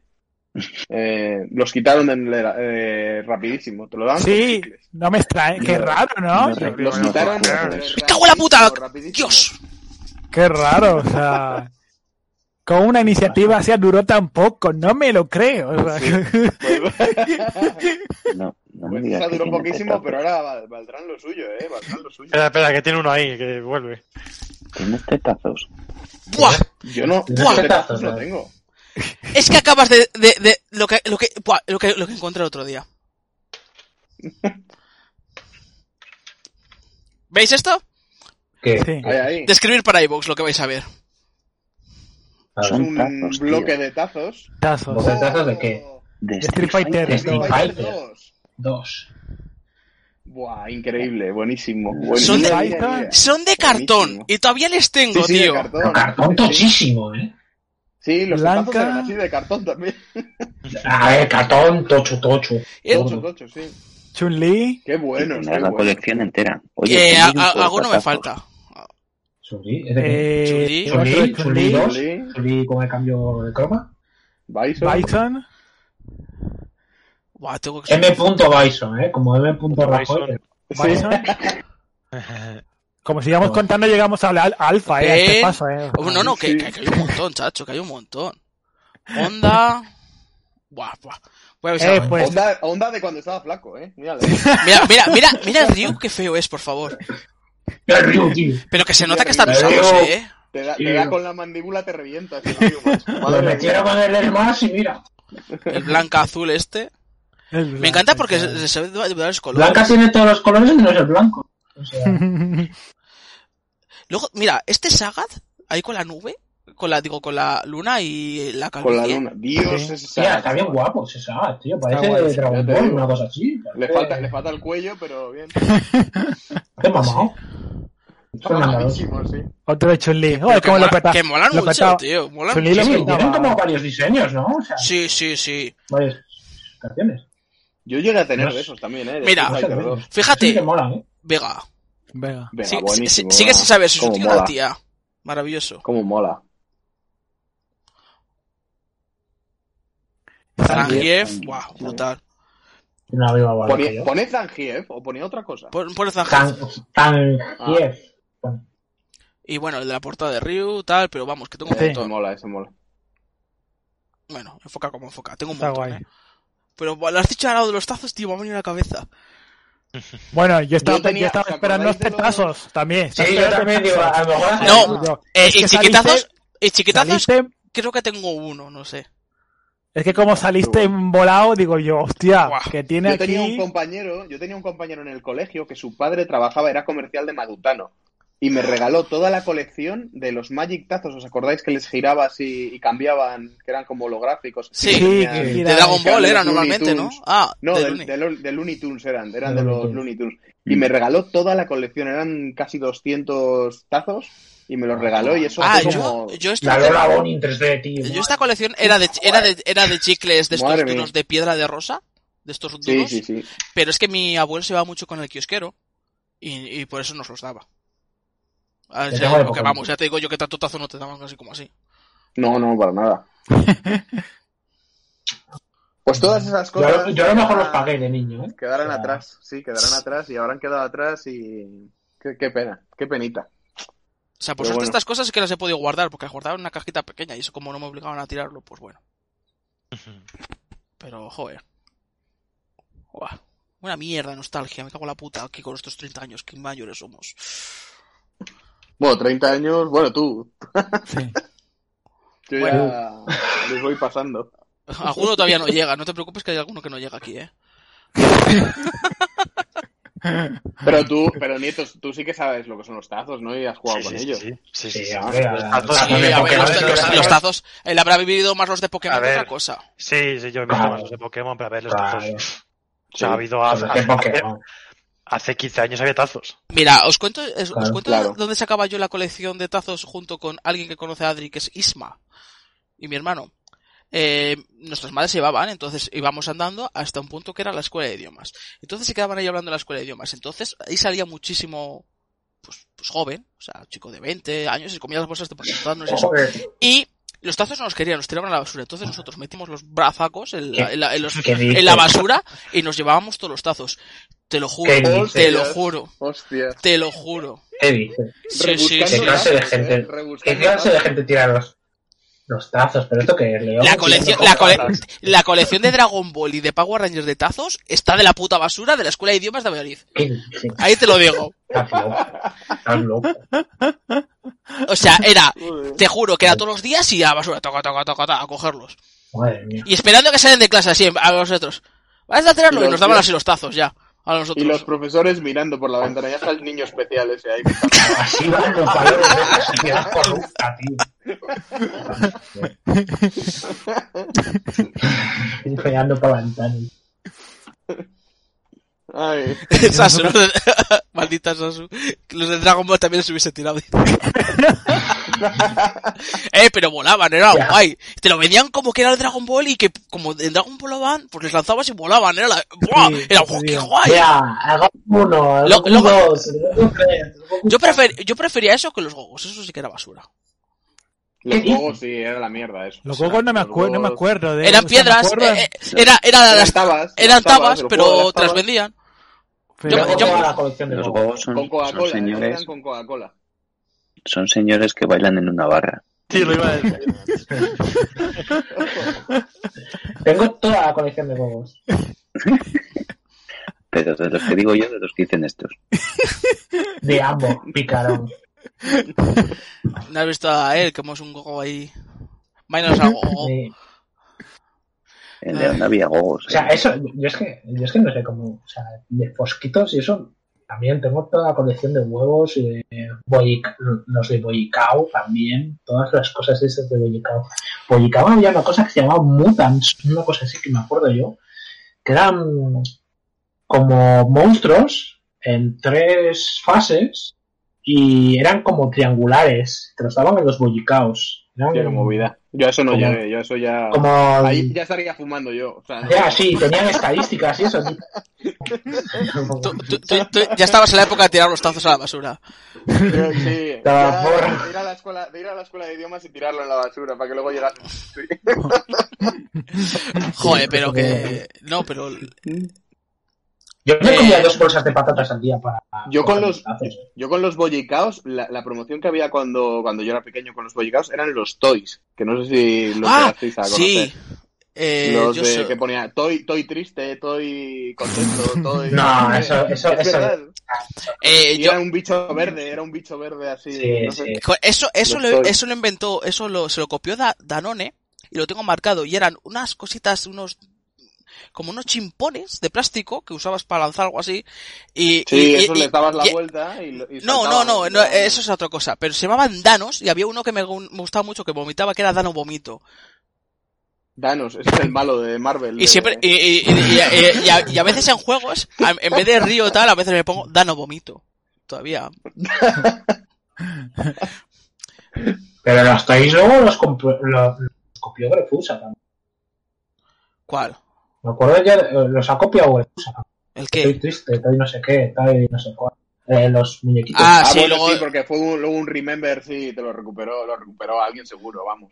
[SPEAKER 4] Eh, los quitaron de- eh, rapidísimo, te lo daban con
[SPEAKER 7] Sí,
[SPEAKER 4] chicles.
[SPEAKER 7] no me extrae. Qué
[SPEAKER 6] No,
[SPEAKER 7] raro, ¿no?
[SPEAKER 6] no sé.
[SPEAKER 4] Los
[SPEAKER 6] Bueno,
[SPEAKER 4] quitaron.
[SPEAKER 6] claro.
[SPEAKER 4] eh,
[SPEAKER 3] ¡Me cago en la puta!
[SPEAKER 4] rapidísimo, rapidísimo.
[SPEAKER 3] ¡Dios!
[SPEAKER 7] Qué raro, o sea. Con una iniciativa así duró tan poco, no me lo creo. o sea, que-
[SPEAKER 4] Pues,
[SPEAKER 6] No, no me
[SPEAKER 4] pues
[SPEAKER 6] digas
[SPEAKER 4] esa
[SPEAKER 6] que
[SPEAKER 4] duró
[SPEAKER 6] tiene
[SPEAKER 4] poquísimo,
[SPEAKER 6] tetazos.
[SPEAKER 4] pero ahora val- valdrán lo suyo, ¿eh? Valdrán lo suyo.
[SPEAKER 2] Espera, espera, que tiene uno ahí, que vuelve.
[SPEAKER 6] Tienes tetazos.
[SPEAKER 3] ¡Buah!
[SPEAKER 4] Yo no,
[SPEAKER 5] Tienes
[SPEAKER 4] yo
[SPEAKER 5] tetazos,
[SPEAKER 4] tetazos
[SPEAKER 5] ¿no?
[SPEAKER 4] no tengo.
[SPEAKER 3] Es que acabas de, de, de lo que, lo que, buah, lo que, lo que encontré el otro día. ¿Veis esto?
[SPEAKER 5] ¿Qué?
[SPEAKER 7] sí.
[SPEAKER 4] Ahí, ahí.
[SPEAKER 3] Describir para iVoox lo que vais a ver.
[SPEAKER 4] Es
[SPEAKER 6] Son
[SPEAKER 4] un
[SPEAKER 6] tazos, tío.
[SPEAKER 4] bloque de tazos.
[SPEAKER 7] Tazos.
[SPEAKER 5] Boca- ¿De tazos de qué?
[SPEAKER 6] De
[SPEAKER 7] Street Fighter.
[SPEAKER 5] De Street Fighter.
[SPEAKER 4] dos.
[SPEAKER 5] Dos.
[SPEAKER 4] Buah, increíble, buenísimo. buenísimo.
[SPEAKER 3] Son de-
[SPEAKER 4] Mira, mira, mira.
[SPEAKER 3] Son de cartón
[SPEAKER 4] Buenísimo.
[SPEAKER 3] y todavía les tengo,
[SPEAKER 4] Sí, sí, de
[SPEAKER 3] tío.
[SPEAKER 5] Pero
[SPEAKER 4] cartón.
[SPEAKER 5] cartón
[SPEAKER 4] Sí,
[SPEAKER 5] tochísimo, ¿eh?
[SPEAKER 4] Sí, los
[SPEAKER 7] Blanca.
[SPEAKER 4] tazos eran así de cartón también.
[SPEAKER 5] A ver, cartón tocho, tocho.
[SPEAKER 3] Eh,
[SPEAKER 5] Gordo.
[SPEAKER 4] Ocho, ocho, sí.
[SPEAKER 7] Chun-Li.
[SPEAKER 4] Qué
[SPEAKER 6] Y
[SPEAKER 4] bueno.
[SPEAKER 6] tenías la colección entera. Oye,
[SPEAKER 3] que
[SPEAKER 6] tenéis
[SPEAKER 3] Eh, a-
[SPEAKER 6] un
[SPEAKER 3] a-
[SPEAKER 6] portatazos.
[SPEAKER 3] alguno me falta.
[SPEAKER 5] Chun-Li, ¿es de qué?
[SPEAKER 7] Eh,
[SPEAKER 3] Chun-Li.
[SPEAKER 7] otro de
[SPEAKER 5] Chun-Li,
[SPEAKER 7] Chun-Li,
[SPEAKER 5] Chun-Li. Chun-Li con el cambio de croma.
[SPEAKER 4] Bison.
[SPEAKER 7] Bison.
[SPEAKER 3] Buah, tengo que...
[SPEAKER 5] M. Bison, ¿eh? Como M. Rajoy.
[SPEAKER 2] Bison.
[SPEAKER 5] pero-
[SPEAKER 7] Bison. Como sigamos
[SPEAKER 5] No.
[SPEAKER 7] contando, llegamos al, al alfa, eh. a
[SPEAKER 3] Eh,
[SPEAKER 7] Este paso, eh.
[SPEAKER 3] Oh, No, no, que,
[SPEAKER 4] Sí.
[SPEAKER 3] que- que hay un montón, chacho, que hay un montón. Honda... Buah, buah. Voy a avisar.
[SPEAKER 7] Eh, pues-
[SPEAKER 4] Onda, onda de cuando estaba flaco, ¿eh? Míralo.
[SPEAKER 3] Mira, mira, mira, mira el Ryu, qué feo es, por favor.
[SPEAKER 5] El Ryu, tío.
[SPEAKER 3] Pero que se nota que están
[SPEAKER 4] Ryu.
[SPEAKER 3] usados, eh.
[SPEAKER 4] Te da,
[SPEAKER 5] Sí.
[SPEAKER 4] te da con la mandíbula, te revientas. tío, macho.
[SPEAKER 5] Lo
[SPEAKER 4] Madre
[SPEAKER 5] metieron
[SPEAKER 4] mía.
[SPEAKER 5] con el más y mira.
[SPEAKER 3] El blanca azul este.
[SPEAKER 7] eh,
[SPEAKER 3] Me encanta porque
[SPEAKER 7] pues,
[SPEAKER 3] se, se ve de varios colores.
[SPEAKER 5] Blanca tiene todos los colores y no es el blanco. O sea,
[SPEAKER 7] eh.
[SPEAKER 3] Luego, mira, este Sagat, ahí con la nube, con la, digo, con la luna y la
[SPEAKER 4] Con la
[SPEAKER 3] calvicie.
[SPEAKER 4] luna. Dios, ese
[SPEAKER 5] tía,
[SPEAKER 4] Sagat.
[SPEAKER 5] está bien guapo ese Saga, tío. Parece
[SPEAKER 7] guay,
[SPEAKER 5] de
[SPEAKER 7] sí,
[SPEAKER 5] Dragon
[SPEAKER 4] ya te
[SPEAKER 5] Ball,
[SPEAKER 4] digo.
[SPEAKER 5] una cosa así.
[SPEAKER 4] Le
[SPEAKER 5] parece-
[SPEAKER 4] falta, le falta el cuello, pero bien.
[SPEAKER 5] Qué mamado. Es
[SPEAKER 4] Está
[SPEAKER 5] un mandado.
[SPEAKER 4] mamadísimo, sí.
[SPEAKER 7] Otro de Chun-Li.
[SPEAKER 3] Pero
[SPEAKER 7] Oye,
[SPEAKER 3] que
[SPEAKER 7] cómo lo
[SPEAKER 3] mola-
[SPEAKER 7] peta.
[SPEAKER 3] que molan
[SPEAKER 7] lo
[SPEAKER 3] mucho,
[SPEAKER 7] petaba.
[SPEAKER 3] tío. Molan
[SPEAKER 7] Chun-Li
[SPEAKER 3] mucho.
[SPEAKER 7] lo
[SPEAKER 5] Sí,
[SPEAKER 7] petaba.
[SPEAKER 5] tienen como varios diseños, ¿no? O sea,
[SPEAKER 3] Sí, sí, sí.
[SPEAKER 5] varias canciones.
[SPEAKER 4] Yo llegué a tener
[SPEAKER 5] No sé.
[SPEAKER 4] de esos también, ¿eh? de
[SPEAKER 3] Mira.
[SPEAKER 4] Street Fighter 2.
[SPEAKER 5] Sí que
[SPEAKER 3] Ah, Fíjate,
[SPEAKER 5] mola, ¿eh?
[SPEAKER 3] Vega.
[SPEAKER 7] Venga.
[SPEAKER 4] Venga,
[SPEAKER 3] Sí, sí, sí,
[SPEAKER 4] buenísimo.
[SPEAKER 3] sigue sin saber si es un
[SPEAKER 4] Cómo
[SPEAKER 3] tío o una
[SPEAKER 4] mola,
[SPEAKER 3] tía. Maravilloso.
[SPEAKER 4] Cómo mola.
[SPEAKER 3] Zangief,
[SPEAKER 6] Zangief.
[SPEAKER 3] guau, brutal.
[SPEAKER 5] Una viva bola,
[SPEAKER 4] Ponía,
[SPEAKER 5] tío.
[SPEAKER 4] ponía Zangief o ponía otra cosa.
[SPEAKER 3] Pon, pon el Zangief.
[SPEAKER 5] Tan, tan
[SPEAKER 4] Ah.
[SPEAKER 5] Kiev.
[SPEAKER 3] Y bueno, el de la portada de Ryu, tal, pero vamos, que tengo un
[SPEAKER 7] Sí.
[SPEAKER 4] Eso
[SPEAKER 3] montón.
[SPEAKER 4] mola, eso mola.
[SPEAKER 3] Bueno, enfoca como enfoca, tengo un
[SPEAKER 7] Está
[SPEAKER 3] montón.
[SPEAKER 7] guay.
[SPEAKER 3] eh. Pero bueno, lo has dicho ahora de los tazos, tío, me ha venido a la cabeza.
[SPEAKER 7] Bueno, yo estaba,
[SPEAKER 4] Yo tenía-
[SPEAKER 7] yo estaba
[SPEAKER 4] ¿os
[SPEAKER 7] esperando
[SPEAKER 4] acordáis de los-
[SPEAKER 7] espetazos también.
[SPEAKER 5] Sí,
[SPEAKER 7] Estaba
[SPEAKER 5] yo
[SPEAKER 7] esperando
[SPEAKER 5] también digo, a
[SPEAKER 7] espetazos.
[SPEAKER 5] lo mejor hace-
[SPEAKER 3] No,
[SPEAKER 7] Yo-
[SPEAKER 3] Eh,
[SPEAKER 7] es
[SPEAKER 3] y
[SPEAKER 7] que
[SPEAKER 3] chiquitazos,
[SPEAKER 7] saliste-
[SPEAKER 3] y chiquitazos,
[SPEAKER 7] saliste-
[SPEAKER 3] creo que tengo uno, no sé.
[SPEAKER 7] es que como saliste volado, digo yo, hostia,
[SPEAKER 3] Guau.
[SPEAKER 7] que tiene
[SPEAKER 4] Yo
[SPEAKER 7] aquí...
[SPEAKER 4] tenía un compañero, yo tenía un compañero en el colegio que su padre trabajaba, era comercial de Madutano. Y me regaló toda la colección de los Magic Tazos. ¿Os acordáis que les girabas y, y cambiaban? Que eran como holográficos.
[SPEAKER 3] Sí,
[SPEAKER 7] Sí,
[SPEAKER 4] Tenían-
[SPEAKER 7] que
[SPEAKER 4] de
[SPEAKER 3] de
[SPEAKER 7] gira-
[SPEAKER 3] Dragon Ball
[SPEAKER 4] de
[SPEAKER 3] era
[SPEAKER 4] los Looney
[SPEAKER 3] normalmente, ¿no?
[SPEAKER 4] Tunes.
[SPEAKER 3] Ah,
[SPEAKER 4] No,
[SPEAKER 3] de
[SPEAKER 4] de,
[SPEAKER 3] Looney.
[SPEAKER 4] de lo- de Looney Tunes eran, eran
[SPEAKER 5] De
[SPEAKER 4] de,
[SPEAKER 5] Looney
[SPEAKER 4] los
[SPEAKER 5] Tunes.
[SPEAKER 4] Looney Tunes. Y
[SPEAKER 5] Mm.
[SPEAKER 4] me regaló toda la colección, eran casi 200 tazos y me los regaló y eso
[SPEAKER 3] Ah,
[SPEAKER 4] fue como...
[SPEAKER 3] yo, yo esto-
[SPEAKER 5] La Lola Bonnie en 3D, tío.
[SPEAKER 3] yo esta colección era de, era de, era de chicles de estos
[SPEAKER 4] Madre mía.
[SPEAKER 3] duros de piedra de rosa, de estos
[SPEAKER 4] Sí,
[SPEAKER 3] duros,
[SPEAKER 4] sí, sí.
[SPEAKER 3] pero es que mi abuelo se iba mucho con el kiosquero y, y por eso nos los daba. Ah,
[SPEAKER 5] Te
[SPEAKER 3] sí,
[SPEAKER 5] daba de
[SPEAKER 3] porque
[SPEAKER 5] Pokémon.
[SPEAKER 3] vamos, ya te digo yo que tanto tazo no te daban casi como así.
[SPEAKER 4] No, no, para nada. Pues todas esas
[SPEAKER 5] Yo, a
[SPEAKER 4] cosas...
[SPEAKER 5] lo- yo a lo mejor los pagué de niño, ¿eh?
[SPEAKER 4] Quedarán
[SPEAKER 5] O sea,
[SPEAKER 4] atrás, sí, quedarán atrás y habrán quedado atrás y... Qué, qué pena, qué penita.
[SPEAKER 3] O sea, por suerte
[SPEAKER 4] Pero bueno.
[SPEAKER 3] estas cosas sí que las he podido guardar, porque las guardaba en una cajita pequeña y eso como no me obligaban a tirarlo, pues bueno. Pero, joder. Buah. Una mierda de nostalgia, me cago en la puta aquí con estos 30 años, que mayores somos.
[SPEAKER 4] Bueno, 30 años, bueno, tú.
[SPEAKER 7] Sí.
[SPEAKER 4] Yo
[SPEAKER 5] Bueno.
[SPEAKER 4] ya les voy pasando.
[SPEAKER 3] Alguno todavía no llega, no te preocupes que hay alguno que no llega aquí, eh.
[SPEAKER 4] Pero tú, pero Nietos, tú sí que sabes lo que son los tazos, ¿no? Y has jugado
[SPEAKER 2] Sí,
[SPEAKER 4] con
[SPEAKER 2] sí,
[SPEAKER 4] ellos.
[SPEAKER 2] sí, sí, sí,
[SPEAKER 5] Sí,
[SPEAKER 2] sí.
[SPEAKER 5] a ver, a-
[SPEAKER 2] Los tazos
[SPEAKER 5] a-
[SPEAKER 3] Sí,
[SPEAKER 5] Tazos de
[SPEAKER 3] a ver,
[SPEAKER 5] Pokémon,
[SPEAKER 3] los,
[SPEAKER 5] sí,
[SPEAKER 3] los-
[SPEAKER 5] claro.
[SPEAKER 3] los tazos, él habrá vivido más los de
[SPEAKER 2] A
[SPEAKER 3] Pokémon que
[SPEAKER 2] ver.
[SPEAKER 3] otra cosa.
[SPEAKER 2] Sí, sí, yo he visto
[SPEAKER 5] Claro.
[SPEAKER 2] más los de Pokémon, pero a ver, los
[SPEAKER 5] Claro.
[SPEAKER 2] tazos. O sea, ha habido
[SPEAKER 5] Los
[SPEAKER 2] hace,
[SPEAKER 5] de
[SPEAKER 2] hace,
[SPEAKER 5] Pokémon.
[SPEAKER 2] hace 15 años había tazos.
[SPEAKER 3] Mira, os cuento, es- os
[SPEAKER 5] Claro,
[SPEAKER 3] cuento
[SPEAKER 4] claro.
[SPEAKER 3] dónde sacaba yo la colección de tazos junto con alguien que conoce a Adri, que es Isma, y mi hermano. Eh, nuestras madres se llevaban, entonces íbamos andando hasta un punto que era la escuela de idiomas. Entonces se quedaban ahí hablando en la escuela de idiomas. Entonces ahí salía muchísimo, pues, pues joven, o sea, chico de 20 años, y comía las bolsas de pantanos y eso.
[SPEAKER 5] Joder,
[SPEAKER 3] Y los tazos no los querían, los tiraban a la basura. Entonces nosotros metimos los brazacos en la, en la- en los-
[SPEAKER 5] ¿qué dices?
[SPEAKER 3] en la basura y nos llevábamos todos los tazos. Te lo juro,
[SPEAKER 5] ¿Qué dices?
[SPEAKER 3] te lo juro.
[SPEAKER 4] Hostia.
[SPEAKER 3] Te lo juro.
[SPEAKER 5] ¿Qué dices?
[SPEAKER 3] Sí, sí,
[SPEAKER 5] ¿Qué
[SPEAKER 3] sí.
[SPEAKER 4] Rebuscando
[SPEAKER 5] clase de
[SPEAKER 4] tazos,
[SPEAKER 5] gente?
[SPEAKER 4] ¿eh? Rebuscando
[SPEAKER 5] ¿Qué clase de
[SPEAKER 4] tazos.
[SPEAKER 5] gente tira los, los tazos? ¿Pero esto qué es, Leo?
[SPEAKER 3] La colección, la, cole- la colección de Dragon Ball y de Power Rangers de tazos está de la puta basura de la Escuela de Idiomas de Valladolid.
[SPEAKER 5] ¿Qué dices?
[SPEAKER 3] Ahí te lo digo.
[SPEAKER 5] Estás loco. Estás loco.
[SPEAKER 3] O sea, era,
[SPEAKER 4] Joder.
[SPEAKER 3] te juro que era todos los días y a basura, toca, toca, toca, toca, a cogerlos.
[SPEAKER 5] Madre mía.
[SPEAKER 3] Y esperando que salen de clase así, a nosotros. Vas a tirarlo
[SPEAKER 4] Y
[SPEAKER 3] y nos
[SPEAKER 4] los
[SPEAKER 3] daban
[SPEAKER 4] tíos-
[SPEAKER 3] así los tazos ya. A nosotros.
[SPEAKER 4] Y los profesores mirando por la ventana, ya está el niño especial ese ahí.
[SPEAKER 5] Así van los valores de la sociedad corrupta, tío. Estoy pegando por la ventana.
[SPEAKER 4] Ay,
[SPEAKER 3] Sasu, los de- maldita Sasu. Los de Dragon Ball también se hubiese tirado. eh, pero volaban, era
[SPEAKER 5] Ya.
[SPEAKER 3] guay. Te lo vendían como que era el Dragon Ball y que como en Dragon Ball van, pues les lanzabas y volaban. Era la... ¡Buah!
[SPEAKER 7] Sí,
[SPEAKER 3] Era
[SPEAKER 7] sí,
[SPEAKER 3] qué
[SPEAKER 7] sí.
[SPEAKER 3] guay.
[SPEAKER 5] Ya, el Goku 1, el
[SPEAKER 3] Lo-
[SPEAKER 5] Goku
[SPEAKER 3] lo-
[SPEAKER 5] 2, el Goku 3. el Goku
[SPEAKER 3] Yo, prefer- yo prefería eso que los gogos. Eso sí que era basura.
[SPEAKER 4] los
[SPEAKER 3] ¿Eh?
[SPEAKER 5] ¿Qué
[SPEAKER 4] juegos sí, era la mierda eso.
[SPEAKER 7] Los juegos no me,
[SPEAKER 4] Los
[SPEAKER 7] acuer- no me
[SPEAKER 4] juegos-
[SPEAKER 7] acuerdo. De,
[SPEAKER 3] Eran
[SPEAKER 7] o sea, me
[SPEAKER 3] piedras.
[SPEAKER 7] acuerdo-
[SPEAKER 3] eh, eh, era, era
[SPEAKER 4] Eran
[SPEAKER 3] las,
[SPEAKER 4] tabas.
[SPEAKER 3] eran
[SPEAKER 4] las
[SPEAKER 3] tabas,
[SPEAKER 4] el juego de
[SPEAKER 3] pero
[SPEAKER 4] las
[SPEAKER 3] te las
[SPEAKER 4] tabas
[SPEAKER 3] vendían.
[SPEAKER 7] pero-
[SPEAKER 3] yo-
[SPEAKER 5] Luego
[SPEAKER 3] yo-
[SPEAKER 5] toda la colección de
[SPEAKER 6] Los
[SPEAKER 5] Goku.
[SPEAKER 6] juegos son,
[SPEAKER 4] Con
[SPEAKER 6] son
[SPEAKER 4] Coca-Cola,
[SPEAKER 6] señores,
[SPEAKER 4] eran con Coca-Cola.
[SPEAKER 6] son señores que bailan en una barra.
[SPEAKER 2] Sí, lo iba a decir.
[SPEAKER 5] Tengo toda la colección de juegos.
[SPEAKER 6] Pero de los que digo yo, de los que dicen estos.
[SPEAKER 5] De ambos, picarón.
[SPEAKER 3] ¿No has visto a él? Como es un gogo ahí. Menos a gogo.
[SPEAKER 5] Sí.
[SPEAKER 6] En
[SPEAKER 3] Ah.
[SPEAKER 6] León había gogos.
[SPEAKER 5] O sea,
[SPEAKER 6] ¿eh?
[SPEAKER 5] eso, yo es que, yo es que no sé cómo, o sea, de fosquitos y eso, también tengo toda la colección de huevos, eh, boy- los de Boyicao también, todas las cosas esas de Boyicao. Boyicao había una cosa que se llamaba Mutants, una cosa así que me acuerdo yo, que eran como monstruos en tres fases y eran como triangulares, te los daban en los Boyicaos. Eran
[SPEAKER 4] Qué movida. Yo a eso no
[SPEAKER 5] Como-
[SPEAKER 4] llegué, yo a eso ya...
[SPEAKER 5] Como...
[SPEAKER 4] Ahí ya estaría fumando yo. O sea, no.
[SPEAKER 5] Ya, sí, tenían estadísticas y eso.
[SPEAKER 3] Tú- tú- tú- tú ya estabas en la época de tirar los tazos a la basura.
[SPEAKER 4] Yo sí.
[SPEAKER 5] La
[SPEAKER 4] Ya,
[SPEAKER 5] porra.
[SPEAKER 4] de ir, a la escuela, de ir a la escuela de idiomas y tirarlo en la basura para que luego llegase. Sí.
[SPEAKER 3] Joder, pero que. No, pero.
[SPEAKER 5] Yo me comía dos bolsas de patatas al día para.
[SPEAKER 4] Eh, Yo con los
[SPEAKER 5] para tazos.
[SPEAKER 4] yo con los bollicaos, la, la promoción que había cuando, cuando yo era pequeño con los bollicaos eran los toys, que no sé si los
[SPEAKER 3] ¡Ah!
[SPEAKER 4] llegasteis a conocer.
[SPEAKER 3] Sí. Eh,
[SPEAKER 4] los
[SPEAKER 3] yo
[SPEAKER 4] de
[SPEAKER 3] sé-
[SPEAKER 4] que ponía toy, toy triste, toy contento, toy.
[SPEAKER 5] No, eso- eso-
[SPEAKER 4] Es
[SPEAKER 5] eso-
[SPEAKER 4] verdad.
[SPEAKER 3] eh,
[SPEAKER 4] Y
[SPEAKER 3] yo-
[SPEAKER 4] era un bicho verde, era un bicho verde así.
[SPEAKER 5] Sí,
[SPEAKER 4] no sé.
[SPEAKER 5] sí.
[SPEAKER 3] jo- Eso, eso,
[SPEAKER 4] Los
[SPEAKER 3] lo,
[SPEAKER 4] Toys.
[SPEAKER 3] eso lo inventó, eso lo, se lo copió Da- Danone y lo tengo marcado. Y eran unas cositas, unos. como unos chimpones de plástico que usabas para lanzar algo así. Y,
[SPEAKER 4] Sí,
[SPEAKER 3] y-
[SPEAKER 4] eso
[SPEAKER 3] y-
[SPEAKER 4] les dabas la
[SPEAKER 3] y-
[SPEAKER 4] vuelta y, lo- y
[SPEAKER 3] No, no,
[SPEAKER 4] saltaban.
[SPEAKER 3] no, no, eso es otra cosa. Pero se llamaban Danos y había uno que me gu- me gustaba mucho que vomitaba, que era Dano Vomito.
[SPEAKER 4] Danos, ese es el malo de Marvel.
[SPEAKER 3] Y
[SPEAKER 4] de-
[SPEAKER 3] siempre, y, y- y- y- y- y a, y a veces en juegos, a- en vez de río tal, a veces me pongo Dano Vomito. Todavía.
[SPEAKER 5] Pero los toys luego los, comp- lo- los copió Grefusa también.
[SPEAKER 3] ¿Cuál?
[SPEAKER 5] Me acuerdo que eh, los ha copiado Grefusa.
[SPEAKER 3] ¿El
[SPEAKER 5] Estoy
[SPEAKER 3] qué?
[SPEAKER 5] triste, estoy no sé qué, estoy no sé cuál. Eh, los muñequitos.
[SPEAKER 3] Ah,
[SPEAKER 4] Ah,
[SPEAKER 3] sí,
[SPEAKER 4] bueno,
[SPEAKER 3] luego.
[SPEAKER 4] sí, porque fue un, luego un remember, sí, te lo recuperó, lo recuperó alguien seguro, vamos.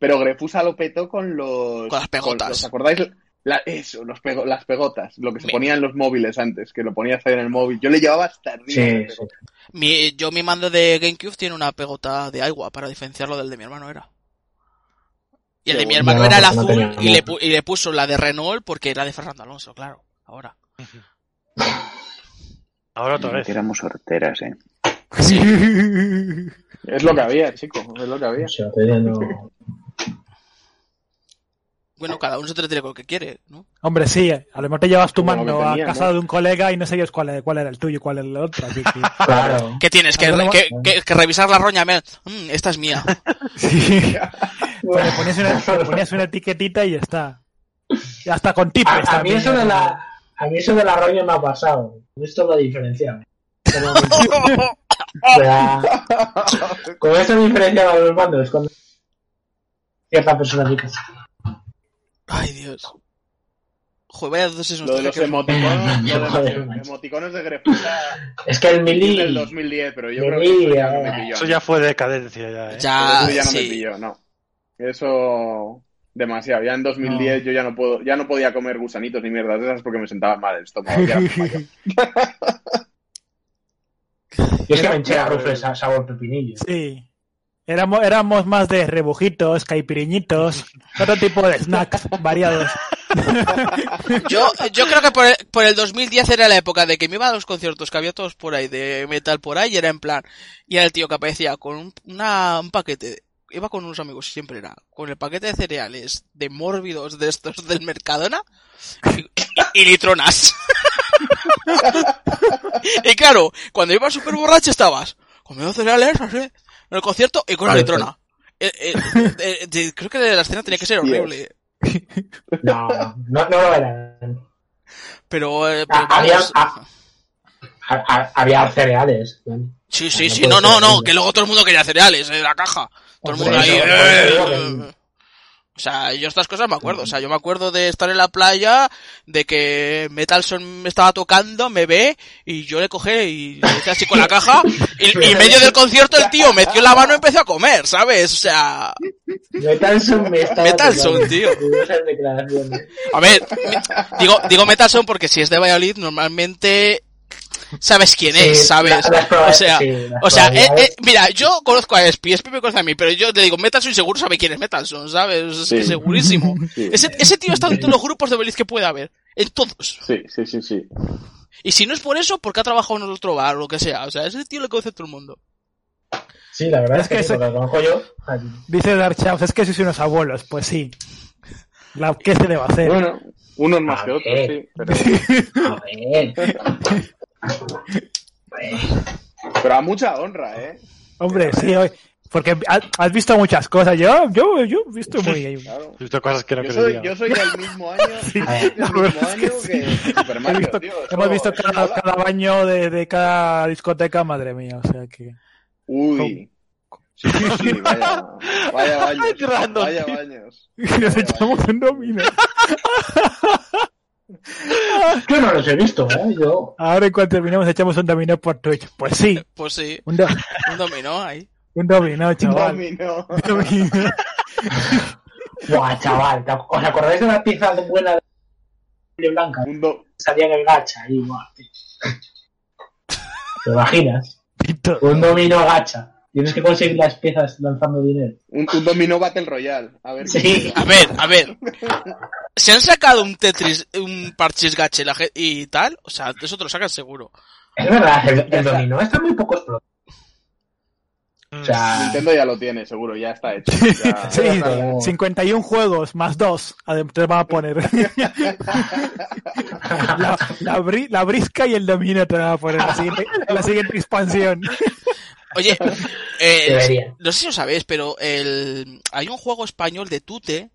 [SPEAKER 4] Pero Grefusa lo petó con los...
[SPEAKER 3] Con las pegotas.
[SPEAKER 4] ¿Os acordáis? La- eso, los pego- las pegotas, lo que se
[SPEAKER 3] Me-
[SPEAKER 4] ponían en los móviles antes, que lo ponías ahí en el móvil. Yo le llevaba hasta arriba.
[SPEAKER 5] sí,
[SPEAKER 4] las
[SPEAKER 5] sí.
[SPEAKER 4] pegotas.
[SPEAKER 3] Mi, yo mi mando de GameCube tiene una pegota de agua para diferenciarlo del de mi hermano era. Y el
[SPEAKER 4] Qué
[SPEAKER 3] de mi
[SPEAKER 4] bueno.
[SPEAKER 3] hermano
[SPEAKER 5] No,
[SPEAKER 3] era el
[SPEAKER 5] no
[SPEAKER 3] azul
[SPEAKER 5] tenía
[SPEAKER 3] y, le
[SPEAKER 5] nada.
[SPEAKER 3] pu- y le puso la de Renault porque era de Fernando Alonso, claro. Ahora.
[SPEAKER 2] Ahora otra vez.
[SPEAKER 6] Que éramos horteras, ¿eh?
[SPEAKER 3] eh.
[SPEAKER 4] Es lo que había, chico, es lo que había.
[SPEAKER 5] O sea, todavía no-
[SPEAKER 3] Bueno, cada uno se entretiene con lo que quiere, ¿no?
[SPEAKER 7] Hombre, sí, eh, a lo mejor te llevas tu
[SPEAKER 4] Como lo que
[SPEAKER 7] mando a
[SPEAKER 4] teníamos.
[SPEAKER 7] casa de un colega y no sabías cuál, era- cuál era el tuyo y cuál era el otro. Así que...
[SPEAKER 5] Claro.
[SPEAKER 3] ¿Qué tienes?
[SPEAKER 5] Ah,
[SPEAKER 3] Que,
[SPEAKER 7] Ahora lo-
[SPEAKER 3] que, que- que revisar la roña, Mel. Mm, esta es mía.
[SPEAKER 7] Sí. Pues le ponías, una, le ponías una etiquetita y ya está. Y hasta con tipes.
[SPEAKER 5] A, a mí
[SPEAKER 7] también,
[SPEAKER 5] eso
[SPEAKER 7] ya
[SPEAKER 5] de
[SPEAKER 7] está.
[SPEAKER 5] la. A mí eso de la roña me ha pasado. Esto lo diferenciaba. Pero, o sea, Con esto diferenciaba los bandos con cierta persona chica.
[SPEAKER 3] Ay, Dios. Joder, vaya dos esos
[SPEAKER 4] Lo de los
[SPEAKER 3] que-
[SPEAKER 4] emoticonos, lo de
[SPEAKER 5] Joder,
[SPEAKER 4] los
[SPEAKER 5] macho.
[SPEAKER 4] emoticonos de Grefusa
[SPEAKER 5] Es que el
[SPEAKER 4] es del
[SPEAKER 5] mili.
[SPEAKER 4] 2010, pero yo
[SPEAKER 5] Mili,
[SPEAKER 4] creo que eso ya no me
[SPEAKER 5] ah.
[SPEAKER 4] pilló.
[SPEAKER 2] Eso ya fue decadencia ya, ¿eh?
[SPEAKER 3] Ya,
[SPEAKER 4] Pero ah. eso ya no me
[SPEAKER 3] sí.
[SPEAKER 4] pilló, no. Eso demasiado. Ya en 2010 yo ya no puedo, ya no podía comer gusanitos ni mierdas de esas porque me sentaba mal el estómago. Ya, vaya.
[SPEAKER 5] Yo es que me enché la rufles a sabor pepinillo.
[SPEAKER 7] Sí. Éramos, éramos más de rebujitos, caipiriñitos, otro tipo de snacks variados.
[SPEAKER 3] Yo, yo creo que por el, por el 2010 era la época de que me iba a los conciertos que había todos por ahí, de metal por ahí, y era en plan. Y era el tío que aparecía con un, una- un paquete. Iba con unos amigos, siempre era. Con el paquete de cereales, de mórbidos de estos del Mercadona. Y, y litronas. y claro, cuando ibas súper borracho estabas comiendo cereales, así, en el concierto y con la
[SPEAKER 5] Vale,
[SPEAKER 3] litrona. Eh, eh, eh, de- creo que la escena tenía que ser horrible.
[SPEAKER 5] No, no, no lo eran.
[SPEAKER 3] Pero, eh, pero
[SPEAKER 5] Ah, había,
[SPEAKER 3] vamos-
[SPEAKER 5] ah, ah, ah, había cereales. ¿no?
[SPEAKER 3] Sí, sí, sí. No, no, no. Que luego todo el mundo quería cereales en la caja. Todo el mundo ahí.
[SPEAKER 5] Hombre, eso,
[SPEAKER 3] eh,
[SPEAKER 5] eso.
[SPEAKER 3] O sea, yo estas cosas me acuerdo. O sea, yo me acuerdo de estar en la playa, de que Metalson me estaba tocando, me ve, y yo le cogí y le hice así con la caja, y, y en medio del concierto el tío metió la mano y empezó a comer, ¿sabes? O sea,
[SPEAKER 5] Metalson me estaba
[SPEAKER 3] Metalson,
[SPEAKER 5] tocando.
[SPEAKER 3] tío.
[SPEAKER 5] Dudosas declaraciones.
[SPEAKER 3] a ver, me- digo, digo Metalson porque si es de Valladolid, normalmente sabes quién es, Eh,
[SPEAKER 5] Sí,
[SPEAKER 3] ¿sabes?
[SPEAKER 5] la- las
[SPEAKER 3] O
[SPEAKER 5] proba-
[SPEAKER 3] sea,
[SPEAKER 5] sí, las
[SPEAKER 3] O sea, eh,
[SPEAKER 5] probabilidades-
[SPEAKER 3] eh, mira, yo conozco a Espi, Espi me conoce a mí, pero yo te digo, Metalson seguro sabe quién es Metalson, ¿sabes? Es que
[SPEAKER 4] Sí.
[SPEAKER 3] segurísimo.
[SPEAKER 4] Sí.
[SPEAKER 3] Ese, ese tío está en todos los grupos de Beliz que puede haber. En todos.
[SPEAKER 4] Sí, sí, sí, sí.
[SPEAKER 3] Y si no es por eso, porque ha trabajado en otro bar o lo que sea. O sea, ese tío le conoce a todo el mundo.
[SPEAKER 5] Sí, la verdad es que
[SPEAKER 7] Es que
[SPEAKER 5] sí, porque lo conozco yo.
[SPEAKER 7] Dice Darchaus, es que sois unos abuelos. Pues sí. La, ¿Qué se le va a hacer?
[SPEAKER 4] Bueno, unos más que otros, sí. Pero,
[SPEAKER 5] A ver.
[SPEAKER 4] pero a mucha honra, ¿eh?
[SPEAKER 7] Hombre, sí, hoy. Porque ha- has visto muchas cosas. Yo, yo, yo he visto muy.
[SPEAKER 4] Claro.
[SPEAKER 2] He visto cosas que no
[SPEAKER 4] Yo
[SPEAKER 2] creía.
[SPEAKER 4] soy, yo soy del mismo año,
[SPEAKER 5] A ver.
[SPEAKER 4] del mismo año que Super
[SPEAKER 7] He
[SPEAKER 4] Mario,
[SPEAKER 7] visto-
[SPEAKER 4] tío.
[SPEAKER 7] hemos
[SPEAKER 4] Eso-
[SPEAKER 7] visto
[SPEAKER 4] eso
[SPEAKER 7] cada,
[SPEAKER 4] mola.
[SPEAKER 7] cada baño de, de cada discoteca, madre mía. O sea que.
[SPEAKER 4] Uy. Sí, sí, sí, vaya, vaya baños.
[SPEAKER 2] Qué random,
[SPEAKER 4] vaya
[SPEAKER 2] tío.
[SPEAKER 4] baños.
[SPEAKER 7] Nos echamos en domino.
[SPEAKER 5] Yo no los he visto, ¿eh? Yo.
[SPEAKER 7] Ahora en cuanto terminemos echamos un dominó por Twitch. Pues sí,
[SPEAKER 3] Pues sí,
[SPEAKER 7] un, do-
[SPEAKER 3] un dominó ahí.
[SPEAKER 7] un dominó, chaval.
[SPEAKER 4] Dominó.
[SPEAKER 7] Dominó.
[SPEAKER 5] Buah, chaval. ¿te ac- ¿Os acordáis de la pieza de buena de Blanca?
[SPEAKER 4] Un do-
[SPEAKER 5] Salía en el gacha ahí, buah, tío. ¿Te imaginas?
[SPEAKER 7] Pito.
[SPEAKER 5] Un domino gacha. Tienes que conseguir las piezas lanzando dinero.
[SPEAKER 4] un, un dominó Battle Royale. A ver.
[SPEAKER 5] Sí.
[SPEAKER 3] A ver, a ver. Se han sacado un Tetris, un Parchis Gache la ge- y tal. O sea, eso te lo sacan seguro.
[SPEAKER 5] Es verdad, el,
[SPEAKER 4] Ya
[SPEAKER 5] el
[SPEAKER 4] está.
[SPEAKER 5] dominó está muy poco explotado.
[SPEAKER 2] Mm.
[SPEAKER 5] O sea,
[SPEAKER 4] Nintendo ya lo tiene, seguro, ya está hecho. Ya-
[SPEAKER 7] Sí,
[SPEAKER 4] ya está.
[SPEAKER 5] como-
[SPEAKER 7] 51 juegos más dos. Adentro van a poner. La, la bri- la brisca y el dominó te van a poner. La siguiente, la siguiente expansión.
[SPEAKER 3] Oye, eh,
[SPEAKER 5] debería.
[SPEAKER 3] no sé si lo sabéis, pero el, hay un juego español de Tute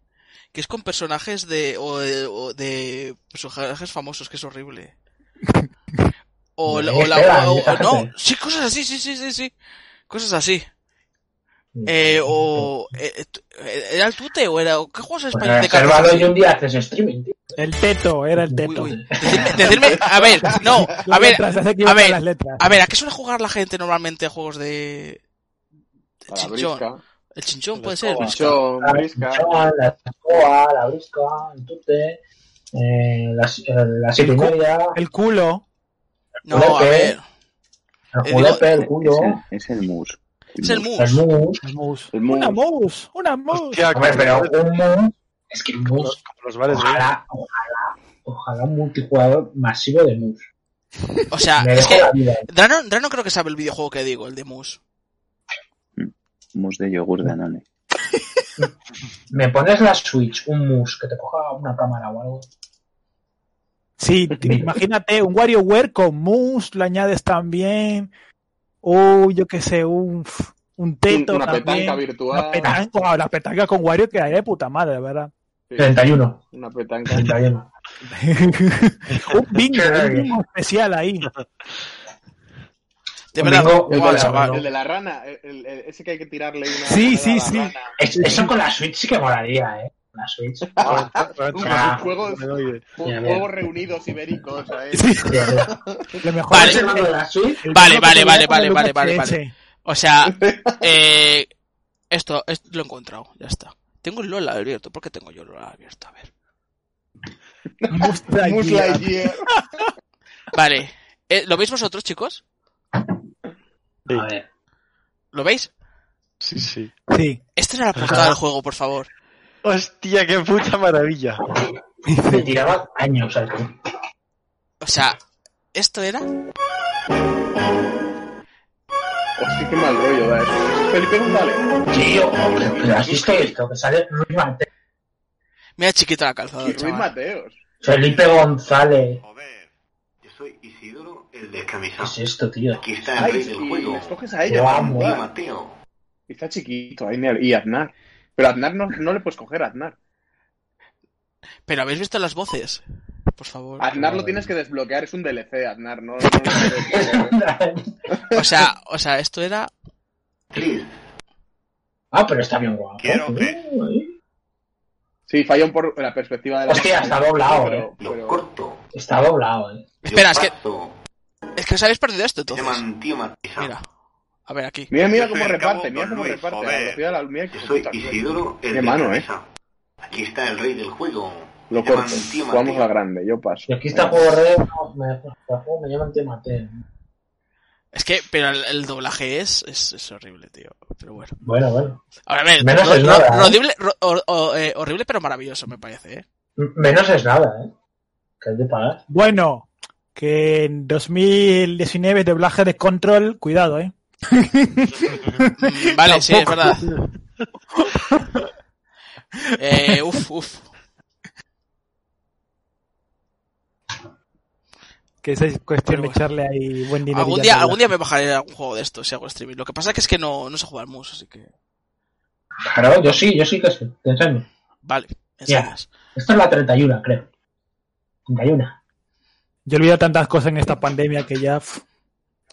[SPEAKER 3] que es con personajes de, o de, o de personajes famosos, que es horrible. O, la- o la, o- o- no, sí, cosas así, sí, sí, sí, sí. Cosas así. Eh, o, eh, tu- eh, ¿Era el Tute o era, qué juegos españoles de cartas
[SPEAKER 5] Reservado
[SPEAKER 3] así?
[SPEAKER 5] y un día haces streaming, tío.
[SPEAKER 7] El teto, era el
[SPEAKER 3] Uy,
[SPEAKER 7] teto.
[SPEAKER 3] uy. Decidme, decidme- a ver, no,
[SPEAKER 7] Las
[SPEAKER 3] a ver,
[SPEAKER 7] letras, has equivocado
[SPEAKER 3] a ver,
[SPEAKER 7] las letras.
[SPEAKER 3] a ver, ¿a qué suele jugar la gente normalmente a juegos de... de
[SPEAKER 4] A la
[SPEAKER 3] chinchón?
[SPEAKER 4] brisca.
[SPEAKER 3] El chinchón puede ser.
[SPEAKER 4] Chinchón,
[SPEAKER 5] La
[SPEAKER 4] brisca.
[SPEAKER 5] Briscoa, la Escoa, la Brisca, el Tute, eh, la, si- eh, la Siete y
[SPEAKER 7] cu-
[SPEAKER 5] Media,
[SPEAKER 7] El culo.
[SPEAKER 3] No, a ver.
[SPEAKER 5] el
[SPEAKER 3] digo, eh,
[SPEAKER 5] Julepe, el
[SPEAKER 6] Es
[SPEAKER 5] Cuyo,
[SPEAKER 6] el- es el mus.
[SPEAKER 3] Es el
[SPEAKER 5] el
[SPEAKER 3] mus.
[SPEAKER 5] Mus.
[SPEAKER 7] el mouse.
[SPEAKER 4] El
[SPEAKER 7] Una
[SPEAKER 4] mus.
[SPEAKER 7] mouse. Una mouse.
[SPEAKER 2] Hostia,
[SPEAKER 5] Hombre,
[SPEAKER 2] como
[SPEAKER 5] pero
[SPEAKER 2] los-
[SPEAKER 5] un Mus. Es que el
[SPEAKER 2] como
[SPEAKER 5] Mus.
[SPEAKER 2] los- como los bares ¿eh? de-
[SPEAKER 5] Ojalá, ojalá, ojalá un multijugador masivo de Mus.
[SPEAKER 3] O sea,
[SPEAKER 5] Me
[SPEAKER 3] Ah, es
[SPEAKER 5] dejo
[SPEAKER 3] que
[SPEAKER 5] la vida.
[SPEAKER 3] Drano, Drano creo que sabe el videojuego que digo, el de mus.
[SPEAKER 6] Mus de yogur Danone.
[SPEAKER 5] Me pones la Switch, un Mus, que te coja una cámara o algo.
[SPEAKER 7] Sí, t- imagínate un WarioWare con Moose, lo añades también. O yo qué sé, un, un teto.
[SPEAKER 4] Una
[SPEAKER 7] también.
[SPEAKER 4] petanca virtual.
[SPEAKER 7] Una petanca, wow, la petanca con Wario que hay de puta madre, ¿verdad?
[SPEAKER 4] Sí,
[SPEAKER 5] 31,
[SPEAKER 4] una petanca.
[SPEAKER 5] 31.
[SPEAKER 7] un bingo, un bingo especial ahí.
[SPEAKER 3] De verdad,
[SPEAKER 5] Domingo,
[SPEAKER 3] guau,
[SPEAKER 4] El de, la,
[SPEAKER 3] chaval.
[SPEAKER 4] Ah, el de la rana, el, el- el- ese que hay que tirarle una. moneda
[SPEAKER 7] Sí,
[SPEAKER 4] a
[SPEAKER 7] sí,
[SPEAKER 4] la
[SPEAKER 7] sí.
[SPEAKER 4] rana.
[SPEAKER 5] Es- Eso con la Switch sí que molaría, ¿eh? La Switch.
[SPEAKER 2] Ah,
[SPEAKER 5] Ah.
[SPEAKER 4] Juegos,
[SPEAKER 2] ¿eh?
[SPEAKER 4] ju-
[SPEAKER 5] Ya, ya.
[SPEAKER 4] juegos reunidos ibéricos, ¿sabes?
[SPEAKER 7] Sí,
[SPEAKER 5] Tío,
[SPEAKER 7] lo mejor
[SPEAKER 3] Vale.
[SPEAKER 5] ¿Estás
[SPEAKER 7] es el-
[SPEAKER 5] hablando de la Switch?
[SPEAKER 7] el
[SPEAKER 3] Vale,
[SPEAKER 7] bingo
[SPEAKER 3] vale,
[SPEAKER 7] que
[SPEAKER 3] vale,
[SPEAKER 7] tenía
[SPEAKER 3] vale,
[SPEAKER 7] con
[SPEAKER 3] vale, vale,
[SPEAKER 7] el VHS.
[SPEAKER 3] O sea, eh, esto, esto lo he encontrado, ya está. Tengo el LOL abierto. ¿Por qué tengo yo el LOL abierto? A ver.
[SPEAKER 7] Moose Lightyear.
[SPEAKER 4] Moose Lightyear.
[SPEAKER 3] Vale. Eh, ¿Lo veis vosotros, chicos?
[SPEAKER 2] Sí,
[SPEAKER 5] A ver.
[SPEAKER 3] ¿Lo veis?
[SPEAKER 2] sí, sí.
[SPEAKER 7] Sí.
[SPEAKER 3] Esta era la portada del juego, por favor.
[SPEAKER 2] Hostia, qué puta maravilla.
[SPEAKER 5] Me tiraba años al cómic.
[SPEAKER 3] O sea, esto era.
[SPEAKER 4] Hostia, qué mal rollo da eso. Felipe González.
[SPEAKER 5] Tío, pero, pero has visto esto, que sale Ruiz Mate-
[SPEAKER 3] Mira chiquita la calzada.
[SPEAKER 4] Y Ruiz
[SPEAKER 3] chaval.
[SPEAKER 4] Mateos.
[SPEAKER 5] Felipe González.
[SPEAKER 8] Joder, yo soy Isidoro el
[SPEAKER 5] ¿Qué
[SPEAKER 8] descamisado.
[SPEAKER 5] es esto, tío?
[SPEAKER 8] Aquí está el
[SPEAKER 4] Ay,
[SPEAKER 8] rey del
[SPEAKER 4] y
[SPEAKER 8] juego.
[SPEAKER 4] les coges a
[SPEAKER 5] Yo
[SPEAKER 4] ella.
[SPEAKER 5] amo.
[SPEAKER 8] Y
[SPEAKER 4] Juan.
[SPEAKER 8] Mateo.
[SPEAKER 4] Y está chiquito, Ainer y Aznar. Pero Aznar no, no le puedes coger a Aznar.
[SPEAKER 3] Pero habéis visto las voces. Por favor.
[SPEAKER 4] Aznar lo tienes que desbloquear, es un DLC, Aznar, no. no-
[SPEAKER 3] O sea, o sea, esto era.
[SPEAKER 5] ah, pero está bien guapo.
[SPEAKER 8] Quiero
[SPEAKER 5] ¿no?
[SPEAKER 8] ver.
[SPEAKER 5] Uy,
[SPEAKER 4] sí, falló por la perspectiva de la.
[SPEAKER 5] Hostia, está doblado, eh.
[SPEAKER 4] pero-
[SPEAKER 8] Lo
[SPEAKER 4] pero-
[SPEAKER 8] corto.
[SPEAKER 5] Está doblado, eh.
[SPEAKER 3] Espera, es que-
[SPEAKER 8] Yo
[SPEAKER 3] Es que os habéis perdido esto,
[SPEAKER 8] parto,
[SPEAKER 3] entonces.
[SPEAKER 8] llaman tío Matiza.
[SPEAKER 3] Mira. A ver, aquí.
[SPEAKER 4] Mira, mira
[SPEAKER 8] Yo
[SPEAKER 4] cómo
[SPEAKER 8] soy el cabo
[SPEAKER 4] reparte, mira
[SPEAKER 8] Don
[SPEAKER 4] cómo
[SPEAKER 8] Luis,
[SPEAKER 4] reparte.
[SPEAKER 8] joder.
[SPEAKER 4] a la velocidad de la mira,
[SPEAKER 8] Yo
[SPEAKER 4] hijo
[SPEAKER 8] soy
[SPEAKER 4] puta,
[SPEAKER 8] Isidoro, el
[SPEAKER 4] Qué
[SPEAKER 8] de
[SPEAKER 4] mano, ¿eh?
[SPEAKER 8] cabeza. Aquí está el rey del juego.
[SPEAKER 4] Lo
[SPEAKER 8] Te llaman
[SPEAKER 4] corto,
[SPEAKER 8] tío
[SPEAKER 4] jugamos a la
[SPEAKER 8] Matiza.
[SPEAKER 4] grande, yo paso.
[SPEAKER 5] Y aquí está juego red, no, me, este juego me llaman tío Mateo.
[SPEAKER 3] Es que, pero el, el doblaje es, es, es horrible, tío. Pero bueno.
[SPEAKER 5] Bueno, bueno.
[SPEAKER 3] Ahora, a ver,
[SPEAKER 5] Menos
[SPEAKER 3] ro-
[SPEAKER 5] es
[SPEAKER 3] ro-
[SPEAKER 5] nada, ¿eh?
[SPEAKER 3] horrible, ro- hor- o- eh, horrible, pero maravilloso, me parece, ¿eh?
[SPEAKER 5] M- Menos es nada, eh. Que hay que pagar.
[SPEAKER 7] Bueno, que en 2019 doblaje de control, cuidado, ¿eh?
[SPEAKER 3] Mm, Vale, sí, es verdad. Eh, uf, uf.
[SPEAKER 7] Que esa es
[SPEAKER 3] Pero
[SPEAKER 7] cuestión de
[SPEAKER 3] bueno.
[SPEAKER 7] echarle ahí buen dinero.
[SPEAKER 3] Algún día, algún día me bajaré algún juego de estos si hago streaming. Lo que pasa que es que no, no sé jugar mus, así que.
[SPEAKER 5] Claro, yo sí, yo sí que sé. Te enseño.
[SPEAKER 3] Vale,
[SPEAKER 5] Ya.
[SPEAKER 3] enseñas.
[SPEAKER 5] Esto es la 31, creo. 31.
[SPEAKER 7] Yo he olvidado tantas cosas en esta pandemia que ya pf,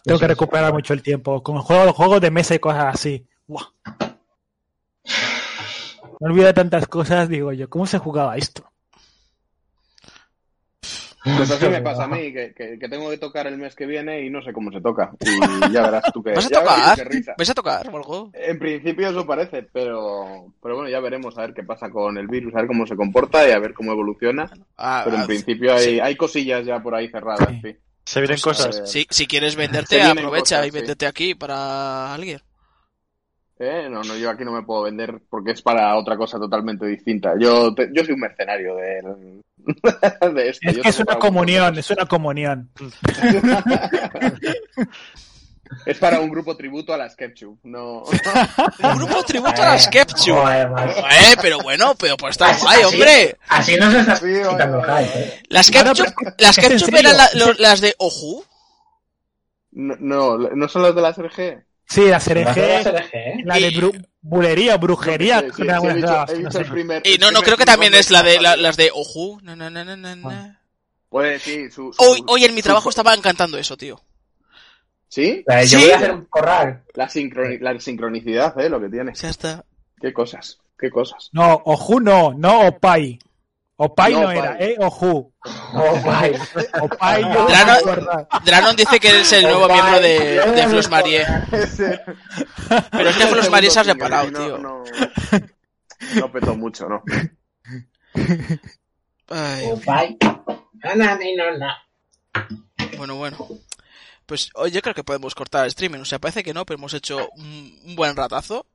[SPEAKER 7] tengo que recuperar mucho el tiempo. Con el juego, los juegos de mesa y cosas así. Buah. Me he olvidado tantas cosas, digo yo, ¿cómo se jugaba esto?
[SPEAKER 4] Pues así me pasa a mí, que, que- que tengo que tocar el mes que viene y no sé cómo se toca. Y ya verás tú que.
[SPEAKER 3] ¿Vas a
[SPEAKER 4] ya verás tú
[SPEAKER 3] tocar?
[SPEAKER 4] qué risa.
[SPEAKER 3] ¿Vais a tocar o algo?
[SPEAKER 4] En principio eso parece, pero, pero bueno, ya veremos a ver qué pasa con el virus, a ver cómo se comporta y a ver cómo evoluciona.
[SPEAKER 3] Ah,
[SPEAKER 4] Pero
[SPEAKER 3] ah,
[SPEAKER 4] en principio hay,
[SPEAKER 3] sí.
[SPEAKER 4] hay cosillas ya por ahí cerradas.
[SPEAKER 7] Sí.
[SPEAKER 4] sí.
[SPEAKER 2] Se vienen
[SPEAKER 3] Pues,
[SPEAKER 2] cosas.
[SPEAKER 4] eh,
[SPEAKER 3] Si, si quieres
[SPEAKER 4] Se
[SPEAKER 3] venderte,
[SPEAKER 4] vienen
[SPEAKER 3] aprovecha
[SPEAKER 4] cosas,
[SPEAKER 3] y
[SPEAKER 4] sí.
[SPEAKER 3] véndete aquí para alguien.
[SPEAKER 4] Eh, no, no, yo aquí no me puedo vender porque es para otra cosa totalmente distinta. Yo, te- yo soy un mercenario del- de, esto.
[SPEAKER 7] Es,
[SPEAKER 4] Yo
[SPEAKER 7] que es
[SPEAKER 4] soy
[SPEAKER 7] una
[SPEAKER 4] para-
[SPEAKER 7] comunión, es una comunión.
[SPEAKER 4] Es para un grupo tributo a las Ketchup. No,
[SPEAKER 3] Un grupo tributo a las Kepchu.
[SPEAKER 5] Joder, macho.
[SPEAKER 3] Eh, pero bueno, pero pues está guay, hombre.
[SPEAKER 5] Así no se está
[SPEAKER 4] Sí, oye,
[SPEAKER 5] quitando
[SPEAKER 4] oye,
[SPEAKER 5] hype,
[SPEAKER 4] oye.
[SPEAKER 5] eh.
[SPEAKER 3] Las
[SPEAKER 7] Bueno,
[SPEAKER 3] Kepchup,
[SPEAKER 7] pero-
[SPEAKER 3] las
[SPEAKER 7] es en
[SPEAKER 3] Kepchup
[SPEAKER 7] serio.
[SPEAKER 3] eran la- lo- las de Oju.
[SPEAKER 4] no, no, no son las de las RG.
[SPEAKER 7] Sí, la
[SPEAKER 5] Vas a
[SPEAKER 7] cereje,
[SPEAKER 5] hacer eje, eh.
[SPEAKER 7] la de bru- bulería, brujería.
[SPEAKER 4] Sí, Eh, sí,
[SPEAKER 7] con
[SPEAKER 4] sí, he
[SPEAKER 7] algunas
[SPEAKER 4] dicho-
[SPEAKER 7] cosas,
[SPEAKER 4] he
[SPEAKER 7] no
[SPEAKER 4] dicho
[SPEAKER 7] sé.
[SPEAKER 4] el primer-
[SPEAKER 3] Y
[SPEAKER 4] el
[SPEAKER 3] no, no,
[SPEAKER 4] primer
[SPEAKER 3] creo que también
[SPEAKER 4] tributo
[SPEAKER 3] es la de la-
[SPEAKER 4] español.
[SPEAKER 3] las de Oju. No, no, no, no, no, no.
[SPEAKER 7] Ah.
[SPEAKER 4] Pues sí, su- su-
[SPEAKER 3] Hoy, hoy en mi
[SPEAKER 4] su-
[SPEAKER 3] trabajo estaban cantando eso, tío.
[SPEAKER 4] ¿Sí?
[SPEAKER 5] Eh, Yo
[SPEAKER 3] Sí.
[SPEAKER 5] voy a hacer un corral.
[SPEAKER 4] La, sincroni- la sincronicidad, ¿eh? Lo que tiene.
[SPEAKER 3] O sea, está...
[SPEAKER 4] Qué cosas, qué cosas.
[SPEAKER 7] No, Oju no, no Opai. Opai
[SPEAKER 4] No,
[SPEAKER 7] no,
[SPEAKER 4] Opai.
[SPEAKER 7] era, ¿eh? Oju.
[SPEAKER 5] Oh, guay.
[SPEAKER 7] Opai no.
[SPEAKER 3] Drano- Dranon dice que es el nuevo miembro de, de Flos Marie. Pero es que Flos Marie se ha reparado, tío.
[SPEAKER 4] No, no petó mucho, ¿no?
[SPEAKER 3] Ay,
[SPEAKER 5] Oh, guay. Na, na, ni, no, na.
[SPEAKER 3] bueno, bueno. Pues oh, yo creo que podemos cortar el streaming. O sea, parece que no, pero hemos hecho un, un buen ratazo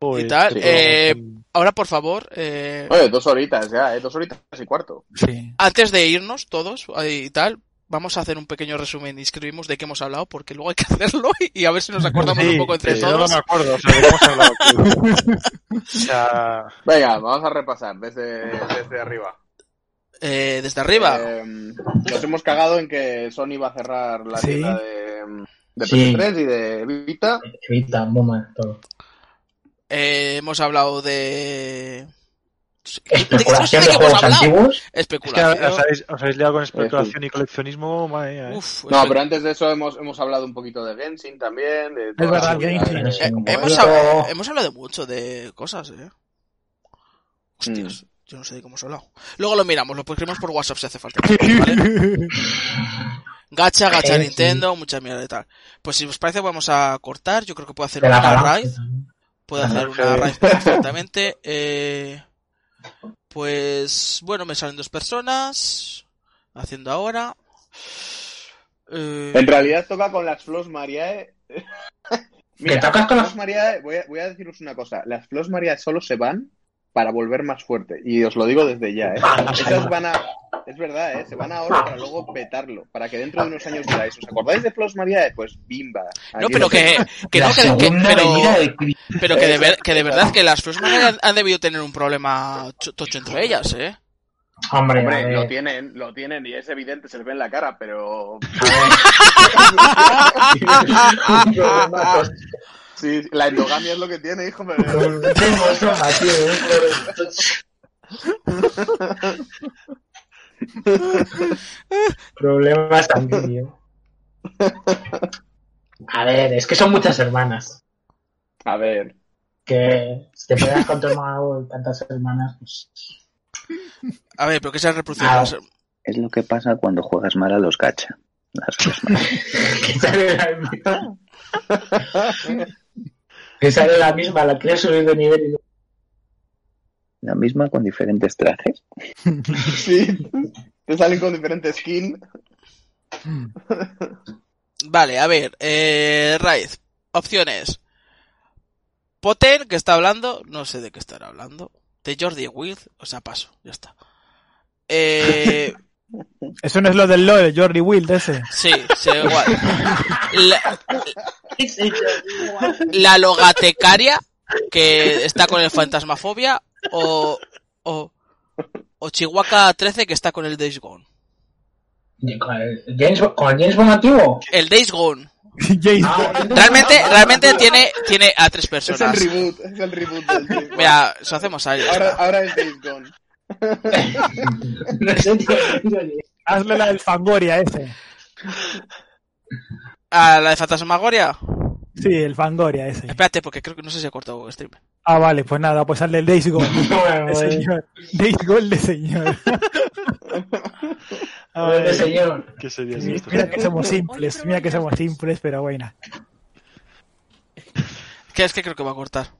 [SPEAKER 3] y
[SPEAKER 2] Uy,
[SPEAKER 3] tal.
[SPEAKER 4] sí.
[SPEAKER 3] Eh, ahora, por favor, eh,
[SPEAKER 4] Oye, dos horitas ya, ¿eh? Dos horitas y cuarto.
[SPEAKER 7] Sí.
[SPEAKER 3] antes de irnos todos ahí y tal, vamos a hacer un pequeño resumen y escribimos de qué hemos hablado, porque luego hay que hacerlo y a ver si nos acordamos un poco entre
[SPEAKER 2] sí, Yo
[SPEAKER 3] todos.
[SPEAKER 2] no me acuerdo, o sea, de cómo se hablaba aquí. O sea,
[SPEAKER 4] Venga, vamos a repasar desde, desde arriba.
[SPEAKER 3] Eh, desde arriba.
[SPEAKER 4] Eh, nos hemos cagado en que Sony va a cerrar la
[SPEAKER 7] Sí.
[SPEAKER 4] tienda de, de
[SPEAKER 5] Sí.
[SPEAKER 4] PS3 y de Vita.
[SPEAKER 5] Evita, bomba, todo.
[SPEAKER 3] Eh, hemos hablado de... ¿De- de- de- de- de- de-
[SPEAKER 5] Especulación
[SPEAKER 3] de-
[SPEAKER 5] de
[SPEAKER 3] qué hemos
[SPEAKER 5] juegos
[SPEAKER 3] hablado?
[SPEAKER 5] antiguos.
[SPEAKER 2] es que os
[SPEAKER 3] Especulación.
[SPEAKER 2] habéis, os habéis liado con especulación y coleccionismo, madre mía, ¿eh?
[SPEAKER 3] Uf,
[SPEAKER 4] No,
[SPEAKER 3] espe-
[SPEAKER 4] pero antes de eso hemos, hemos hablado un poquito de Genshin también. De todas
[SPEAKER 7] verdad,
[SPEAKER 4] las novedades,
[SPEAKER 7] Genshin.
[SPEAKER 4] de
[SPEAKER 5] Eh,
[SPEAKER 4] cómo es.
[SPEAKER 5] hemos
[SPEAKER 3] Hemos,
[SPEAKER 5] Bueno.
[SPEAKER 3] hablado, hemos hablado de mucho de cosas, eh.
[SPEAKER 4] Mm.
[SPEAKER 3] Hostias, yo no sé de cómo hemos hablado. Luego lo miramos, lo escribimos por WhatsApp si hace falta. ¿vale? Gacha, gacha
[SPEAKER 5] Eh, sí.
[SPEAKER 3] Nintendo, mucha mierda y tal. Pues si os parece vamos a cortar, yo creo que puedo hacer
[SPEAKER 5] De la
[SPEAKER 3] una raid.
[SPEAKER 5] balanza.
[SPEAKER 3] Puedo
[SPEAKER 5] La
[SPEAKER 3] hacer una raid perfectamente. Eh, pues bueno, me salen dos personas haciendo ahora. Eh,
[SPEAKER 4] En realidad toca con las Flos Mariae.
[SPEAKER 5] Que tocas con las-
[SPEAKER 4] Flos Mariae, voy a, voy a deciros una cosa. Las Flos Mariae solo se van para volver más fuerte. Y os lo digo desde ya, ¿eh?
[SPEAKER 5] Ah,
[SPEAKER 4] Esas van a... Es verdad, ¿eh? Se van ahora para luego petarlo. Para que dentro de unos años digáis, ¿os acordáis de Flos Mariae? Pues bimba.
[SPEAKER 3] no,
[SPEAKER 4] Aquí
[SPEAKER 3] pero
[SPEAKER 4] lo
[SPEAKER 3] que, que no,
[SPEAKER 5] La
[SPEAKER 3] que- que-
[SPEAKER 5] segunda
[SPEAKER 3] pero-
[SPEAKER 5] venida de Cristo.
[SPEAKER 3] Pero que de, ver- que de verdad que las Frostman han, han debido tener un problema cho- tocho entre ellas, ¿eh?
[SPEAKER 5] Hombre, a
[SPEAKER 4] Hombre,
[SPEAKER 5] ver.
[SPEAKER 4] lo tienen, lo tienen y es evidente, se les ve en la cara, pero...
[SPEAKER 5] Un problema, pues,
[SPEAKER 4] Sí, la endogamia es lo que tiene, hijo. me-
[SPEAKER 5] Tengo otro aquí, ¿eh? Problemas sanguíneos. A ver, es que son muchas hermanas.
[SPEAKER 4] A ver.
[SPEAKER 5] Que si te pegas con tu hermano tantas hermanas, pues.
[SPEAKER 3] A ver, pero que sea reproducción.
[SPEAKER 5] Ah.
[SPEAKER 3] va a ser-
[SPEAKER 6] Es lo que pasa cuando juegas mal a los gacha. Las cosas mal.
[SPEAKER 5] Que sale la misma. que sale la misma, la quieres subir de nivel y no.
[SPEAKER 6] La misma con diferentes trajes.
[SPEAKER 4] Sí. Te salen con diferentes skin.
[SPEAKER 3] Vale, a ver, eh, Raid, opciones. Poten, que está hablando, no sé de qué estará hablando. De Jordi Wild, o sea, paso, ya está. Eh,
[SPEAKER 7] Eso no es lo del LOL, Jordi Wild ese.
[SPEAKER 3] sí, sí, igual. La, la logatecaria, que está con el Fantasmafobia, o, o, o Chihuahua 13, que está con el Days Gone.
[SPEAKER 5] ¿Con el James, Bond- con el James Bond antiguo?
[SPEAKER 3] El Days Gone.
[SPEAKER 7] James
[SPEAKER 5] Ah,
[SPEAKER 3] Realmente, realmente tiene, tiene a tres
[SPEAKER 4] Es el
[SPEAKER 3] personas.
[SPEAKER 4] reboot. Es el reboot del James Bond.
[SPEAKER 3] Mira, eso hacemos ahí. ya
[SPEAKER 4] Ahora,
[SPEAKER 3] está.
[SPEAKER 4] ahora es Days Gone.
[SPEAKER 5] no sé, tío, no tengo ni idea.
[SPEAKER 7] Hazle la del Fangoria ese.
[SPEAKER 3] ¿A la de Fantasmagoria?
[SPEAKER 7] Sí, el Fangoria ese.
[SPEAKER 3] Espérate, porque creo que no sé si he cortado el stream.
[SPEAKER 7] Ah, vale, pues nada, pues hazle el Days Gone
[SPEAKER 5] Bueno,
[SPEAKER 7] de
[SPEAKER 5] bueno.
[SPEAKER 7] señor. Days Gone de señor.
[SPEAKER 5] Bueno, señor.
[SPEAKER 2] ¿Qué sería si esto?
[SPEAKER 7] Mira que somos simples, mira que somos simples, pero bueno.
[SPEAKER 3] Que es que creo que va a cortar.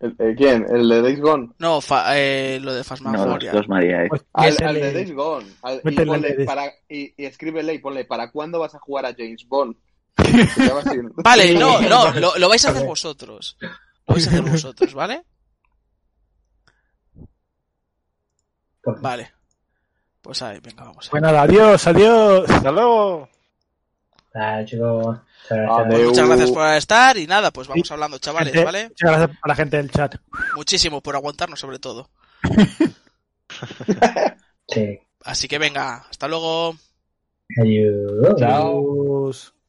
[SPEAKER 4] ¿El, el quién? ¿El de Days Gone?
[SPEAKER 3] No, fa- eh, lo de
[SPEAKER 6] No, los
[SPEAKER 3] Fasmagoria.
[SPEAKER 6] dos María. eh.
[SPEAKER 7] Pues
[SPEAKER 4] Al, al
[SPEAKER 7] métele-
[SPEAKER 4] de Days Gone. Al- y,
[SPEAKER 7] métele
[SPEAKER 4] ponle
[SPEAKER 7] el de-
[SPEAKER 4] para, y, y escríbele y ponle, ¿para cuándo vas a jugar a James Bond? Se llama así.
[SPEAKER 3] Vale,
[SPEAKER 5] Sí.
[SPEAKER 3] no, no, lo, lo vais a
[SPEAKER 5] A
[SPEAKER 3] hacer
[SPEAKER 5] ver.
[SPEAKER 3] vosotros. Lo vais a hacer vosotros, ¿vale? Vale. Pues ahí, venga, vamos.
[SPEAKER 7] Pues nada, adiós, adiós.
[SPEAKER 2] Hasta luego.
[SPEAKER 5] Ah, chicos. eh,
[SPEAKER 4] Adeu.
[SPEAKER 3] Pues Muchas gracias por estar y nada, pues vamos hablando, chavales,
[SPEAKER 7] Gente,
[SPEAKER 3] ¿vale?
[SPEAKER 7] Muchas gracias a la gente del chat.
[SPEAKER 3] Muchísimo por aguantarnos, sobre todo.
[SPEAKER 5] Sí.
[SPEAKER 3] Así que venga, hasta luego.
[SPEAKER 5] Adiós.
[SPEAKER 7] Adiós.